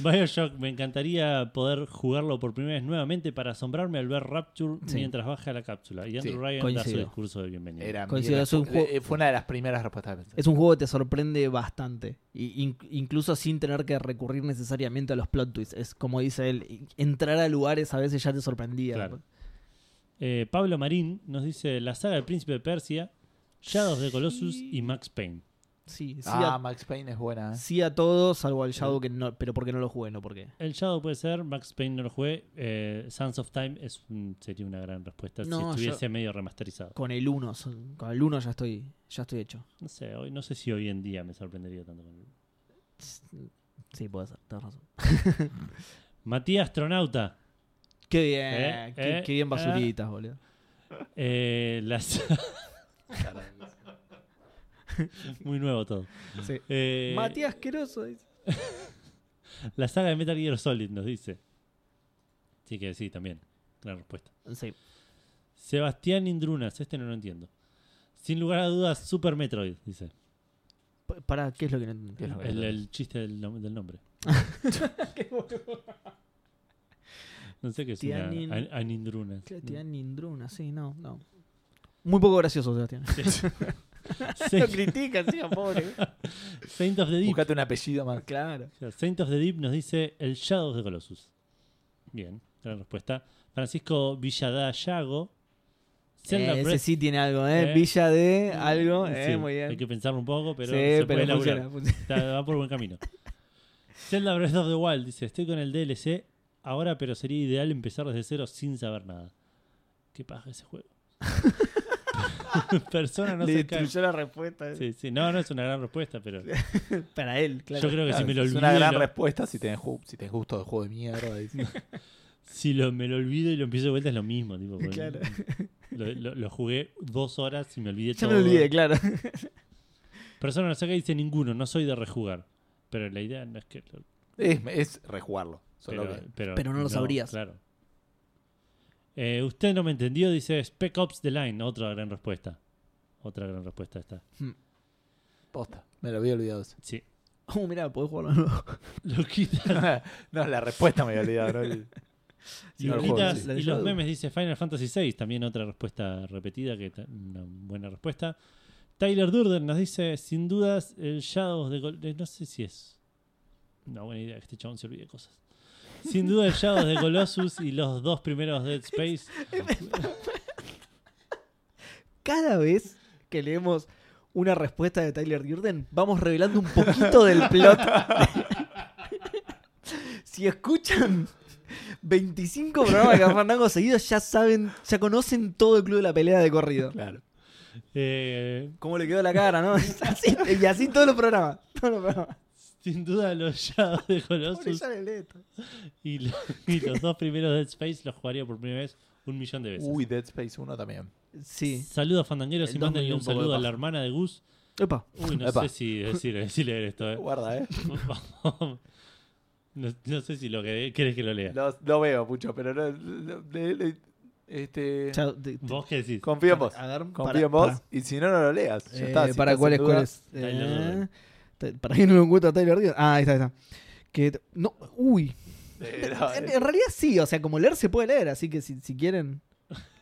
Speaker 1: Bioshock, me encantaría poder jugarlo por primera vez nuevamente para asombrarme al ver Rapture
Speaker 3: Sí.
Speaker 1: mientras baja la cápsula. Y Andrew
Speaker 2: Sí,
Speaker 1: Ryan da su
Speaker 3: coincido.
Speaker 1: discurso de bienvenida.
Speaker 2: Era mi
Speaker 3: Coincido, es un
Speaker 2: respu-
Speaker 3: juego-
Speaker 2: eh, Fue una de las primeras respuestas que pensé.
Speaker 3: Es un juego que te sorprende bastante. Y in- incluso sin tener que recurrir necesariamente a los plot twists. Es como dice él, i- entrar a lugares a veces ya te sorprendía.
Speaker 1: Claro. Eh, Pablo Marín nos dice la saga del Príncipe de Persia, Shadows de Colossus y Max Payne.
Speaker 3: Sí, sí,
Speaker 2: Ah,
Speaker 3: a,
Speaker 2: Max Payne es buena. ¿eh?
Speaker 3: sí a todo, salvo al Shadow, que no, pero porque no lo jugué, no porque.
Speaker 1: El Shadow puede ser, Max Payne no lo jugué. eh, Sons of Time es un- sería una gran respuesta
Speaker 3: No,
Speaker 1: si estuviese medio remasterizado.
Speaker 3: Con el 1, son- con el 1 ya estoy, ya estoy hecho.
Speaker 1: No sé, hoy, no sé si hoy en día me sorprendería tanto. con él.
Speaker 3: Sí, puede ser, tenés razón.
Speaker 1: Matías Astronauta,
Speaker 3: Qué bien,
Speaker 1: Eh,
Speaker 3: qué,
Speaker 1: eh,
Speaker 3: qué bien
Speaker 1: eh.
Speaker 3: basuritas, boludo.
Speaker 1: eh, la sa- Muy nuevo todo.
Speaker 3: Sí.
Speaker 1: Eh,
Speaker 3: Matías Queroso. dice.
Speaker 1: La saga de Metal Gear Solid nos dice. Así que sí, también. Gran respuesta.
Speaker 3: Sí.
Speaker 1: Sebastián Indrunas, este no lo entiendo. Sin lugar a dudas, Super Metroid, dice.
Speaker 3: Pa- Pará, ¿qué es lo que no entendí?
Speaker 2: ¿Qué es lo que
Speaker 1: El,
Speaker 2: no-
Speaker 1: el chiste del, nom- del nombre. no sé qué es una
Speaker 3: Tianin-
Speaker 1: an- Anindrunas.
Speaker 3: Claro, te dan Indruna, sí, no, no. Muy poco gracioso, Sebastián.
Speaker 1: Saint-
Speaker 3: critican, sí, pobre.
Speaker 1: Saint of the Deep.
Speaker 2: Buscate un apellido más.
Speaker 3: Claro.
Speaker 1: O sea, Saint of the Deep nos dice el Shadows de Colossus. Bien, gran respuesta. Francisco Villadayago. Zelda
Speaker 3: Eh, ese
Speaker 1: Breath-
Speaker 3: sí tiene algo, ¿eh?
Speaker 1: Eh.
Speaker 3: Villa de algo, eh,
Speaker 1: Sí,
Speaker 3: muy bien.
Speaker 1: Hay que pensarlo un poco, pero
Speaker 3: sí,
Speaker 1: se puede
Speaker 3: pero
Speaker 1: laburar.
Speaker 3: funciona, funciona.
Speaker 1: Está- va por buen camino. Zelda Breath of the Wild dice: Estoy con el DLC ahora, pero sería ideal empezar desde cero sin saber nada. Qué paja ese juego. Persona no
Speaker 3: Le
Speaker 1: se cae.
Speaker 3: destruyó la respuesta eh,
Speaker 1: Sí, sí. No, no es una gran respuesta, pero
Speaker 3: para él, claro.
Speaker 1: yo creo que si me lo
Speaker 2: es
Speaker 1: olvido.
Speaker 2: una
Speaker 1: y
Speaker 2: gran
Speaker 1: lo-
Speaker 2: respuesta si tenés, ju- si tenés gusto de juego de mierda. dice.
Speaker 1: si lo, me lo olvido y lo empiezo de vuelta es lo mismo. Tipo, porque
Speaker 3: Claro.
Speaker 1: lo, lo- lo jugué dos horas y me olvidé
Speaker 3: Ya
Speaker 1: todo.
Speaker 3: me lo olvidé, claro.
Speaker 1: Persona no se cae dice ninguno, no soy de rejugar. Pero la idea no es que lo
Speaker 2: es, es rejugarlo. Solo
Speaker 1: pero, eh,
Speaker 2: que-
Speaker 3: Pero no lo sabrías.
Speaker 1: Claro. Eh, usted no me entendió, dice Spec Ops The Line. Otra gran respuesta. Otra gran respuesta esta.
Speaker 2: Posta. Me lo había olvidado eso.
Speaker 1: Sí.
Speaker 3: Oh, mirá, podés jugarlo de nuevo.
Speaker 1: Luquitas,
Speaker 2: no, la respuesta me había olvidado. no el- no el juego,
Speaker 1: Luquitas
Speaker 2: sí.
Speaker 3: La de
Speaker 1: y los
Speaker 3: Shadow.
Speaker 1: memes dice Final Fantasy VI. También otra respuesta repetida, que ta- una buena respuesta. Tyler Durden nos dice, sin dudas, el Shadows de Col- eh, No sé si es una buena idea que este chabón se olvide cosas. Sin duda el Shadows de Colossus y los dos primeros Dead Space
Speaker 3: Cada vez que leemos una respuesta de Tyler Durden, vamos revelando un poquito del plot. si escuchan 25 programas de Cafandango seguidos, ya saben, ya conocen todo el club de la pelea de corrido.
Speaker 2: Claro.
Speaker 1: eh,
Speaker 3: Cómo le quedó la cara, ¿no? Así- y así todos los programas. Todos los programas.
Speaker 1: Sin duda los Shadows de
Speaker 3: Pobre
Speaker 1: Colossus
Speaker 3: Jared Leto.
Speaker 1: y, lo- y los dos primeros Dead Space los jugaría por primera vez un millón de veces.
Speaker 2: Uy, Dead Space 1 también.
Speaker 3: Sí.
Speaker 1: Saludos fandangueros
Speaker 3: El
Speaker 1: y
Speaker 3: dos me
Speaker 1: mándenle
Speaker 3: dio
Speaker 1: un
Speaker 3: un poco de
Speaker 1: saludo a
Speaker 3: paja.
Speaker 1: la hermana de Gus.
Speaker 3: Epa.
Speaker 1: Uy, no
Speaker 2: Epa.
Speaker 1: sé si decir, si leer esto. eh.
Speaker 2: Guarda, eh.
Speaker 1: Vamos. No, no sé si lo que querés que lo lea.
Speaker 2: Lo, lo veo, Pucho, pero no- lo- le- le- este,
Speaker 3: Chao, te- te-
Speaker 1: ¿Vos qué decís?
Speaker 2: confío en vos.
Speaker 3: A ver,
Speaker 2: Confío
Speaker 3: para-
Speaker 2: en vos.
Speaker 3: para.
Speaker 2: Y si no, no lo leas. Ya
Speaker 3: Eh,
Speaker 2: está, si
Speaker 3: para
Speaker 2: estás
Speaker 3: cuáles,
Speaker 2: en duda,
Speaker 3: cuáles.
Speaker 1: Tyler Durden.
Speaker 3: Eh, te- para que no lo encuentro a Tyler Durden. Ah, ahí está, ahí está. Que, no, uy,
Speaker 2: Pero,
Speaker 3: En,
Speaker 2: eh,
Speaker 3: en realidad sí, o sea, como leer se puede leer, así que si, si quieren.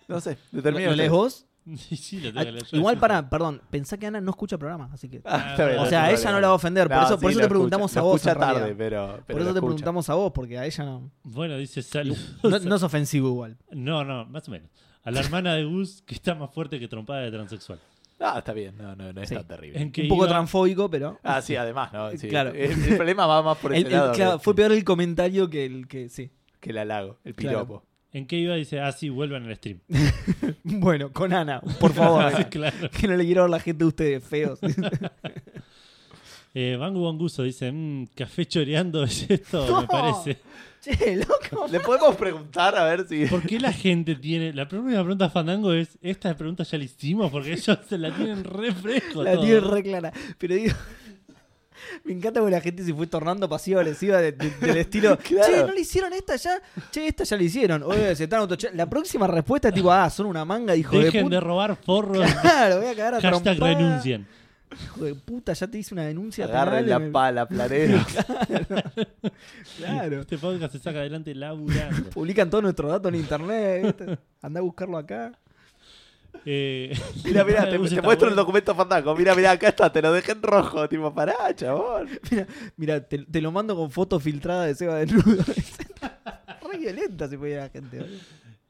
Speaker 2: no sé,
Speaker 3: ¿Lo,
Speaker 2: determina.
Speaker 3: lo lees vos?
Speaker 1: Sí, sí, lo tengo
Speaker 3: Ah,
Speaker 1: que leer yo.
Speaker 3: Igual para, perdón, pensá que Ana no escucha programa, así que.
Speaker 2: Ah, está bien,
Speaker 3: O
Speaker 2: no
Speaker 3: sea, a
Speaker 2: hay
Speaker 3: ella no
Speaker 2: problema.
Speaker 3: la va a ofender, por
Speaker 2: No,
Speaker 3: eso,
Speaker 2: sí,
Speaker 3: por eso
Speaker 2: lo
Speaker 3: te preguntamos
Speaker 2: escucha,
Speaker 3: a
Speaker 2: lo
Speaker 3: vos.
Speaker 2: escucha
Speaker 3: en realidad.
Speaker 2: tarde, pero, pero
Speaker 3: por eso
Speaker 2: lo
Speaker 3: te
Speaker 2: escucha.
Speaker 3: preguntamos a vos, porque a ella no.
Speaker 1: Bueno, dice saludos.
Speaker 3: No, no es ofensivo igual.
Speaker 1: No, no, más o menos. A la hermana de Gus que está más fuerte que trompada de transexual.
Speaker 2: Ah, está bien, no, no, no es
Speaker 3: Sí.
Speaker 2: tan terrible.
Speaker 1: En que
Speaker 3: Un poco
Speaker 1: iba-
Speaker 3: transfóbico, pero.
Speaker 2: Ah, sí, además, ¿no? Sí.
Speaker 3: Claro.
Speaker 2: El, el problema va más por
Speaker 3: El-
Speaker 2: ese
Speaker 3: el-
Speaker 2: lado
Speaker 3: claro,
Speaker 2: que,
Speaker 3: fue peor el comentario que el que. Sí.
Speaker 2: que el halago, el
Speaker 3: Claro.
Speaker 2: piropo.
Speaker 1: ¿En qué iba? Dice, ah, sí, vuelvan al stream.
Speaker 3: Bueno, con Ana, por favor.
Speaker 1: claro.
Speaker 3: que no le quiero ver la gente a ustedes, feos.
Speaker 1: Eh, Bangu Bonguso dice, "Mm, café choreando es esto, me
Speaker 3: No.
Speaker 1: parece.
Speaker 3: che, loco.
Speaker 2: Le podemos preguntar a ver si.
Speaker 1: ¿Por qué la gente tiene...? La primera pregunta a Fandango es, esta pregunta ya la hicimos porque ellos se la tienen re fresco
Speaker 3: La
Speaker 1: todo.
Speaker 3: tiene re clara. Pero digo. Me encanta porque la gente se fue tornando pasiva-agresiva de- de- del estilo.
Speaker 2: Claro.
Speaker 3: Che, no le hicieron esta ya. Che, esta ya la hicieron. Oye, se están auto La próxima respuesta es tipo, ah, son una manga, hijo de
Speaker 1: Dejen de,
Speaker 3: puta.
Speaker 1: robar forros.
Speaker 3: Claro, voy a cagar a
Speaker 1: Hashtag
Speaker 3: trompada.
Speaker 1: renuncien.
Speaker 3: Hijo de puta, ya te hice una denuncia.
Speaker 2: Agarren
Speaker 3: penal y
Speaker 2: la
Speaker 3: me-
Speaker 2: pala, planero.
Speaker 3: Claro.
Speaker 1: Este podcast se saca adelante laburando.
Speaker 3: Publican todos nuestros datos en internet. ¿viste? Andá a buscarlo acá.
Speaker 1: Eh,
Speaker 2: Mira, mira,
Speaker 1: la
Speaker 2: te,
Speaker 1: Gus
Speaker 2: te
Speaker 1: está
Speaker 2: muestro el
Speaker 1: buena.
Speaker 2: documento fandango. Mira, mira, acá está, te lo dejé en rojo. Tipo, pará, chabón.
Speaker 3: Mira, te, te lo mando con foto filtrada de Seba desnudo. Re violenta se puede ir a la gente. boludo.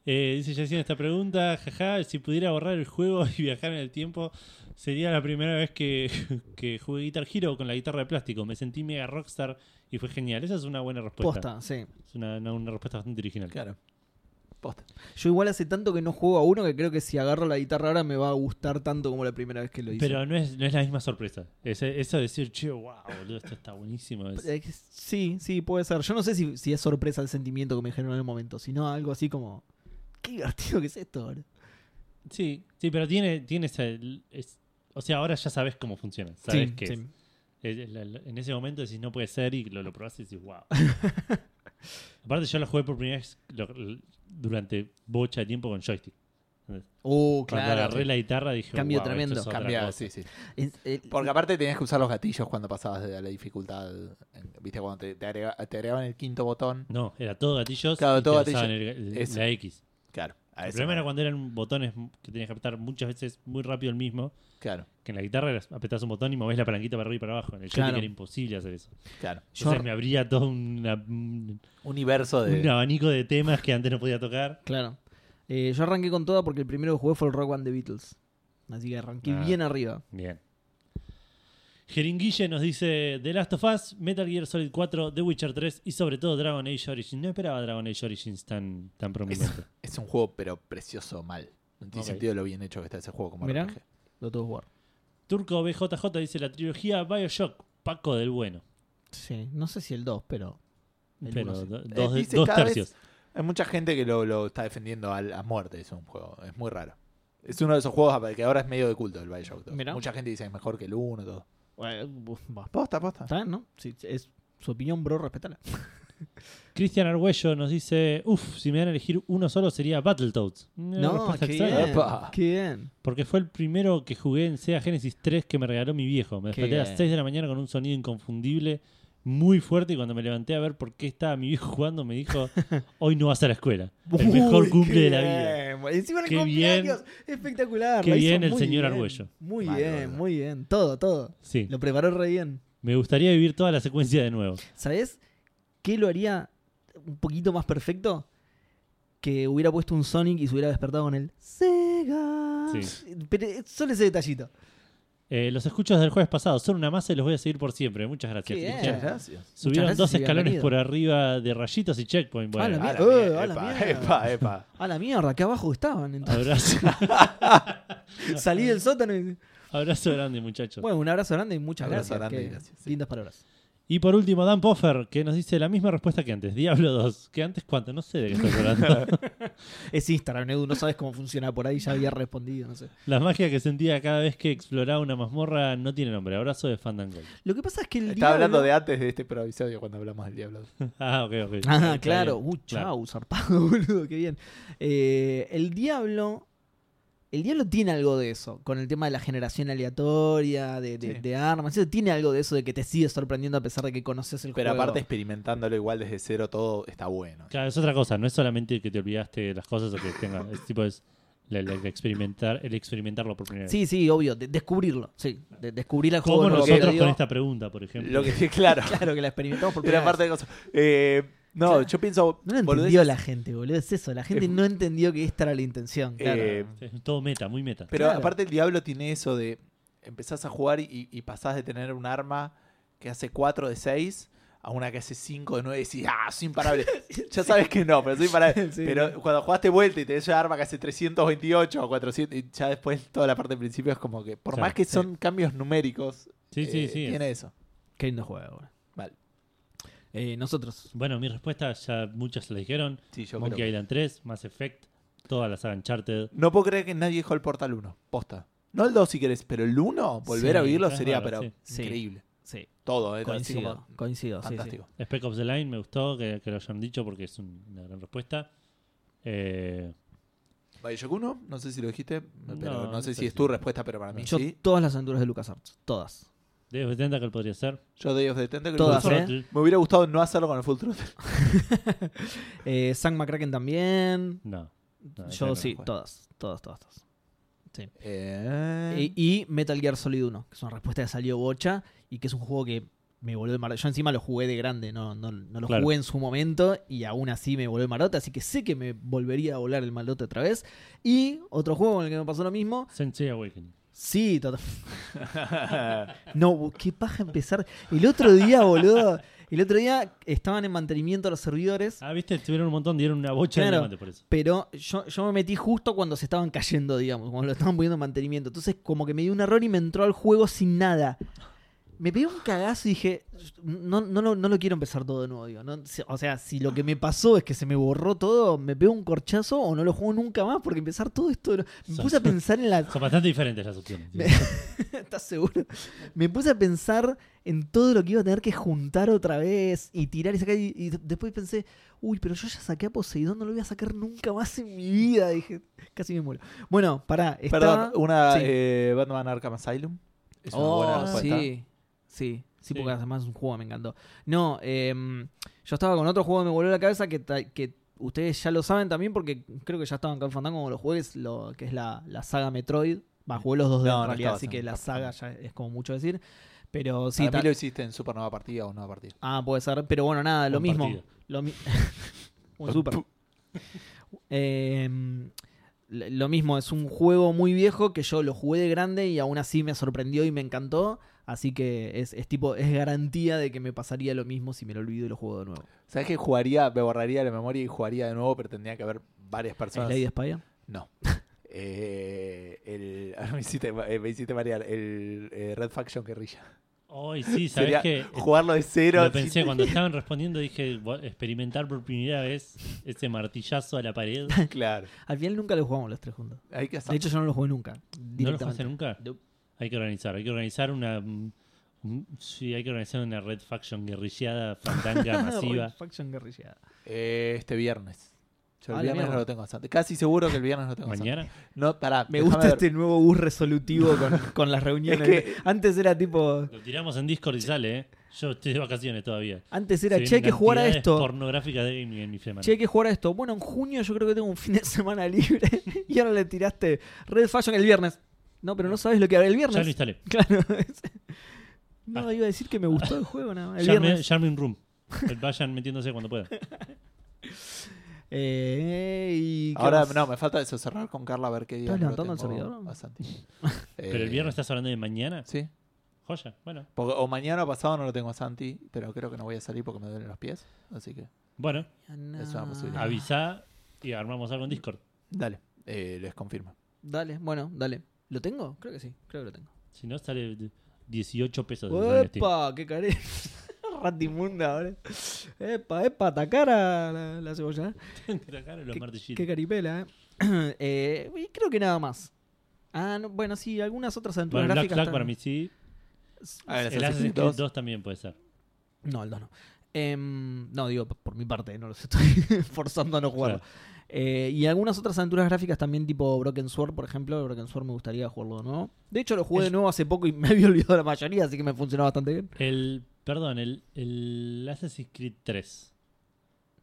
Speaker 1: Eh, dice Yacine esta pregunta, jaja, si pudiera borrar el juego y viajar en el tiempo, sería la primera vez que, que jugué Guitar Hero con la guitarra de plástico. Me sentí mega rockstar y fue genial. Esa es una buena respuesta.
Speaker 3: Posta, sí.
Speaker 1: Es una, una- una respuesta bastante original.
Speaker 2: Claro. Posta.
Speaker 3: Yo igual hace tanto que no juego a uno que creo que si agarro la guitarra ahora me va a gustar tanto como la primera vez que lo hice.
Speaker 1: Pero no es, no es la misma sorpresa. Es- eso de decir, che, wow, boludo, esto está buenísimo. Es-
Speaker 3: Eh, que- Sí, sí, puede ser. Yo no sé si, si es sorpresa el sentimiento que me generó en el momento, sino algo así como... Qué divertido que es esto, boludo.
Speaker 1: sí, sí, pero tiene, tiene ese- es- o sea, ahora ya sabes cómo funciona. Sabes
Speaker 3: Sí,
Speaker 1: qué
Speaker 3: sí.
Speaker 1: es. Es- es la- la- En ese momento decís no puede ser y lo, lo probás y decís wow. Aparte, yo lo jugué por primera vez lo- l- durante bocha de tiempo con joystick.
Speaker 3: Oh,
Speaker 1: Cuando
Speaker 3: claro.
Speaker 1: agarré la guitarra dije
Speaker 3: Cambio
Speaker 1: "Wow, esto
Speaker 3: tremendo,
Speaker 1: es otra
Speaker 2: Cambia,
Speaker 1: cosa".
Speaker 2: sí, sí.
Speaker 3: Es- eh,
Speaker 2: Porque aparte tenías que usar los gatillos cuando pasabas de la dificultad. Viste, cuando te, te agrega- te agregaban el quinto botón.
Speaker 1: No, era todo gatillos.
Speaker 2: Claro,
Speaker 1: y
Speaker 2: todo
Speaker 1: te basaban
Speaker 2: gatillo.
Speaker 1: en el-
Speaker 2: Eso.
Speaker 1: la X.
Speaker 2: Claro. a
Speaker 1: El
Speaker 2: eso
Speaker 1: problema
Speaker 2: me-
Speaker 1: era cuando eran botones que tenías que apretar muchas veces muy rápido el mismo.
Speaker 2: Claro,
Speaker 1: Que en la guitarra eras- apretás un botón y movés la palanquita para arriba y para abajo. En el joystick
Speaker 3: Claro.
Speaker 1: era imposible hacer eso.
Speaker 2: claro.
Speaker 3: Yo-
Speaker 1: Entonces me abría todo una- un,
Speaker 2: Universo de.
Speaker 1: un abanico de temas que antes no podía tocar.
Speaker 3: Claro. Eh, yo arranqué con toda porque el primero que jugué fue el Rock Band de Beatles. Así que arranqué
Speaker 1: Ah.
Speaker 3: bien arriba.
Speaker 1: Bien. Jeringuille nos dice The Last of Us, Metal Gear Solid 4, The Witcher 3 y sobre todo Dragon Age Origins. No esperaba Dragon Age Origins tan, tan prominente.
Speaker 2: Es un juego, pero precioso mal. No tiene
Speaker 1: Ok.
Speaker 2: sentido lo bien hecho que está ese juego como
Speaker 3: Mirá.
Speaker 2: RPG.
Speaker 3: Lo tuve que jugar.
Speaker 1: Turco BJJ dice la trilogía Bioshock, Paco del Bueno.
Speaker 3: Sí, no sé si el 2, pero. El
Speaker 1: Pero
Speaker 3: uno sí. Eh,
Speaker 1: do- dos,
Speaker 2: dice
Speaker 1: dos
Speaker 2: cada vez-
Speaker 1: tercios.
Speaker 2: Hay mucha gente que lo, lo está defendiendo al- a, muerte. Es un juego, es muy raro. Es uno de esos juegos apa- que ahora es medio de culto el Bioshock. dos.
Speaker 3: Mirá.
Speaker 2: Mucha gente dice que es mejor que el 1 todo.
Speaker 3: Eh, bu- va.
Speaker 2: Posta, posta.
Speaker 3: ¿Está bien, no? Sí, es su opinión, bro, respetala.
Speaker 1: Cristian Argüello nos dice, uff, si me dan a elegir uno solo sería Battletoads. Una
Speaker 3: No,
Speaker 1: respuesta
Speaker 3: qué
Speaker 1: extraña.
Speaker 3: bien.
Speaker 2: Epa.
Speaker 3: Qué bien.
Speaker 1: Porque fue el primero que jugué en Sega Genesis 3 que me regaló mi viejo. Me
Speaker 3: Qué
Speaker 1: desperté a las
Speaker 3: bien.
Speaker 1: 6 de la mañana con un sonido inconfundible, muy fuerte. Y cuando me levanté a ver por qué estaba mi viejo jugando, me dijo: Hoy no vas a la escuela. El mejor
Speaker 3: Uy,
Speaker 1: cumple
Speaker 3: qué
Speaker 1: de la vida.
Speaker 3: bien, boludo. Encima el
Speaker 1: Qué
Speaker 3: cumpleaños. Espectacular.
Speaker 1: qué
Speaker 3: la hizo
Speaker 1: bien el
Speaker 3: muy
Speaker 1: señor
Speaker 3: bien.
Speaker 1: Argüello.
Speaker 3: Muy
Speaker 2: Mal,
Speaker 3: bien,
Speaker 2: boludo.
Speaker 3: muy bien. Todo, todo.
Speaker 1: Sí,
Speaker 3: Lo preparó re bien.
Speaker 1: me gustaría vivir toda la secuencia de nuevo.
Speaker 3: ¿Sabes qué lo haría un poquito más perfecto? Que hubiera puesto un Sonic y se hubiera despertado con el Sega.
Speaker 1: Sí.
Speaker 3: Pero es solo ese detallito.
Speaker 1: Eh, los escuchos del jueves pasado son una masa y los voy a seguir por siempre. Muchas gracias,
Speaker 3: Qué bien.
Speaker 1: Cristian.
Speaker 2: Muchas gracias.
Speaker 1: Subieron
Speaker 3: gracias
Speaker 1: dos
Speaker 3: y
Speaker 1: escalones
Speaker 3: bienvenido.
Speaker 1: por arriba de rayitos y checkpoint. Bueno,
Speaker 3: Ah, la
Speaker 2: A la
Speaker 3: Eh,
Speaker 2: mierda,
Speaker 3: a la
Speaker 2: epa,
Speaker 3: mierda.
Speaker 2: epa, epa.
Speaker 3: A la mierda, que abajo estaban. Entonces,
Speaker 1: abrazo,
Speaker 3: salí del sótano y.
Speaker 1: abrazo grande, muchachos.
Speaker 3: Bueno, un abrazo grande y muchas
Speaker 2: Abrazo
Speaker 3: gracias.
Speaker 2: grande y
Speaker 3: qué
Speaker 2: gracias, sí.
Speaker 3: Lindas palabras.
Speaker 1: Y por último, Dan Poffer, que nos dice la misma respuesta que antes. Diablo 2, que antes cuánto, no sé de qué estás hablando.
Speaker 3: Es Instagram, Edu, no sabes cómo funciona por ahí, ya había respondido, no sé.
Speaker 1: La magia que sentía cada vez que exploraba una mazmorra no tiene nombre. Abrazo de Fandango.
Speaker 3: Lo que pasa es que el
Speaker 2: Estaba hablando de
Speaker 3: diablo-
Speaker 2: antes de este episodio cuando hablamos del Diablo.
Speaker 1: Ah, ok, ok.
Speaker 3: Ah,
Speaker 1: Está
Speaker 3: claro.
Speaker 1: bien.
Speaker 3: Uh, chau, zarpado, boludo, qué bien. Eh, el diablo El diablo tiene algo de eso, con el tema de la generación aleatoria, de, de-
Speaker 2: Sí.
Speaker 3: de armas. Eso tiene algo de eso de que te sigue sorprendiendo a pesar de que conoces el
Speaker 2: Pero
Speaker 3: juego.
Speaker 2: aparte experimentándolo igual desde cero todo está bueno.
Speaker 1: Claro, es otra cosa, no es solamente que te olvidaste de las cosas o que tengas, es tipo es la- la- la experimentar, el experimentarlo por
Speaker 2: eh.
Speaker 1: primera vez.
Speaker 3: Sí, sí, obvio, de- descubrirlo. Sí, de- descubrir el juego.
Speaker 1: Como
Speaker 3: nuevo que
Speaker 1: nosotros
Speaker 3: te
Speaker 1: con
Speaker 3: dio.
Speaker 1: esta pregunta, por ejemplo.
Speaker 2: Lo que sí, claro.
Speaker 3: Claro que la experimentamos por
Speaker 2: Pero
Speaker 3: primera
Speaker 2: aparte
Speaker 3: vez.
Speaker 2: de cosas. Eh, no, yo pienso.
Speaker 3: No lo entendió
Speaker 2: boludeces,
Speaker 3: la gente, boludo. Es eso, la gente
Speaker 2: Es-
Speaker 3: no entendió que esta era la intención. Claro.
Speaker 2: eh,
Speaker 1: Es Todo meta, muy meta.
Speaker 2: Pero
Speaker 3: Claro.
Speaker 2: aparte el diablo tiene eso de empezás a jugar y, y pasás de tener un arma que hace 4 de 6 a una que hace 5 de 9 y decís, ah, soy imparable. ya sabes que no, pero soy imparable.
Speaker 3: Sí.
Speaker 2: pero cuando jugaste vuelta y te esa arma que hace 328 o 400 y ya después toda la parte del principio es como que, por
Speaker 1: Claro,
Speaker 2: más que son cambios numéricos,
Speaker 1: Sí, sí,
Speaker 2: eh,
Speaker 1: sí. es-
Speaker 2: tiene eso.
Speaker 3: Qué lindo juego, boludo.
Speaker 2: Vale.
Speaker 3: Eh, nosotros.
Speaker 1: Bueno, mi respuesta ya muchas la dijeron.
Speaker 2: Sí, yo
Speaker 1: Monkey
Speaker 2: creo.
Speaker 1: Island 3, Mass Effect, todas las saga Uncharted.
Speaker 2: No puedo creer que nadie dijo el Portal 1. Posta. No el 2 si querés, pero el 1, volver
Speaker 3: Sí,
Speaker 2: a vivirlo
Speaker 1: es
Speaker 2: sería,
Speaker 1: raro,
Speaker 2: pero
Speaker 1: sí.
Speaker 3: Sí.
Speaker 2: increíble.
Speaker 3: Sí,
Speaker 2: Todo, ¿eh? Así como
Speaker 3: coincido. Coincido, sí, sí.
Speaker 2: fantástico.
Speaker 1: Spec Ops The Line me gustó que, que lo hayan dicho porque es un- una gran respuesta. Eh,
Speaker 2: Bioshock 1, no sé si lo dijiste, pero no,
Speaker 1: no
Speaker 2: sé
Speaker 1: sé
Speaker 2: si es
Speaker 1: si-
Speaker 2: tu respuesta, pero para mí
Speaker 3: Yo
Speaker 2: sí.
Speaker 3: todas las aventuras de LucasArts, todas.
Speaker 1: Day of the Tentacle podría ser.
Speaker 2: Yo de ellos de Tentacle-
Speaker 3: Todas,
Speaker 1: Full
Speaker 3: ¿eh?
Speaker 1: Throttle.
Speaker 2: Me hubiera gustado no hacerlo con el Full Truth.
Speaker 3: Eh, Sam McCracken también.
Speaker 1: No. no,
Speaker 3: Yo
Speaker 1: no,
Speaker 3: sí,
Speaker 2: juego.
Speaker 3: todas, todas, todas, todas.
Speaker 2: Eh,
Speaker 3: Y, y Metal Gear Solid 1, que es una respuesta que salió bocha y que es un juego que me volvió de marota. Yo encima lo jugué de grande, no, no, no lo
Speaker 1: Claro.
Speaker 3: jugué en su momento y aún así me volvió de marota, así que sé que me volvería a volar el malote otra vez. Y otro juego con el que me pasó lo mismo,
Speaker 1: Sensei Awakening.
Speaker 3: sí, total. No, bo- qué paja empezar. El otro día, boludo, el otro día estaban en mantenimiento los servidores.
Speaker 1: Ah, viste, tuvieron un montón, dieron una bocha de
Speaker 3: Claro.
Speaker 1: diamantes por eso.
Speaker 3: Pero yo, yo me metí justo cuando se estaban cayendo, digamos, cuando lo estaban poniendo en mantenimiento. Entonces, como que me dio un error y me entró al juego sin nada. Me pegué un cagazo y dije, no, no, lo- no lo quiero empezar todo de nuevo, digo. no, si- o sea, si lo que me pasó es que se me borró todo, me pego un corchazo o no lo juego nunca más, porque empezar todo esto. de nuevo- Me
Speaker 1: Sos-
Speaker 3: puse a pensar en la.
Speaker 1: Son bastante diferentes las opciones.
Speaker 3: Me- ¿Estás seguro? Me puse a pensar en todo lo que iba a tener que juntar otra vez y tirar y sacar. Y, y después pensé, uy, pero yo ya saqué a Poseidón, no lo voy a sacar nunca más en mi vida. Dije, casi me muero. Bueno, pará. Está...
Speaker 2: Perdón, una
Speaker 3: sí.
Speaker 2: eh, Batman Arkham Asylum. Es una
Speaker 3: Oh,
Speaker 2: buena respuesta.
Speaker 3: sí. Sí, sí, porque
Speaker 1: Sí.
Speaker 3: además es un juego, que me encantó. No, em, yo estaba con otro juego que me volvió la cabeza que, ta- que ustedes ya lo saben también porque creo que ya estaban con Fandango como los juegues, lo, que es la, la saga Metroid. Va, jugué los dos de
Speaker 2: No, no
Speaker 3: en realidad,
Speaker 2: estabas
Speaker 3: así
Speaker 2: en
Speaker 3: que la saga
Speaker 2: Fandango.
Speaker 3: ya es como mucho decir. Pero sí,
Speaker 2: Para mí
Speaker 3: ta-
Speaker 2: lo hiciste en Super Nueva Partida o Nueva Partida.
Speaker 3: Ah, puede ser. Pero bueno, nada, lo
Speaker 1: Un
Speaker 3: mismo.
Speaker 1: partido.
Speaker 3: Lo mi- Un super. Eh, l- lo mismo, es un juego muy viejo que yo lo jugué de grande y aún así me sorprendió y me encantó. Así que es, es tipo, es garantía de que me pasaría lo mismo si me lo olvido y lo juego de nuevo.
Speaker 2: ¿Sabes que jugaría, me borraría la memoria y jugaría de nuevo, pero tendría que haber varias personas?
Speaker 3: ¿Slade Spire?
Speaker 2: No. Eh, el, ahora me hiciste, eh, me hiciste marear. El eh, Red Faction Guerrilla.
Speaker 1: Hoy sí,
Speaker 2: Sería
Speaker 1: sabes que
Speaker 2: jugarlo de cero.
Speaker 1: lo pensé
Speaker 2: sin-
Speaker 1: cuando estaban respondiendo, dije "Bo- experimentar por primera vez ese martillazo a la pared.
Speaker 2: Claro.
Speaker 3: Al final nunca lo jugamos los tres juntos.
Speaker 2: Hay que hacer.
Speaker 3: De hecho, yo no lo jugué nunca.
Speaker 1: ¿No lo jugaste
Speaker 3: directamente.
Speaker 1: nunca?
Speaker 3: Nope.
Speaker 1: Hay que organizar, hay que organizar una mm, mm, sí, hay que organizar una red faction guerrillada, fantanga masiva.
Speaker 3: Ah, Faction guerrillada.
Speaker 2: Eh, este viernes. Yo el
Speaker 3: Ah, la
Speaker 2: viernes
Speaker 3: mierda.
Speaker 2: no lo tengo bastante. Casi seguro que el viernes no tengo bastante.
Speaker 1: Mañana.
Speaker 2: No, pará.
Speaker 3: Me
Speaker 2: déjame
Speaker 3: gusta
Speaker 2: ver.
Speaker 3: este nuevo bus resolutivo con, con las reuniones.
Speaker 2: Es que-
Speaker 3: Antes era tipo.
Speaker 1: Lo tiramos en Discord y sale, ¿eh? Yo estoy de vacaciones todavía.
Speaker 3: Antes era,
Speaker 1: Se
Speaker 3: che, hay que
Speaker 1: vienen
Speaker 3: jugar a
Speaker 1: actividades
Speaker 3: esto.
Speaker 1: pornográficas de gaming en mi semana.
Speaker 3: Che, hay que jugar a esto. Bueno, en junio yo creo que tengo un fin de semana libre. y ahora le tiraste Red Fashion el viernes. No, pero no sabes lo que haré el
Speaker 1: Ah. ya lo
Speaker 3: viernes.
Speaker 1: instalé.
Speaker 3: Claro. es- No, iba a decir que me gustó el juego, nada más. Ah, El
Speaker 1: Ya me-
Speaker 3: viernes.
Speaker 1: ya me un Room. Vayan metiéndose cuando puedan.
Speaker 3: Eh, y ¿qué
Speaker 2: Ahora
Speaker 3: más?
Speaker 2: no, me falta eso, cerrar con Carla a ver qué día.
Speaker 3: ¿Estás
Speaker 2: no lo
Speaker 3: levantando el
Speaker 2: tengo
Speaker 3: servidor?
Speaker 2: bastante.
Speaker 1: Pero el
Speaker 2: Eh,
Speaker 1: viernes estás hablando de mañana.
Speaker 2: Sí.
Speaker 1: Joya, bueno.
Speaker 2: Porque o mañana o pasado no lo tengo a Santi, pero creo que no voy a salir porque me duelen los pies. Así que
Speaker 1: Bueno,
Speaker 3: Ah,
Speaker 2: es una posibilidad.
Speaker 1: avisa y armamos algo en Discord.
Speaker 2: dale, eh, les confirmo.
Speaker 3: Dale, bueno, dale. ¿Lo tengo? Creo que sí, creo que lo tengo.
Speaker 1: Si no, sale de 18 pesos. de usuario en Steam.
Speaker 3: ¡Epa! ¡Qué careta! Ratimunda, ahora. ¡Epa, epa! Atacar a la, la cebolla.
Speaker 1: Sacaron los martillitos.
Speaker 3: Qué caripela, ¿eh? Eh, y creo que nada más. Ah, no, bueno, sí, algunas otras aventuras
Speaker 1: Bueno, Black
Speaker 3: gráficas.
Speaker 1: Flag
Speaker 3: están-
Speaker 1: para mí sí.
Speaker 2: A ver,
Speaker 1: El Assassin's Creed 2 también puede ser.
Speaker 3: No, el 2 no. Em, no, digo, por mi parte, no los estoy forzando a no jugarlo. Eh, y algunas otras aventuras gráficas también, tipo Broken Sword, por ejemplo. Broken Sword me gustaría jugarlo de nuevo. De hecho, lo jugué de
Speaker 1: Es-
Speaker 3: nuevo hace poco y me había olvidado la mayoría, así que me funcionó bastante bien.
Speaker 1: El, perdón, el, el Assassin's Creed 3,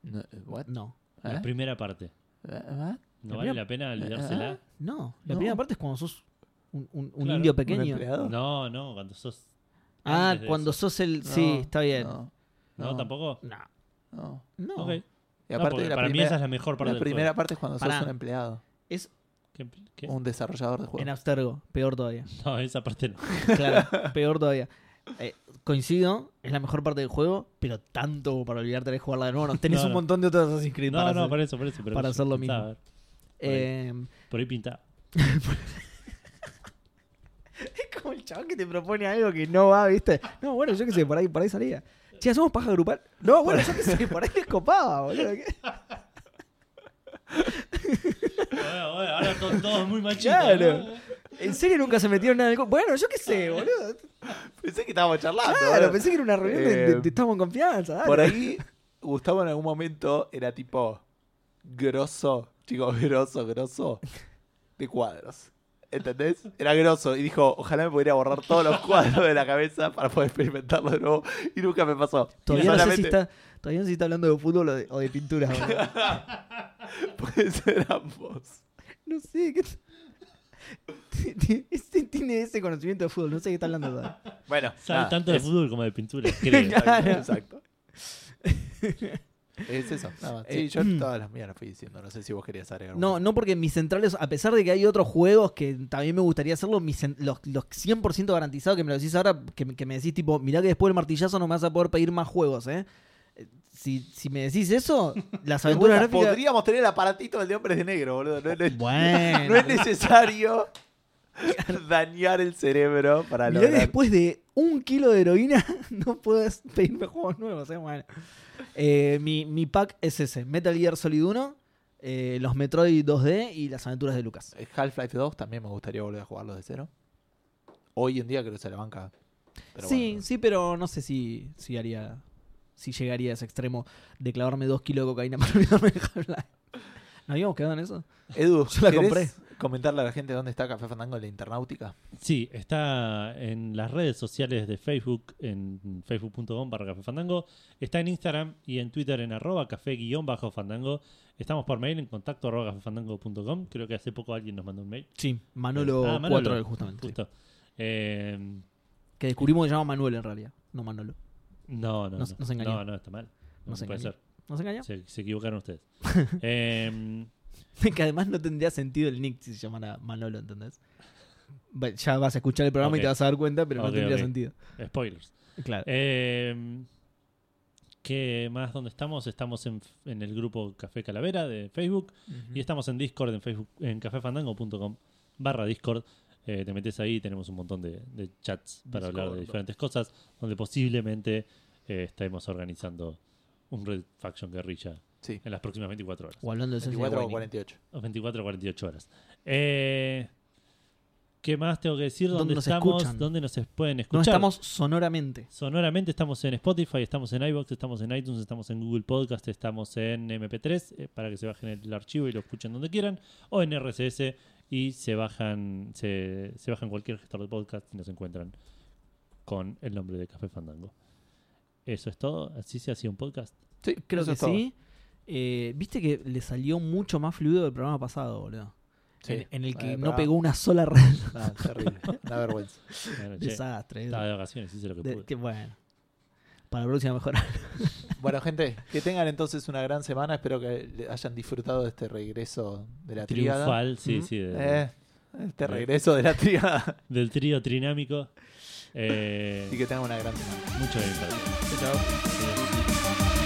Speaker 2: No, eh, what?
Speaker 3: No.
Speaker 1: la
Speaker 2: ¿Eh?
Speaker 1: primera parte.
Speaker 2: Eh, what?
Speaker 1: ¿No
Speaker 3: ¿La
Speaker 1: vale
Speaker 3: primera- Eh,
Speaker 1: la pena olvidársela?
Speaker 3: No, la
Speaker 2: No.
Speaker 3: primera parte es cuando sos un, un- un
Speaker 1: Claro, un
Speaker 3: indio
Speaker 2: ¿Un
Speaker 3: pequeño.
Speaker 2: empleado?
Speaker 1: No, no, cuando sos.
Speaker 3: Ah,
Speaker 1: antes de
Speaker 3: cuando
Speaker 1: eso.
Speaker 3: sos el... sí,
Speaker 2: No,
Speaker 3: está bien. No.
Speaker 2: No,
Speaker 1: No, tampoco.
Speaker 2: no.
Speaker 3: No.
Speaker 1: Ok.
Speaker 2: Y
Speaker 1: No,
Speaker 2: aparte
Speaker 1: porque
Speaker 2: la
Speaker 1: para mí
Speaker 2: primera,
Speaker 1: esa es la mejor parte
Speaker 2: la
Speaker 1: del
Speaker 2: primera parte es cuando
Speaker 3: Pará.
Speaker 2: sos un empleado,
Speaker 3: Es
Speaker 1: juego. ¿Qué- qué?
Speaker 3: Oh.
Speaker 2: un desarrollador de
Speaker 3: en
Speaker 2: juegos.
Speaker 3: Abstergo, peor todavía.
Speaker 1: No, esa parte no.
Speaker 3: Claro, peor todavía. Eh, coincido, es la mejor parte del juego, pero tanto como para olvidarte de jugarla de nuevo. no. Tenés
Speaker 1: No,
Speaker 3: un
Speaker 1: no.
Speaker 3: montón de otras Assassin's Creed para
Speaker 1: No, no,
Speaker 3: hacer.
Speaker 1: por eso, por eso. pero
Speaker 3: para
Speaker 1: yo
Speaker 3: hacer lo
Speaker 1: pensaba, a
Speaker 3: mismo.
Speaker 1: ver,
Speaker 3: Eh,
Speaker 1: Por ahí pintaba.
Speaker 3: es como el chabón que te propone algo que no va, ¿viste? No, bueno, yo qué sé, por ahí, por ahí salía. Che, ¿hacemos paja grupal? No, bueno, yo qué sé, por ahí es copaba, boludo. ¿qué?
Speaker 1: Bueno, bueno, ahora son todos muy machitos.
Speaker 3: Claro.
Speaker 1: ¿no?
Speaker 3: ¿En serio nunca se metieron nada en el co- Bueno, yo qué sé, boludo.
Speaker 2: Pensé que estábamos charlando.
Speaker 3: Claro,
Speaker 2: ¿eh?
Speaker 3: pensé que era una reunión de,
Speaker 2: Eh,
Speaker 3: de- de estamos en confianza. dale.
Speaker 2: Por ahí, Gustavo en algún momento era tipo grosso, chico, grosso, grosso, de cuadros. ¿Entendés? Era grosso y dijo, ojalá me pudiera borrar todos los cuadros de la cabeza para poder experimentarlo de nuevo. Y nunca me pasó. Y
Speaker 3: Todavía no, sé si
Speaker 2: solamente-
Speaker 3: está, todavía no sé si está hablando de fútbol o de, o de pintura, boludo.
Speaker 2: Puede ser ambos.
Speaker 3: No sé, ¿qué t- t- este tiene ese conocimiento de fútbol, no sé qué está hablando. todavía.
Speaker 2: Bueno,
Speaker 1: Sabe
Speaker 2: nada,
Speaker 1: tanto de
Speaker 2: es-
Speaker 1: fútbol como de pintura, creo.
Speaker 2: Exacto.
Speaker 3: Ah, Claro.
Speaker 2: exacto. Es eso. nada más. Sí,
Speaker 3: Eh,
Speaker 2: yo
Speaker 3: mm.
Speaker 2: todas las mías las fui diciendo. No sé si vos querías agregar.
Speaker 3: No, no porque mis centrales, a pesar de que hay otros juegos que también me gustaría hacerlo, mis cen- los, los 100% garantizados que me lo decís ahora, que, me- que me decís tipo, mirá que después del martillazo no me vas a poder pedir más juegos, ¿eh? Eh, Si, si me decís eso, las
Speaker 2: Aventuras
Speaker 3: aventuras gráficas...
Speaker 2: Podríamos tener el aparatito del de hombres de negro, boludo. No, no-
Speaker 3: Bueno,
Speaker 2: No es necesario dañar el cerebro para
Speaker 3: mirá que
Speaker 2: lograr.
Speaker 3: después de un kilo de heroína no puedes pedirme juegos nuevos, ¿eh? Bueno. Eh, mi, mi pack es ese, Metal Gear Solid 1, eh, los Metroid 2D y las aventuras de Lucas.
Speaker 2: Eh, Half-Life 2 también me gustaría volver a jugarlo de cero. Hoy en día creo que se la banca. Pero
Speaker 3: sí,
Speaker 2: bueno.
Speaker 3: sí, pero no sé si, si haría. Si llegaría a ese extremo de clavarme dos kilos de cocaína para olvidarme de Half-Life. ¿No habíamos quedado en eso?
Speaker 2: Edu,
Speaker 3: Yo la
Speaker 2: ¿querés
Speaker 3: compré.
Speaker 2: Comentarle a la gente dónde está Café Fandango en la Internautica.
Speaker 1: Sí, está en las redes sociales de Facebook, en facebook.com barra café fandango. Está en Instagram y en Twitter en arroba café guión bajo fandango. Estamos por mail en contacto arroba cafefandango.com. Creo que hace poco alguien nos mandó un mail.
Speaker 3: Sí, Manolo
Speaker 1: Ah, Manolo.
Speaker 3: 4, justamente.
Speaker 1: Justo. Eh,
Speaker 3: Que descubrimos que se llama Manuel en realidad, no Manolo.
Speaker 1: no, no,
Speaker 3: Nos-
Speaker 1: no.
Speaker 3: nos engañó.
Speaker 1: No, no, está mal. No,
Speaker 3: Nos
Speaker 1: puede
Speaker 3: engañó.
Speaker 1: ser.
Speaker 3: ¿No se engañó?
Speaker 1: Se, se equivocaron ustedes. Eh,
Speaker 3: que además no tendría sentido el nick si se llamara Manolo, ¿entendés? Va- Ya vas a escuchar el programa
Speaker 1: Ok.
Speaker 3: y te vas a dar cuenta, pero
Speaker 1: Ok,
Speaker 3: no tendría
Speaker 1: ok.
Speaker 3: sentido.
Speaker 1: spoilers.
Speaker 3: Claro.
Speaker 1: Eh, ¿Qué más? ¿Dónde estamos? Estamos en, en el grupo Café Calavera de Facebook y estamos en Discord en Facebook en cafefandango.com barra Discord. Eh, te metes ahí y tenemos un montón de, de chats para hablar de
Speaker 2: Discord.
Speaker 1: diferentes cosas donde posiblemente eh, estaremos organizando un Red Faction Guerrilla
Speaker 2: Sí.
Speaker 1: en las próximas 24 horas.
Speaker 3: O hablando de Sasha
Speaker 2: 24 o
Speaker 3: Wayne.
Speaker 2: 48.
Speaker 1: O 24 o 48 horas. Eh, ¿Qué más tengo que decir?
Speaker 3: ¿Dónde
Speaker 1: ¿Dónde,
Speaker 3: nos
Speaker 1: estamos?
Speaker 3: escuchan?
Speaker 1: ¿Dónde nos pueden
Speaker 3: No
Speaker 1: escuchar?
Speaker 3: estamos sonoramente.
Speaker 1: Sonoramente estamos en Spotify, estamos en iBox, estamos en iTunes, estamos en Google Podcast, estamos en MP3 eh, para que se bajen el archivo y lo escuchen donde quieran, o en RSS y se bajan, se, se bajan cualquier gestor de podcast y nos encuentran con el nombre de Café Fandango. Eso es todo, así se hacía un podcast.
Speaker 2: Sí,
Speaker 3: Creo
Speaker 2: eso
Speaker 3: que
Speaker 2: es todo.
Speaker 3: sí. Eh, Viste que le salió mucho más fluido del programa pasado, boludo.
Speaker 2: Sí.
Speaker 3: En, en el que
Speaker 2: Eh,
Speaker 3: no
Speaker 2: pero-
Speaker 3: pegó una sola red.
Speaker 2: No, terrible. Una vergüenza.
Speaker 1: Bueno, che,
Speaker 3: Desastre.
Speaker 1: estaba de vacaciones, hice lo que
Speaker 3: De-
Speaker 1: pude.
Speaker 3: que bueno. Para la próxima mejora.
Speaker 2: Bueno, gente, que tengan entonces una gran semana. Espero que le- hayan disfrutado de este regreso de la triada.
Speaker 1: Triunfal, sí,
Speaker 2: ¿Mm?
Speaker 1: sí, de-
Speaker 2: Eh, este regreso de la triada.
Speaker 1: del trío trinámico. Eh,
Speaker 2: Así que tengan una gran semana.
Speaker 1: Mucho éxito.
Speaker 2: Chao.
Speaker 1: Adiós.